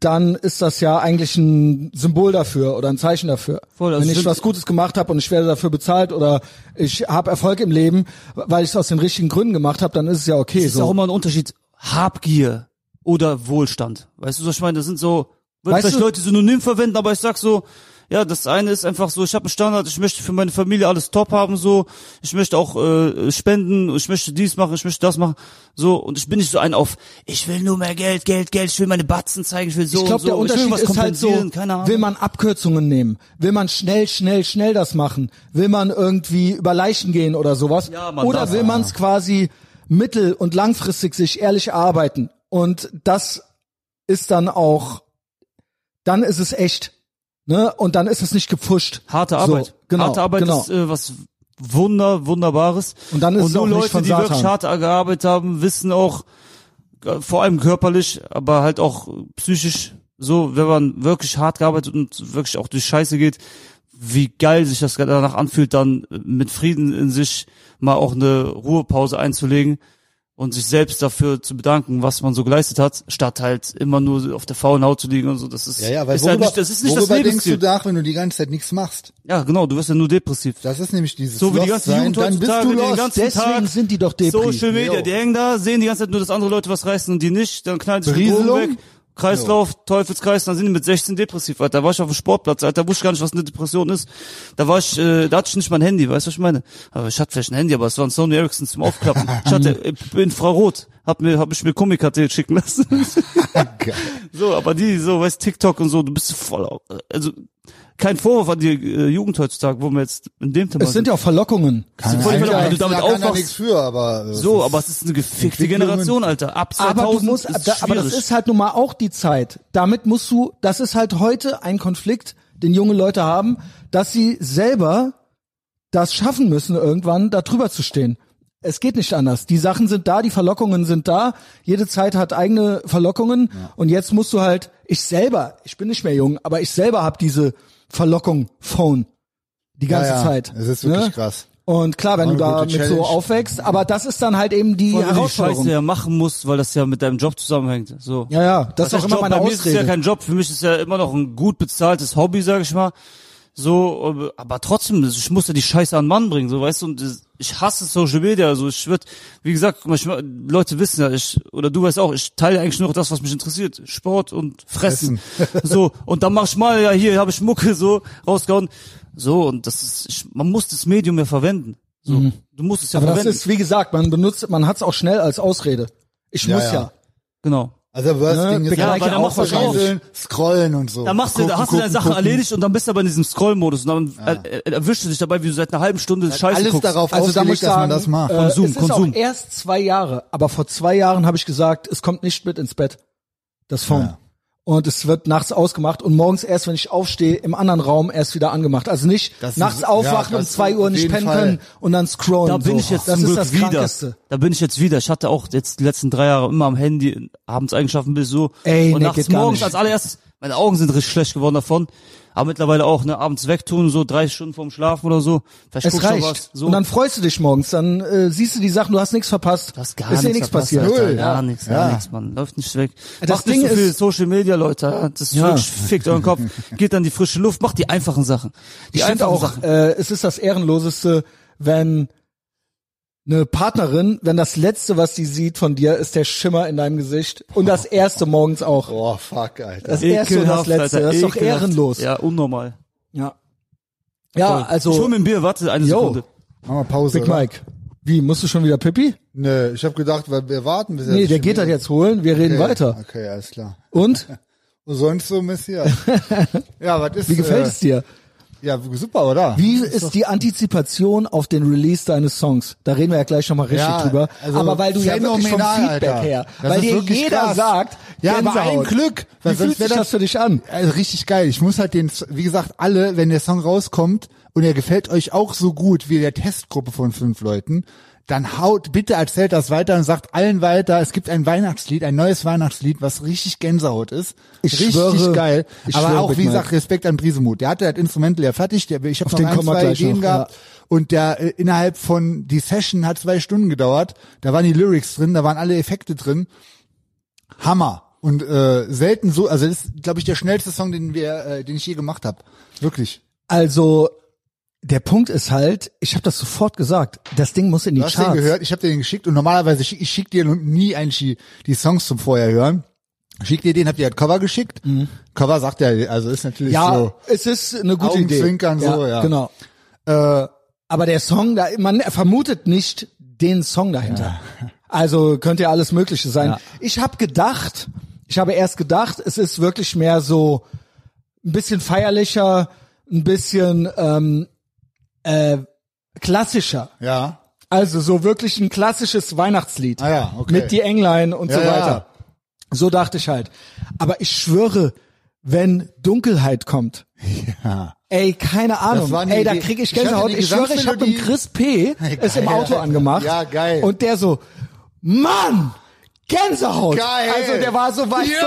Speaker 2: dann ist das ja eigentlich ein Symbol dafür oder ein Zeichen dafür.
Speaker 1: Voll, also
Speaker 2: wenn ich
Speaker 1: sind-
Speaker 2: was Gutes gemacht habe und ich werde dafür bezahlt oder ich habe Erfolg im Leben, weil ich es aus den richtigen Gründen gemacht habe, dann ist es ja okay.
Speaker 1: Es ist
Speaker 2: so.
Speaker 1: auch immer ein Unterschied Habgier oder Wohlstand. Weißt du, was ich meine? Das sind so, würden
Speaker 2: Weißt
Speaker 1: vielleicht
Speaker 2: du-
Speaker 1: Leute synonym verwenden, aber ich sag so, ja, das eine ist einfach so, ich habe einen Standard, ich möchte für meine Familie alles top haben, so, ich möchte auch äh, spenden, ich möchte dies machen, ich möchte das machen, so, und ich bin nicht so ein auf, ich will nur mehr Geld, Geld, Geld, ich will meine Batzen zeigen, ich will so,
Speaker 2: ich
Speaker 1: und
Speaker 2: glaube,
Speaker 1: so,
Speaker 2: der
Speaker 1: ich will
Speaker 2: Unterschied
Speaker 1: was
Speaker 2: ist halt so,
Speaker 1: kompensieren, keine Ahnung.
Speaker 2: will man Abkürzungen nehmen? Will man schnell, schnell, schnell das machen? Will man irgendwie über Leichen gehen oder sowas?
Speaker 1: Ja, man
Speaker 2: oder
Speaker 1: darf-
Speaker 2: will man es quasi mittel- und langfristig sich ehrlich erarbeiten? Und das ist dann auch, dann ist es echt. Ne? Und dann ist es nicht gepfuscht.
Speaker 1: Harte Arbeit.
Speaker 2: So, genau,
Speaker 1: Harte Arbeit
Speaker 2: genau.
Speaker 1: ist äh, was Wunder, Wunderbares.
Speaker 2: Und dann ist es
Speaker 1: nur
Speaker 2: auch nicht
Speaker 1: Leute,
Speaker 2: von
Speaker 1: die
Speaker 2: Satan.
Speaker 1: wirklich hart gearbeitet haben, wissen auch, äh, vor allem körperlich, aber halt auch äh, psychisch so, wenn man wirklich hart gearbeitet und wirklich auch durch Scheiße geht, wie geil sich das danach anfühlt, dann äh, mit Frieden in sich mal auch eine Ruhepause einzulegen und sich selbst dafür zu bedanken, was man so geleistet hat, statt halt immer nur auf der faulen Haut zu liegen und so. Das ist,
Speaker 3: Ja, ja, weil
Speaker 1: ist
Speaker 3: worüber,
Speaker 1: halt nicht, das ist nicht das
Speaker 3: worüber denkst du
Speaker 1: Lebensziel.
Speaker 3: nach, wenn du die ganze Zeit nichts machst?
Speaker 1: Ja, genau, du wirst ja nur depressiv.
Speaker 3: Das ist nämlich dieses
Speaker 1: So wie die ganze
Speaker 3: Lost sein,
Speaker 1: Jugend
Speaker 3: dann bist
Speaker 1: heutzutage,
Speaker 3: du
Speaker 1: die
Speaker 3: lost.
Speaker 1: ganze- ganzen
Speaker 2: Deswegen
Speaker 1: Tag
Speaker 2: sind die doch Depri.
Speaker 1: Social Media,
Speaker 3: Jo.
Speaker 1: die hängen da, sehen die ganze Zeit nur, dass andere Leute was reißen und die nicht, dann knallen sie die Drogen
Speaker 3: Berieselung?
Speaker 1: weg, Kreislauf, Teufelskreis, dann sind die mit 16 depressiv, Alter. Da war ich auf dem Sportplatz, Alter, da wusste ich gar nicht, was eine Depression ist. Da war ich, äh, da hatte ich nicht mein Handy, weißt du, was ich meine? Aber ich hatte vielleicht ein Handy, aber es war ein Sony Ericsson zum Aufklappen. Ich hatte äh, Infrarot, hab mir, hab ich mir Comic-KT schicken lassen.
Speaker 3: Geil.
Speaker 1: So, aber die, so, weißt TikTok und so, du bist voll, au- also, kein Vorwurf an die äh, Jugend heutzutage, wo wir jetzt in dem Thema
Speaker 2: Es sind ja auch Verlockungen.
Speaker 1: sind voll
Speaker 3: Nein,
Speaker 1: verloren,
Speaker 3: da
Speaker 1: wenn du damit
Speaker 3: da kann da
Speaker 1: aufwachst.
Speaker 3: nichts für, aber äh,
Speaker 1: So, aber es ist eine gefickte
Speaker 3: Entwicklungen.
Speaker 1: Generation, Alter. Ab 2000
Speaker 2: aber du musst,
Speaker 1: ist
Speaker 2: da, aber das
Speaker 1: schwierig.
Speaker 2: ist halt nun mal auch die Zeit. Damit musst du, das ist halt heute ein Konflikt, den junge Leute haben, dass sie selber das schaffen müssen, irgendwann da drüber zu stehen. Es geht nicht anders. Die Sachen sind da, die Verlockungen sind da. Jede Zeit hat eigene Verlockungen. Und jetzt musst du halt, ich selber, ich bin nicht mehr jung, aber ich selber habe diese Verlockung Phone. Die ganze
Speaker 3: ja, ja.
Speaker 2: Zeit. ne?
Speaker 3: Es ist wirklich krass.
Speaker 2: Und klar, wenn
Speaker 3: War
Speaker 2: du
Speaker 3: eine
Speaker 2: da
Speaker 3: gute
Speaker 2: mit so
Speaker 3: Challenge.
Speaker 2: aufwächst, aber das ist dann halt eben die
Speaker 1: Weil du die
Speaker 2: Herausforderung.
Speaker 1: Scheiße ja machen musst, weil das ja mit deinem Job zusammenhängt. So.
Speaker 2: Ja, ja,
Speaker 1: Was
Speaker 2: das ist auch
Speaker 1: heißt
Speaker 2: immer
Speaker 1: Job?
Speaker 2: meine
Speaker 1: Also Bei mir ist es ja
Speaker 2: Ausrede.
Speaker 1: kein Job. Für mich ist ja immer noch ein gut bezahltes Hobby, sag ich mal. So, ähm, aber trotzdem, ich muss ja die Scheiße an den Mann bringen, so, weißt du, und das- ich hasse Social Media, also ich würd, wie gesagt, guck mal, ich, Leute wissen ja, ich, oder du weißt auch, ich teile eigentlich nur das, was mich interessiert, Sport und Fressen,
Speaker 2: (laughs)
Speaker 1: so, und dann mach ich mal, ja, hier habe ich Mucke, so, rausgehauen, so, und das ist, ich, man muss das Medium ja verwenden, so, du musst es ja
Speaker 2: Mhm. Aber das
Speaker 1: verwenden,
Speaker 2: ist, wie gesagt, man benutzt, man hat's auch schnell als Ausrede. Ich
Speaker 3: Ja,
Speaker 2: muss
Speaker 3: ja.
Speaker 2: ja.
Speaker 1: genau.
Speaker 3: also das
Speaker 2: Ne,
Speaker 3: Worst-Ding ist
Speaker 2: Becker
Speaker 1: Reich ja auch wahrscheinlich.
Speaker 3: rieseln, scrollen und so.
Speaker 1: Da machst du,
Speaker 3: Gucken,
Speaker 1: da hast du
Speaker 3: gucken,
Speaker 1: deine Sachen
Speaker 3: gucken.
Speaker 1: erledigt und dann bist du aber in diesem Scroll-Modus und dann
Speaker 2: Ah.
Speaker 1: er, er, erwischst du dich dabei, wie du seit einer halben Stunde Scheiße
Speaker 3: Alles
Speaker 1: guckst.
Speaker 3: darauf
Speaker 2: Also da muss ich
Speaker 3: ausgelegt, dass man das macht.
Speaker 2: sagen, äh,
Speaker 1: Konsum,
Speaker 2: es ist
Speaker 1: Konsum.
Speaker 2: auch erst zwei Jahre. Aber vor zwei Jahren habe ich gesagt, es kommt nicht mit ins Bett, das Phone.
Speaker 3: Ja.
Speaker 2: Und es wird nachts ausgemacht und morgens erst, wenn ich aufstehe, im anderen Raum erst wieder angemacht. Also nicht
Speaker 3: Das
Speaker 2: nachts
Speaker 3: ist-
Speaker 2: aufwachen
Speaker 3: ja,
Speaker 2: um
Speaker 3: das
Speaker 2: zwei Uhr
Speaker 3: auf
Speaker 2: nicht
Speaker 3: jeden
Speaker 2: pennen
Speaker 3: Fall.
Speaker 2: können und dann scrollen.
Speaker 1: Da bin
Speaker 2: so.
Speaker 1: ich jetzt
Speaker 2: das
Speaker 1: zum
Speaker 2: ist
Speaker 1: Glück
Speaker 2: das
Speaker 1: wieder.
Speaker 2: Krankeste.
Speaker 1: Da bin ich jetzt wieder. Ich hatte auch jetzt die letzten drei Jahre immer am Handy abends eingeschaffen bis so.
Speaker 2: Ey,
Speaker 1: und
Speaker 2: nee,
Speaker 1: nachts
Speaker 2: geht gar
Speaker 1: morgens
Speaker 2: nicht.
Speaker 1: als allererstes. Meine Augen sind richtig schlecht geworden davon. Aber mittlerweile auch, ne, abends wegtun, so drei Stunden vorm Schlafen oder so. Vielleicht
Speaker 2: Es
Speaker 1: guckst du
Speaker 2: reicht.
Speaker 1: was. So.
Speaker 2: Und dann freust du dich morgens, dann äh, siehst du die Sachen, du hast nichts verpasst.
Speaker 1: Du hast gar
Speaker 2: ist dir
Speaker 1: nichts
Speaker 2: nichts
Speaker 1: verpasst,
Speaker 2: passiert.
Speaker 1: Alter.
Speaker 3: Null.
Speaker 1: Gar nichts, gar
Speaker 3: Ja.
Speaker 1: nichts, Mann. Läuft nicht weg.
Speaker 2: Das
Speaker 1: macht
Speaker 2: Ding
Speaker 1: nicht so viel
Speaker 2: ist-
Speaker 1: Social Media, Leute. ja. Das ist
Speaker 2: Ja.
Speaker 1: wirklich, fickt euren Kopf. Geht dann die frische Luft, macht die einfachen Sachen. Die
Speaker 2: ich finde
Speaker 1: einfachen
Speaker 2: auch,
Speaker 1: Sachen.
Speaker 2: äh, es ist das Ehrenloseste, wenn eine Partnerin, wenn das Letzte, was sie sieht von dir, ist der Schimmer in deinem Gesicht. Und das Erste morgens auch.
Speaker 3: Oh, fuck, Alter.
Speaker 2: Das Erste und
Speaker 1: Ekelhaft,
Speaker 2: das Letzte.
Speaker 1: Alter,
Speaker 2: Das ist doch
Speaker 1: ekelhaft.
Speaker 2: ehrenlos.
Speaker 1: Ja, unnormal.
Speaker 2: ja. Ja,
Speaker 1: Ich hol
Speaker 2: also
Speaker 1: mir ein Bier, warte eine
Speaker 2: Yo.
Speaker 1: Sekunde.
Speaker 3: Mach mal Pause.
Speaker 2: Big
Speaker 3: oder?
Speaker 2: Mike. Wie, musst du schon wieder Pippi?
Speaker 3: Nö, ich habe gedacht, weil wir warten bis er
Speaker 2: Nee,
Speaker 3: sich
Speaker 2: der geht das
Speaker 3: meldet.
Speaker 2: jetzt holen, wir reden
Speaker 3: okay.
Speaker 2: weiter.
Speaker 3: Okay, alles klar.
Speaker 2: Und?
Speaker 3: Und sonst so,
Speaker 2: (laughs)
Speaker 3: Messias. ja, was (laughs) ist...
Speaker 2: Wie gefällt es dir?
Speaker 3: Äh, ja, super, oder?
Speaker 2: Wie ist die Antizipation auf den Release deines Songs? Da reden wir ja gleich nochmal richtig
Speaker 3: Ja,
Speaker 2: drüber.
Speaker 3: also
Speaker 2: aber weil du ja wirklich vom
Speaker 3: phänomenal,
Speaker 2: Feedback
Speaker 3: Alter.
Speaker 2: her,
Speaker 3: Das
Speaker 2: weil
Speaker 3: ist
Speaker 2: dir
Speaker 3: wirklich
Speaker 2: jeder
Speaker 3: krass.
Speaker 2: sagt,
Speaker 3: Ja, aber ein
Speaker 2: Gänsehaut.
Speaker 3: Glück, weil
Speaker 2: Wie
Speaker 3: sonst
Speaker 2: fühlt
Speaker 3: wär
Speaker 2: sich das
Speaker 3: das-
Speaker 2: für dich an?
Speaker 3: Also richtig geil. Ich muss halt den, wie gesagt, alle, wenn der Song rauskommt und er gefällt euch auch so gut wie der Testgruppe von fünf Leuten, dann haut, bitte erzählt das weiter und sagt allen weiter, es gibt ein Weihnachtslied, ein neues Weihnachtslied, was richtig Gänsehaut ist.
Speaker 2: Ich
Speaker 3: richtig
Speaker 2: schwöre,
Speaker 3: geil.
Speaker 2: ich
Speaker 3: Aber
Speaker 2: schwöre,
Speaker 3: auch,
Speaker 2: Big
Speaker 3: wie
Speaker 2: Mike.
Speaker 3: gesagt, Respekt an Brisemut. Der hatte das Instrumental ja fertig, der, ich habe
Speaker 2: den
Speaker 3: noch ein,
Speaker 2: kommen wir
Speaker 3: zwei
Speaker 2: gleich
Speaker 3: Ideen
Speaker 2: noch,
Speaker 3: gehabt und der äh, innerhalb von, die Session hat zwei Stunden gedauert, da waren die Lyrics drin, da waren alle Effekte drin. Hammer. Und äh, selten so, also das ist, glaube ich, der schnellste Song, den wir, äh, den ich je gemacht habe. Wirklich.
Speaker 2: Also, der Punkt ist halt, ich habe das sofort gesagt, das Ding muss in die
Speaker 3: Du hast
Speaker 2: Charts.
Speaker 3: den gehört, ich habe dir den geschickt und normalerweise schick, ich schick dir nie eigentlich die, die Songs zum Vorher hören. Schick dir den, hab dir halt Cover geschickt. Cover sagt ja, also ist natürlich
Speaker 2: Mhm. Ja,
Speaker 3: so.
Speaker 2: es ist eine gute Idee.
Speaker 3: Augenzwinkern, so, ja.
Speaker 2: Genau. Aber der Song, da, man vermutet nicht den Song dahinter. (laughs) Also könnte ja alles Mögliche sein.
Speaker 3: Ja.
Speaker 2: Ich habe gedacht, ich habe erst gedacht, es ist wirklich mehr so ein bisschen feierlicher, ein bisschen ähm, äh, klassischer.
Speaker 3: Ja.
Speaker 2: Also so wirklich ein klassisches Weihnachtslied.
Speaker 3: Ah ja, okay.
Speaker 2: Mit die Englein und
Speaker 3: Ja,
Speaker 2: so
Speaker 3: ja.
Speaker 2: weiter. So dachte ich halt. Aber ich schwöre, wenn Dunkelheit kommt,
Speaker 3: ja.
Speaker 2: ey, keine Ahnung,
Speaker 3: war eine
Speaker 2: ey, da
Speaker 3: Idee.
Speaker 2: krieg ich
Speaker 3: Ich hatte
Speaker 2: Gänsehaut.
Speaker 3: die
Speaker 2: Ich, schwöre, ich habe
Speaker 3: Gesangsmelodie.
Speaker 2: dem Chris P. es
Speaker 3: (laughs)
Speaker 2: im
Speaker 3: geil.
Speaker 2: Auto angemacht.
Speaker 3: Ja, geil.
Speaker 2: Und der so, Mann! Gänsehaut!
Speaker 3: Geil.
Speaker 2: Also der war so weit
Speaker 3: Ja.
Speaker 2: so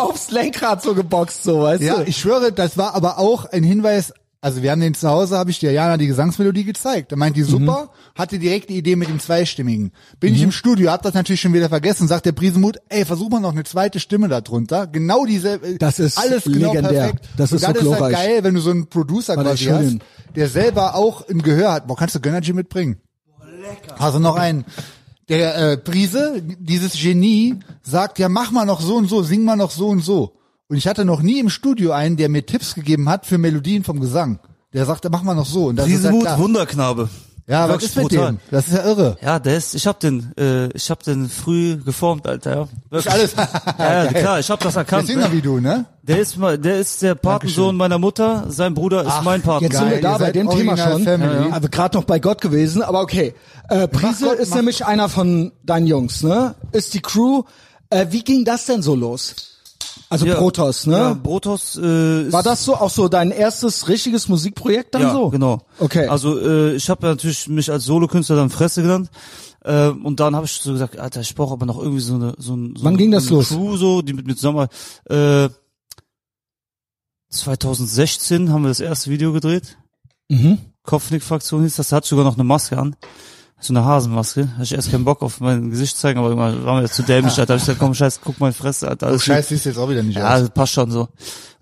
Speaker 2: auf, aufs Lenkrad so geboxt, so weißt
Speaker 3: Ja,
Speaker 2: du.
Speaker 3: ich schwöre, das war aber auch ein Hinweis. Also wir haben den zu Hause, habe ich der Jana die Gesangsmelodie gezeigt. Da
Speaker 2: Mhm.
Speaker 3: meint die super, hatte direkt die Idee mit dem Zweistimmigen. Bin ich im Studio, hab das natürlich schon wieder vergessen, sagt der Brisenmut, ey, versuch mal noch eine zweite Stimme darunter. Genau diese, äh,
Speaker 2: Das ist
Speaker 3: alles genau
Speaker 2: legendär.
Speaker 3: perfekt.
Speaker 2: Das ist
Speaker 3: Und
Speaker 2: so
Speaker 3: das ist halt
Speaker 2: glorreich.
Speaker 3: geil, wenn du so einen Producer
Speaker 2: Warte,
Speaker 3: quasi hast,
Speaker 2: Entschuldigung.
Speaker 3: der selber auch ein Gehör hat. Boah, kannst du Gönnergy mitbringen? Also noch ein. Der äh, Brise, dieses Genie, sagt, ja, mach mal noch so und so, sing mal noch so und so. Und ich hatte noch nie im Studio einen, der mir Tipps gegeben hat für Melodien vom Gesang. Der sagte, mach mal noch so. Und das ist halt
Speaker 1: Riesenmut,
Speaker 3: klar.
Speaker 1: Wunderknabe.
Speaker 3: Ja, was
Speaker 1: Wirklich
Speaker 3: ist mit
Speaker 1: brutal.
Speaker 3: dem? Das ist ja irre.
Speaker 1: Ja, der ist, ich hab den, äh, ich hab den früh geformt, Alter, ja. Wirklich.
Speaker 3: Alles. (laughs)
Speaker 1: Ja, ja, klar, ich hab das erkannt.
Speaker 3: Jetzt sind wir wie du, ne?
Speaker 1: Der ist, mal- der ist der Patensohn meiner Mutter, sein Bruder ist mein Partner.
Speaker 2: Jetzt sind wir
Speaker 3: Geil,
Speaker 2: da
Speaker 3: ihr
Speaker 2: bei
Speaker 3: seid
Speaker 2: dem Thema
Speaker 3: original
Speaker 2: schon.
Speaker 3: Family.
Speaker 2: Ja, ja. Aber gerade noch bei Gott gewesen, aber okay. Äh, Prise
Speaker 3: Mach Gott,
Speaker 2: ist
Speaker 3: mach
Speaker 2: nämlich einer von deinen Jungs, ne? Ist die Crew. Äh, wie ging das denn so los? Also
Speaker 1: Ja.
Speaker 2: Protoss, ne?
Speaker 1: Ja, Brotos, äh, ist
Speaker 2: War das so auch so dein erstes richtiges Musikprojekt dann
Speaker 1: ja,
Speaker 2: so?
Speaker 1: genau.
Speaker 2: Okay.
Speaker 1: Also äh, ich habe ja natürlich mich als Solokünstler dann Fresse genannt. Äh, und dann habe ich so gesagt, Alter, ich brauche aber noch irgendwie so eine so, ein- so
Speaker 2: Wann
Speaker 1: eine,
Speaker 2: ging das
Speaker 1: eine
Speaker 2: los?
Speaker 1: Crew so, die mit mir zusammen war. Äh, 2016 haben wir das erste Video gedreht. Mhm. Kopfnick-Fraktion hieß das, da hatte ich sogar noch eine Maske an. So eine Hasenmaske. Hatte ich erst keinen Bock auf mein Gesicht zeigen, aber irgendwann war mir das zu
Speaker 2: Ah.
Speaker 1: dämlich, Alter. Da hab ich gesagt, komm, scheiß, guck mal in die Fresse, Alter.
Speaker 3: Oh,
Speaker 1: Alles gut.
Speaker 3: Scheiße, siehst jetzt auch wieder nicht
Speaker 1: Ja,
Speaker 3: aus.
Speaker 1: das passt schon so.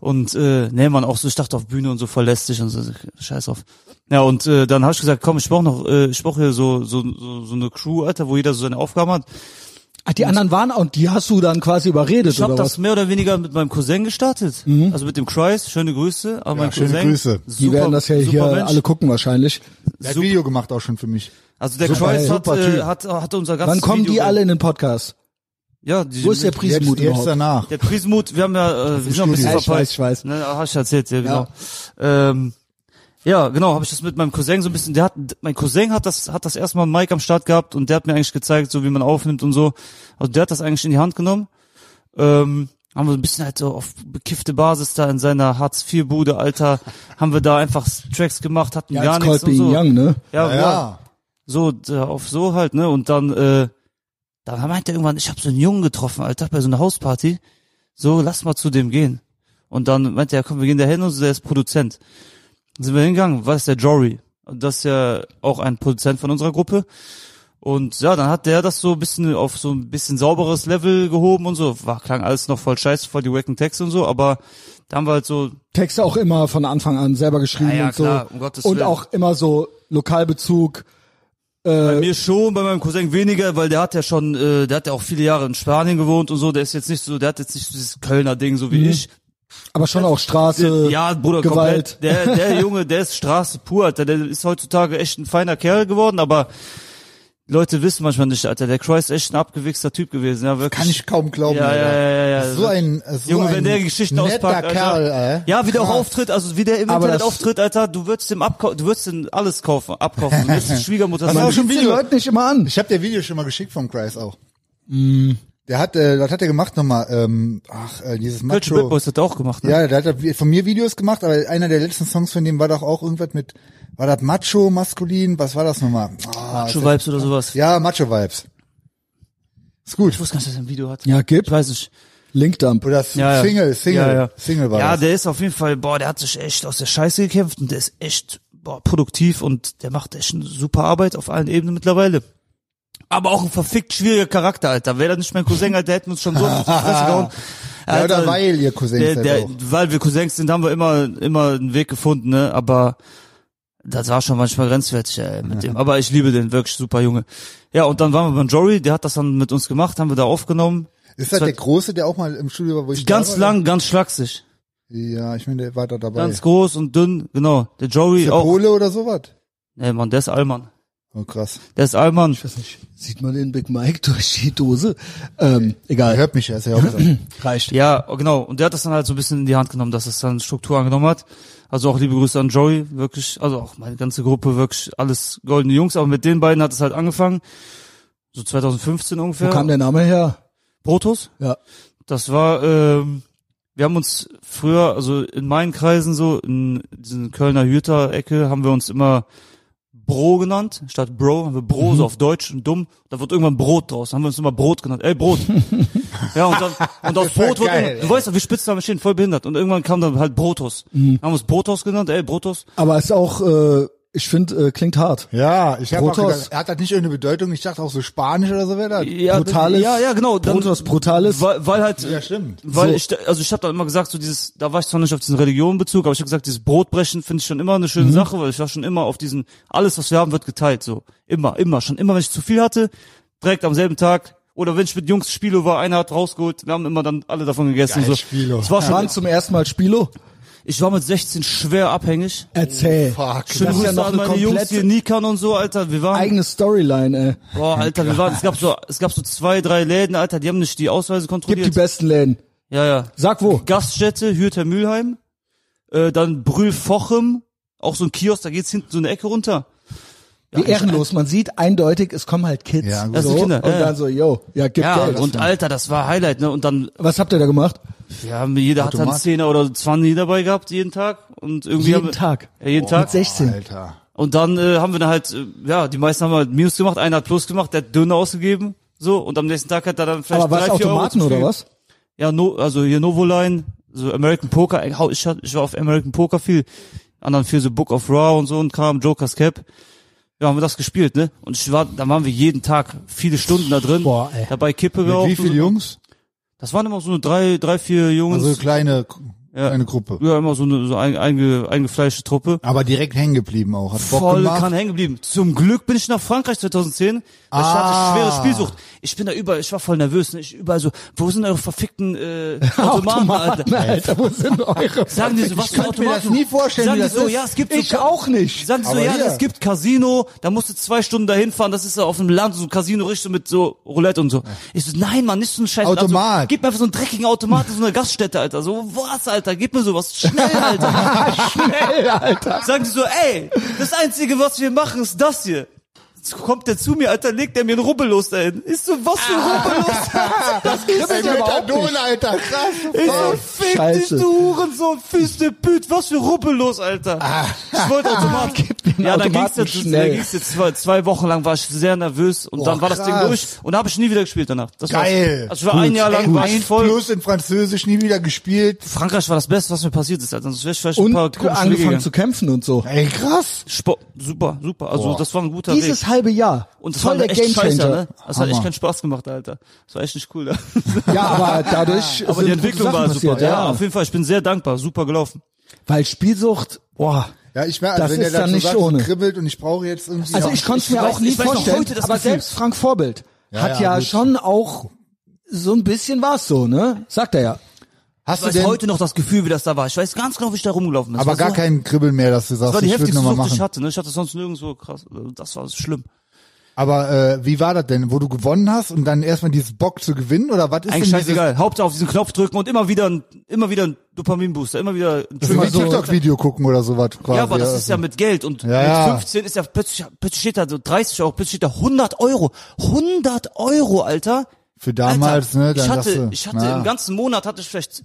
Speaker 1: Und äh, nee, man auch so, ich dachte auf Bühne und so verlässt sich und so, scheiß auf. Ja, und äh, dann habe ich gesagt, komm, ich brauche noch, äh, ich brauche hier so, so, so, so eine Crew, Alter, wo jeder so seine Aufgaben hat.
Speaker 2: Ach, die anderen waren und die hast du dann quasi überredet
Speaker 1: Ich habe
Speaker 2: oder
Speaker 1: das
Speaker 2: was? Mhm.
Speaker 1: mehr oder weniger mit meinem Cousin gestartet. Also mit dem Christ, schöne Grüße. Aber mein
Speaker 3: schöne
Speaker 1: Cousin,
Speaker 3: Grüße.
Speaker 1: Super,
Speaker 2: Die werden das ja
Speaker 1: super
Speaker 2: hier
Speaker 1: Mensch.
Speaker 2: alle gucken wahrscheinlich.
Speaker 3: Der hat Video gemacht auch schon für mich.
Speaker 1: Also der
Speaker 2: Super,
Speaker 1: Christ hat,
Speaker 2: super
Speaker 1: äh,
Speaker 2: Typ.
Speaker 1: hat, hat unser ganzes
Speaker 2: Wann kommen
Speaker 1: Video
Speaker 2: die alle in den Podcast?
Speaker 1: Ja, die,
Speaker 2: Wo ist der Prismut
Speaker 3: Jetzt, jetzt
Speaker 2: überhaupt?
Speaker 3: danach.
Speaker 1: Der Prismut, wir haben ja, äh, wir sind noch ein bisschen
Speaker 2: Ja, ich
Speaker 1: verpeilt.
Speaker 2: weiß, ich weiß.
Speaker 1: Ne, ah, hast du erzählt, ja, genau. Ähm, ja, genau, habe ich das mit meinem Cousin so ein bisschen, der hat, mein Cousin hat das, hat das erstmal einen Mic am Start gehabt und der hat mir eigentlich gezeigt, so wie man aufnimmt und so. Also der hat das eigentlich in die Hand genommen. Ähm, haben wir so ein bisschen halt so auf bekiffte Basis da in seiner Hartz-IV-Bude, Alter, haben wir da einfach Tracks gemacht, hatten
Speaker 2: Ja,
Speaker 1: gar
Speaker 2: it's
Speaker 1: nichts
Speaker 2: called
Speaker 1: und
Speaker 2: being
Speaker 1: so.
Speaker 2: young, ne?
Speaker 1: Ja,
Speaker 3: Ja,
Speaker 1: ja,
Speaker 3: ja.
Speaker 1: so da auf so halt, ne? Und dann, äh, dann meinte er irgendwann, ich habe so einen Jungen getroffen, Alter, bei so einer Hausparty. So, lass mal zu dem gehen. Und dann meinte er, komm, wir gehen da hin und so, der ist Produzent. Dann sind wir hingegangen, was ist der Jory? Und Das ist ja auch ein Produzent von unserer Gruppe. Und ja, dann hat der das so ein bisschen auf so ein bisschen sauberes Level gehoben und so. War, klang alles noch voll scheiße, voll die wacken Texte und so, aber da haben wir halt so
Speaker 2: Texte auch immer von Anfang an selber geschrieben
Speaker 1: Ja, ja,
Speaker 2: und so.
Speaker 1: klar, um Gottes
Speaker 2: und
Speaker 1: Willen.
Speaker 2: auch immer so Lokalbezug.
Speaker 1: Bei mir schon, bei meinem Cousin weniger, weil der hat ja schon, äh, der hat ja auch viele Jahre in Spanien gewohnt und so, der ist jetzt nicht so, der hat jetzt nicht so dieses Kölner Ding, so wie
Speaker 3: Mhm.
Speaker 1: ich.
Speaker 2: Aber schon auch Straße,
Speaker 1: ja, Bruder,
Speaker 3: Äh,
Speaker 2: Gewalt.
Speaker 1: komplett.
Speaker 3: (laughs)
Speaker 1: Der, der Junge, der ist Straße pur, Alter. Der ist heutzutage echt ein feiner Kerl geworden, aber Leute wissen manchmal nicht, Alter. Der Croy ist echt ein abgewichster Typ gewesen, ja, wirklich.
Speaker 3: Kann ich kaum glauben.
Speaker 1: ja, ja,
Speaker 3: Alter.
Speaker 1: ja, ja, ja.
Speaker 3: So ein, so
Speaker 1: Junge,
Speaker 3: ein
Speaker 1: wenn der Geschichten
Speaker 3: netter
Speaker 1: auspackt, Alter.
Speaker 3: Kerl, ey.
Speaker 1: Ja, wie der auch auftritt, also wie der im
Speaker 2: Aber
Speaker 1: Internet
Speaker 2: das-
Speaker 1: auftritt, Alter, du würdest dem abkau du würdest den alles kaufen, abkaufen. Du würdest
Speaker 3: (laughs)
Speaker 1: die Schwiegermutter
Speaker 3: Was
Speaker 1: sein.
Speaker 3: auch schon
Speaker 2: Sieht den
Speaker 3: Video.
Speaker 2: Leuten nicht immer an.
Speaker 3: Ich habe der Video schon mal geschickt vom Kreis auch.
Speaker 1: Mm.
Speaker 3: Der hat, äh, was hat er gemacht nochmal? Ähm, ach, äh, dieses
Speaker 1: Kölsche
Speaker 3: Macho.
Speaker 1: Bitboys hat er auch gemacht, ne?
Speaker 3: Ja, der hat da von mir Videos gemacht, aber einer der letzten Songs von dem war doch auch irgendwas mit, war das Macho, Maskulin, was war das nochmal? Ah,
Speaker 1: Macho
Speaker 3: ist das-
Speaker 1: Vibes oder sowas.
Speaker 3: Ja, Macho Vibes. Ist gut.
Speaker 1: Ich wusste gar nicht, dass er ein Video hat.
Speaker 2: Ja, gib.
Speaker 1: Ich weiß nicht.
Speaker 2: Linkdump.
Speaker 3: Oder
Speaker 1: Ja, ja.
Speaker 3: Single, Single,
Speaker 1: Ja, ja.
Speaker 3: Single war
Speaker 1: Ja,
Speaker 3: das.
Speaker 1: der ist auf jeden Fall, boah, der hat sich echt aus der Scheiße gekämpft und der ist echt boah, produktiv und der macht echt eine super Arbeit auf allen Ebenen mittlerweile. Aber auch ein verfickt schwieriger Charakter, Alter. Wäre das nicht mein Cousin, Alter, hätten wir uns schon so auf die Fresse gehauen.
Speaker 3: (laughs) Ja,
Speaker 1: Alter,
Speaker 3: oder weil ihr Cousin
Speaker 1: der,
Speaker 3: seid
Speaker 1: der,
Speaker 3: auch.
Speaker 1: weil wir Cousins sind, haben wir immer, immer einen Weg gefunden, ne? Aber das war schon manchmal grenzwertig ey, mit dem. Aber ich liebe den, wirklich super Junge. Ja, und dann waren wir beim Jory, der hat das dann mit uns gemacht, haben wir da aufgenommen.
Speaker 3: Ist das der Große, der auch mal im Studio war, wo ich
Speaker 1: Ganz
Speaker 3: da war?
Speaker 1: lang, ganz schlaksig.
Speaker 3: Ja, ich meine, der war da dabei.
Speaker 1: Ganz groß und dünn, genau. Der Jory
Speaker 3: Ist der
Speaker 1: auch.
Speaker 3: Pole oder sowas?
Speaker 1: Nee, Mann, der ist Allmann.
Speaker 3: Oh, krass.
Speaker 1: Der ist Allmann.
Speaker 2: Ich weiß nicht, sieht man den Big Mike (laughs) durch die Dose? Ähm, egal.
Speaker 3: Er hört mich, er ist ja
Speaker 1: (laughs)
Speaker 3: auch gesagt.
Speaker 2: Reicht.
Speaker 1: Ja, genau. Und der hat das dann halt so ein bisschen in die Hand genommen, dass es dann Struktur angenommen hat. Also auch liebe Grüße an Joey, wirklich, also auch meine ganze Gruppe, wirklich alles goldene Jungs. Aber mit den beiden hat es halt angefangen. So 2015
Speaker 2: Wo
Speaker 1: ungefähr.
Speaker 2: kam der Name her?
Speaker 1: Protos?
Speaker 2: Ja.
Speaker 1: Das war, ähm, wir haben uns früher, also in meinen Kreisen so, in diesen Kölner Hüter-Ecke, haben wir uns immer Bro genannt. Statt Bro haben wir Bro,
Speaker 3: Mhm.
Speaker 1: so auf Deutsch und dumm. Da wird irgendwann Brot draus. Dann haben wir uns immer Brot genannt. Ey,
Speaker 3: (laughs)
Speaker 1: Brot. ja, und, dann, und aus
Speaker 3: Das war
Speaker 1: Brot wurde,
Speaker 3: geil,
Speaker 1: immer,
Speaker 3: ey.
Speaker 1: du weißt doch, wir Spitznamen stehen voll behindert. Und irgendwann kam dann halt Brotos.
Speaker 3: Mhm.
Speaker 1: Haben wir uns Brotos genannt, ey, Brotos.
Speaker 2: Aber ist auch, äh, ich finde, äh, klingt hart.
Speaker 3: Ja, ich habe auch
Speaker 2: Protoss.
Speaker 3: gedacht, er hat das nicht irgendeine Bedeutung, ich dachte auch so Spanisch oder so wäre das.
Speaker 1: Ja,
Speaker 2: Brutales.
Speaker 1: Ja, ja, genau. Dann-
Speaker 2: Brutus Brutalis.
Speaker 1: Weil, weil halt,
Speaker 3: Ja, stimmt.
Speaker 1: Weil
Speaker 2: So.
Speaker 1: ich, da- also ich habe da immer gesagt, so dieses, da war ich zwar nicht auf diesen Religionenbezug, aber ich habe gesagt, dieses Brotbrechen finde ich schon immer eine schöne
Speaker 2: Mhm.
Speaker 1: Sache, weil ich war schon immer auf diesen, alles was wir haben wird geteilt, so. Immer, immer, schon immer, wenn ich zu viel hatte, direkt am selben Tag, oder wenn ich mit Jungs Spiele war, einer hat rausgeholt, wir haben immer dann alle davon gegessen,
Speaker 3: Geil,
Speaker 1: so.
Speaker 2: oh.
Speaker 3: Spielo.
Speaker 1: Es war schon,
Speaker 2: Waren zum ersten Mal Spilo?
Speaker 1: ich war mit 16 schwer abhängig.
Speaker 2: Erzähl.
Speaker 3: Fuck.
Speaker 1: Schön
Speaker 2: Das ist ja
Speaker 1: Grüße
Speaker 2: noch
Speaker 1: an
Speaker 2: eine
Speaker 1: meine Jungs
Speaker 2: komplette-
Speaker 1: hier, Nikan und so, Alter, wir waren,
Speaker 2: Eigene Storyline, äh. ey.
Speaker 1: boah, Alter, wir waren, es gab so, es gab so zwei, drei Läden, Alter, die haben nicht die Ausweise
Speaker 2: Gib die
Speaker 1: kontrolliert.
Speaker 2: besten Läden.
Speaker 1: ja, ja.
Speaker 2: Sag wo.
Speaker 1: Gaststätte Hürter Mülheim, äh, dann Brühl Vochem, auch so ein Kiosk, da geht's hinten so eine Ecke runter.
Speaker 2: Wie ehrenlos. Man sieht eindeutig, es kommen halt Kids.
Speaker 3: Ja, gut.
Speaker 1: Das
Speaker 2: so.
Speaker 1: sind Kinder,
Speaker 2: Und
Speaker 1: ja, ja.
Speaker 2: dann so, yo, ja, gib
Speaker 1: Ja,
Speaker 2: Geld.
Speaker 1: und Alter, das war Highlight, ne? Und dann,
Speaker 2: Was habt ihr da gemacht?
Speaker 1: wir haben, jeder hat dann
Speaker 3: Automat.
Speaker 1: 10 oder 20 dabei gehabt, jeden Tag. Und irgendwie haben
Speaker 2: Jeden
Speaker 1: wir-
Speaker 2: Tag. Oh,
Speaker 1: Ja, jeden
Speaker 2: Mit
Speaker 1: Tag.
Speaker 2: 16.
Speaker 3: Alter.
Speaker 1: Und dann äh, haben wir dann halt, äh, ja, die meisten haben halt Minus gemacht, einer hat Plus gemacht, der hat Döner ausgegeben, so, und am nächsten Tag hat er dann vielleicht
Speaker 2: Aber was,
Speaker 1: drei, vier
Speaker 2: Automaten
Speaker 1: Euro zu
Speaker 2: oder
Speaker 1: viel.
Speaker 2: was?
Speaker 1: Ja, no, also hier Novoline, so American Poker, ich hau- ich hab- ich war auf American Poker viel, anderen viel so Book of Raw und so und kam Joker's Cap. Ja, haben wir das gespielt, ne? Und ich war, da waren wir jeden Tag viele Stunden da drin,
Speaker 2: Boah, ey.
Speaker 1: dabei Kippe
Speaker 3: Mit
Speaker 1: geraucht.
Speaker 3: wie viele Jungs?
Speaker 1: Das waren immer so drei, drei, vier Jungs.
Speaker 3: Also kleine, kleine Gruppe.
Speaker 1: ja, immer so eine so ein, einge, eingefleischte Truppe.
Speaker 3: Aber direkt hängen geblieben auch. Hat Bock
Speaker 1: Voll
Speaker 3: gemacht.
Speaker 1: kann hängen geblieben. Zum Glück bin ich nach Frankreich 2010, weil ich
Speaker 3: Ah.
Speaker 1: hatte schwere Spielsucht. Ich bin da überall, ich war voll nervös, ne? ich überall so, wo sind eure verfickten
Speaker 3: (laughs)
Speaker 1: äh, (laughs) Automaten, Alter?
Speaker 2: Alter. wo
Speaker 1: (laughs)
Speaker 2: sind eure?
Speaker 1: Sagen die so, was
Speaker 3: Ich
Speaker 1: für
Speaker 3: könnte mir das
Speaker 1: Automaten?
Speaker 3: nie vorstellen,
Speaker 1: Sagen
Speaker 3: wie
Speaker 1: die
Speaker 3: das
Speaker 1: so,
Speaker 3: ist.
Speaker 1: ja, es gibt so
Speaker 2: Ich auch nicht.
Speaker 1: Sagen die so,
Speaker 3: Aber
Speaker 1: ja,
Speaker 3: hier.
Speaker 1: es gibt Casino, da musst du zwei Stunden dahin fahren, das ist ja auf dem Land, so ein Casino richtig so mit so Roulette und so. Ich so, nein, Mann, nicht so ein scheiß Land, so,
Speaker 3: Automat.
Speaker 1: gib mir einfach so einen dreckigen Automat in so einer Gaststätte, Alter. So, was, Alter, gib mir sowas. Schnell,
Speaker 3: (laughs)
Speaker 1: Alter.
Speaker 2: Schnell, Alter.
Speaker 1: Sagen die so, ey, das Einzige, was wir machen, ist das hier. Jetzt kommt der zu mir, Alter, legt er mir einen Rubbel los dahin. Ist so, was für ein
Speaker 3: Ah.
Speaker 1: Rubbel
Speaker 3: (laughs)
Speaker 1: los? Das ist
Speaker 3: Ey,
Speaker 2: ja überhaupt
Speaker 3: Methadon, Alter. Krass.
Speaker 1: ich so,
Speaker 3: Fuck.
Speaker 1: fick
Speaker 2: Scheiße.
Speaker 1: dich, du Hurensohn, Füße, Püt, was für ruppellos, Alter.
Speaker 2: Ah.
Speaker 1: Ich wollte
Speaker 2: (laughs)
Speaker 1: Automat.
Speaker 2: den
Speaker 1: ja, dann ging's
Speaker 2: Automaten
Speaker 1: jetzt,
Speaker 2: schnell.
Speaker 1: dann ging's jetzt zwei, zwei Wochen lang war ich sehr nervös und
Speaker 3: Boah,
Speaker 1: dann war das Ding
Speaker 3: krass.
Speaker 1: durch und habe ich nie wieder gespielt danach. Das
Speaker 3: Geil.
Speaker 1: War's. Also ich war ein Jahr lang
Speaker 3: Ey,
Speaker 1: war ich
Speaker 3: eins
Speaker 1: voll.
Speaker 3: Plus in Französisch nie wieder gespielt.
Speaker 1: Frankreich war das Beste, was mir passiert ist, Alter. Sonst wäre ich vielleicht ein
Speaker 2: Und
Speaker 1: paar komische Wege
Speaker 2: angefangen
Speaker 1: gegangen.
Speaker 2: zu kämpfen und so.
Speaker 3: Ey, krass.
Speaker 1: Sport, super, super. Also
Speaker 3: Boah.
Speaker 1: das war ein guter Weg.
Speaker 2: Dieses halbe Jahr.
Speaker 1: Und das war
Speaker 2: voll
Speaker 1: eine
Speaker 2: der
Speaker 1: echt scheiße,
Speaker 2: Gamechanger.
Speaker 1: ne? Das hat echt
Speaker 3: Hammer.
Speaker 1: keinen Spaß gemacht, Alter. Das war echt nicht cool.
Speaker 2: Ja, aber dadurch
Speaker 1: (laughs) Aber
Speaker 2: sind
Speaker 1: die Entwicklung
Speaker 2: gute Sachen
Speaker 1: war super.
Speaker 2: passiert,
Speaker 1: Ja,
Speaker 2: ja.
Speaker 1: auf jeden Fall. Ich bin sehr dankbar. Super gelaufen.
Speaker 2: Weil Spielsucht, boah.
Speaker 3: Ja, ich merke,
Speaker 2: Das
Speaker 3: also, wenn der
Speaker 2: ist dann
Speaker 3: dazu
Speaker 2: nicht
Speaker 3: sagt,
Speaker 2: ohne.
Speaker 3: so kribbelt und ich brauche jetzt irgendwie...
Speaker 2: Also
Speaker 3: Ja.
Speaker 2: ich konnte es mir
Speaker 1: weiß-
Speaker 2: auch nie
Speaker 1: ich weiß noch
Speaker 2: vorstellen.
Speaker 1: heute das
Speaker 2: aber
Speaker 1: Gefühl.
Speaker 2: selbst Frank Vorbild
Speaker 3: Ja,
Speaker 2: hat ja,
Speaker 3: ja, gut.
Speaker 2: schon auch so ein bisschen war es so, ne? Sagt er ja.
Speaker 3: Hast
Speaker 1: Ich
Speaker 3: du
Speaker 1: weiß
Speaker 3: denn...
Speaker 1: heute noch das Gefühl, wie das da war. Ich weiß ganz genau, wie ich da rumgelaufen bin. Das
Speaker 3: aber
Speaker 1: war
Speaker 3: gar
Speaker 1: so,
Speaker 3: keinen Kribbeln mehr, dass du
Speaker 1: Das war
Speaker 3: sagst,
Speaker 1: die
Speaker 3: ich würde
Speaker 1: heftigste
Speaker 3: nochmal
Speaker 1: Sucht, die ich
Speaker 3: machen.
Speaker 1: hatte. Ne? Ich hatte sonst nirgendwo krass. Das war schlimm.
Speaker 3: Aber äh, wie war das denn, wo du gewonnen hast und dann erstmal dieses Bock zu gewinnen oder was ist
Speaker 1: Eigentlich
Speaker 3: denn dieses,
Speaker 1: scheißegal. Hauptsache auf diesen Knopf drücken und immer wieder, ein- immer wieder ein Dopaminbooster, immer wieder ein
Speaker 3: so
Speaker 1: Trigger.
Speaker 3: ein TikTok-Video gucken oder sowas quasi.
Speaker 1: Also,
Speaker 3: also
Speaker 1: Ja, aber das ist ja mit Geld und
Speaker 3: ja.
Speaker 1: mit 15 ist ja plötzlich, plötzlich steht da so 30 Euro, plötzlich steht da 100 Euro. 100 Euro, Alter.
Speaker 3: Für damals,
Speaker 1: Alter,
Speaker 3: ne? Dann
Speaker 1: ich hatte,
Speaker 3: dachte,
Speaker 1: ich hatte
Speaker 3: na.
Speaker 1: im ganzen Monat hatte ich vielleicht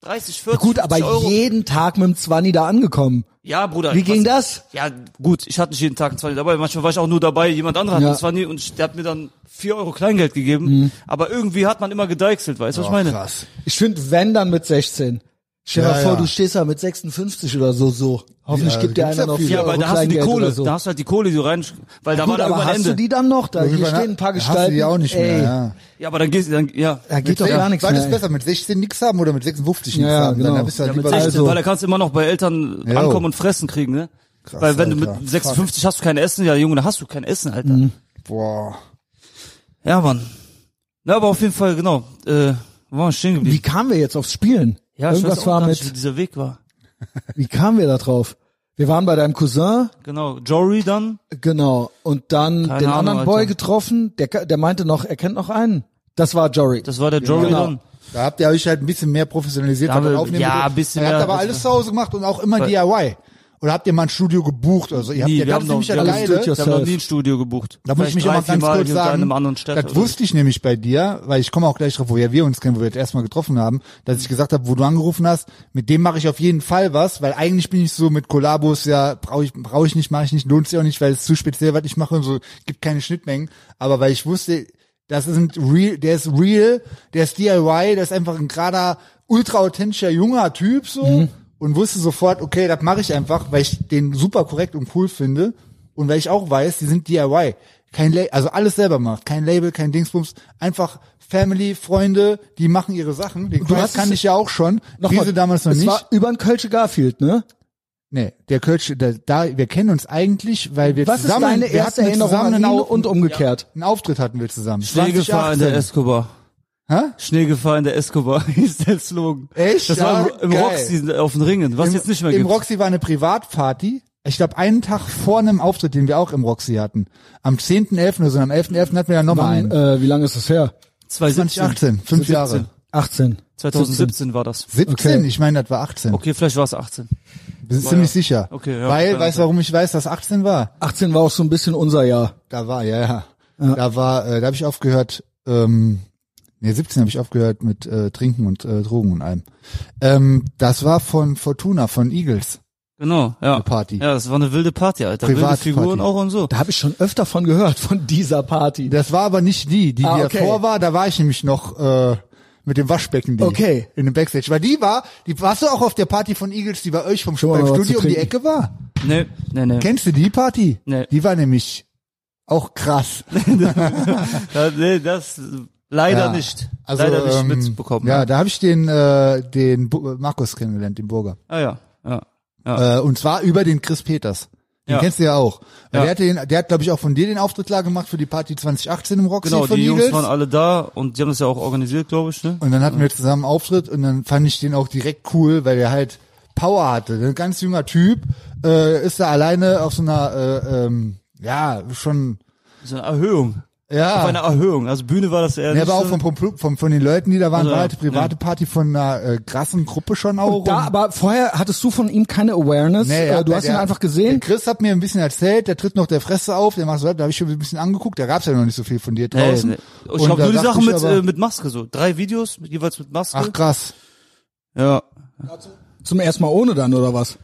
Speaker 1: 30, 40,
Speaker 2: Gut, aber
Speaker 1: 50 Euro.
Speaker 2: jeden Tag mit dem Zwanni da angekommen.
Speaker 1: ja, Bruder.
Speaker 2: Wie
Speaker 1: was-
Speaker 2: ging das?
Speaker 1: Ja, gut, ich hatte nicht jeden Tag einen 20 dabei. Manchmal war ich auch nur dabei, jemand anderer
Speaker 2: Ja. Mhm.
Speaker 1: hatte einen 20 und ich- der hat mir dann 4 Euro Kleingeld gegeben. Aber irgendwie hat man immer gedeichselt, weißt du, was ich meine?
Speaker 3: Krass.
Speaker 2: Ich finde, wenn dann mit 16. Stell dir
Speaker 3: Ja,
Speaker 2: mal vor,
Speaker 3: ja.
Speaker 2: du stehst da mit 56 oder so, so. Hoffentlich
Speaker 3: Ja,
Speaker 2: gibt dir
Speaker 3: gibt's
Speaker 2: einer
Speaker 3: ja
Speaker 2: noch
Speaker 3: viel.
Speaker 2: vier
Speaker 1: Ja,
Speaker 2: Euro
Speaker 1: aber da hast du die
Speaker 2: Kleingeld
Speaker 1: Kohle,
Speaker 2: oder so.
Speaker 1: da hast du halt die Kohle, die du rein, weil da war
Speaker 2: Gut,
Speaker 1: da
Speaker 2: aber
Speaker 1: irgendwann
Speaker 2: hast
Speaker 1: Ende.
Speaker 2: du die dann noch? Da hier
Speaker 3: Irgendwann
Speaker 2: stehen ein paar
Speaker 3: hast
Speaker 2: Gestalten.
Speaker 3: du die auch nicht
Speaker 2: Ey,
Speaker 3: mehr, ja.
Speaker 1: Ja, aber dann gehst du, dann, ja.
Speaker 2: Da geht doch
Speaker 3: Ja,
Speaker 2: gar nichts
Speaker 3: war das
Speaker 2: mehr.
Speaker 3: besser, mit 16 nichts haben oder mit 56 nichts
Speaker 2: Ja, ja,
Speaker 3: haben?
Speaker 2: genau.
Speaker 3: Dann bist du halt
Speaker 1: Ja, mit
Speaker 3: lieber
Speaker 1: 16,
Speaker 2: Also-
Speaker 1: weil da kannst du immer noch bei Eltern
Speaker 3: Jo.
Speaker 1: ankommen und fressen kriegen, ne?
Speaker 3: Krass,
Speaker 1: weil wenn du
Speaker 3: Alter.
Speaker 1: mit 56 hast du kein Essen, ja Junge, da hast du kein Essen, Alter.
Speaker 2: Mhm.
Speaker 3: Boah.
Speaker 1: Ja, Mann. Na, aber auf jeden Fall, genau. Äh, wo waren wir stehen
Speaker 2: Wie
Speaker 1: geblieben?
Speaker 2: kamen wir jetzt aufs Spielen?
Speaker 1: ja, ich weiß
Speaker 2: Irgendwas
Speaker 1: auch
Speaker 2: war
Speaker 1: gar nicht, wie
Speaker 2: mit,
Speaker 1: dieser Weg war.
Speaker 2: wie kamen wir da drauf? Wir waren bei deinem Cousin,
Speaker 1: Genau. Jory dann.
Speaker 2: genau, und dann
Speaker 1: Keine
Speaker 2: den
Speaker 1: Ahnung,
Speaker 2: anderen Boy
Speaker 1: Alter.
Speaker 2: getroffen, der, der meinte noch, er kennt noch einen. Das war Jory.
Speaker 1: Das war der Jory
Speaker 2: Genau.
Speaker 1: dann.
Speaker 3: Da habt ihr euch halt ein bisschen mehr professionalisiert.
Speaker 1: Da
Speaker 3: was
Speaker 1: haben
Speaker 3: das
Speaker 1: wir-
Speaker 3: Aufnehmen
Speaker 1: ja,
Speaker 3: betrifft.
Speaker 1: ein bisschen
Speaker 3: Ihr habt
Speaker 1: mehr-
Speaker 3: aber alles zu Hause gemacht und auch immer DIY. Oder habt ihr mal ein Studio gebucht oder so? Ihr habt
Speaker 1: Nee,
Speaker 3: ja ne?
Speaker 1: wir
Speaker 3: ganz
Speaker 1: haben noch,
Speaker 3: nämlich
Speaker 1: wir
Speaker 3: das
Speaker 1: haben,
Speaker 2: alleine-
Speaker 1: wir
Speaker 2: Studios.
Speaker 3: Geile.
Speaker 1: haben noch nie ein Studio gebucht.
Speaker 3: Da muss ich
Speaker 1: Vielleicht
Speaker 3: mich auch
Speaker 1: drei,
Speaker 3: mal ganz
Speaker 1: viermal
Speaker 3: kurz
Speaker 1: hier und da in
Speaker 3: sagen,
Speaker 1: einem anderen Stadt
Speaker 3: das
Speaker 1: oder so.
Speaker 3: wusste ich nämlich bei dir, weil ich komme auch gleich drauf, woher wir uns kennen, wo wir das erstmal getroffen haben, dass ich gesagt habe, wo du angerufen hast, mit dem mache ich auf jeden Fall was, weil eigentlich bin ich so mit Kollabos, ja, brauche ich, brauche ich nicht, mache ich nicht, lohnt sich auch nicht, weil es zu speziell, was ich mache und so, gibt keine Schnittmengen, aber weil ich wusste, das ist ein real, der ist real, der ist DIY, der ist einfach ein gerader, ultra authentischer, junger Typ so
Speaker 1: Mhm.
Speaker 3: und wusste sofort, okay, das mache ich einfach, weil ich den super korrekt und cool finde und weil ich auch weiß, die sind DIY. Kein La also alles selber macht, kein Label, kein Dingsbums, einfach Family, Freunde, die machen ihre Sachen. Den
Speaker 2: Du
Speaker 3: Kreis
Speaker 2: hast
Speaker 3: kann
Speaker 2: es-
Speaker 3: ich ja auch schon.
Speaker 2: Nochmal,
Speaker 3: Diese damals noch
Speaker 2: es
Speaker 3: nicht.
Speaker 2: war über den Kölsche Garfield, ne?
Speaker 3: nee, der Kölsch, der, da, wir kennen uns eigentlich, weil wir
Speaker 2: Was ist
Speaker 3: zusammen,
Speaker 2: deine
Speaker 3: wir
Speaker 2: erste
Speaker 3: hatten
Speaker 2: Erinnerung
Speaker 3: zusammen genau
Speaker 2: an
Speaker 3: einen,
Speaker 2: ihn
Speaker 3: Au
Speaker 2: und umgekehrt?
Speaker 3: einen Auftritt hatten wir zusammen.
Speaker 1: Schneegefahr in der
Speaker 3: 2018.
Speaker 1: Escobar.
Speaker 3: Hä?
Speaker 1: Schneegefahr in der Escobar (laughs) hieß der Slogan.
Speaker 3: Echt?
Speaker 1: Das
Speaker 3: Ja,
Speaker 1: war im, im
Speaker 3: geil.
Speaker 1: Roxy auf den Ringen, was
Speaker 3: Im-
Speaker 1: jetzt nicht mehr
Speaker 3: Im
Speaker 1: gibt.
Speaker 3: Roxy war eine Privatparty. Ich glaube, einen Tag vor einem Auftritt, den wir auch im Roxy hatten. Am 10.11. oder so, am 11.11. hatten wir ja nochmal
Speaker 2: Wann,
Speaker 3: einen.
Speaker 2: äh, wie lange ist das her?
Speaker 3: 2018, fünf
Speaker 1: 17.
Speaker 3: Jahre.
Speaker 2: 18.
Speaker 1: 2017 war das.
Speaker 3: 17?
Speaker 2: Okay.
Speaker 3: Ich meine, das war 18.
Speaker 1: Okay, vielleicht war es 18.
Speaker 3: Bin ziemlich sicher.
Speaker 1: Okay, ja,
Speaker 3: Weil,
Speaker 1: kann
Speaker 3: weißt du,
Speaker 1: sein.
Speaker 3: warum ich weiß, dass 18 war?
Speaker 2: 18 war auch so ein bisschen unser Jahr.
Speaker 3: Da war, ja, ja. Da war, äh, da habe ich aufgehört, ähm, nee, 17 habe ich aufgehört mit äh, Trinken und äh, Drogen und allem. Ähm, das war von Fortuna, von Eagles.
Speaker 1: Genau, ja. Eine
Speaker 3: Party.
Speaker 1: Ja, das war eine wilde Party, Alter. Wilde
Speaker 3: Privatparty.
Speaker 1: Figuren auch und so.
Speaker 2: Da habe ich schon öfter von gehört, von dieser Party.
Speaker 3: Das war aber nicht die, die,
Speaker 2: Ah,
Speaker 3: die
Speaker 2: okay.
Speaker 3: davor war. Da war ich nämlich noch äh, mit dem Waschbecken. Die,
Speaker 2: Okay.
Speaker 3: In dem Backstage. Weil die war, die warst du auch auf der Party von Eagles, die bei euch vom
Speaker 2: Schon mal
Speaker 3: beim
Speaker 2: was zu
Speaker 3: Studio um die
Speaker 2: trinken.
Speaker 3: Ecke war.
Speaker 1: Nee, nee, nee.
Speaker 3: Kennst du die Party?
Speaker 1: Nee.
Speaker 3: Die war nämlich auch krass.
Speaker 1: Da, nee das äh, leider
Speaker 3: Ja.
Speaker 1: nicht.
Speaker 3: Also,
Speaker 1: leider nicht
Speaker 3: ähm,
Speaker 1: mitbekommen.
Speaker 3: Ja, da habe ich den äh, den Bu Markus kennengelernt, den Burger.
Speaker 1: Ah, ja, ja.
Speaker 3: Äh, und zwar über den Chris Peters. Den
Speaker 1: Ja.
Speaker 3: kennst du ja auch.
Speaker 1: Ja.
Speaker 3: Weil Der, hatte den, der hat, glaube ich, auch von dir den Auftritt klar gemacht für die Party 2018 im Roxy
Speaker 1: Genau,
Speaker 3: von
Speaker 1: die Jungs
Speaker 3: Eagles.
Speaker 1: waren alle da und die haben das ja auch organisiert, glaube ich, ne?
Speaker 3: Und dann hatten wir zusammen einen Auftritt und dann fand ich den auch direkt cool, weil der halt Power hatte. Ein ganz junger Typ äh, ist da alleine auf so einer, äh, ähm, ja, schon,
Speaker 1: So eine Erhöhung.
Speaker 3: ja.
Speaker 1: Auf einer Erhöhung. Also Bühne war das eher
Speaker 3: ja,
Speaker 1: nicht
Speaker 3: aber auch
Speaker 1: so.
Speaker 3: vom, vom, vom, von den Leuten, die da waren,
Speaker 1: Also,
Speaker 3: war
Speaker 1: ja,
Speaker 3: halt eine private Party von einer äh, krassen Gruppe schon auch.
Speaker 2: Und da, aber vorher hattest du von ihm keine Awareness.
Speaker 3: Nee,
Speaker 2: äh,
Speaker 3: ja,
Speaker 2: du hast
Speaker 3: der-
Speaker 2: ihn einfach
Speaker 3: Der
Speaker 2: gesehen.
Speaker 3: Chris hat mir ein bisschen erzählt, der tritt noch der Fresse auf, der macht so, da habe ich schon ein bisschen angeguckt, da gab's ja noch nicht so viel von dir
Speaker 1: (laughs) Nee,
Speaker 3: draußen.
Speaker 1: nee.
Speaker 3: Und
Speaker 1: Ich glaube
Speaker 3: da
Speaker 1: nur die
Speaker 3: dachte
Speaker 1: Sache
Speaker 3: ich
Speaker 1: mit,
Speaker 3: aber,
Speaker 1: äh, mit Maske so. Drei Videos, mit, jeweils mit Maske.
Speaker 3: Ach krass.
Speaker 1: ja.
Speaker 2: Zum ersten Mal ohne dann, oder was?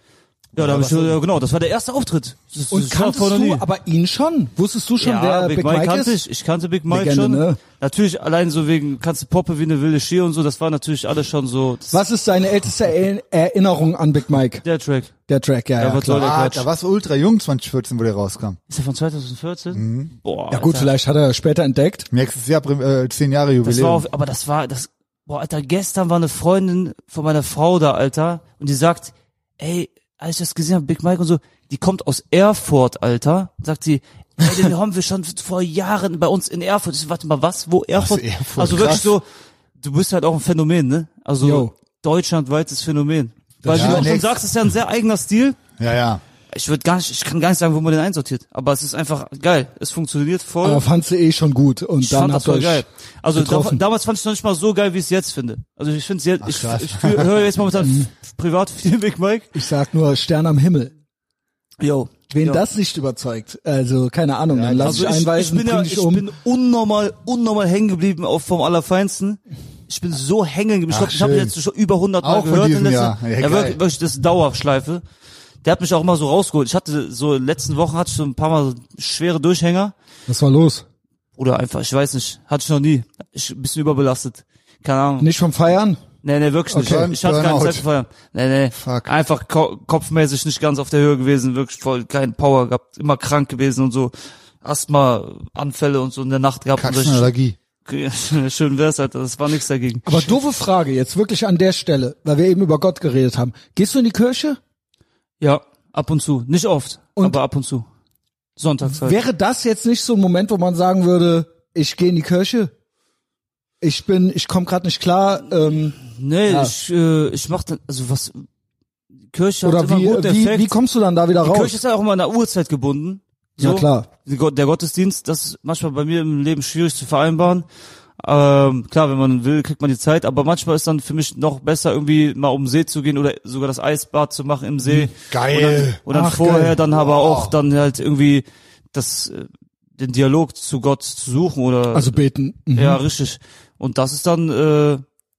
Speaker 1: Ja, da hab ich, ja, genau, das war der erste Auftritt. Das,
Speaker 2: Und
Speaker 1: das war
Speaker 2: kanntest
Speaker 1: vorher
Speaker 2: du
Speaker 1: nie.
Speaker 2: aber ihn schon? Wusstest du schon,
Speaker 1: ja,
Speaker 2: wer
Speaker 1: Big, Mike,
Speaker 2: ist?
Speaker 1: kannte ich. Ich kannte Big Mike
Speaker 2: Legende,
Speaker 1: schon.
Speaker 2: ne?
Speaker 1: Natürlich allein so wegen kannst du Poppe wie eine wilde Schee und so. Das war natürlich alles schon so das
Speaker 2: Was ist deine
Speaker 1: (laughs)
Speaker 2: älteste Er- Erinnerung an Big Mike?
Speaker 1: der Track.
Speaker 2: Der Track, ja.
Speaker 1: Ja,
Speaker 2: ja,
Speaker 1: was
Speaker 2: klar.
Speaker 1: soll der
Speaker 3: Ah,
Speaker 1: Quatsch?
Speaker 3: da warst du ultra jung 2014, wo der rauskam.
Speaker 1: Ist der von 2014? Boah.
Speaker 2: ja gut,
Speaker 1: Alter.
Speaker 2: vielleicht hat er später entdeckt.
Speaker 3: Nächstes Jahr äh, zehn Jahre Jubiläum.
Speaker 1: Das war auf, aber das war das. Boah, Alter, gestern war eine Freundin von meiner Frau da, Alter, und die sagt, ey, als ich das gesehen habe, Big Mike und so, die kommt aus Erfurt, Alter, sagt sie. Ey, den haben wir schon vor Jahren bei uns in Erfurt. Ich so, warte mal, was? Wo Erfurt?
Speaker 3: Erfurt,
Speaker 1: also wirklich
Speaker 3: krass.
Speaker 1: so, du bist halt auch ein Phänomen, ne? Also
Speaker 2: Jo.
Speaker 1: deutschlandweites Phänomen. Weil
Speaker 3: Ja,
Speaker 1: wie du auch schon
Speaker 3: nächst-
Speaker 1: sagst, ist ja ein sehr eigener Stil.
Speaker 3: ja, ja.
Speaker 1: Ich würde gar nicht, ich kann gar nicht sagen, wo man den einsortiert. Aber es ist einfach geil. Es funktioniert voll.
Speaker 2: Aber fandst du eh schon gut. Und
Speaker 1: ich
Speaker 2: dann
Speaker 1: fand das
Speaker 2: habt ihr
Speaker 1: voll
Speaker 2: euch
Speaker 1: geil. Also da,
Speaker 2: getroffen.
Speaker 1: damals fand ich es noch nicht mal so geil, wie ich es jetzt finde. Also ich finde jetzt, ich,
Speaker 3: krass.
Speaker 1: ich, fühl- höre jetzt momentan f- privat viel Big Mike.
Speaker 2: Ich sag nur Stern am Himmel.
Speaker 1: Yo.
Speaker 2: Wen
Speaker 1: yo.
Speaker 2: das nicht überzeugt, also keine Ahnung, dann lass
Speaker 1: Also
Speaker 2: dich
Speaker 1: ich, ich
Speaker 2: einweisen,
Speaker 1: bin, ja,
Speaker 2: bring dich
Speaker 1: ich
Speaker 2: um.
Speaker 1: bin unnormal, unnormal hängen geblieben auf vom Allerfeinsten. Ich bin so hängen geblieben. Ich
Speaker 3: Ach,
Speaker 1: glaube, ich habe ihn
Speaker 3: schön.
Speaker 1: jetzt schon über 100 Mal
Speaker 3: Auch von
Speaker 1: gehört. in
Speaker 3: diesem
Speaker 1: letzter-
Speaker 3: Jahr. Ja,
Speaker 1: ja,
Speaker 3: geil.
Speaker 1: wirklich, wirklich, das ist Dauerschleife. Der hat mich auch immer so rausgeholt. Ich hatte so, in den letzten Wochen hatte ich so ein paar Mal so schwere Durchhänger.
Speaker 2: Was war los?
Speaker 1: Oder einfach, ich weiß nicht, hatte ich noch nie. Ich ein bisschen überbelastet. Keine Ahnung.
Speaker 2: Nicht vom Feiern?
Speaker 1: Nee, nee, wirklich nicht.
Speaker 3: Okay.
Speaker 1: Ich hatte keine
Speaker 3: Burnout.
Speaker 1: Zeit zu feiern. Nee, nee.
Speaker 3: Fuck.
Speaker 1: Einfach ko kopfmäßig nicht ganz auf der Höhe gewesen, wirklich voll kein Power gehabt, immer krank gewesen und so. Asthma-Anfälle und so in der Nacht gehabt. Und so.
Speaker 3: Kacksenallergie.
Speaker 1: (laughs) Schön wär's, Alter, das war nichts dagegen.
Speaker 2: Aber doofe Frage jetzt wirklich an der Stelle, weil wir eben über Gott geredet haben. Gehst du in die Kirche?
Speaker 1: Ja, ab und zu. Nicht oft,
Speaker 2: Und-
Speaker 1: aber ab und zu. Sonntags halt.
Speaker 2: Wäre das jetzt nicht so ein Moment, wo man sagen würde, ich gehe in die Kirche? Ich bin, ich komme gerade nicht klar. Ähm,
Speaker 1: nee,
Speaker 2: Ja.
Speaker 1: ich, äh, ich mach dann, also was, Kirche hat
Speaker 2: oder
Speaker 1: immer
Speaker 2: wie,
Speaker 1: einen guten
Speaker 2: wie,
Speaker 1: Effekt.
Speaker 2: wie kommst du dann da wieder
Speaker 1: die Kirche
Speaker 2: raus?
Speaker 1: ist ja auch immer an der Uhrzeit gebunden. So.
Speaker 2: Ja klar.
Speaker 1: Die Gott- der Gottesdienst, das ist manchmal bei mir im Leben schwierig zu vereinbaren. Ähm, klar, wenn man will, kriegt man die Zeit, aber manchmal ist dann für mich noch besser, irgendwie mal um den See zu gehen oder sogar das Eisbad zu machen im See.
Speaker 3: Geil.
Speaker 1: Und dann
Speaker 2: Ach,
Speaker 1: vorher
Speaker 2: geil.
Speaker 1: dann aber
Speaker 3: Wow.
Speaker 1: auch dann halt irgendwie das, äh, den Dialog zu Gott zu suchen oder
Speaker 2: Also beten. Mhm.
Speaker 1: ja, richtig. Und das ist dann äh,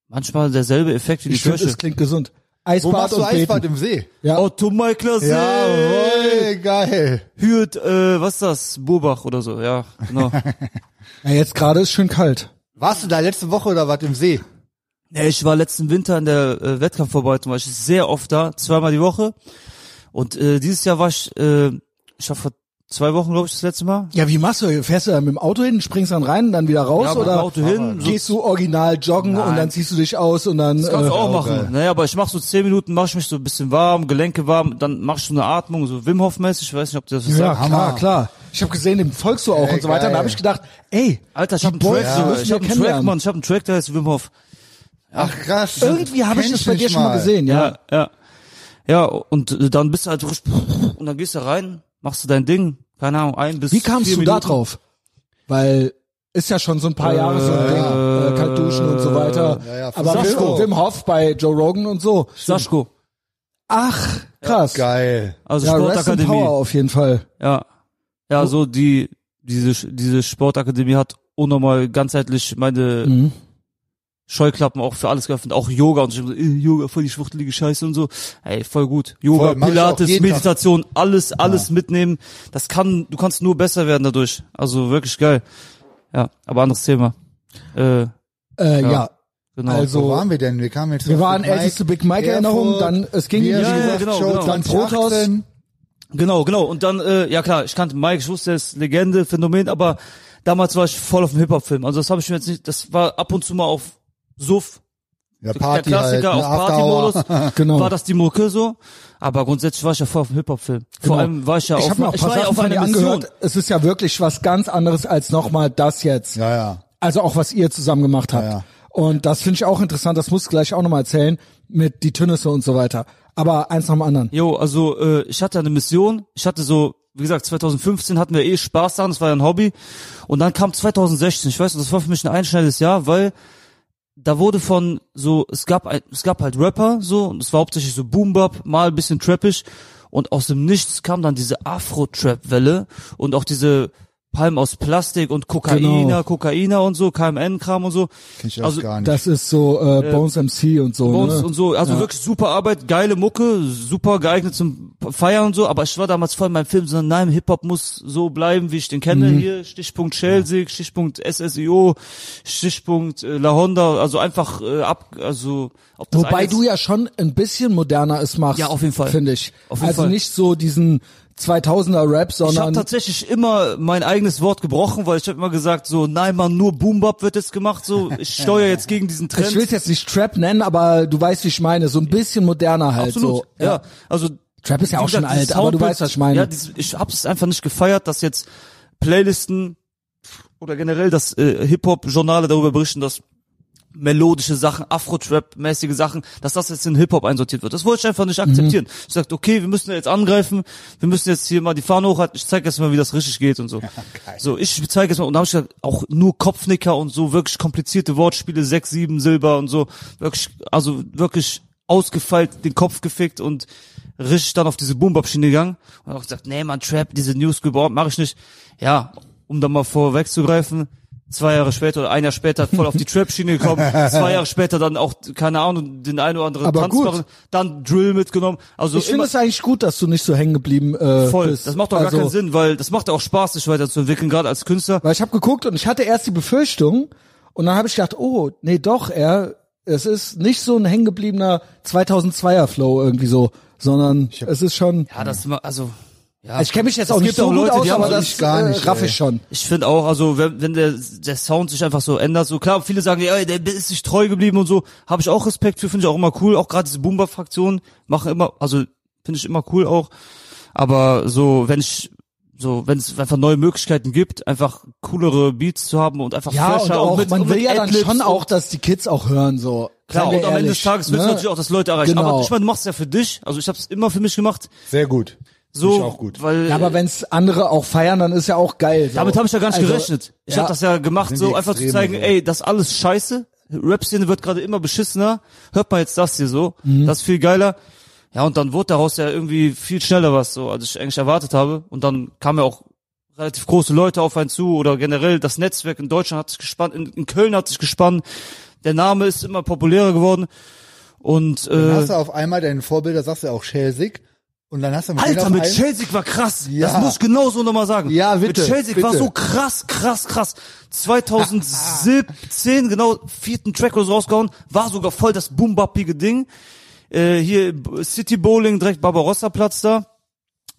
Speaker 1: manchmal derselbe Effekt wie die
Speaker 2: ich finde,
Speaker 1: Kirche.
Speaker 2: es klingt gesund.
Speaker 3: Wo
Speaker 2: Eisbad
Speaker 3: machst du
Speaker 2: und
Speaker 3: Eisbad
Speaker 2: beten.
Speaker 3: im See?
Speaker 2: Ja.
Speaker 1: Otto Michael See,
Speaker 3: Jawohl, geil.
Speaker 1: Hürt, äh, was ist das? Burbach oder so, ja, genau.
Speaker 2: (laughs) ja, jetzt gerade ist schön kalt.
Speaker 3: Warst du da letzte Woche oder was im See?
Speaker 1: Ja, ich war letzten Winter in der äh, Wettkampfvorbereitung, war ich sehr oft da, zweimal die Woche. Und äh, dieses Jahr war ich, äh, ich war vor zwei Wochen, glaube ich, das letzte Mal.
Speaker 2: Ja, wie machst du? Fährst du dann mit dem Auto hin, springst dann rein und dann wieder raus
Speaker 1: Ja, mit
Speaker 2: oder
Speaker 1: dem Auto hin, so-
Speaker 2: gehst du original joggen
Speaker 1: Nein.
Speaker 2: und dann ziehst du dich aus und dann
Speaker 1: Das kannst du
Speaker 2: äh,
Speaker 1: auch
Speaker 3: ja,
Speaker 1: machen.
Speaker 3: geil.
Speaker 1: Naja, aber ich mach so zehn Minuten, mach ich mich so ein bisschen warm, Gelenke warm, dann mach ich so eine Atmung, so Wim Hof-mäßig, ich weiß nicht, ob du das was
Speaker 2: ja,
Speaker 1: sagst.
Speaker 2: klar,
Speaker 3: Hammer.
Speaker 2: klar. Ich habe gesehen, dem folgst du auch
Speaker 3: Ey,
Speaker 2: und so weiter.
Speaker 3: geil.
Speaker 2: Da habe ich gedacht, ey,
Speaker 1: Alter, ich
Speaker 2: die
Speaker 1: hab einen
Speaker 2: Boys,
Speaker 1: Track,
Speaker 2: die
Speaker 1: so,
Speaker 2: müssen
Speaker 1: ich hab einen Track,
Speaker 2: kennenlernen.
Speaker 1: Mann, ich hab einen Track, der heißt Wim Hof.
Speaker 3: Ach krass.
Speaker 2: Irgendwie habe ich
Speaker 3: Kenn
Speaker 2: das bei dir
Speaker 3: nicht
Speaker 2: schon mal gesehen, ja.
Speaker 1: Ja, ja. Ja, und äh, dann bist du halt richtig, und dann gehst du rein, machst du dein Ding, keine Ahnung, ein bis
Speaker 2: Wie kamst du
Speaker 1: vier
Speaker 2: da
Speaker 1: Minuten.
Speaker 2: drauf? Weil ist ja schon so ein paar
Speaker 1: Äh,
Speaker 2: Jahre so ein Ding, äh, kalt duschen und so weiter.
Speaker 3: Ja, ja, von
Speaker 2: Aber
Speaker 3: Sascha.
Speaker 2: Wim, Wim Hoff bei Joe Rogan und so.
Speaker 1: Saschko.
Speaker 2: Ach, krass. Ja,
Speaker 3: Geil.
Speaker 1: Also
Speaker 2: Rest in Power
Speaker 1: Sportakademie.
Speaker 2: auf jeden Fall.
Speaker 1: Ja. Ja, so die, diese, diese Sportakademie hat unnormal ganzheitlich meine
Speaker 2: Mhm.
Speaker 1: Scheuklappen auch für alles geöffnet, auch Yoga und ich hab so, äh, Yoga, voll die schwuchtelige Scheiße und so. Ey, voll gut. Yoga,
Speaker 3: Voll, mach ich auch
Speaker 1: Pilates,
Speaker 3: jeden Tag.
Speaker 1: Meditation, alles, alles mitnehmen. Das kann, du kannst nur besser werden dadurch. Also wirklich geil. Ja, aber anderes Thema. Äh,
Speaker 2: Äh, ja.
Speaker 1: Ja. genau.
Speaker 2: Also-
Speaker 3: Wo waren wir denn? Wir kamen jetzt
Speaker 2: Wir
Speaker 3: auf
Speaker 2: waren
Speaker 3: Big Mike,
Speaker 2: älteste Big Mike Erinnerung,
Speaker 3: Erfurt,
Speaker 2: dann es ging
Speaker 3: wir,
Speaker 2: wie
Speaker 3: wie
Speaker 1: ja,
Speaker 3: gesagt,
Speaker 2: gesagt,
Speaker 1: genau,
Speaker 3: Show
Speaker 1: genau.
Speaker 2: Dann Brothaus.
Speaker 3: 2018.
Speaker 1: Genau, genau. Und dann, äh, ja klar, ich kannte Mike, ich wusste, er ist Legende, Phänomen, aber damals war ich voll auf dem Hip-Hop-Film. Also das habe ich mir jetzt nicht, das war ab und zu mal auf Suff,
Speaker 3: Ja, Party
Speaker 1: der
Speaker 3: halt, ne?
Speaker 1: Klassiker auf
Speaker 3: After Hour.
Speaker 1: Partymodus,
Speaker 2: (laughs) Genau.
Speaker 1: war das die Mucke so. Aber grundsätzlich war ich ja voll auf dem Hip-Hop-Film. Vor
Speaker 2: Genau.
Speaker 1: allem war ich ja
Speaker 2: Ich
Speaker 1: auf,
Speaker 2: habe mir auch ein
Speaker 1: ich
Speaker 2: paar
Speaker 1: war ja
Speaker 2: Sachen
Speaker 1: auf
Speaker 2: von dir
Speaker 1: einer Mission.
Speaker 2: angehört. Es ist ja wirklich was ganz anderes als nochmal das jetzt.
Speaker 3: Ja, ja.
Speaker 2: Also auch was ihr zusammen gemacht habt.
Speaker 3: Ja, ja.
Speaker 2: Und das finde ich auch interessant. Das musst du gleich auch nochmal erzählen mit die Tünnisse und so weiter. Aber eins nach dem anderen.
Speaker 1: Jo, also äh, ich hatte eine Mission. Ich hatte so, wie gesagt, 2015 hatten wir eh Spaß daran, das war ja ein Hobby. Und dann kam 2016, ich weiß, das war für mich ein einschneidendes Jahr, weil da wurde von so, es gab ein, es gab halt Rapper so und es war hauptsächlich so Boom Bap, mal ein bisschen trappig und aus dem Nichts kam dann diese Afro Trap Welle und auch diese Palmen aus Plastik und Kokaina,
Speaker 2: Genau.
Speaker 1: Kokaina und so, KMN Kram und so.
Speaker 3: Kenn ich auch
Speaker 1: Also,
Speaker 3: gar nicht.
Speaker 2: Das ist so äh, Bones MC und so.
Speaker 1: Bones
Speaker 2: ne?
Speaker 1: und so, also wirklich super Arbeit, geile Mucke, super geeignet zum Feiern und so, aber ich war damals voll in meinem Film, sondern nein, Hip-Hop muss so bleiben, wie ich den kenne
Speaker 2: Mhm.
Speaker 1: hier, Stichpunkt Schelsig, Stichpunkt SSIO, Stichpunkt äh, La Honda, also einfach äh, ab, also ob das
Speaker 2: Wobei
Speaker 1: eine-
Speaker 2: du ja schon ein bisschen moderner es machst.
Speaker 1: Ja, auf jeden Fall.
Speaker 2: Finde ich.
Speaker 1: Auf jeden
Speaker 2: also
Speaker 1: Fall.
Speaker 2: nicht so diesen 2000er Rap,
Speaker 1: ich habe
Speaker 2: sondern
Speaker 1: tatsächlich immer mein eigenes Wort gebrochen, weil ich habe immer gesagt so, nein Mann, nur Boombap wird jetzt gemacht, so
Speaker 2: (laughs)
Speaker 1: ich steuere jetzt gegen diesen Trend.
Speaker 2: ich will es jetzt nicht Trap nennen, aber du weißt, wie ich meine. So ein bisschen moderner halt
Speaker 1: Absolut,
Speaker 2: so.
Speaker 1: ja. Also
Speaker 2: Trap ist ja
Speaker 1: wie
Speaker 2: auch schon
Speaker 1: gesagt, dieses
Speaker 2: alt, aber du
Speaker 1: Soundbild-
Speaker 2: weißt, was ich meine.
Speaker 1: Ja, dieses, ich habe es einfach nicht gefeiert, dass jetzt Playlisten oder generell, dass äh, Hip-Hop-Journale darüber berichten, dass melodische Sachen, Afro-Trap-mäßige Sachen, dass das jetzt in Hip-Hop einsortiert wird. Das wollte ich einfach nicht akzeptieren. Ich sagte, okay, wir müssen jetzt angreifen, wir müssen jetzt hier mal die Fahne hochhalten, ich zeige jetzt mal, wie das richtig geht und so. so, ich zeige jetzt mal, und da habe ich gesagt, auch nur Kopfnicker und so, wirklich komplizierte Wortspiele, sechs, sieben Silber und so, wirklich, also wirklich ausgefeilt, den Kopf gefickt und richtig dann auf diese Boom-Bap-Schiene gegangen und auch gesagt, nee, man, Trap, diese New School überhaupt mache ich nicht. Ja, um da mal vorwegzugreifen, zwei Jahre später oder ein Jahr später voll auf die Trap-Schiene gekommen, zwei Jahre später dann auch, keine Ahnung, den einen oder anderen
Speaker 2: Aber gut.
Speaker 1: machen, dann Drill mitgenommen. Also
Speaker 2: Ich finde
Speaker 1: immer
Speaker 2: es eigentlich gut, dass du nicht so hängen geblieben äh,
Speaker 1: voll.
Speaker 2: bist.
Speaker 1: Das macht doch
Speaker 2: Also-
Speaker 1: gar keinen Sinn, weil das macht ja auch Spaß, sich weiterzuentwickeln, gerade als Künstler.
Speaker 2: Weil ich habe geguckt und ich hatte erst die Befürchtung und dann habe ich gedacht, oh, nee, doch, er, es ist nicht so ein hängengebliebener 2002er Flow irgendwie so, sondern es ist schon.
Speaker 1: Ja, das, ma- also, ja.
Speaker 2: Ich kenne mich jetzt auch
Speaker 1: gibt
Speaker 2: nicht so
Speaker 1: auch Leute,
Speaker 2: gut aus,
Speaker 1: die haben
Speaker 2: aber
Speaker 1: so
Speaker 2: das
Speaker 3: nicht gar nicht,
Speaker 2: äh, raff
Speaker 3: ey.
Speaker 2: ich schon.
Speaker 1: Ich finde auch, also wenn, wenn der, der Sound sich einfach so ändert, so klar, viele sagen, ja, der ist sich treu geblieben und so, habe ich auch Respekt für, finde ich auch immer cool, auch gerade diese Boomba-Fraktion machen immer, also finde ich immer cool auch, aber so, wenn ich so, wenn es einfach neue Möglichkeiten gibt, einfach coolere Beats zu haben und einfach
Speaker 2: Ja, und
Speaker 1: fresher
Speaker 2: auch,
Speaker 1: mit,
Speaker 2: man
Speaker 1: und
Speaker 2: will
Speaker 1: mit
Speaker 2: ja dann
Speaker 1: Adlibs
Speaker 2: schon
Speaker 1: und-
Speaker 2: auch, dass die Kids auch hören, so.
Speaker 1: Klar,
Speaker 2: Seien
Speaker 1: und
Speaker 2: wir
Speaker 1: am Ende des
Speaker 2: ehrlich,
Speaker 1: Tages willst
Speaker 2: ne?
Speaker 1: du natürlich auch, dass Leute erreichen.
Speaker 2: Genau.
Speaker 1: Aber ich meine, du machst es ja für dich. Also ich habe es immer für mich gemacht.
Speaker 3: Sehr gut.
Speaker 1: So,
Speaker 3: Finde ich auch gut.
Speaker 1: weil
Speaker 2: Ja, aber wenn's andere auch feiern, dann ist ja auch geil. So.
Speaker 1: Äh, Damit habe ich ja gar nicht
Speaker 2: Also,
Speaker 1: gerechnet. Ich
Speaker 2: ja.
Speaker 1: habe das ja gemacht,
Speaker 3: Sind
Speaker 1: so
Speaker 3: die
Speaker 1: einfach zu
Speaker 3: Extreme,
Speaker 1: zeigen,
Speaker 3: so.
Speaker 1: ey, das alles scheiße. Rap-Szene wird gerade immer beschissener. Hört mal jetzt das hier so. Das ist viel geiler. Ja, und dann wurde daraus ja irgendwie viel schneller was, so, als ich eigentlich erwartet habe. Und dann kamen ja auch relativ große Leute auf einen zu oder generell das Netzwerk in Deutschland hat sich gespannt, in, in Köln hat sich gespannt. Der Name ist immer populärer geworden. Und,
Speaker 3: Dann
Speaker 1: äh,
Speaker 3: hast du auf einmal deinen Vorbilder, sagst du auch Chelsea. Und dann hast du mit denen
Speaker 1: Alter,
Speaker 3: auf
Speaker 1: mit
Speaker 3: einen-
Speaker 1: Chelsea war krass.
Speaker 3: Ja.
Speaker 1: Das muss ich genauso nochmal sagen.
Speaker 3: Ja, bitte,
Speaker 1: Mit Chelsea war
Speaker 3: bitte.
Speaker 1: so krass, krass, krass. 2017, genau, vierten Track oder so rausgehauen, war sogar voll das boom bappige Ding. Äh, hier B- City Bowling, direkt Barbarossa-Platz da,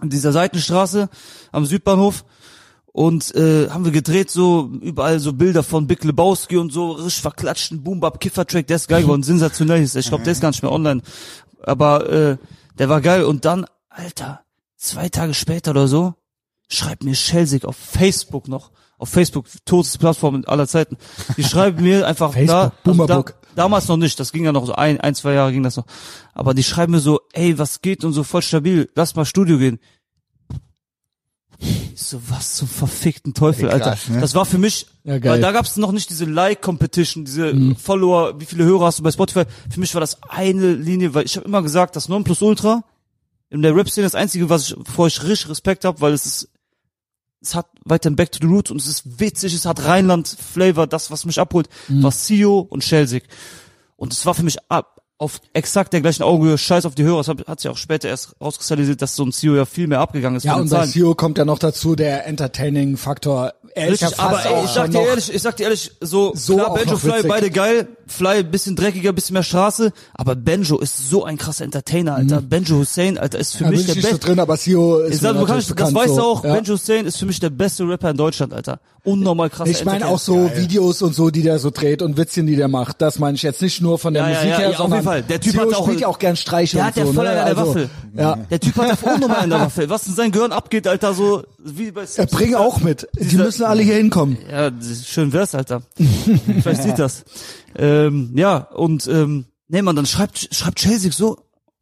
Speaker 1: an dieser Seitenstraße am Südbahnhof. Und äh, haben wir gedreht, so überall so Bilder von Big Lebowski und so, risch verklatschten boom bap kiffer track der ist geil geworden, sensationell ist. der. Ich glaube, der ist gar nicht mehr online. Aber äh, der war geil. Und dann, Alter, zwei Tage später oder so, schreibt mir Schelsig auf Facebook noch. Auf Facebook, toteste Plattform aller Zeiten. Die schreiben
Speaker 2: (laughs)
Speaker 1: mir einfach da,
Speaker 2: Facebook,
Speaker 1: da,
Speaker 2: Boomerbook.
Speaker 1: damals noch nicht, das ging ja noch so ein, ein, zwei Jahre ging das noch. Aber die schreiben mir so, ey, was geht und so voll stabil, lass mal Studio gehen. Ich so, was zum verfickten Teufel,
Speaker 3: Ey, krass,
Speaker 1: Alter.
Speaker 3: ne?
Speaker 1: Das war für mich,
Speaker 2: Ja, geil. Mhm.
Speaker 1: weil da gab's noch nicht diese Like-Competition, diese Follower, wie viele Hörer hast du bei Spotify. Für mich war das eine Linie, weil ich habe immer gesagt, das Nonplusultra in der Rap-Szene das Einzige, was ich, vor ich richtig Respekt habe, weil es ist, es hat weiterhin Back to the Roots und es ist witzig, es hat Rheinland-Flavor, das, was mich abholt,
Speaker 2: Mhm.
Speaker 1: war Sio und Schelsig. Und es war für mich ab, auf exakt der gleichen Augenhöhe, scheiß auf die Hörer, das hat, hat sich auch später erst rauskristallisiert, dass so ein Sio ja viel mehr abgegangen ist.
Speaker 2: Ja,
Speaker 1: von den
Speaker 2: und bei
Speaker 1: Zahlen.
Speaker 2: CEO kommt ja noch dazu der Entertaining-Faktor. Er ist ja
Speaker 1: Richtig, aber
Speaker 2: fast
Speaker 1: ey,
Speaker 2: auch
Speaker 1: ich sag
Speaker 2: schon
Speaker 1: dir
Speaker 2: noch-
Speaker 1: ehrlich, ich sag dir ehrlich, so,
Speaker 2: So
Speaker 1: klar,
Speaker 2: auch
Speaker 1: Benjo
Speaker 2: noch
Speaker 1: Fly,
Speaker 2: witzig.
Speaker 1: beide geil, Fly bisschen dreckiger, bisschen mehr Straße, aber Benjo ist so ein krasser Entertainer, Alter. Benjo Hussein, Alter, ist für
Speaker 2: Mhm. Da bin
Speaker 1: mich
Speaker 2: ich
Speaker 1: der
Speaker 2: nicht so
Speaker 1: beste.
Speaker 2: drin, aber CEO ist
Speaker 1: Ich sag,
Speaker 2: mir
Speaker 1: du
Speaker 2: natürlich
Speaker 1: kannst, das
Speaker 2: bekannt,
Speaker 1: weißt du
Speaker 2: so.
Speaker 1: auch,
Speaker 2: Ja.
Speaker 1: Benjo Hussein ist für mich der beste Rapper in Deutschland, Alter. Unnormal krasser
Speaker 2: Ich meine auch
Speaker 1: Entertainer.
Speaker 2: so Videos und so, die der so dreht und Witzchen, die der macht. Das meine ich jetzt nicht nur von der
Speaker 1: Ja, ja,
Speaker 2: Musik
Speaker 1: ja,
Speaker 2: her,
Speaker 1: ja, auf
Speaker 2: sondern
Speaker 1: jeden Fall. Der Typ
Speaker 2: Theo
Speaker 1: hat auch-
Speaker 2: spielt ja auch gern Streiche
Speaker 1: Der
Speaker 2: und
Speaker 1: hat
Speaker 2: so.
Speaker 1: ja voll
Speaker 2: ne?
Speaker 1: eine an der
Speaker 2: also,
Speaker 1: Waffel.
Speaker 2: Ja.
Speaker 1: Der Typ hat auf unnormal an der Waffel. Was in sein Gehirn abgeht, Alter, so, wie bei
Speaker 2: Er
Speaker 1: Simpsons.
Speaker 2: bringt auch mit. Die
Speaker 1: Dieser-
Speaker 2: müssen alle hier hinkommen.
Speaker 1: Ja, das- schön wär's, Alter. Vielleicht sieht das. Ähm, ja, und ähm, nee, man, dann schreibt, schreibt Chelsea so.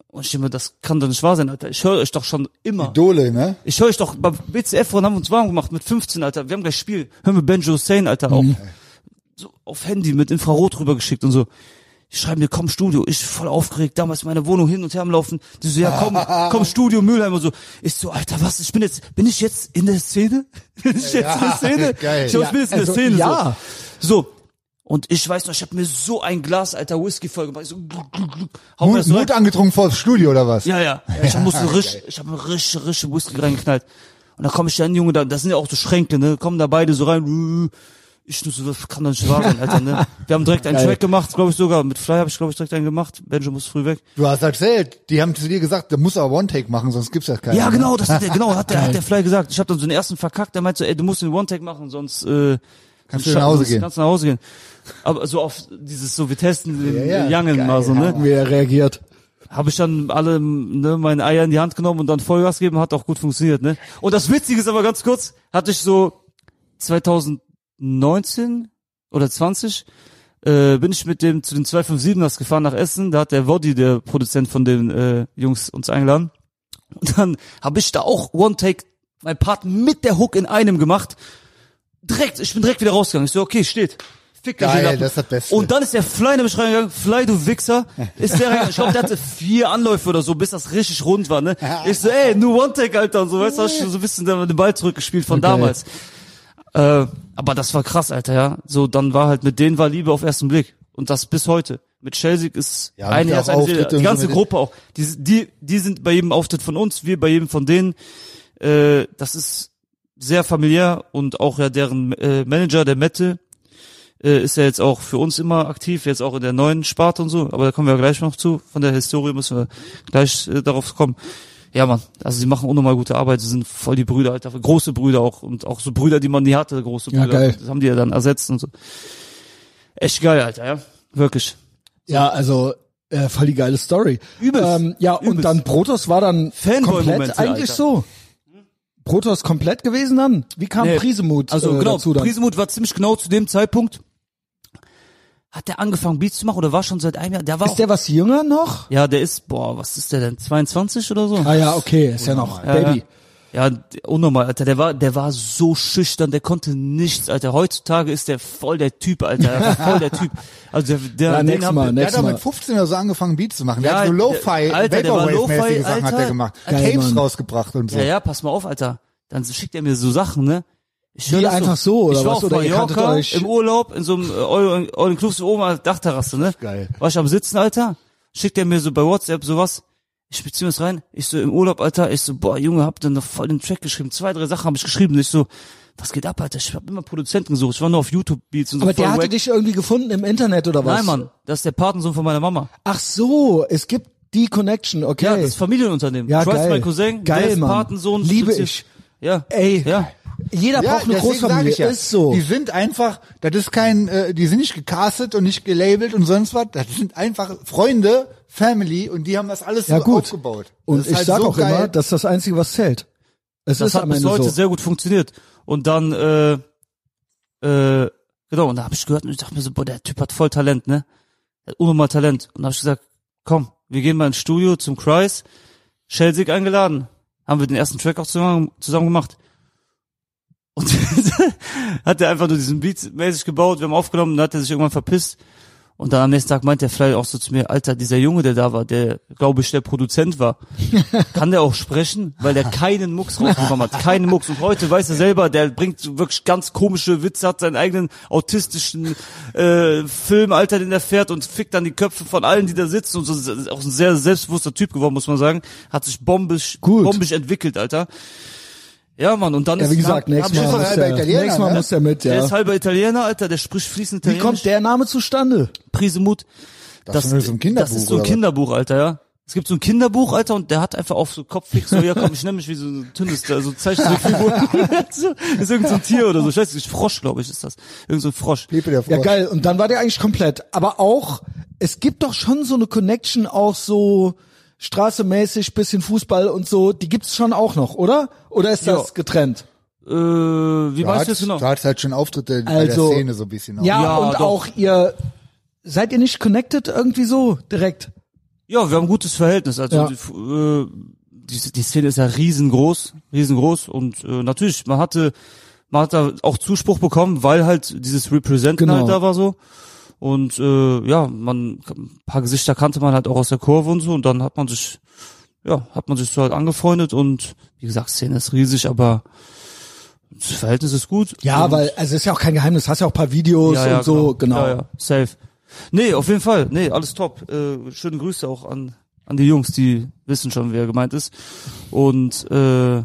Speaker 1: Und ich denke mir, das kann doch nicht wahr sein, Alter. Ich höre euch doch schon immer.
Speaker 3: Idole, ne?
Speaker 1: Ich höre euch doch beim BCF und haben wir uns warm gemacht mit 15, Alter. Wir haben gleich Spiel. Hören wir Benjo Hussein, Alter, auch.
Speaker 2: Mhm.
Speaker 1: So auf Handy mit Infrarot rübergeschickt und so. Die schreiben mir, komm Studio. Ich voll aufgeregt, damals meine Wohnung hin und her am Laufen. Die so, ja
Speaker 2: (laughs)
Speaker 1: komm, komm Studio Mülheim und so. Ich so, Alter, was? Ich bin jetzt, bin ich jetzt in der Szene? (laughs) Bin ich jetzt in der
Speaker 2: (laughs)
Speaker 1: Szene?
Speaker 3: geil.
Speaker 1: Ich glaub, ich bin
Speaker 2: Ja,
Speaker 1: jetzt in der
Speaker 2: also,
Speaker 1: Szene.
Speaker 2: ja.
Speaker 1: So. so. Und ich weiß noch, ich habe mir so ein Glas, alter, Whisky vollgemacht. Ich So, gluck, gluck, gluck. Hau mir Oh,
Speaker 3: Mut,
Speaker 1: das so rein.
Speaker 3: Mut angetrunken vor das Studio oder was?
Speaker 1: Ja, ja. Ich
Speaker 3: (laughs)
Speaker 1: hab musste risch, ich hab mir risch, risch Whisky reingeknallt. Und da komme ich dann, Junge, da, das sind ja auch so Schränke, ne? Kommen da beide so rein. Ich nur so, das kann doch nicht wahr sein, Alter,
Speaker 3: (laughs)
Speaker 1: ne? Wir haben direkt einen Track gemacht, glaube ich sogar. Mit Fly habe ich, glaube ich, direkt einen gemacht. Benjo muss früh weg.
Speaker 3: Du hast erzählt, die haben zu dir gesagt, da muss er One-Take machen, sonst gibt's ja keinen. ne?
Speaker 1: Ja, genau, das hat der, genau, hat der, hat der Fly gesagt. Ich habe dann so den ersten verkackt, der meinte so, ey, du musst den One-Take machen, sonst, äh,
Speaker 3: Kannst du nach Hause
Speaker 1: sonst
Speaker 3: gehen.
Speaker 1: Kannst du nach Hause gehen. Aber so auf dieses, so, wir testen den
Speaker 3: Ja, ja,
Speaker 1: Youngen
Speaker 3: geil,
Speaker 1: mal so, ne?
Speaker 2: Wie er reagiert.
Speaker 1: habe ich dann alle ne, meine Eier in die Hand genommen und dann Vollgas gegeben, hat auch gut funktioniert, ne? Und das Witzige ist aber ganz kurz, hatte ich so 2019 oder 20 äh, bin ich mit dem zu den 257ers gefahren nach Essen. Da hat der Woddy, der Produzent von den äh, Jungs, uns eingeladen. Und dann habe ich da auch One Take, mein Part mit der Hook in einem gemacht. Direkt, ich bin direkt wieder rausgegangen. Ich so, okay, steht. Fick dich,
Speaker 3: Geil,
Speaker 1: ihr Lappen.
Speaker 3: das ist das Beste.
Speaker 1: Und dann ist der Fly nämlich reingegangen. Fly, du Wichser. Ist der reingegangen. Ich glaube, der hatte vier Anläufe oder so, bis das richtig rund war, ne? Ich so, ey, nur One Take, Alter. Und so, weißt du, hast du so ein bisschen den Ball zurückgespielt von damals. Äh, aber das war krass, Alter, ja. So, dann war halt, mit denen war Liebe auf ersten Blick. Und das bis heute. Mit Chelsea ist
Speaker 3: Ja,
Speaker 1: ein
Speaker 3: mit
Speaker 1: Herz,
Speaker 3: auch
Speaker 1: eine Seele.
Speaker 3: Auftritte
Speaker 1: Die
Speaker 3: und
Speaker 1: ganze
Speaker 3: so mit-
Speaker 1: Gruppe auch. Die, die, die sind bei jedem Auftritt von uns, wir bei jedem von denen. Äh, das ist sehr familiär und auch ja deren äh, Manager, der Mette, äh, ist ja jetzt auch für uns immer aktiv, jetzt auch in der neuen Sparte und so, aber da kommen wir ja gleich noch zu. Von der Historie müssen wir gleich äh, darauf kommen. Ja, Mann, also sie machen unnormal gute Arbeit, sie sind voll die Brüder, Alter, große Brüder auch und auch so Brüder, die man nie hatte, große
Speaker 2: Ja,
Speaker 1: Brüder.
Speaker 2: geil.
Speaker 1: Das haben die ja dann ersetzt und so. Echt geil, Alter, ja. Wirklich.
Speaker 2: Ja, also äh, voll die geile Story.
Speaker 1: Übelst.
Speaker 2: Ähm, ja, und
Speaker 1: Übelst.
Speaker 2: dann Protoss war dann komplett
Speaker 1: Fanboy-Momente,
Speaker 2: eigentlich
Speaker 1: Alter.
Speaker 2: so. Protoss komplett gewesen dann? Wie kam
Speaker 1: Nee,
Speaker 2: Prisemut
Speaker 1: Also
Speaker 2: äh,
Speaker 1: genau,
Speaker 2: dazu dann?
Speaker 1: Prisemut war ziemlich genau zu dem Zeitpunkt. Hat der angefangen Beats zu machen oder war schon seit einem Jahr? Der war
Speaker 2: Ist der was jünger noch?
Speaker 1: Ja, der ist, boah, was ist der denn? 22 oder so?
Speaker 2: Ah ja, okay, ist ja noch
Speaker 1: Ja,
Speaker 2: Baby.
Speaker 1: Ja, d- unnormal, Alter. Der war, der war so schüchtern, der konnte nichts, Alter. Heutzutage ist der voll der Typ,
Speaker 2: (laughs)
Speaker 1: Alter. Voll der Typ. Also der, der
Speaker 2: Ja,
Speaker 1: den
Speaker 2: nächstes
Speaker 1: haben-
Speaker 2: Mal,
Speaker 3: Der hat
Speaker 2: nächstes
Speaker 3: doch
Speaker 2: Mal.
Speaker 3: mit 15 oder so angefangen, Beats zu machen. Der
Speaker 1: Ja,
Speaker 3: hat so
Speaker 1: der-
Speaker 3: Lo-Fi,
Speaker 1: Alter, der war Lo-Fi,
Speaker 3: Vaporwave-mäßige Sachen hat
Speaker 1: Alter.
Speaker 3: er gemacht.
Speaker 2: Geil,
Speaker 3: Tapes
Speaker 2: Mann.
Speaker 3: rausgebracht und so.
Speaker 1: Ja, ja, pass mal auf, Alter. Dann schickt er mir so Sachen, ne? Ich
Speaker 2: Wie,
Speaker 1: hör das
Speaker 2: einfach so, oder
Speaker 1: ich war
Speaker 2: was?
Speaker 1: auf
Speaker 2: Oder ihr
Speaker 1: Mallorca
Speaker 2: kanntet euch-
Speaker 1: im Urlaub in so einem äh, All- All-Inclusive oben auf der Dachterrasse, ne?
Speaker 3: Geil.
Speaker 1: War ich am Sitzen, Alter? Schickt er mir so bei WhatsApp sowas. Ich zieh mir das rein. Ich so im Urlaub, Alter. Ich so, boah, Junge, hab dann noch voll den Track geschrieben. Zwei, drei Sachen habe ich geschrieben. Ich so, was geht ab, Alter? Ich hab immer Produzenten gesucht. Ich war nur auf YouTube-Beats und so.
Speaker 2: Aber der
Speaker 1: voll
Speaker 2: hatte
Speaker 1: wack.
Speaker 2: dich irgendwie gefunden im Internet oder was?
Speaker 1: Nein, Mann, das ist der Patensohn von meiner Mama.
Speaker 2: Ach so, es gibt die Connection, okay.
Speaker 1: Ja, das ist Familienunternehmen.
Speaker 2: Ja,
Speaker 1: Trice,
Speaker 2: geil.
Speaker 1: mein Cousin,
Speaker 2: Geil,
Speaker 1: der ist
Speaker 2: Mann.
Speaker 1: Patensohn.
Speaker 2: Liebe
Speaker 1: Stütze-
Speaker 2: ich.
Speaker 1: Ja.
Speaker 2: Ey,
Speaker 1: Ja.
Speaker 2: jeder braucht
Speaker 3: deswegen
Speaker 2: eine
Speaker 3: sag
Speaker 2: Großfamilie,
Speaker 3: ich ja,
Speaker 2: ist so.
Speaker 3: Die sind einfach, das ist kein, äh, die sind nicht gecastet und nicht gelabelt und sonst was. Das sind einfach Freunde, Family und die haben das alles
Speaker 2: Ja,
Speaker 3: so
Speaker 2: gut.
Speaker 3: aufgebaut.
Speaker 2: Und
Speaker 3: Das ist
Speaker 2: ich
Speaker 3: halt
Speaker 2: sag
Speaker 3: so
Speaker 2: auch
Speaker 3: geil.
Speaker 2: immer, das ist das Einzige, was zählt. Es
Speaker 1: das
Speaker 2: ist
Speaker 1: hat
Speaker 2: am
Speaker 1: bis
Speaker 2: Ende
Speaker 1: heute
Speaker 2: so.
Speaker 1: sehr gut funktioniert. Und dann, äh, äh, genau, und da habe ich gehört und ich dachte mir so, boah, der Typ hat voll Talent, ne? Der hat unnormal Talent. Und da habe ich gesagt, komm, wir gehen mal ins Studio zum Kreis, Schelsig eingeladen. Haben wir den ersten Track auch zusammen, zusammen gemacht. Und (laughs) hat er einfach nur diesen Beat mäßig gebaut, wir haben aufgenommen, dann hat er sich irgendwann verpisst. Und dann am nächsten Tag meint der Fly auch so zu mir, Alter, dieser Junge, der da war, der, glaube ich, der Produzent war, kann der auch sprechen? Weil der keinen Mucks rausbekommen hat, keinen Mucks. Und heute weiß er selber, der bringt so wirklich ganz komische Witze, hat seinen eigenen autistischen äh, Film, Alter, den er fährt und fickt dann die Köpfe von allen, die da sitzen. Und so ist auch ein sehr selbstbewusster Typ geworden, muss man sagen. Hat sich bombisch,
Speaker 2: Gut.
Speaker 1: bombisch entwickelt, Alter. Ja, Mann, und dann
Speaker 2: Ja,
Speaker 1: ist
Speaker 2: wie gesagt,
Speaker 1: dann- hab ich
Speaker 2: nächstes Mal,
Speaker 3: schon
Speaker 2: muss
Speaker 3: halber
Speaker 2: der,
Speaker 3: Italiener,
Speaker 2: nächstes Mal
Speaker 3: ne?
Speaker 2: muss der mit,
Speaker 1: der
Speaker 2: ja.
Speaker 1: ist halber Italiener, Alter, der spricht fließend
Speaker 2: Wie
Speaker 1: Italienisch.
Speaker 2: kommt der Name zustande?
Speaker 1: Prisemut.
Speaker 3: Das ist so ein Kinderbuch,
Speaker 1: Das ist so ein
Speaker 3: oder was?
Speaker 1: Kinderbuch, Alter, ja. Es gibt so ein Kinderbuch, Alter, und der hat einfach auf so Kopffix, so, ja komm, ich nenne mich wie so ein dünnes, da, so Zeichentrickfigur.
Speaker 3: (laughs)
Speaker 1: (laughs) so, ist irgend so ein Tier oder so. Scheiße, ich Frosch, glaube ich, ist das. Irgend so ein Frosch.
Speaker 3: Pepe der
Speaker 2: Ja,
Speaker 3: Frosch.
Speaker 2: geil. Und dann war der eigentlich komplett. Aber auch, es gibt doch schon so eine Connection auch so straßemäßig, bisschen Fußball und so. Die gibt's schon auch noch, oder? Oder ist das
Speaker 1: Ja.
Speaker 2: getrennt?
Speaker 1: Äh, wie
Speaker 3: Du
Speaker 1: weißt du das
Speaker 3: hattest-
Speaker 1: genau?
Speaker 3: Du hattest halt schon Auftritte
Speaker 2: Also-
Speaker 3: bei der Szene so ein bisschen. auch.
Speaker 2: Ja,
Speaker 1: Ja,
Speaker 2: und
Speaker 1: doch.
Speaker 2: auch ihr, seid ihr nicht connected irgendwie so direkt?
Speaker 1: Ja, wir haben ein gutes Verhältnis. Also
Speaker 2: Ja.
Speaker 1: die, F- äh, die, die Szene ist ja riesengroß, riesengroß und äh, natürlich, man hatte, man hat da auch Zuspruch bekommen, weil halt dieses Representen
Speaker 2: Genau.
Speaker 1: halt da war so. Und äh, ja, man ein paar Gesichter kannte man halt auch aus der Kurve und so und dann hat man sich, ja, hat man sich so halt angefreundet und wie gesagt, Szene ist riesig, aber das Verhältnis ist gut.
Speaker 2: Ja,
Speaker 1: und,
Speaker 2: weil, also ist ja auch kein Geheimnis, hast ja auch ein paar Videos
Speaker 1: ja, ja,
Speaker 2: und so, genau.
Speaker 1: Ja, ja, safe. Nee, auf jeden Fall. Nee, alles top. Äh, schöne Grüße auch an, an die Jungs, die wissen schon, wer gemeint ist. Und äh,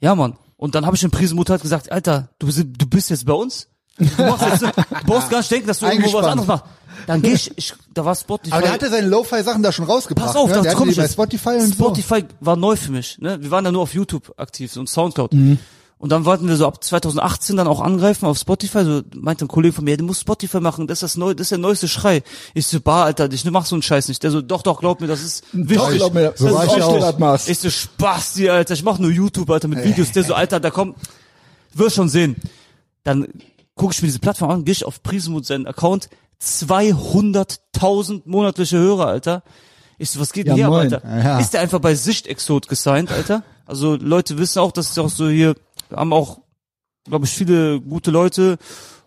Speaker 1: ja, Mann. Und dann habe ich dem Prisenmutter halt gesagt, Alter, du bist, du bist jetzt bei uns? Du, machst jetzt, du brauchst gar nicht denken, dass du irgendwo was
Speaker 3: Eingespannt.
Speaker 1: anderes machst. Dann geh ich, ich da war Spotify.
Speaker 3: Aber der hatte seine Lo-Fi-Sachen da schon rausgebracht.
Speaker 1: Pass auf,
Speaker 3: ne?
Speaker 1: das
Speaker 3: der hatte
Speaker 1: kommt
Speaker 3: die bei Spotify und
Speaker 1: Spotify war neu für mich. Ne? Wir waren ja nur auf YouTube aktiv und Soundcloud. Und dann wollten wir so ab 2018 dann auch angreifen auf Spotify. So meinte ein Kollege von mir, ja, du musst Spotify machen, das ist das neu, das ist der neueste Schrei. Ich so, bah, Alter, ich mach so einen Scheiß nicht. Der so, doch, doch, glaub mir, das ist wichtig.
Speaker 2: glaub mir, so
Speaker 1: das
Speaker 2: war
Speaker 1: ist
Speaker 2: ich
Speaker 1: wichtig.
Speaker 2: auch. Das machst.
Speaker 1: Ich so, Spaß dir, Alter, ich mach nur YouTube, Alter, mit Videos. Der so, Alter, da kommt, wirst schon sehen. Dann gucke ich mir diese Plattform an, gehe ich auf Prismut seinen Account, 200.000 monatliche Hörer, Alter. Ich so, was geht denn
Speaker 2: Ja,
Speaker 1: hier ab,
Speaker 2: moin.
Speaker 1: Alter?
Speaker 3: Ja.
Speaker 1: Ist der einfach bei Sichtexot gesigned, Alter? Also Leute wissen auch, dass es auch so hier, haben auch, glaube ich, viele gute Leute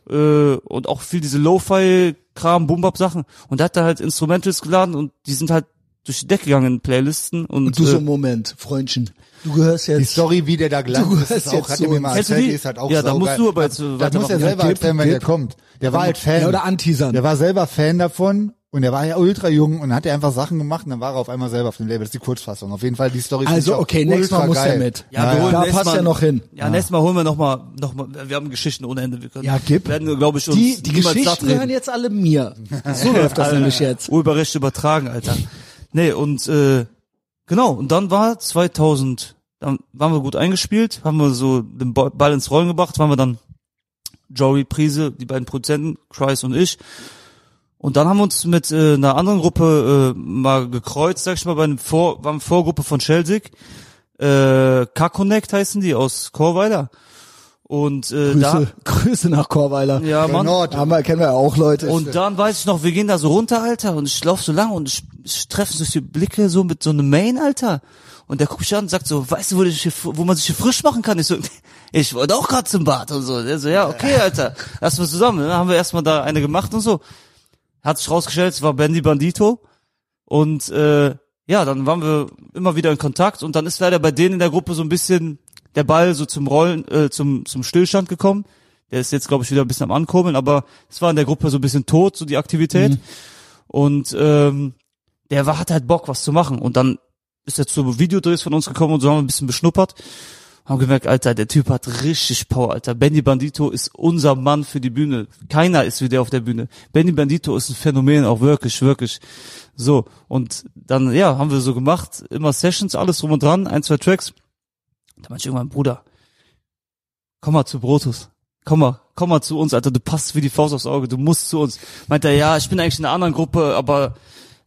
Speaker 1: äh, und auch viel diese Lo-Fi-Kram, Bumbab-Sachen. Und da hat er halt Instrumentals geladen und die sind halt durch die Decke gegangen in Playlisten. Und,
Speaker 2: Und du so,
Speaker 1: äh,
Speaker 2: Moment, Freundchen, du gehörst
Speaker 3: Die
Speaker 2: jetzt.
Speaker 3: Story, wie der da
Speaker 2: Du
Speaker 3: gelandet
Speaker 2: hast
Speaker 3: ist, auch,
Speaker 2: jetzt
Speaker 3: hat
Speaker 2: so
Speaker 3: er mir mal
Speaker 2: ein-
Speaker 1: Kennst du
Speaker 3: erzählt,
Speaker 1: die?
Speaker 3: die ist halt auch
Speaker 1: Ja, da musst
Speaker 3: saugeil.
Speaker 1: du aber jetzt, äh,
Speaker 3: Das muss
Speaker 1: weitermachen.
Speaker 3: er
Speaker 1: Ja,
Speaker 3: selber
Speaker 2: Tipp,
Speaker 3: erzählen, wenn
Speaker 2: Tipp.
Speaker 3: der kommt. Der war halt
Speaker 2: Ja,
Speaker 3: Fan.
Speaker 2: oder anteasern.
Speaker 3: Der war selber Fan davon und er war ja ultra jung und hat ja einfach Sachen gemacht und dann war er auf einmal selber auf dem Label. Das ist die Kurzfassung. Auf jeden Fall, die Story finde ich
Speaker 2: Also,
Speaker 3: auch
Speaker 2: okay, nächstes
Speaker 3: ultra
Speaker 2: Mal muss
Speaker 3: geil.
Speaker 2: er mit.
Speaker 1: Ja, wir holen
Speaker 2: da
Speaker 1: nächstes
Speaker 2: passt
Speaker 1: Mal-
Speaker 2: er noch hin.
Speaker 1: ja, nächstes Mal holen wir nochmal, noch mal, wir haben Geschichten ohne Ende. Wir können,
Speaker 2: Ja, gib.
Speaker 1: werden, glaube ich, uns
Speaker 2: Die, die
Speaker 1: niemals satt
Speaker 2: Geschichten
Speaker 1: reden.
Speaker 2: hören jetzt alle mir.
Speaker 1: (laughs)
Speaker 2: So läuft das nämlich jetzt.
Speaker 1: Urheberrecht übertragen, Alter. Nee, und äh, genau, und dann war 2000, dann waren wir gut eingespielt, haben wir so den Bo- Ball ins Rollen gebracht, waren wir dann Jory Priese, die beiden Produzenten, Kreis und ich. Und dann haben wir uns mit äh, einer anderen Gruppe äh, mal gekreuzt, sag ich mal, bei einem Vor, waren Vorgruppe von Schelsig. Äh, K-Connect heißen die aus Chorweiler. Und äh, da,
Speaker 2: Grüße, (laughs) Grüße nach Chorweiler.
Speaker 1: ja, Mann.
Speaker 3: Nord.
Speaker 2: Haben wir, kennen wir ja auch Leute.
Speaker 1: Und dann weiß ich noch, wir gehen da so runter, Alter, und ich laufe so lang und ich, ich treffe so die Blicke so mit so einem Main, Alter. Und der guckt mich an und sagt so, weißt du, wo, du dich hier, wo man sich hier frisch machen kann? Ich so, (laughs) ich wollte auch gerade zum Bad und so. Der so, ja, okay, Alter, lass mal zusammen. Dann haben wir erstmal da eine gemacht und so. Hat sich rausgestellt, es war Bendy Bandito. Und äh, ja, dann waren wir immer wieder in Kontakt und dann ist leider bei denen in der Gruppe so ein bisschen der Ball so zum Rollen, äh, zum, zum Stillstand gekommen. Der ist jetzt, glaube ich, wieder ein bisschen am Ankurbeln, aber es war in der Gruppe so ein bisschen tot, so die Aktivität. Und ähm, der war, hat halt Bock, was zu machen. Und dann ist er zu Videodrehs von uns gekommen und so haben wir ein bisschen beschnuppert. Haben gemerkt, Alter, der Typ hat richtig Power, Alter. Benny Bandito ist unser Mann für die Bühne. Keiner ist wie der auf der Bühne. Benny Bandito ist ein Phänomen, auch wirklich, wirklich. So, und dann, ja, haben wir so gemacht, immer Sessions, alles drum und dran, ein, zwei Tracks. Da meinte ich irgendwann, Bruder, komm mal zu Brotus. Komm mal, komm mal zu uns, Alter, du passt wie die Faust aufs Auge, du musst zu uns. Meint er, ja, ich bin eigentlich in einer anderen Gruppe, aber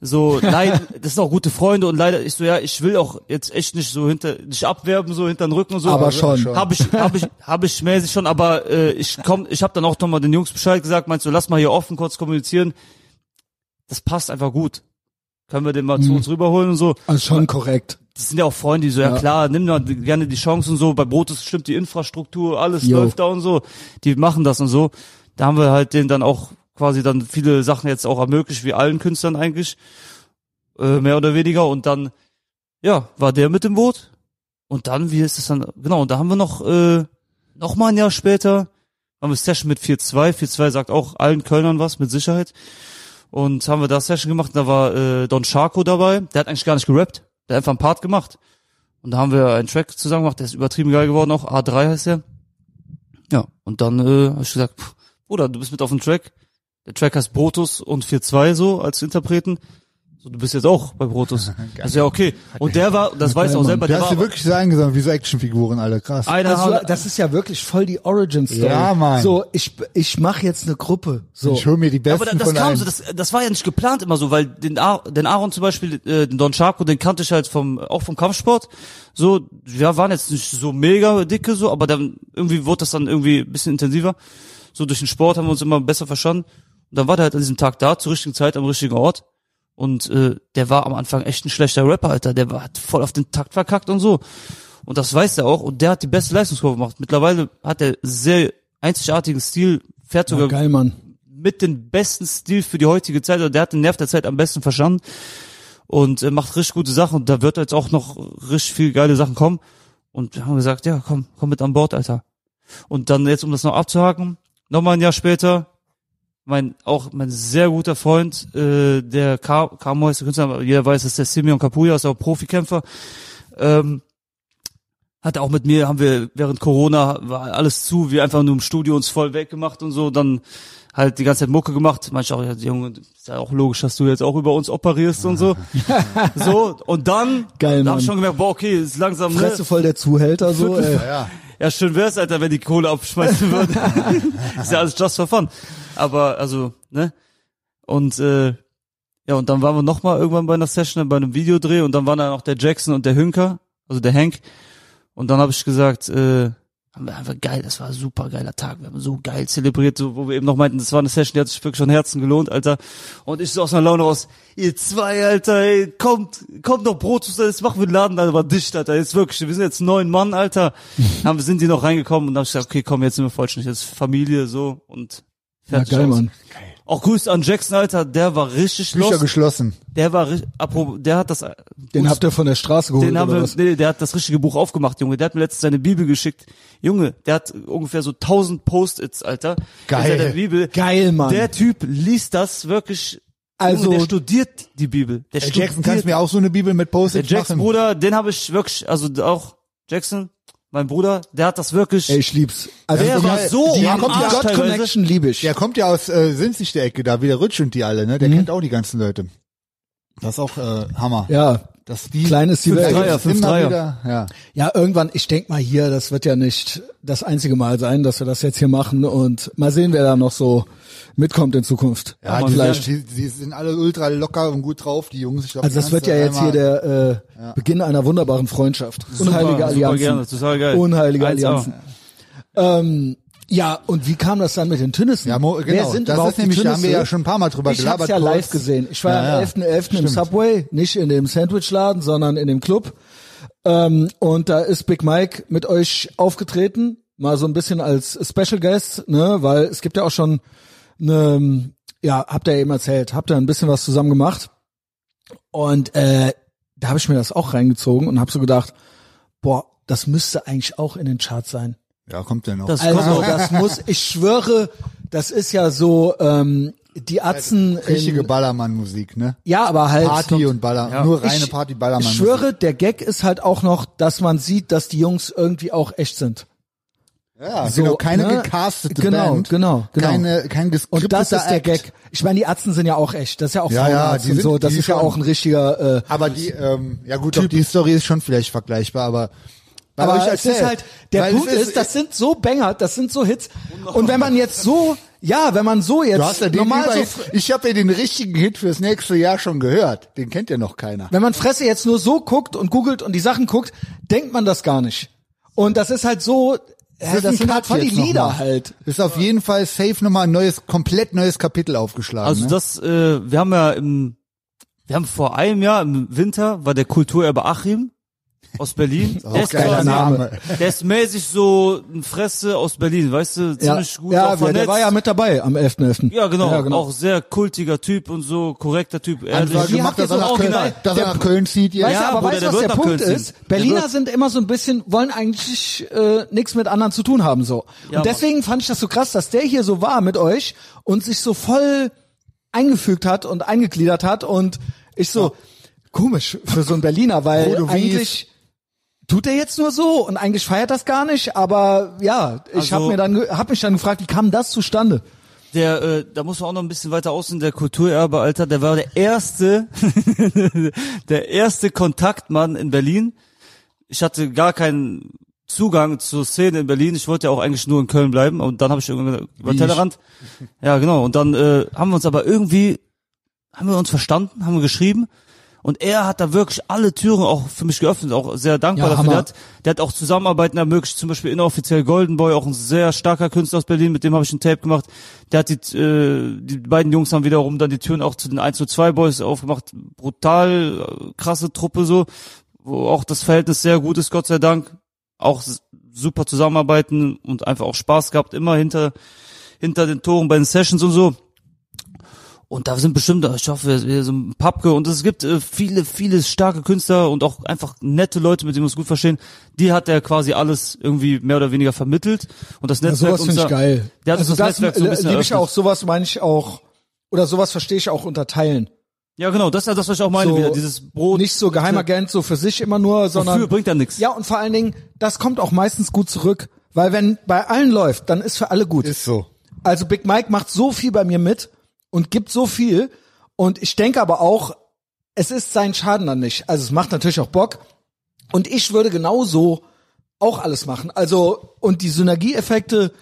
Speaker 1: so, leider, (laughs) das sind auch gute Freunde und leider, ich so, ja, ich will auch jetzt echt nicht so hinter, nicht abwerben, so hinter den Rücken und so.
Speaker 2: Aber schon.
Speaker 1: Hab ich, hab ich, hab ich mäßig schon, aber äh, ich komm, ich hab dann auch nochmal den Jungs Bescheid gesagt, meinst du, lass mal hier offen kurz kommunizieren. Das passt einfach gut. Können wir den mal
Speaker 2: Mhm.
Speaker 1: zu uns rüberholen und so.
Speaker 2: also schon korrekt.
Speaker 1: Das sind ja auch Freunde, die so, ja,
Speaker 2: Ja.
Speaker 1: klar, nimm da gerne die Chance und so. Bei Brotus stimmt die Infrastruktur, alles
Speaker 2: Jo.
Speaker 1: läuft da und so. Die machen das und so. Da haben wir halt denen dann auch quasi dann viele Sachen jetzt auch ermöglicht, wie allen Künstlern eigentlich. Äh, mehr oder weniger. Und dann, ja, war der mit dem Boot. Und dann, wie ist es dann? Genau, und da haben wir noch, äh, noch mal ein Jahr später, haben wir Session mit 4-2. 4-2 sagt auch allen Kölnern was, mit Sicherheit. Und haben wir da Session gemacht, da war äh, Don Charco dabei. Der hat eigentlich gar nicht gerappt. Der hat einfach einen Part gemacht. Und da haben wir einen Track zusammen gemacht, der ist übertrieben geil geworden auch. A3 heißt der. Ja, und dann äh, habe ich gesagt, pff, Bruder, du bist mit auf dem Track. Der Track heißt Brotus und 4-2 so als Interpreten. So, du bist jetzt auch bei Brotus. Also ja, okay. Und der war, das weiß ich auch
Speaker 2: Mann.
Speaker 1: selber,
Speaker 3: Du
Speaker 1: der
Speaker 3: hast
Speaker 1: war
Speaker 3: dir wirklich so eingesammelt, wie so Actionfiguren alle, krass.
Speaker 1: einer
Speaker 2: Also,
Speaker 1: hat-
Speaker 2: das ist ja wirklich voll die Origin-Story.
Speaker 3: Ja, Mann.
Speaker 2: So, ich, ich mache jetzt eine Gruppe. So.
Speaker 3: Ich hol mir die
Speaker 1: Ja, aber
Speaker 3: besten
Speaker 1: da- das
Speaker 3: von
Speaker 1: kam
Speaker 3: allen.
Speaker 1: so, das, das war ja nicht geplant immer so, weil den, A- den Aaron zum Beispiel, äh, den Don Charco, den kannte ich halt vom, auch vom Kampfsport. So, wir waren jetzt nicht so mega dicke so, aber dann irgendwie wurde das dann irgendwie ein bisschen intensiver. So durch den Sport haben wir uns immer besser verstanden. Und dann war der halt an diesem Tag da, zur richtigen Zeit, am richtigen Ort. Und äh, der war am Anfang echt ein schlechter Rapper, Alter. Der war, hat voll auf den Takt verkackt und so. Und das weiß er auch. Und der hat die beste Leistungskurve gemacht. Mittlerweile hat er sehr einzigartigen Stil, fährt sogar
Speaker 2: Geil, Mann.
Speaker 1: mit den besten Stil für die heutige Zeit oder der hat den Nerv der Zeit am besten verstanden und äh, macht richtig gute Sachen und da wird jetzt auch noch richtig viel geile Sachen kommen und wir haben gesagt, ja, komm, komm mit an Bord, Alter. Und dann jetzt, um das noch abzuhaken, nochmal ein Jahr später, mein, auch mein sehr guter Freund, äh, der Ka- Kamo heißt der Künstler, aber jeder weiß, das ist der Simeon Capuja, ist auch Profikämpfer, ähm, hat auch mit mir, haben wir während Corona war alles zu, wir einfach nur im Studio uns voll weggemacht und so, dann halt die ganze Zeit Mucke gemacht. Manche auch, ja, Junge, ist ja auch logisch, dass du jetzt auch über uns operierst und
Speaker 2: (laughs)
Speaker 1: so. so, und dann,
Speaker 2: Geil,
Speaker 1: da habe ich
Speaker 2: Mann.
Speaker 1: schon gemerkt, boah, okay, ist langsam, ne?
Speaker 2: Fresse voll der Zuhälter, so, ey.
Speaker 3: ja,
Speaker 1: Ja, schön wär's, Alter, wenn die Kohle abschmeißen würden. ist ja alles just for fun. Aber, also, ne? Und, äh, ja, und dann waren wir nochmal irgendwann bei einer Session, bei einem Videodreh und dann waren da noch der Jackson und der Hünker, also der Hank. Und dann habe ich gesagt, äh, haben wir einfach geil, das war ein super geiler Tag. Wir haben so geil zelebriert, so, wo wir eben noch meinten, das war eine Session, die hat sich wirklich schon Herzen gelohnt, Alter. Und ich so aus einer Laune raus, ihr zwei, Alter, ey, kommt, kommt noch Brot, das machen wir den Laden, Alter, war dicht, Alter, jetzt wirklich, wir sind jetzt neun Mann,
Speaker 2: (laughs)
Speaker 1: Alter. haben, sind die noch reingekommen und dann hab ich gesagt, okay, komm, jetzt sind wir vollständig, jetzt Familie, so, und fertig.
Speaker 2: geil,
Speaker 1: aus.
Speaker 2: Mann.
Speaker 1: Auch Grüße an Jackson, Alter, der war richtig
Speaker 3: Bücher
Speaker 1: los.
Speaker 3: geschlossen.
Speaker 1: Der war, ri- apropos, der hat das, äh,
Speaker 2: Den habt ihr von der Straße geholt
Speaker 1: den haben
Speaker 2: oder
Speaker 1: wir,
Speaker 2: was?
Speaker 1: nee, der hat das richtige Buch aufgemacht, Junge. Der hat mir letztens seine Bibel geschickt. Junge, der hat ungefähr so 1000 Post-its, Alter.
Speaker 3: Geil.
Speaker 1: In seiner Bibel.
Speaker 2: Geil, Mann.
Speaker 1: Der Typ liest das wirklich.
Speaker 2: Also-
Speaker 1: Junge, der studiert die Bibel. Der
Speaker 3: Ey,
Speaker 1: studiert.
Speaker 3: Jackson, kannst du mir auch so eine Bibel mit
Speaker 1: der
Speaker 3: Post-its
Speaker 1: Jackson,
Speaker 3: machen?
Speaker 1: Bruder, den habe ich wirklich, also auch Jackson, mein Bruder, der hat das wirklich.
Speaker 2: Ey, ich lieb's. Also
Speaker 1: Der
Speaker 2: die-
Speaker 1: war so
Speaker 2: die
Speaker 1: am Arsch
Speaker 2: God
Speaker 1: teilweise.
Speaker 2: Connection liebe ich.
Speaker 3: Der kommt ja aus äh, Sinzig der Ecke da, wieder Rutsch und die alle, ne? Der
Speaker 2: Mhm.
Speaker 3: kennt auch die ganzen Leute. Das ist auch äh, Hammer.
Speaker 2: Ja.
Speaker 3: Dass die
Speaker 2: Klein ist die
Speaker 3: Fünf
Speaker 2: Welt.
Speaker 3: Dreier, fünf
Speaker 1: Immer
Speaker 3: Dreier.
Speaker 1: wieder,
Speaker 3: Ja.
Speaker 2: Ja, irgendwann, ich denk mal hier, das wird ja nicht das einzige Mal sein, dass wir das jetzt hier machen und mal sehen, wer da noch so mitkommt in Zukunft.
Speaker 3: Ja,
Speaker 1: Mann,
Speaker 3: die,
Speaker 1: vielleicht.
Speaker 3: sind- die, die sind alle ultra locker und gut drauf, die Jungs. Ich glaub,
Speaker 2: Also das
Speaker 3: die
Speaker 2: wird
Speaker 3: kannst
Speaker 2: ja
Speaker 3: du
Speaker 2: jetzt hier
Speaker 3: einmal-
Speaker 2: der äh, Beginn einer wunderbaren Freundschaft. Unheilige
Speaker 1: super
Speaker 2: Allianzen.
Speaker 1: gerne, total geil.
Speaker 2: Unheilige
Speaker 1: 1A.
Speaker 2: Allianzen. Ähm, ja, und wie kam das dann mit den Tünnissen?
Speaker 3: Ja, Mo, genau.
Speaker 2: Wer sind
Speaker 3: das
Speaker 2: überhaupt
Speaker 3: ist nämlich,
Speaker 2: die
Speaker 3: da haben wir
Speaker 2: Tünnissen?
Speaker 3: ja schon ein paar Mal drüber
Speaker 2: Ich
Speaker 3: gelabert.
Speaker 2: hab's ja
Speaker 3: kurz.
Speaker 2: live gesehen. Ich war
Speaker 3: Ja,
Speaker 2: am
Speaker 3: ja.
Speaker 2: 11.11. im
Speaker 3: Stimmt.
Speaker 2: Subway, nicht in dem Sandwichladen, sondern in dem Club. Ähm, und da ist Big Mike mit euch aufgetreten, mal so ein bisschen als Special Guest, ne, weil es gibt ja auch schon eine, ja, habt ihr eben erzählt, habt ihr ein bisschen was zusammen gemacht. Und äh, da habe ich mir das auch reingezogen und habe so gedacht, boah, das müsste eigentlich auch in den Charts sein.
Speaker 3: Ja, kommt der noch.
Speaker 1: Das-
Speaker 2: Also das muss, ich schwöre, das ist ja so ähm, die Atzen.
Speaker 3: Richtige
Speaker 2: in,
Speaker 3: Ballermann-Musik, ne?
Speaker 2: ja, aber halt.
Speaker 3: Party und Baller,
Speaker 1: Ja.
Speaker 3: nur reine
Speaker 2: Ich-
Speaker 3: Party-Ballermann.
Speaker 2: Ich schwöre, der Gag ist halt auch noch, dass man sieht, dass die Jungs irgendwie auch echt sind.
Speaker 3: ja,
Speaker 2: so,
Speaker 3: genau, keine
Speaker 2: ne?
Speaker 3: gecastete
Speaker 2: Genau,
Speaker 3: Band,
Speaker 2: genau, genau.
Speaker 3: keine, kein geskripteter
Speaker 2: Und das ist der
Speaker 3: Act.
Speaker 2: Gag. Ich meine, die Atzen sind ja auch echt. Das ist ja auch
Speaker 3: Ja, ja,
Speaker 2: Frauenarzt
Speaker 3: die
Speaker 2: und
Speaker 3: sind-
Speaker 2: so. Das
Speaker 3: die
Speaker 2: ist ja
Speaker 3: schon.
Speaker 2: auch ein richtiger. Äh,
Speaker 3: Aber die, ähm, ja gut, doch, die Story ist schon vielleicht vergleichbar, aber weil
Speaker 2: aber
Speaker 3: ich
Speaker 2: es ist
Speaker 3: erzähl,
Speaker 2: halt der
Speaker 3: weil
Speaker 2: Punkt
Speaker 3: es
Speaker 2: ist, das sind so Banger, das sind so Hits. Und wenn man jetzt so, ja, wenn man so jetzt
Speaker 3: du hast ja den
Speaker 2: normal
Speaker 3: über,
Speaker 2: so
Speaker 3: ich habe ja den richtigen Hit fürs nächste Jahr schon gehört. Den kennt ja noch keiner.
Speaker 2: Wenn man Fresse jetzt nur so guckt und googelt und die Sachen guckt, denkt man das gar nicht. Und das ist halt so, äh, das,
Speaker 3: ein
Speaker 2: sind
Speaker 3: Cut
Speaker 2: halt voll die
Speaker 3: jetzt noch
Speaker 2: Lieder
Speaker 3: mal.
Speaker 2: halt.
Speaker 3: Ist auf jeden Fall safe nochmal ein neues, komplett neues Kapitel aufgeschlagen.
Speaker 1: Also
Speaker 3: ne?
Speaker 1: das, äh, wir haben ja im, wir haben vor einem Jahr im Winter war der Kulturerbe Achim aus
Speaker 2: (laughs)
Speaker 1: Berlin.
Speaker 3: auch
Speaker 1: der, ist
Speaker 3: geiler
Speaker 1: quasi-
Speaker 3: Name.
Speaker 1: der ist mäßig so ein Fresse aus Berlin, weißt du, ziemlich gut
Speaker 2: ja
Speaker 1: auch
Speaker 2: wer-
Speaker 1: vernetzt.
Speaker 2: der war ja mit dabei am 11.11.
Speaker 1: ja, genau,
Speaker 2: Ja, genau.
Speaker 1: auch sehr kultiger Typ und so, korrekter Typ,
Speaker 3: Ansage
Speaker 1: ehrlich.
Speaker 2: Wie
Speaker 3: gemacht,
Speaker 2: habt ihr
Speaker 3: dass er
Speaker 2: so
Speaker 3: nach
Speaker 1: original-
Speaker 3: Köln, dass er nach Köln zieht. Ja,
Speaker 2: Weißt
Speaker 1: Ja,
Speaker 2: du, aber
Speaker 1: Bruder,
Speaker 2: weißt du,
Speaker 1: der
Speaker 2: was
Speaker 1: wird
Speaker 2: der
Speaker 1: nach
Speaker 2: Punkt
Speaker 1: Köln ziehen.
Speaker 2: ist?
Speaker 1: Der
Speaker 2: Berliner
Speaker 1: wird-
Speaker 2: sind immer so ein bisschen, wollen eigentlich äh, nichts mit anderen zu tun haben so.
Speaker 1: Ja,
Speaker 2: und deswegen fand ich das so krass, dass der hier so war mit euch und sich so voll eingefügt hat und eingegliedert hat und ich so komisch für so einen Berliner, weil
Speaker 3: Bodo Wies.
Speaker 2: eigentlich tut er jetzt nur so und eigentlich feiert das gar nicht, aber ja, ich hab
Speaker 1: Also-
Speaker 2: habe mir dann ge- hab mich dann gefragt, wie kam das zustande?
Speaker 1: Der, äh, da muss man auch noch ein bisschen weiter aussehen, der Kulturerbe, Alter, der war der erste, (laughs) der erste Kontaktmann in Berlin. Ich hatte gar keinen Zugang zur Szene in Berlin. Ich wollte ja auch eigentlich nur in Köln bleiben und dann habe ich irgendwann gesagt, über
Speaker 3: Wie
Speaker 1: Tellerrand. Ja, genau. Und dann äh, haben wir uns aber irgendwie, haben wir uns verstanden, haben wir geschrieben. Und er hat da wirklich alle Türen auch für mich geöffnet, auch sehr dankbar
Speaker 2: Ja,
Speaker 1: dafür.
Speaker 2: Hammer.
Speaker 1: Der hat, der hat auch Zusammenarbeiten ermöglicht, zum Beispiel inoffiziell Golden Boy, auch ein sehr starker Künstler aus Berlin, mit dem habe ich ein Tape gemacht. Der hat die, äh, die beiden Jungs haben wiederum dann die Türen auch zu den 102 Boys aufgemacht. Brutal äh, krasse Truppe so, wo auch das Verhältnis sehr gut ist, Gott sei Dank. Auch s- super zusammenarbeiten und einfach auch Spaß gehabt, immer hinter, hinter den Toren bei den Sessions und so. Und da sind bestimmt, ich hoffe, wir so ein Papke und es gibt äh, viele, viele starke Künstler und auch einfach nette Leute, mit denen wir uns gut verstehen. Die hat er quasi alles irgendwie mehr oder weniger vermittelt und das Netzwerk.
Speaker 2: sowas finde
Speaker 1: uns da-
Speaker 2: ich geil. Also
Speaker 1: Der hat uns das, Netzwerk so ein bisschen
Speaker 2: liebe ich
Speaker 1: eröffnet.
Speaker 2: auch, sowas meine ich auch oder sowas verstehe ich auch unter Teilen.
Speaker 1: Ja, genau, das ist ja das, was ich auch meine
Speaker 2: So,
Speaker 1: wieder. Dieses Brot.
Speaker 2: nicht so Geheimagent so für sich immer nur, sondern
Speaker 1: Wofür bringt er nix?
Speaker 2: Ja, und vor allen Dingen, das kommt auch meistens gut zurück, weil wenn bei allen läuft, dann ist für alle gut.
Speaker 3: ist so.
Speaker 2: Also Big Mike macht so viel bei mir mit und gibt so viel und ich denke aber auch, es ist sein Schaden dann nicht. Also es macht natürlich auch Bock und ich würde genauso auch alles machen. Also und die Synergieeffekte,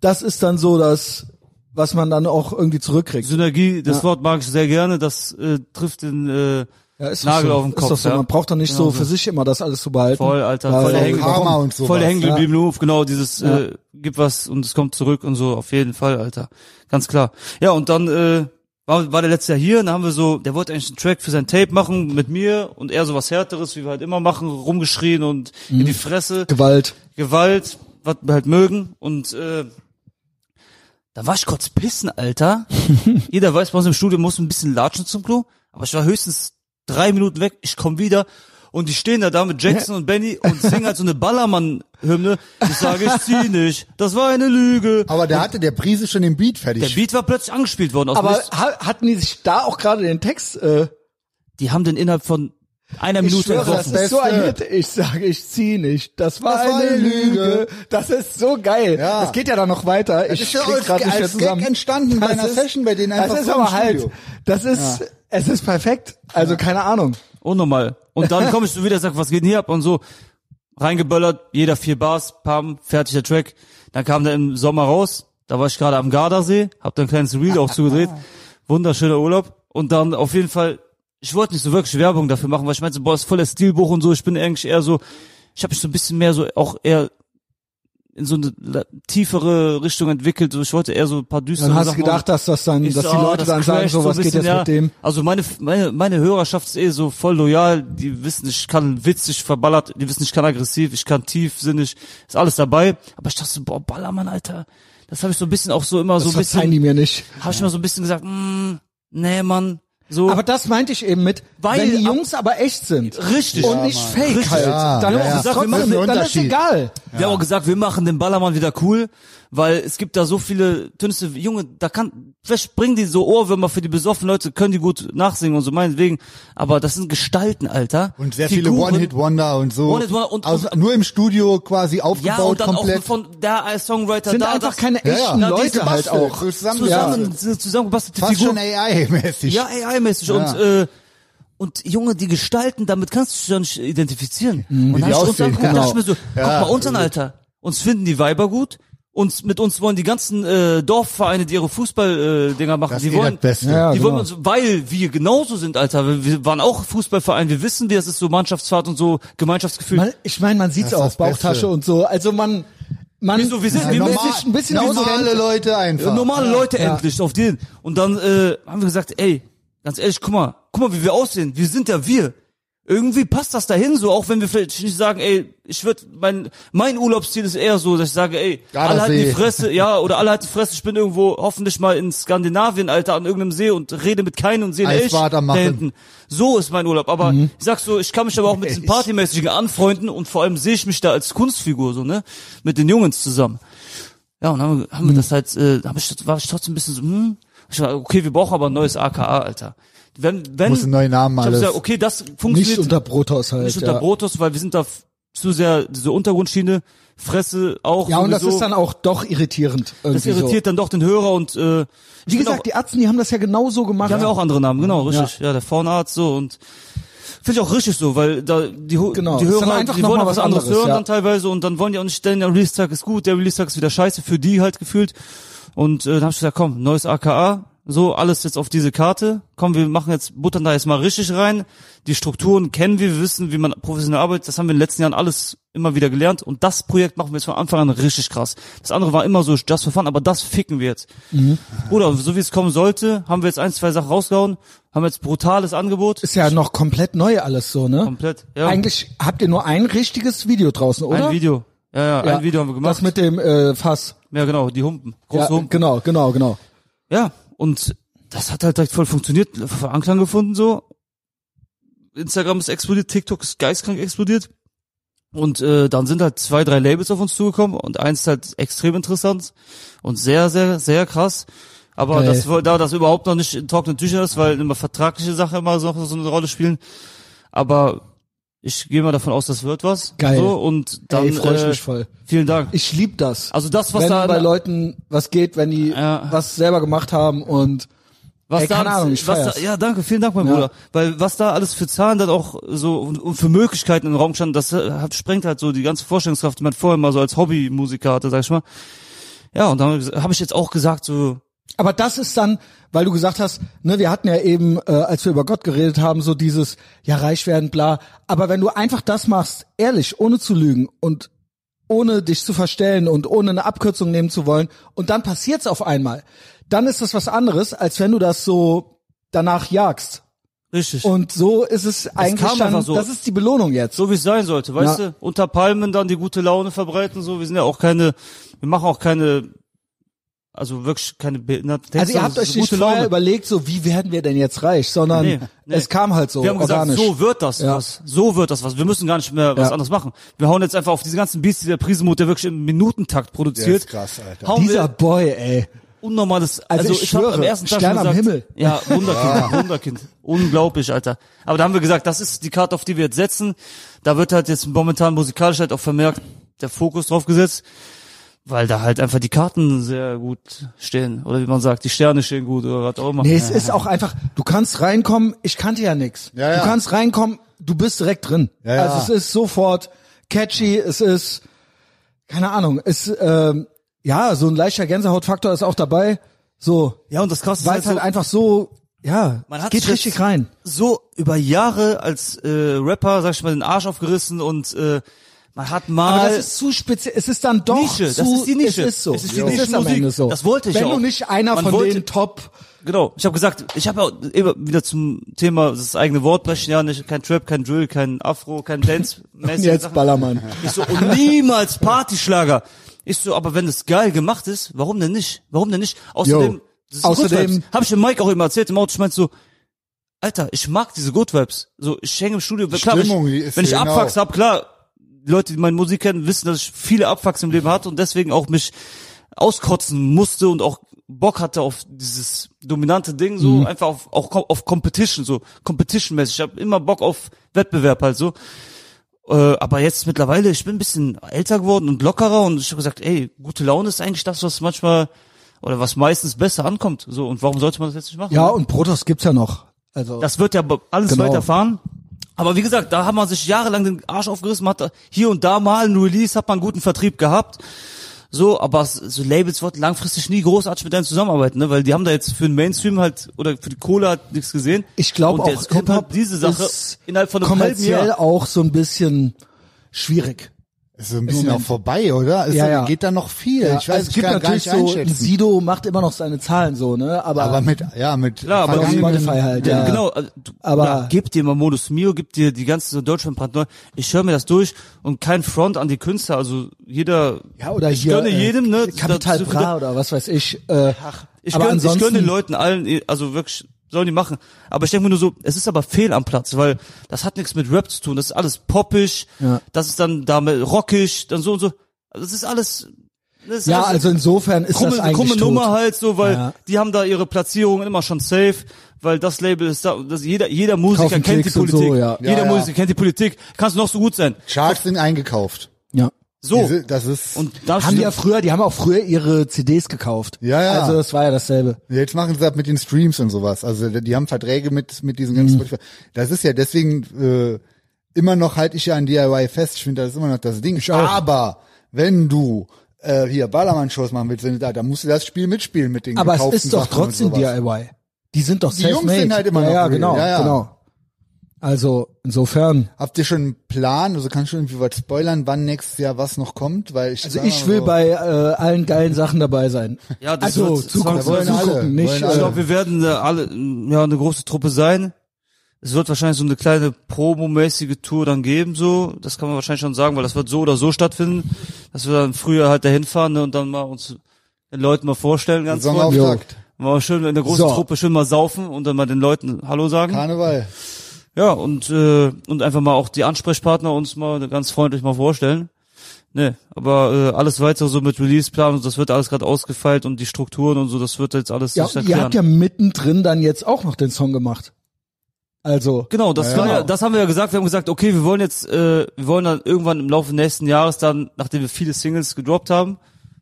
Speaker 2: das ist dann so das, was man dann auch irgendwie zurückkriegt.
Speaker 1: Synergie, das Wort mag ich sehr gerne, das äh, trifft den äh,
Speaker 2: Ja, ist
Speaker 1: Nagel
Speaker 2: doch so.
Speaker 1: auf dem
Speaker 2: Ist doch
Speaker 1: Kopf,
Speaker 2: so.
Speaker 1: ja. also
Speaker 2: Man braucht doch nicht so für sich immer das alles zu behalten.
Speaker 1: Voll, Alter,
Speaker 2: Ja,
Speaker 1: voll der
Speaker 2: ja,
Speaker 1: Hängen-
Speaker 2: komm.
Speaker 3: Karma und sowas.
Speaker 1: Voll der hängen
Speaker 2: Ja.
Speaker 1: gebliebene Move, genau, dieses äh, gib was und es kommt zurück und so, auf jeden Fall, Alter. Ganz klar. Ja, und dann äh, war, war der letzte Jahr hier und dann haben wir so, der wollte eigentlich einen Track für sein Tape machen mit mir und er so was Härteres, wie wir halt immer machen, rumgeschrien und in die Fresse,
Speaker 2: Gewalt.
Speaker 1: Gewalt, was wir halt mögen und äh, da war ich kurz pissen,
Speaker 2: (laughs)
Speaker 1: Alter. Jeder weiß, bei uns im Studio muss ein bisschen latschen zum Klo, aber ich war höchstens drei Minuten weg, ich komm wieder und die stehen da da mit Jackson und Benny und singen halt so eine Ballermann-Hymne. Ich sage, ich zieh nicht, das war eine Lüge.
Speaker 3: Aber da hatte der Prise schon den Beat fertig.
Speaker 1: Der Beat war plötzlich angespielt worden. Aus dem
Speaker 2: Aber
Speaker 1: Nichts.
Speaker 2: ha hatten die sich da auch gerade den Text? Äh,
Speaker 1: die haben den innerhalb von einer
Speaker 2: ich
Speaker 1: Minute
Speaker 2: schwöre, das
Speaker 1: entworfen.
Speaker 2: ist so ein
Speaker 3: Beste.
Speaker 2: Hit. Ich sage, ich zieh nicht. Das war,
Speaker 3: Das war
Speaker 2: eine
Speaker 3: eine
Speaker 2: Lüge.
Speaker 3: Lüge.
Speaker 2: Das ist so geil.
Speaker 3: Ja.
Speaker 2: Das geht ja dann noch weiter.
Speaker 3: Das
Speaker 2: ich
Speaker 3: ist ja
Speaker 2: krieg
Speaker 3: als-
Speaker 2: gerade nicht mehr
Speaker 3: als Gag
Speaker 2: zusammen.
Speaker 3: entstanden bei
Speaker 2: Das
Speaker 3: einer Session, bei denen einfach
Speaker 2: Das ist
Speaker 3: so im
Speaker 2: aber halt.
Speaker 3: Studio.
Speaker 2: Das ist, es ist perfekt. Also keine Ahnung.
Speaker 1: Unnormal. Und
Speaker 2: (laughs)
Speaker 1: dann komm ich so wieder, sag, was geht denn hier ab? Und so, reingeböllert, jeder vier Bars, pam, fertig der Track. Dann kam der im Sommer raus, da war ich gerade am Gardasee, hab da ein kleines Reel
Speaker 2: (laughs)
Speaker 1: auch zugedreht. Wunderschöner Urlaub. Und dann auf jeden Fall, ich wollte nicht so wirklich Werbung dafür machen, weil ich meinte, boah, ist voll der Stilbuch und so, ich bin eigentlich eher so, ich habe mich so ein bisschen mehr so, auch eher in so eine la- tiefere Richtung entwickelt, so, ich wollte eher so ein paar düstere
Speaker 2: Dann hast du
Speaker 1: Sachen machen.
Speaker 2: gedacht, dass das dann,
Speaker 1: Ich
Speaker 2: dass
Speaker 1: so,
Speaker 2: die
Speaker 1: ah,
Speaker 2: Leute
Speaker 1: das
Speaker 2: dann sagen,
Speaker 1: crasht
Speaker 2: so
Speaker 1: ein
Speaker 2: was geht
Speaker 1: bisschen,
Speaker 2: jetzt mit dem?
Speaker 1: Also meine, meine, meine Hörerschaft ist eh so voll loyal, die wissen, ich kann witzig verballert, die wissen, ich kann aggressiv, ich kann tiefsinnig, ist alles dabei. Aber ich dachte so, boah, Ballermann, Alter, das habe ich so ein bisschen auch so immer so
Speaker 2: Das
Speaker 1: ein bisschen,
Speaker 2: verzeihen die mir nicht.
Speaker 1: habe ich immer so ein bisschen gesagt, mm, nee, Mann, so.
Speaker 2: Aber das meinte ich eben mit,
Speaker 1: Weil-
Speaker 2: wenn die Jungs aber echt sind
Speaker 1: Richtig.
Speaker 2: und
Speaker 1: Ja,
Speaker 2: nicht
Speaker 1: Mann.
Speaker 2: fake
Speaker 1: Richtig.
Speaker 2: halt,
Speaker 3: Ja,
Speaker 2: dann,
Speaker 3: ja,
Speaker 2: ist
Speaker 3: ja.
Speaker 2: es
Speaker 1: Sag, wir
Speaker 2: trotzdem,
Speaker 1: machen
Speaker 3: einen
Speaker 2: dann ist
Speaker 3: Unterschied.
Speaker 2: egal.
Speaker 1: Wir haben auch gesagt, wir machen den Ballermann wieder cool, weil es gibt da so viele Tönste, Junge, da kann, vielleicht bringen die so Ohrwürmer für die besoffenen Leute, können die gut nachsingen und so meinetwegen, aber das sind Gestalten, Alter.
Speaker 3: und sehr viele
Speaker 1: Figuren.
Speaker 3: One-Hit-Wonder und so.
Speaker 1: One-Hit-Wonder und-
Speaker 3: also nur im Studio quasi
Speaker 1: Ja,
Speaker 3: aufgebaut
Speaker 1: und dann
Speaker 3: komplett.
Speaker 1: auch von der als Songwriter
Speaker 2: Sind
Speaker 1: da,
Speaker 2: einfach
Speaker 1: das,
Speaker 2: keine
Speaker 3: Ja, ja.
Speaker 2: echten
Speaker 3: Na,
Speaker 1: die
Speaker 2: Leute halt
Speaker 3: gebastelt,
Speaker 2: auch.
Speaker 3: Zusammen,
Speaker 1: zusammen,
Speaker 3: Ja,
Speaker 1: zusammengebastelte
Speaker 3: fast
Speaker 1: Figuren.
Speaker 3: schon AI-mäßig.
Speaker 1: Ja, AI-mäßig. Und, äh, und Junge, die gestalten, damit kannst du dich ja nicht identifizieren. Und
Speaker 3: Mhm. die
Speaker 1: dann hab ich uns
Speaker 3: aussehen,
Speaker 1: angeguckt, genau. dachte ich mir so,
Speaker 3: Ja. äh,
Speaker 1: guck mal unten, Alter. Uns finden die Weiber gut. Uns, mit uns wollen die ganzen äh, Dorfvereine, die ihre Fußballdinger äh, Dinger machen,
Speaker 3: Das
Speaker 1: die
Speaker 3: ist eh
Speaker 1: wollen,
Speaker 3: das Beste.
Speaker 2: Ja,
Speaker 1: die
Speaker 2: genau.
Speaker 1: wollen uns, weil wir genauso sind, Alter. Wir, wir waren auch Fußballverein, wir wissen, wie das ist, so Mannschaftsfahrt und so Gemeinschaftsgefühl.
Speaker 2: Man, ich meine, man sieht's
Speaker 3: Das ist
Speaker 2: auch,
Speaker 3: das Beste.
Speaker 2: Bauchtasche und so. Also man, man,
Speaker 1: Wieso, wir sind-
Speaker 2: man
Speaker 1: wir
Speaker 2: muss
Speaker 1: normal-
Speaker 2: sich ein bisschen
Speaker 3: normale
Speaker 2: auskennen.
Speaker 3: Leute einfach.
Speaker 1: normale Leute endlich auf den. Und dann äh, haben wir gesagt, ey, ganz ehrlich, guck mal, guck mal, wie wir aussehen. Wir sind ja wir. Irgendwie passt das dahin so, auch wenn wir vielleicht nicht sagen, ey, ich würde mein mein Urlaubsziel ist eher so, dass ich sage, ey, alle halten die
Speaker 3: Gardasee.
Speaker 1: Fresse, ja, oder alle halten die Fresse, ich bin irgendwo hoffentlich mal in Skandinavien, Alter, an irgendeinem See und rede mit keinem und sehe einen Elch
Speaker 3: Eisbad
Speaker 1: da
Speaker 3: am Machen. Mhm.
Speaker 1: hinten. So ist mein Urlaub, aber ich sag so, ich kann mich aber auch
Speaker 3: (laughs)
Speaker 1: mit diesen
Speaker 3: Elch.
Speaker 1: partymäßigen anfreunden und vor allem sehe ich mich da als Kunstfigur so, ne, mit den Jungs zusammen. Ja, und haben, wir- haben wir
Speaker 2: Hm.
Speaker 1: das halt, äh, hab ich, war ich trotzdem ein bisschen so, hm, ich war, okay, wir brauchen aber ein neues AKA, Alter. Wenn, wenn,
Speaker 3: Muss einen neuen Namen
Speaker 1: ich hab
Speaker 3: alles.
Speaker 1: gesagt, okay, das funktioniert
Speaker 2: Nicht unter Brotos halt.
Speaker 1: nicht unter
Speaker 2: ja.
Speaker 1: Brotus, weil wir sind da f- zu sehr, diese Untergrundschiene, Fresse auch.
Speaker 2: ja, und das
Speaker 1: sowieso.
Speaker 2: ist dann auch doch irritierend.
Speaker 1: das
Speaker 2: irgendwie
Speaker 1: irritiert dann doch den Hörer und, äh, ich
Speaker 2: So. Wie
Speaker 1: bin
Speaker 2: gesagt,
Speaker 1: auch,
Speaker 2: die Atzen, die haben das ja genauso gemacht.
Speaker 1: die haben ja auch andere Namen, genau, richtig. Ja, der Faunarzt, so, und, finde ich auch richtig so, weil da, die, Ho-
Speaker 2: Genau,
Speaker 1: die
Speaker 2: ist dann
Speaker 1: Hörer,
Speaker 2: einfach
Speaker 1: die
Speaker 2: noch
Speaker 1: wollen
Speaker 2: mal
Speaker 1: auch
Speaker 2: was
Speaker 1: was anderes,
Speaker 2: anderes,
Speaker 1: hören
Speaker 2: ja.
Speaker 1: dann teilweise und dann wollen die auch nicht stellen, der Release-Tag ist gut, der Release-Tag ist wieder scheiße, für die halt gefühlt. Und äh, dann hab ich gesagt, komm, neues AKA, so alles jetzt auf diese Karte. Komm, wir machen jetzt, buttern da jetzt mal richtig rein. Die Strukturen kennen wir, wir wissen, wie man professionell arbeitet. Das haben wir in den letzten Jahren alles immer wieder gelernt. Und das Projekt machen wir jetzt von Anfang an richtig krass. Das andere war immer so just for fun, aber das ficken wir jetzt.
Speaker 2: Mhm.
Speaker 1: Bruder, so wie es kommen sollte, haben wir jetzt ein, zwei Sachen rausgehauen, haben jetzt brutales Angebot.
Speaker 2: Ist ja noch komplett neu alles so, ne?
Speaker 1: Komplett, ja.
Speaker 2: Eigentlich habt ihr nur ein richtiges Video draußen, oder?
Speaker 1: Ein Video. Ja, ja,
Speaker 2: Ja.
Speaker 1: ein Video haben wir gemacht.
Speaker 2: Das mit dem äh, Fass.
Speaker 1: ja, genau, die Humpen. Große
Speaker 2: Ja,
Speaker 1: Humpen.
Speaker 2: genau, genau, genau.
Speaker 1: Ja, und das hat halt direkt voll funktioniert, voll Anklang gefunden so. Instagram ist explodiert, TikTok ist geistkrank explodiert. Und äh, dann sind halt zwei, drei Labels auf uns zugekommen und eins ist halt extrem interessant und sehr, sehr, sehr krass. Aber
Speaker 2: Geil.
Speaker 1: das, war- da das überhaupt noch nicht in trockenen Tüchern ist, weil immer vertragliche Sachen immer so, so eine Rolle spielen. Aber ich gehe mal davon aus, das wird was.
Speaker 2: Geil.
Speaker 1: So, und dann
Speaker 2: Ey, freu ich
Speaker 1: äh,
Speaker 2: mich voll.
Speaker 1: Vielen Dank.
Speaker 2: Ich lieb das.
Speaker 1: Also das, was
Speaker 2: wenn
Speaker 1: da-
Speaker 2: bei Leuten was geht, wenn die
Speaker 1: Ja.
Speaker 2: was selber gemacht haben und
Speaker 1: Was
Speaker 2: Ey,
Speaker 1: da
Speaker 2: keine
Speaker 1: alles-
Speaker 2: Ahnung, ich
Speaker 1: was
Speaker 2: feier's.
Speaker 1: da, Ja, danke, vielen Dank, mein
Speaker 2: Ja.
Speaker 1: Bruder. Weil was da alles für Zahlen dann auch so und, und für Möglichkeiten im Raum standen, das äh, hat, sprengt halt so die ganze Vorstellungskraft, die man vorher mal so als Hobbymusiker hatte, sag ich mal. Ja, und dann habe ich jetzt auch gesagt, so,
Speaker 2: Aber das ist dann, weil du gesagt hast, ne, wir hatten ja eben, äh, als wir über Gott geredet haben, so dieses, ja, reich werden, bla. Aber wenn du einfach das machst, ehrlich, ohne zu lügen und ohne dich zu verstellen und ohne eine Abkürzung nehmen zu wollen, und dann passiert's auf einmal, dann ist das was anderes, als wenn du das so danach jagst.
Speaker 1: Richtig.
Speaker 2: Und so ist es eigentlich
Speaker 1: kam
Speaker 2: dann,
Speaker 1: einfach so.
Speaker 2: das ist die Belohnung jetzt.
Speaker 1: so wie es sein sollte, weißt
Speaker 2: Ja.
Speaker 1: du? Unter Palmen dann die gute Laune verbreiten, so. Wir sind ja auch keine, wir machen auch keine, also wirklich keine behinderten Texte.
Speaker 2: Also ihr habt
Speaker 1: sondern es
Speaker 2: euch
Speaker 1: ist
Speaker 2: nicht
Speaker 1: gute
Speaker 2: vorher
Speaker 1: Laune.
Speaker 2: überlegt, so wie werden wir denn jetzt reich, sondern
Speaker 1: Nee, nee.
Speaker 2: es kam halt so
Speaker 1: wir haben gesagt,
Speaker 2: organisch.
Speaker 1: so wird das
Speaker 2: Ja.
Speaker 1: was. So wird das was. Wir müssen gar nicht mehr was
Speaker 2: Ja.
Speaker 1: anderes machen. Wir hauen jetzt einfach auf diese ganzen Beats, die der Prismut, der wirklich im Minutentakt produziert.
Speaker 3: Der ist krass, Alter.
Speaker 1: Hauen
Speaker 2: Dieser
Speaker 1: wir
Speaker 2: Boy, ey.
Speaker 1: unnormales,
Speaker 2: Also
Speaker 1: also,
Speaker 2: ich
Speaker 1: ich, hab am
Speaker 2: schwöre,
Speaker 1: ersten Tag
Speaker 2: Stern
Speaker 1: schon
Speaker 2: am
Speaker 1: gesagt,
Speaker 2: Himmel.
Speaker 1: Ja, Wunderkind, Wunderkind. Unglaublich, Alter. Aber da haben wir gesagt, das ist die Karte, auf die wir jetzt setzen. Da wird halt jetzt momentan musikalisch halt auch vermerkt der Fokus drauf gesetzt, weil da halt einfach die Karten sehr gut stehen. Oder wie man sagt, die Sterne stehen gut oder was auch immer.
Speaker 2: Nee, es ist auch einfach, du kannst reinkommen, ich kannte ja nix.
Speaker 3: Ja, ja.
Speaker 2: Du kannst reinkommen, du bist direkt drin.
Speaker 3: Ja, ja.
Speaker 2: Also es ist sofort catchy, es ist, keine Ahnung, es, ähm, ja, so ein leichter Gänsehautfaktor ist auch dabei, so,
Speaker 1: ja, und das krasse also
Speaker 2: weil es halt einfach so, ja,
Speaker 1: Man
Speaker 2: es
Speaker 1: hat
Speaker 2: geht
Speaker 1: sich
Speaker 2: richtig
Speaker 1: jetzt-
Speaker 2: rein.
Speaker 1: so über Jahre als äh, Rapper, sag ich mal, den Arsch aufgerissen und äh, man hat mal.
Speaker 2: Aber das ist zu speziell, es ist dann doch
Speaker 1: Nische,
Speaker 2: zu,
Speaker 1: das ist die Nische.
Speaker 2: es ist so,
Speaker 1: Es ist die
Speaker 2: es ist am
Speaker 1: Nischenmusik.
Speaker 2: Ende so.
Speaker 1: Das wollte ich
Speaker 2: Wenn du
Speaker 1: auch.
Speaker 2: nicht einer
Speaker 1: Man
Speaker 2: von
Speaker 1: wollte-
Speaker 2: den Top,
Speaker 1: Genau. Ich habe gesagt, ich habe ja auch immer wieder zum Thema das eigene Wort brechen, ja, nicht, kein Trap, kein Drill, kein Afro,
Speaker 2: (laughs)
Speaker 1: kein Dance.
Speaker 2: jetzt Ballermann.
Speaker 1: Ich so, und niemals Partyschlager. Ich so, aber wenn es geil gemacht ist, warum denn nicht? Warum denn nicht?
Speaker 2: Yo.
Speaker 1: Außerdem, das sind
Speaker 2: Außerdem-
Speaker 1: Good Vibes. Habe ich dem Mike auch immer erzählt im Auto, ich meinte so, Alter, ich mag diese Good Vibes. So, ich hänge im Studio, klar,
Speaker 3: Stimmung,
Speaker 1: wenn
Speaker 3: die
Speaker 1: ich,
Speaker 3: ist
Speaker 1: wenn ich
Speaker 3: genau.
Speaker 1: Abfucks hab, klar, die Leute, die meine Musik kennen, wissen, dass ich viele Abfucks im Leben hatte und deswegen auch mich auskotzen musste und auch Bock hatte auf dieses dominante Ding, so
Speaker 3: Mhm.
Speaker 1: einfach auf, auch ko- auf Competition, so Competition-mäßig. Ich habe immer Bock auf Wettbewerb halt so. Äh, aber jetzt mittlerweile, ich bin ein bisschen älter geworden und lockerer und ich habe gesagt, ey, gute Laune ist eigentlich das, was manchmal oder was meistens besser ankommt. So, und warum sollte man das jetzt nicht machen?
Speaker 2: Ja, und Protos gibt's ja noch. Also,
Speaker 1: Das wird ja be- alles
Speaker 2: Genau.
Speaker 1: weiterfahren. Aber wie gesagt, da hat man sich jahrelang den Arsch aufgerissen, man hat da hier und da mal einen Release, hat man einen guten Vertrieb gehabt. So, aber es- so Labels wollten langfristig nie großartig mit einem zusammenarbeiten, ne? weil die haben da jetzt für den Mainstream halt oder für die Kohle halt nichts gesehen.
Speaker 2: ich
Speaker 1: Und
Speaker 2: glaube auch,
Speaker 1: jetzt kommt halt
Speaker 2: Hip-Hop
Speaker 1: diese Sache
Speaker 2: ist
Speaker 1: innerhalb von einem halben
Speaker 2: kommerziell
Speaker 1: Jahr.
Speaker 2: auch so ein bisschen schwierig.
Speaker 3: Ist so ein bisschen auch vorbei, oder? Es
Speaker 2: Ja, ja.
Speaker 3: geht da noch viel. ich weiß,
Speaker 2: Also es
Speaker 3: ich
Speaker 2: gibt
Speaker 3: kann gar
Speaker 2: natürlich
Speaker 3: nicht
Speaker 2: so, ein
Speaker 3: einschätzen.
Speaker 2: Sido macht immer noch seine Zahlen so, ne? Aber,
Speaker 3: aber mit, ja, mit
Speaker 1: Klar, aber
Speaker 2: auf
Speaker 3: vergangenen-
Speaker 2: Spotify halt, ja.
Speaker 1: Ja, genau. also du-
Speaker 2: Aber-
Speaker 1: ja, gib dir mal Modus Mio, gib dir die ganzen so Deutschlandbrand neu. Ich höre mir das durch und kein Front an die Künstler, also jeder
Speaker 2: Ja, oder
Speaker 1: ich
Speaker 2: hier,
Speaker 1: gönne
Speaker 2: äh,
Speaker 1: jedem, ne?
Speaker 2: Kapital
Speaker 1: dazu-
Speaker 2: Bra oder was weiß ich. Äh,
Speaker 1: Ich
Speaker 2: aber
Speaker 1: gönne
Speaker 2: ansonsten,
Speaker 1: gönn den Leuten allen, also wirklich, sollen die machen. Aber ich denke mir nur so, es ist aber fehl am Platz, weil das hat nichts mit Rap zu tun. Das ist alles poppisch,
Speaker 2: Ja.
Speaker 1: das ist dann damit rockig, dann so und so. Also das ist alles. Das ist
Speaker 2: ja,
Speaker 1: alles
Speaker 2: also insofern ist
Speaker 1: krumme,
Speaker 2: das eigentlich
Speaker 1: krumme
Speaker 2: tot.
Speaker 1: Nummer halt so, weil
Speaker 2: Ja.
Speaker 1: die haben da ihre Platzierungen immer schon safe, weil das Label ist da, das jeder, jeder Musiker
Speaker 2: Kaufen
Speaker 1: kennt
Speaker 2: Klicks
Speaker 1: die
Speaker 2: und so,
Speaker 1: Politik.
Speaker 2: ja.
Speaker 1: Jeder
Speaker 3: Ja, ja.
Speaker 1: Musiker kennt die Politik. Kannst du noch so gut sein.
Speaker 3: Charts sind eingekauft.
Speaker 2: Ja.
Speaker 1: So.
Speaker 3: Diese, das ist,
Speaker 1: und da
Speaker 2: Haben die ja früher, die haben auch früher ihre CDs gekauft.
Speaker 3: Ja, ja.
Speaker 2: Also das war ja dasselbe.
Speaker 3: jetzt machen sie das mit den Streams und sowas. Also die haben Verträge mit, mit diesen
Speaker 2: Mhm.
Speaker 3: ganzen Spotify. Das ist ja deswegen, äh, immer noch halte ich ja an DIY fest. Ich finde, das ist immer noch das Ding. Aber, wenn du, äh, hier Ballermann-Shows machen willst, wenn du da, dann musst du das Spiel mitspielen mit den
Speaker 2: Aber es
Speaker 3: gekauften
Speaker 2: ist doch
Speaker 3: Sachen und
Speaker 2: trotzdem
Speaker 3: sowas.
Speaker 2: DIY. Die sind doch
Speaker 3: Die Jungs
Speaker 2: self-made.
Speaker 3: sind halt immer
Speaker 2: ja,
Speaker 3: noch
Speaker 2: ja,
Speaker 3: real.
Speaker 2: genau,
Speaker 3: Ja, ja.
Speaker 2: genau. Also insofern,
Speaker 3: Habt ihr schon einen Plan? Also kannst du irgendwie was spoilern, wann nächstes Jahr was noch kommt? Weil ich
Speaker 2: also
Speaker 3: sag
Speaker 2: ich
Speaker 3: mal
Speaker 2: will
Speaker 3: so-
Speaker 2: bei äh, allen geilen Sachen dabei sein.
Speaker 1: Ja, das
Speaker 2: also
Speaker 1: wird-
Speaker 2: zugucken,
Speaker 1: das wollen alle,
Speaker 2: zugucken, nicht.
Speaker 3: wollen
Speaker 1: Ich
Speaker 3: alle.
Speaker 2: Äh,
Speaker 1: glaube, wir werden äh, alle m, ja eine große Truppe sein. Es wird wahrscheinlich so eine kleine promomäßige Tour dann geben, so. Das kann man wahrscheinlich schon sagen, weil das wird so oder so stattfinden, dass wir dann früher halt dahin fahren ne, und dann mal uns den Leuten mal vorstellen, ganz kurz.
Speaker 3: Saisonauftakt,
Speaker 1: Mal schön in der großen
Speaker 2: So.
Speaker 1: Truppe schön mal saufen und dann mal den Leuten Hallo sagen.
Speaker 3: Karneval.
Speaker 1: Ja, und, äh, und einfach mal auch die Ansprechpartner uns mal ganz freundlich mal vorstellen. Ne, aber äh, alles weiter so mit Releaseplan und das wird alles gerade ausgefeilt und die Strukturen und so, das wird jetzt alles
Speaker 2: ja,
Speaker 1: sich erklären.
Speaker 2: ihr habt ja mittendrin dann jetzt auch noch den Song gemacht. Also
Speaker 1: Genau, das
Speaker 3: Ja,
Speaker 1: war
Speaker 3: ja.
Speaker 1: ja, das haben wir ja gesagt. Wir haben gesagt, okay, wir wollen jetzt, äh, wir wollen dann irgendwann im Laufe des nächsten Jahres dann, nachdem wir viele Singles gedroppt haben,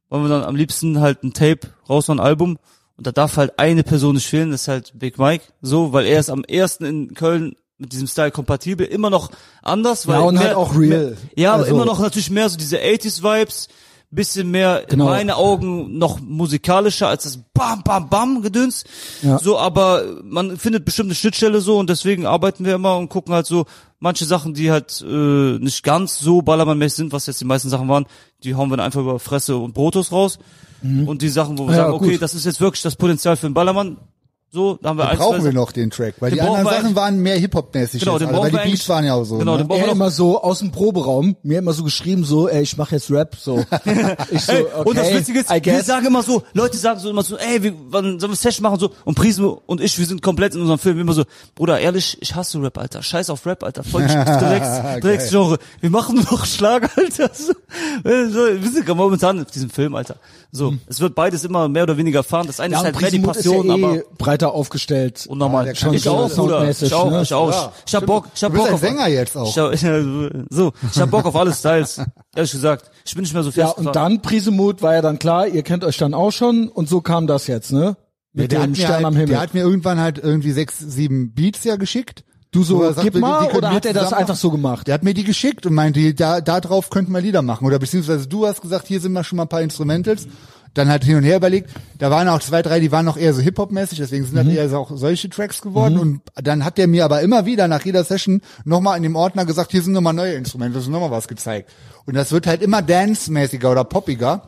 Speaker 1: wollen wir dann am liebsten halt ein Tape raus und ein Album. Und da darf halt eine Person nicht fehlen, das ist halt Big Mike. So, weil er ist am ersten in Köln mit diesem Style kompatibel, immer noch anders, weil
Speaker 2: Ja, und
Speaker 1: mehr,
Speaker 2: halt auch real.
Speaker 1: Mehr, ja,
Speaker 2: Also-
Speaker 1: aber immer noch natürlich mehr so diese 80s Vibes, bisschen mehr
Speaker 2: Genau.
Speaker 1: in meinen Augen noch musikalischer als das Bam Bam Bam Gedöns.
Speaker 2: Ja.
Speaker 1: So, aber man findet bestimmt eine Schnittstelle so und deswegen arbeiten wir immer und gucken halt so manche Sachen, die halt äh, nicht ganz so Ballermann-mäßig sind, was jetzt die meisten Sachen waren, die hauen wir dann einfach über Fresse und Brotos raus. Und die Sachen, wo wir
Speaker 2: Mhm. Ja,
Speaker 1: sagen, okay,
Speaker 2: gut.
Speaker 1: das ist jetzt wirklich das Potenzial für einen Ballermann. So, da haben wir
Speaker 3: Den
Speaker 1: eins,
Speaker 3: brauchen
Speaker 1: zwei
Speaker 3: wir noch den Track, weil
Speaker 1: Also, Den
Speaker 3: die anderen
Speaker 1: brauchen wir
Speaker 3: Sachen
Speaker 1: eigentlich-
Speaker 3: waren mehr Hip-Hop-mäßig.
Speaker 1: Genau,
Speaker 3: jetzt,
Speaker 1: den
Speaker 3: also, weil
Speaker 1: brauchen wir
Speaker 3: die Beats
Speaker 1: eigentlich-
Speaker 3: waren ja auch so.
Speaker 1: Genau,
Speaker 3: ne?
Speaker 1: den brauchen wir
Speaker 2: Er
Speaker 1: noch.
Speaker 2: immer so aus dem Proberaum, mir immer so geschrieben, so, ey, ich mache jetzt Rap,
Speaker 1: (laughs)
Speaker 2: so. Ich so, okay,
Speaker 1: und das Witzige ist,
Speaker 2: I
Speaker 1: wir
Speaker 2: guess.
Speaker 1: sagen immer so, Leute sagen so immer so, ey, wir, wann sollen wir Session machen so? Und Prismo und ich, wir sind komplett in unserem Film immer so, Bruder, ehrlich, ich hasse Rap, Alter. Scheiß auf Rap, Alter. Voll
Speaker 2: (laughs)
Speaker 3: Geil.
Speaker 1: Drecks, Drecks Genre. Wir machen noch Schlag, Alter. (laughs) So, äh, so, wir sind gerade momentan in diesem Film, Alter. So, es wird beides immer mehr oder weniger fahren. Das eine
Speaker 2: Hm. Ja,
Speaker 1: ist halt
Speaker 2: und
Speaker 1: mehr die
Speaker 2: Prisimut ist
Speaker 1: Passion,
Speaker 2: ja eh
Speaker 1: aber
Speaker 2: breiter aufgestellt.
Speaker 1: unnormal.
Speaker 3: Ja, der
Speaker 1: ich
Speaker 3: kann
Speaker 2: schon
Speaker 1: auch,
Speaker 2: so
Speaker 1: Bruder.
Speaker 2: soundmäßig,
Speaker 1: Ich auch,
Speaker 2: ne?
Speaker 1: ich auch.
Speaker 3: Ja,
Speaker 1: ich hab Bock, ich hab
Speaker 3: Du bist
Speaker 1: Bock
Speaker 3: ein
Speaker 1: auf
Speaker 3: Sänger jetzt auch.
Speaker 1: Ich hab, (laughs) so, ich hab Bock auf alle
Speaker 2: (laughs)
Speaker 1: Styles. Ehrlich gesagt, ich bin nicht mehr so
Speaker 2: Ja,
Speaker 1: festgefahren.
Speaker 2: und dann Prisemut war ja dann klar, ihr kennt euch dann auch schon und so kam das jetzt, ne? Mit
Speaker 3: der, hat
Speaker 2: dem
Speaker 3: mir
Speaker 2: Stern
Speaker 3: halt,
Speaker 2: am
Speaker 3: der
Speaker 2: Himmel.
Speaker 3: hat mir irgendwann halt irgendwie sechs, sieben Beats ja geschickt. Du
Speaker 2: so,
Speaker 3: er sagt,
Speaker 2: gib
Speaker 3: wir- die
Speaker 2: mal,
Speaker 3: können
Speaker 2: oder
Speaker 3: wir
Speaker 2: hat er das
Speaker 3: zusammen-
Speaker 2: einfach so gemacht?
Speaker 3: Der hat mir die geschickt und meinte, da, da drauf könnten wir Lieder machen. Oder beziehungsweise du hast gesagt, hier sind mal schon mal ein paar Instrumentals. Dann halt hin und her überlegt. Da waren auch zwei, drei, die waren noch eher so Hip-Hop-mäßig, deswegen sind
Speaker 2: Mhm.
Speaker 3: dann eher so auch solche Tracks geworden. Und dann hat der mir aber immer wieder nach jeder Session nochmal in dem Ordner gesagt, hier sind nochmal neue Instrumente, das ist nochmal was gezeigt. Und das wird halt immer dance-mäßiger oder poppiger.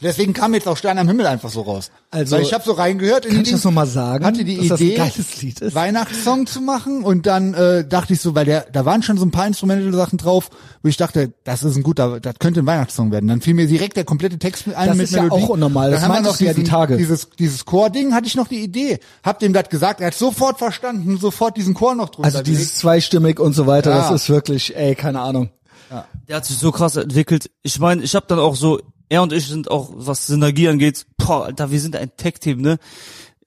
Speaker 3: Deswegen kam jetzt auch Stern am Himmel einfach so raus.
Speaker 2: Also,
Speaker 3: Weil ich habe so reingehört. in
Speaker 2: kann
Speaker 3: die
Speaker 2: ich das
Speaker 3: Ding-
Speaker 2: noch mal sagen,
Speaker 3: Hatte die
Speaker 2: dass das ein
Speaker 3: Idee,
Speaker 2: geiles Lied ist?
Speaker 3: Weihnachtssong zu machen und dann äh, dachte ich so, weil der, da waren schon so ein paar instrumentale Sachen drauf, wo ich dachte, das ist ein guter, das könnte ein Weihnachtssong werden. Dann fiel mir direkt der komplette Text mit ein
Speaker 2: Das
Speaker 3: mit
Speaker 2: ist ja
Speaker 3: Melodie.
Speaker 2: auch unnormal,
Speaker 3: Dann
Speaker 2: das
Speaker 3: haben wir
Speaker 2: meintest
Speaker 3: noch
Speaker 2: du ja
Speaker 3: diesen,
Speaker 2: die Tage.
Speaker 3: Dieses, dieses Chor-Ding hatte ich noch die Idee, hab dem das gesagt, er hat sofort verstanden, sofort diesen Chor noch drunter.
Speaker 2: Also dieses
Speaker 3: gelegt.
Speaker 2: zweistimmig und so weiter,
Speaker 3: Ja.
Speaker 2: das ist wirklich, ey, keine Ahnung.
Speaker 1: Der hat sich so krass entwickelt. Ich meine, ich habe dann auch so, er und ich sind auch, was Synergie angeht, boah, Alter, wir sind ein Tech-Team, ne?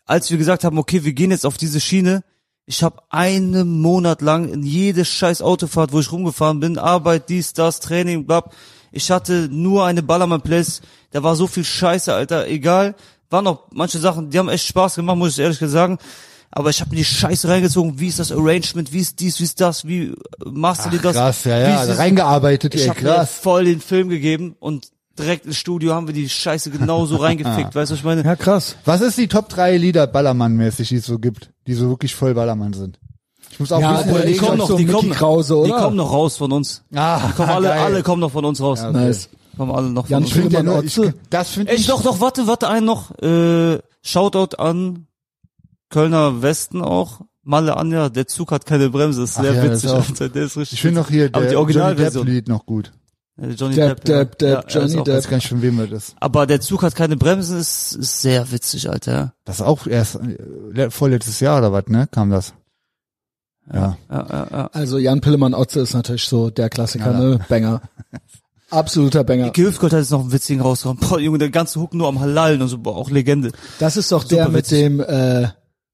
Speaker 1: Als wir gesagt haben, okay, wir gehen jetzt auf diese Schiene, ich habe einen Monat lang in jede scheiß Autofahrt, wo ich rumgefahren bin, Arbeit, dies, das, Training, bla, ich hatte nur eine Ballermann-Place, da war so viel Scheiße, Alter, egal, waren auch manche Sachen, die haben echt Spaß gemacht, muss ich ehrlich sagen, aber ich habe mir die Scheiße reingezogen, wie ist das Arrangement, wie ist dies, wie ist das, wie äh, machst du dir das?
Speaker 3: krass, ja,
Speaker 1: wie
Speaker 3: ja,
Speaker 1: ist
Speaker 3: also
Speaker 1: das?
Speaker 3: reingearbeitet,
Speaker 1: Ich
Speaker 3: ey,
Speaker 1: hab mir
Speaker 3: krass.
Speaker 1: voll den Film gegeben und direkt ins Studio haben wir die Scheiße
Speaker 2: (laughs)
Speaker 1: genauso reingefickt, weißt du, was ich meine?
Speaker 2: Ja, krass.
Speaker 3: Was ist die Top 3 Lieder Ballermann-mäßig, die es so gibt, die so wirklich voll Ballermann sind? Ich muss auch
Speaker 2: Ja,
Speaker 3: ein bisschen
Speaker 2: Bruder,
Speaker 1: die
Speaker 3: überlegen,
Speaker 2: ich glaub
Speaker 1: kommen noch,
Speaker 3: ob-
Speaker 2: so
Speaker 1: die
Speaker 2: Mickey
Speaker 1: kommen,
Speaker 2: Krause,
Speaker 1: die
Speaker 2: oder?
Speaker 1: kommen noch raus von uns.
Speaker 3: Ah,
Speaker 1: die kommen alle,
Speaker 3: geil.
Speaker 1: alle kommen noch von uns raus.
Speaker 2: Nice.
Speaker 1: Kommen alle noch von
Speaker 2: Jan
Speaker 1: uns.
Speaker 3: Ich find ja
Speaker 2: Friedemann
Speaker 3: nur- ich-
Speaker 2: Otze.
Speaker 3: Das finde
Speaker 1: Ey,
Speaker 3: ich
Speaker 1: doch, doch, warte, warte, einen noch. Äh, Shoutout an Kölner Westen auch. Malle Anja, der Zug hat keine Bremse. Ist
Speaker 3: Ach
Speaker 1: sehr
Speaker 3: ja, das
Speaker 1: witzig,
Speaker 3: auch.
Speaker 1: Alter. Der ist richtig
Speaker 3: Ich finde noch hier
Speaker 1: Aber
Speaker 3: der
Speaker 1: die
Speaker 3: Johnny
Speaker 1: Originalversion.
Speaker 3: Depp-Lied noch gut.
Speaker 1: witzig. Äh, Johnny Depp,
Speaker 2: Depp, Depp, Depp,
Speaker 1: ja, er ist
Speaker 2: Johnny
Speaker 1: auch
Speaker 2: Depp.
Speaker 1: witzig.
Speaker 3: weiß gar nicht, von wem er das.
Speaker 1: Aber der Zug hat keine Bremsen, ist, ist sehr witzig, Alter.
Speaker 3: Das ist auch erst äh, le- vorletztes Jahr oder was, ne? Kam das. Ja.
Speaker 1: Ja, ja, ja.
Speaker 2: Also Jan Pillemann Otze ist natürlich so der Klassiker,
Speaker 3: Ja.
Speaker 2: ne?
Speaker 3: (laughs)
Speaker 2: Banger. Absoluter Banger.
Speaker 1: Ike Hüftgold hat jetzt noch einen witzigen rausgehauen. Boah, Junge, der ganze Hook nur am Halal und so, boah, auch Legende.
Speaker 2: Das ist doch der
Speaker 1: Super
Speaker 2: mit
Speaker 1: witzig.
Speaker 2: dem äh,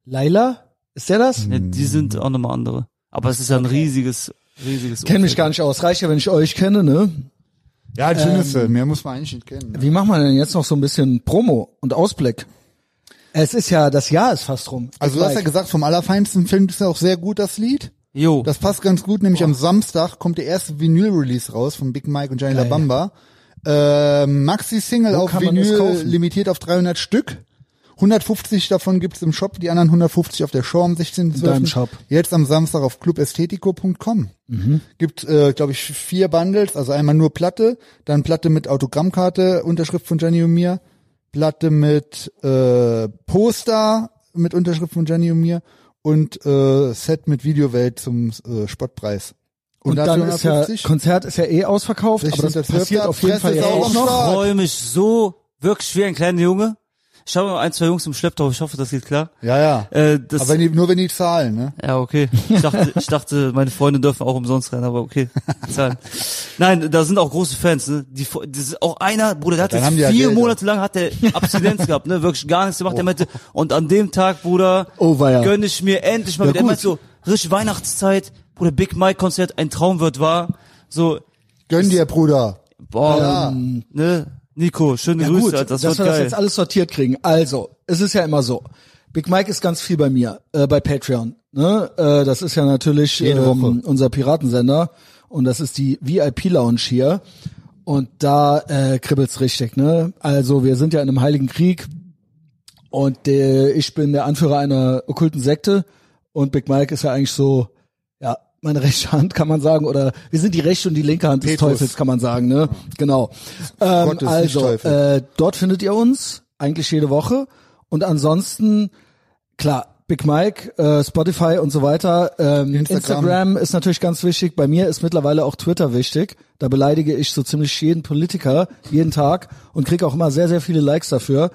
Speaker 2: Laila? Ist der
Speaker 3: Mhm.
Speaker 2: das?
Speaker 1: Ja, die sind auch nochmal andere. Aber es ist ja ein riesiges, riesiges
Speaker 2: Kenn mich gar nicht aus. Reicht ja, wenn ich euch kenne, ne?
Speaker 3: Ja, das Schönste. Mehr muss man eigentlich nicht kennen. ne?
Speaker 2: Wie machen wir denn jetzt noch so ein bisschen Promo und Ausblick? Es ist ja, das Jahr ist fast rum.
Speaker 3: Also du hast ja gesagt, vom Allerfeinsten findest du auch sehr gut das Lied.
Speaker 2: Oh.
Speaker 1: Jo,
Speaker 3: Das passt ganz gut, nämlich am Samstag kommt der erste Vinyl-Release raus von Big Mike und Johnny
Speaker 2: Geil.
Speaker 3: Labamba. Ähm, Maxi-Single
Speaker 2: Wo
Speaker 3: auf
Speaker 2: kann man das
Speaker 3: Vinyl,
Speaker 2: kaufen?
Speaker 3: limitiert auf 300 Stück. 150 davon gibt's im Shop, die anderen 150 auf der Show am 16.
Speaker 2: In deinem Shop. Mhm.
Speaker 3: Jetzt am Samstag auf clubestetico.com. Gibt, äh, glaube ich, vier Bundles, also einmal nur Platte, dann Platte mit Autogrammkarte, Unterschrift von Gianni und mir, Platte mit äh, Poster mit Unterschrift von Gianni und mir und äh, Set mit Videowelt zum äh, Spottpreis.
Speaker 2: und dann
Speaker 3: dafür
Speaker 2: ist ja,
Speaker 3: 150.
Speaker 2: Konzert ist ja eh ausverkauft, aber das
Speaker 3: 16.12.
Speaker 2: passiert auf jeden Fall
Speaker 3: Presse ist
Speaker 2: jetzt auch
Speaker 3: am
Speaker 1: ich
Speaker 2: noch.
Speaker 3: Start.
Speaker 1: freue mich so wirklich wie ein kleiner Junge. Ich habe ein, zwei Jungs im Schlepptau, ich hoffe, das geht klar.
Speaker 3: ja, ja.
Speaker 1: Äh, das,
Speaker 3: Aber wenn die, nur wenn die zahlen, ne?
Speaker 1: ja, okay. Ich dachte, ich dachte, meine Freunde dürfen auch umsonst rein, aber okay. Zahlen. Nein, da sind auch große Fans, ne? Die, das ist auch einer, Bruder, der hat
Speaker 3: Dann
Speaker 1: jetzt
Speaker 3: haben die ja
Speaker 1: vier
Speaker 3: Geld.
Speaker 1: Monate lang hat der Abstinenz gehabt, ne? Wirklich gar nichts gemacht. Der meinte, und an dem Tag, Bruder,
Speaker 2: Oh, weia.
Speaker 1: gönn ich mir endlich mal
Speaker 2: Ja,
Speaker 1: wieder. Er
Speaker 2: gut.
Speaker 1: meinte so, richtig Weihnachtszeit, Bruder, Big Mike Konzert, ein Traum wird wahr. So,
Speaker 3: Gönn dir, Bruder.
Speaker 1: boah,
Speaker 3: Ja.
Speaker 1: ne? Nico, schöne
Speaker 2: Ja
Speaker 1: Grüße,
Speaker 2: gut,
Speaker 1: Alter, das
Speaker 2: dass
Speaker 1: wird
Speaker 2: wir das
Speaker 1: geil.
Speaker 2: jetzt alles sortiert kriegen. Also, es ist ja immer so. Big Mike ist ganz viel bei mir, äh, bei Patreon. Ne? Äh, das ist ja natürlich ähm,
Speaker 3: Jede Woche.
Speaker 2: unser Piratensender und das ist die VIP-Lounge hier. Und da äh, kribbelt's richtig, ne? Also wir sind ja in einem heiligen Krieg und äh, ich bin der Anführer einer okkulten Sekte und Big Mike ist ja eigentlich so, ja, meine rechte Hand kann man sagen oder wir sind die rechte und die linke Hand
Speaker 3: Petrus.
Speaker 2: des Teufels kann man sagen, ne? Genau. Ähm,
Speaker 3: Gottes, nicht
Speaker 2: also
Speaker 3: Teufel.
Speaker 2: äh, dort findet ihr uns eigentlich jede Woche und ansonsten klar. Big Mike, äh, Spotify und so weiter. Ähm,
Speaker 3: Instagram.
Speaker 2: Instagram ist natürlich ganz wichtig. Bei mir ist mittlerweile auch Twitter wichtig. Da beleidige ich so ziemlich jeden Politiker jeden Tag und kriege auch immer sehr, sehr viele Likes dafür.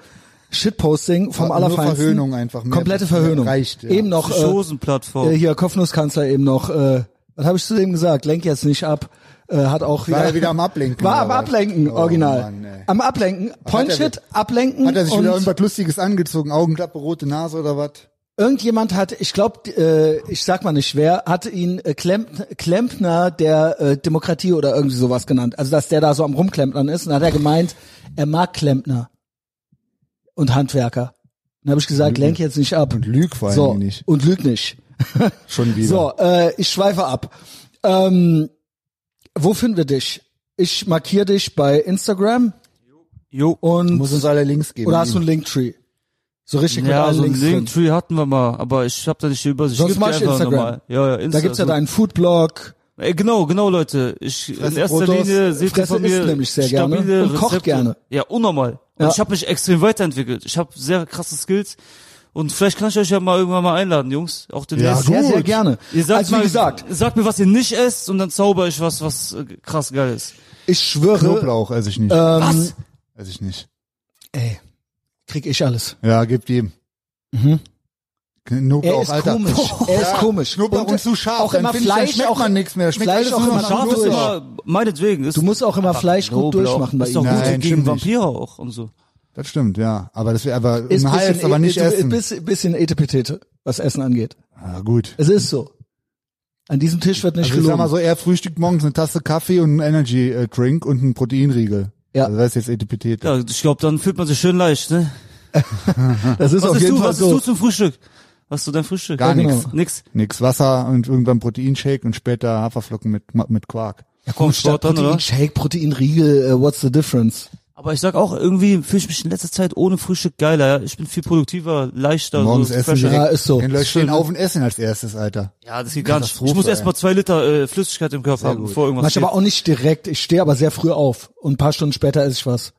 Speaker 2: Shitposting vom
Speaker 3: Nur
Speaker 2: allerfeinsten.
Speaker 3: Verhöhnung einfach, mehr
Speaker 2: Komplette
Speaker 3: Platz, mehr
Speaker 2: Verhöhnung.
Speaker 3: reicht, ja.
Speaker 2: Eben noch äh,
Speaker 1: Chosen-Plattform.
Speaker 3: Oh.
Speaker 2: äh, hier Kopfnusskanzler eben noch. Äh, was habe ich zu dem gesagt? Lenk jetzt nicht ab. Äh, hat auch
Speaker 3: War
Speaker 2: wieder,
Speaker 3: er wieder am Ablenken,
Speaker 2: War
Speaker 3: oder
Speaker 2: am
Speaker 3: was?
Speaker 2: Ablenken,
Speaker 3: Oh,
Speaker 2: original.
Speaker 3: Mann, ey.
Speaker 2: am Ablenken.
Speaker 3: hat er
Speaker 2: Pointshit,
Speaker 3: denn?
Speaker 2: ablenken.
Speaker 3: Hat er sich
Speaker 2: und
Speaker 3: wieder irgendwas Lustiges angezogen? Augenklappe, rote Nase oder was?
Speaker 2: Irgendjemand hat, ich glaube, äh, ich sag mal nicht wer, hatte ihn äh, Klempner, Klempner der äh, Demokratie oder irgendwie sowas genannt. Also dass der da so am rumklempnern ist. Und dann hat er gemeint, er mag Klempner und Handwerker. Und habe ich gesagt, lenk jetzt nicht ab.
Speaker 3: Und lüg vor allen
Speaker 2: so,
Speaker 3: Dingen nicht.
Speaker 2: Und lüg nicht.
Speaker 3: Schon wieder.
Speaker 2: So, äh, ich schweife ab. Ähm, wo finden wir dich? Ich markiere dich bei Instagram
Speaker 1: Jo.
Speaker 2: und
Speaker 3: Muss uns alle Links geben.
Speaker 2: oder hast du einen Linktree? So richtig mit
Speaker 1: Ja,
Speaker 2: allen
Speaker 1: so ein
Speaker 2: Links drin.
Speaker 1: Linktree hatten wir mal, aber ich hab da nicht die Übersicht.
Speaker 2: Sonst
Speaker 1: ich geb
Speaker 2: mach
Speaker 1: dir
Speaker 2: ich
Speaker 1: einfach
Speaker 2: Instagram.
Speaker 1: nochmal. Ja, ja, Insta
Speaker 2: da gibt's ja
Speaker 1: ist also gut.
Speaker 2: deinen Foodblog.
Speaker 1: Ey, genau, genau, Leute. Ich in erster
Speaker 2: Brotdurst,
Speaker 1: Linie seht ihr
Speaker 2: Fresse
Speaker 1: von mir
Speaker 2: isst nämlich sehr gerne
Speaker 1: stabile
Speaker 2: und kocht
Speaker 1: Rezepte.
Speaker 2: gerne.
Speaker 1: Ja, unnormal.
Speaker 2: Ja.
Speaker 1: Und ich habe mich extrem weiterentwickelt. Ich habe sehr krasse Skills und vielleicht kann ich euch ja mal irgendwann mal einladen, Jungs. Auch den
Speaker 3: Ja,
Speaker 1: nächsten.
Speaker 2: Sehr,
Speaker 3: Gut.
Speaker 2: sehr gerne.
Speaker 1: Ihr sagt
Speaker 2: also wie
Speaker 1: mal,
Speaker 2: gesagt,
Speaker 1: sagt mir, was ihr nicht esst und dann zauber ich was, was äh, krass geil ist.
Speaker 2: ich schwöre,
Speaker 3: Knoblauch, esse ich nicht.
Speaker 2: Äh, Ähm,
Speaker 1: was?
Speaker 3: Esse ich nicht.
Speaker 2: ey, krieg ich alles.
Speaker 3: Ja, gib ihm. Knoblauch,
Speaker 2: Mhm. Er ist
Speaker 3: Alter.
Speaker 2: komisch.
Speaker 3: Boah.
Speaker 2: Er ist komisch.
Speaker 3: Knoblauch und, zu scharf.
Speaker 2: Auch
Speaker 3: dann
Speaker 2: immer
Speaker 3: find ich, dann
Speaker 2: Fleisch,
Speaker 3: schmeckt
Speaker 2: auch
Speaker 3: man nichts mehr. Schmeckt
Speaker 2: Fleisch
Speaker 3: alles
Speaker 2: auch
Speaker 3: nur
Speaker 2: immer
Speaker 3: nach
Speaker 1: Scharf ist
Speaker 3: Knoblauch.
Speaker 1: immer meinetwegen. Ist
Speaker 2: Du musst auch immer Fleisch gut
Speaker 1: Knoblauch.
Speaker 2: durchmachen bei
Speaker 1: ist doch
Speaker 2: ihm.
Speaker 1: gut
Speaker 3: Nein,
Speaker 1: gegen
Speaker 3: stimmt nicht.
Speaker 1: Vampire auch und so.
Speaker 3: Das stimmt, ja. Aber das wäre aber
Speaker 2: Ist
Speaker 3: im Hals,
Speaker 2: bisschen- e-
Speaker 3: aber nicht
Speaker 2: ist-
Speaker 3: essen.
Speaker 2: Bisschen, bisschen Etepetete, was Essen angeht.
Speaker 3: ah, gut.
Speaker 2: Es ist so. An diesem Tisch wird nicht
Speaker 3: Also ich sag
Speaker 2: gelogen.
Speaker 3: mal so, er frühstückt morgens eine Tasse Kaffee und einen Energy äh, Drink und einen Proteinriegel.
Speaker 2: Ja.
Speaker 3: Also das ist jetzt Etipetete.
Speaker 1: Ja, ich glaube, dann fühlt man sich schön leicht. Ne?
Speaker 2: das ist
Speaker 1: Was
Speaker 2: auf
Speaker 1: isst
Speaker 2: jeden
Speaker 1: du?
Speaker 2: Fall
Speaker 1: Was isst
Speaker 2: so.
Speaker 1: du zum Frühstück? Was ist du dein Frühstück?
Speaker 3: Gar
Speaker 2: Ja, genau.
Speaker 3: nichts.
Speaker 1: Nix.
Speaker 3: Nix Wasser und irgendwann Proteinshake und später Haferflocken mit, mit Quark.
Speaker 1: Ja, komm, Sport dann, oder?
Speaker 2: Proteinshake, Proteinriegel, äh, what's the difference?
Speaker 1: Aber ich sag auch, irgendwie fühle ich mich in letzter Zeit ohne Frühstück geiler. ja. Ich bin viel produktiver, leichter.
Speaker 3: Morgens
Speaker 1: so
Speaker 3: essen
Speaker 1: fresher.
Speaker 2: direkt. Ja, ist so.
Speaker 3: Dann Leute
Speaker 1: Schön,
Speaker 3: stehen
Speaker 1: ne?
Speaker 3: auf und essen als erstes, Alter.
Speaker 1: Ja, das geht gar nicht. Ich
Speaker 3: Katastrophe,
Speaker 1: muss
Speaker 3: ey.
Speaker 1: erstmal zwei Liter äh, Flüssigkeit im Körfer haben, bevor
Speaker 2: Mach
Speaker 1: irgendwas
Speaker 2: ich aber
Speaker 1: geht.
Speaker 2: auch nicht direkt. Ich stehe aber sehr früh auf und ein paar Stunden später esse ich was.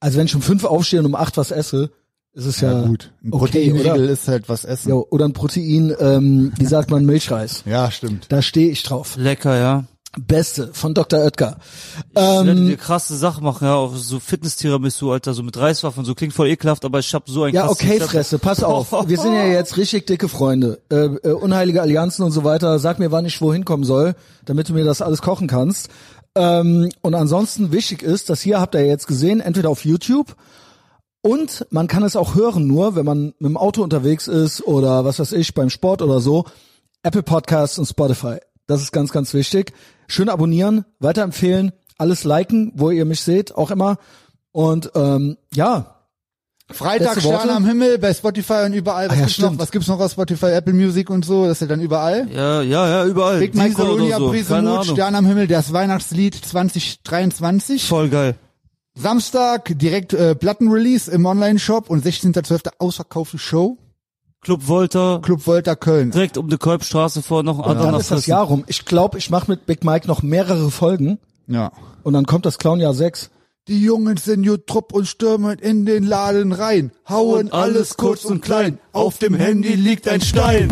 Speaker 2: Also wenn ich um fünf aufstehe und um acht was esse, ist es ja,
Speaker 3: Ja, gut. Ein
Speaker 2: okay,
Speaker 3: Proteinriegel
Speaker 2: oder?
Speaker 3: ist halt was essen.
Speaker 2: Jo, oder ein Protein, ähm, wie sagt man, Milchreis.
Speaker 3: Ja, stimmt.
Speaker 2: Da stehe ich drauf.
Speaker 1: Lecker, ja.
Speaker 2: Beste von Dr. Oetker.
Speaker 1: Ich werde dir
Speaker 2: Ähm,
Speaker 1: krasse Sachen machen, ja. Auch so Fitness-Tiramisu, Alter, so mit Reiswaffen, so klingt voll ekelhaft, aber ich hab so ein
Speaker 2: ja,
Speaker 1: krasses
Speaker 2: okay,
Speaker 1: Rezept.
Speaker 2: Fresse, pass auf. Wir sind ja jetzt richtig dicke Freunde. Äh, äh, unheilige Allianzen und so weiter. Sag mir, wann ich wohin kommen soll, damit du mir das alles kochen kannst. Ähm, und ansonsten wichtig ist, das hier habt ihr jetzt gesehen, entweder auf YouTube Und man kann es auch hören, nur wenn man mit dem Auto unterwegs ist oder was weiß ich, beim Sport oder so. Apple Podcasts und Spotify. Das ist ganz, ganz wichtig. Schön abonnieren, weiterempfehlen, alles liken, wo ihr mich seht, auch immer. Und ähm, ja,
Speaker 3: Freitag
Speaker 2: Letzte Worte?
Speaker 3: Sterne am Himmel bei Spotify und überall. Was,
Speaker 2: Ah, ja,
Speaker 3: gibt's noch?
Speaker 2: stimmt.
Speaker 3: was gibt's noch auf Spotify, Apple Music und so? Das ist ja dann überall.
Speaker 1: Ja, ja, ja, überall.
Speaker 3: Big Mike
Speaker 1: Dieser
Speaker 3: Colonia,
Speaker 1: oder so.
Speaker 3: Brise
Speaker 1: Keine
Speaker 3: Mut,
Speaker 1: Ahnung.
Speaker 3: Stern am Himmel, das Weihnachtslied 2023.
Speaker 1: Voll geil.
Speaker 3: Samstag direkt äh, Plattenrelease im Online-Shop und 16.12. ausverkaufte Show.
Speaker 1: Club Volta,
Speaker 3: Club Volta Köln.
Speaker 1: direkt um die Kolbstraße vor, noch ein
Speaker 2: dann
Speaker 1: anderer
Speaker 2: ist das Jahr rum. Ich glaube, ich mache mit Big Mike noch mehrere Folgen
Speaker 3: Ja.
Speaker 2: und dann kommt das Clownjahr 6.
Speaker 3: Die Jungen sind Jutrupp und stürmen in den Laden rein, hauen
Speaker 1: Und alles kurz und klein, auf dem Handy liegt ein Stein.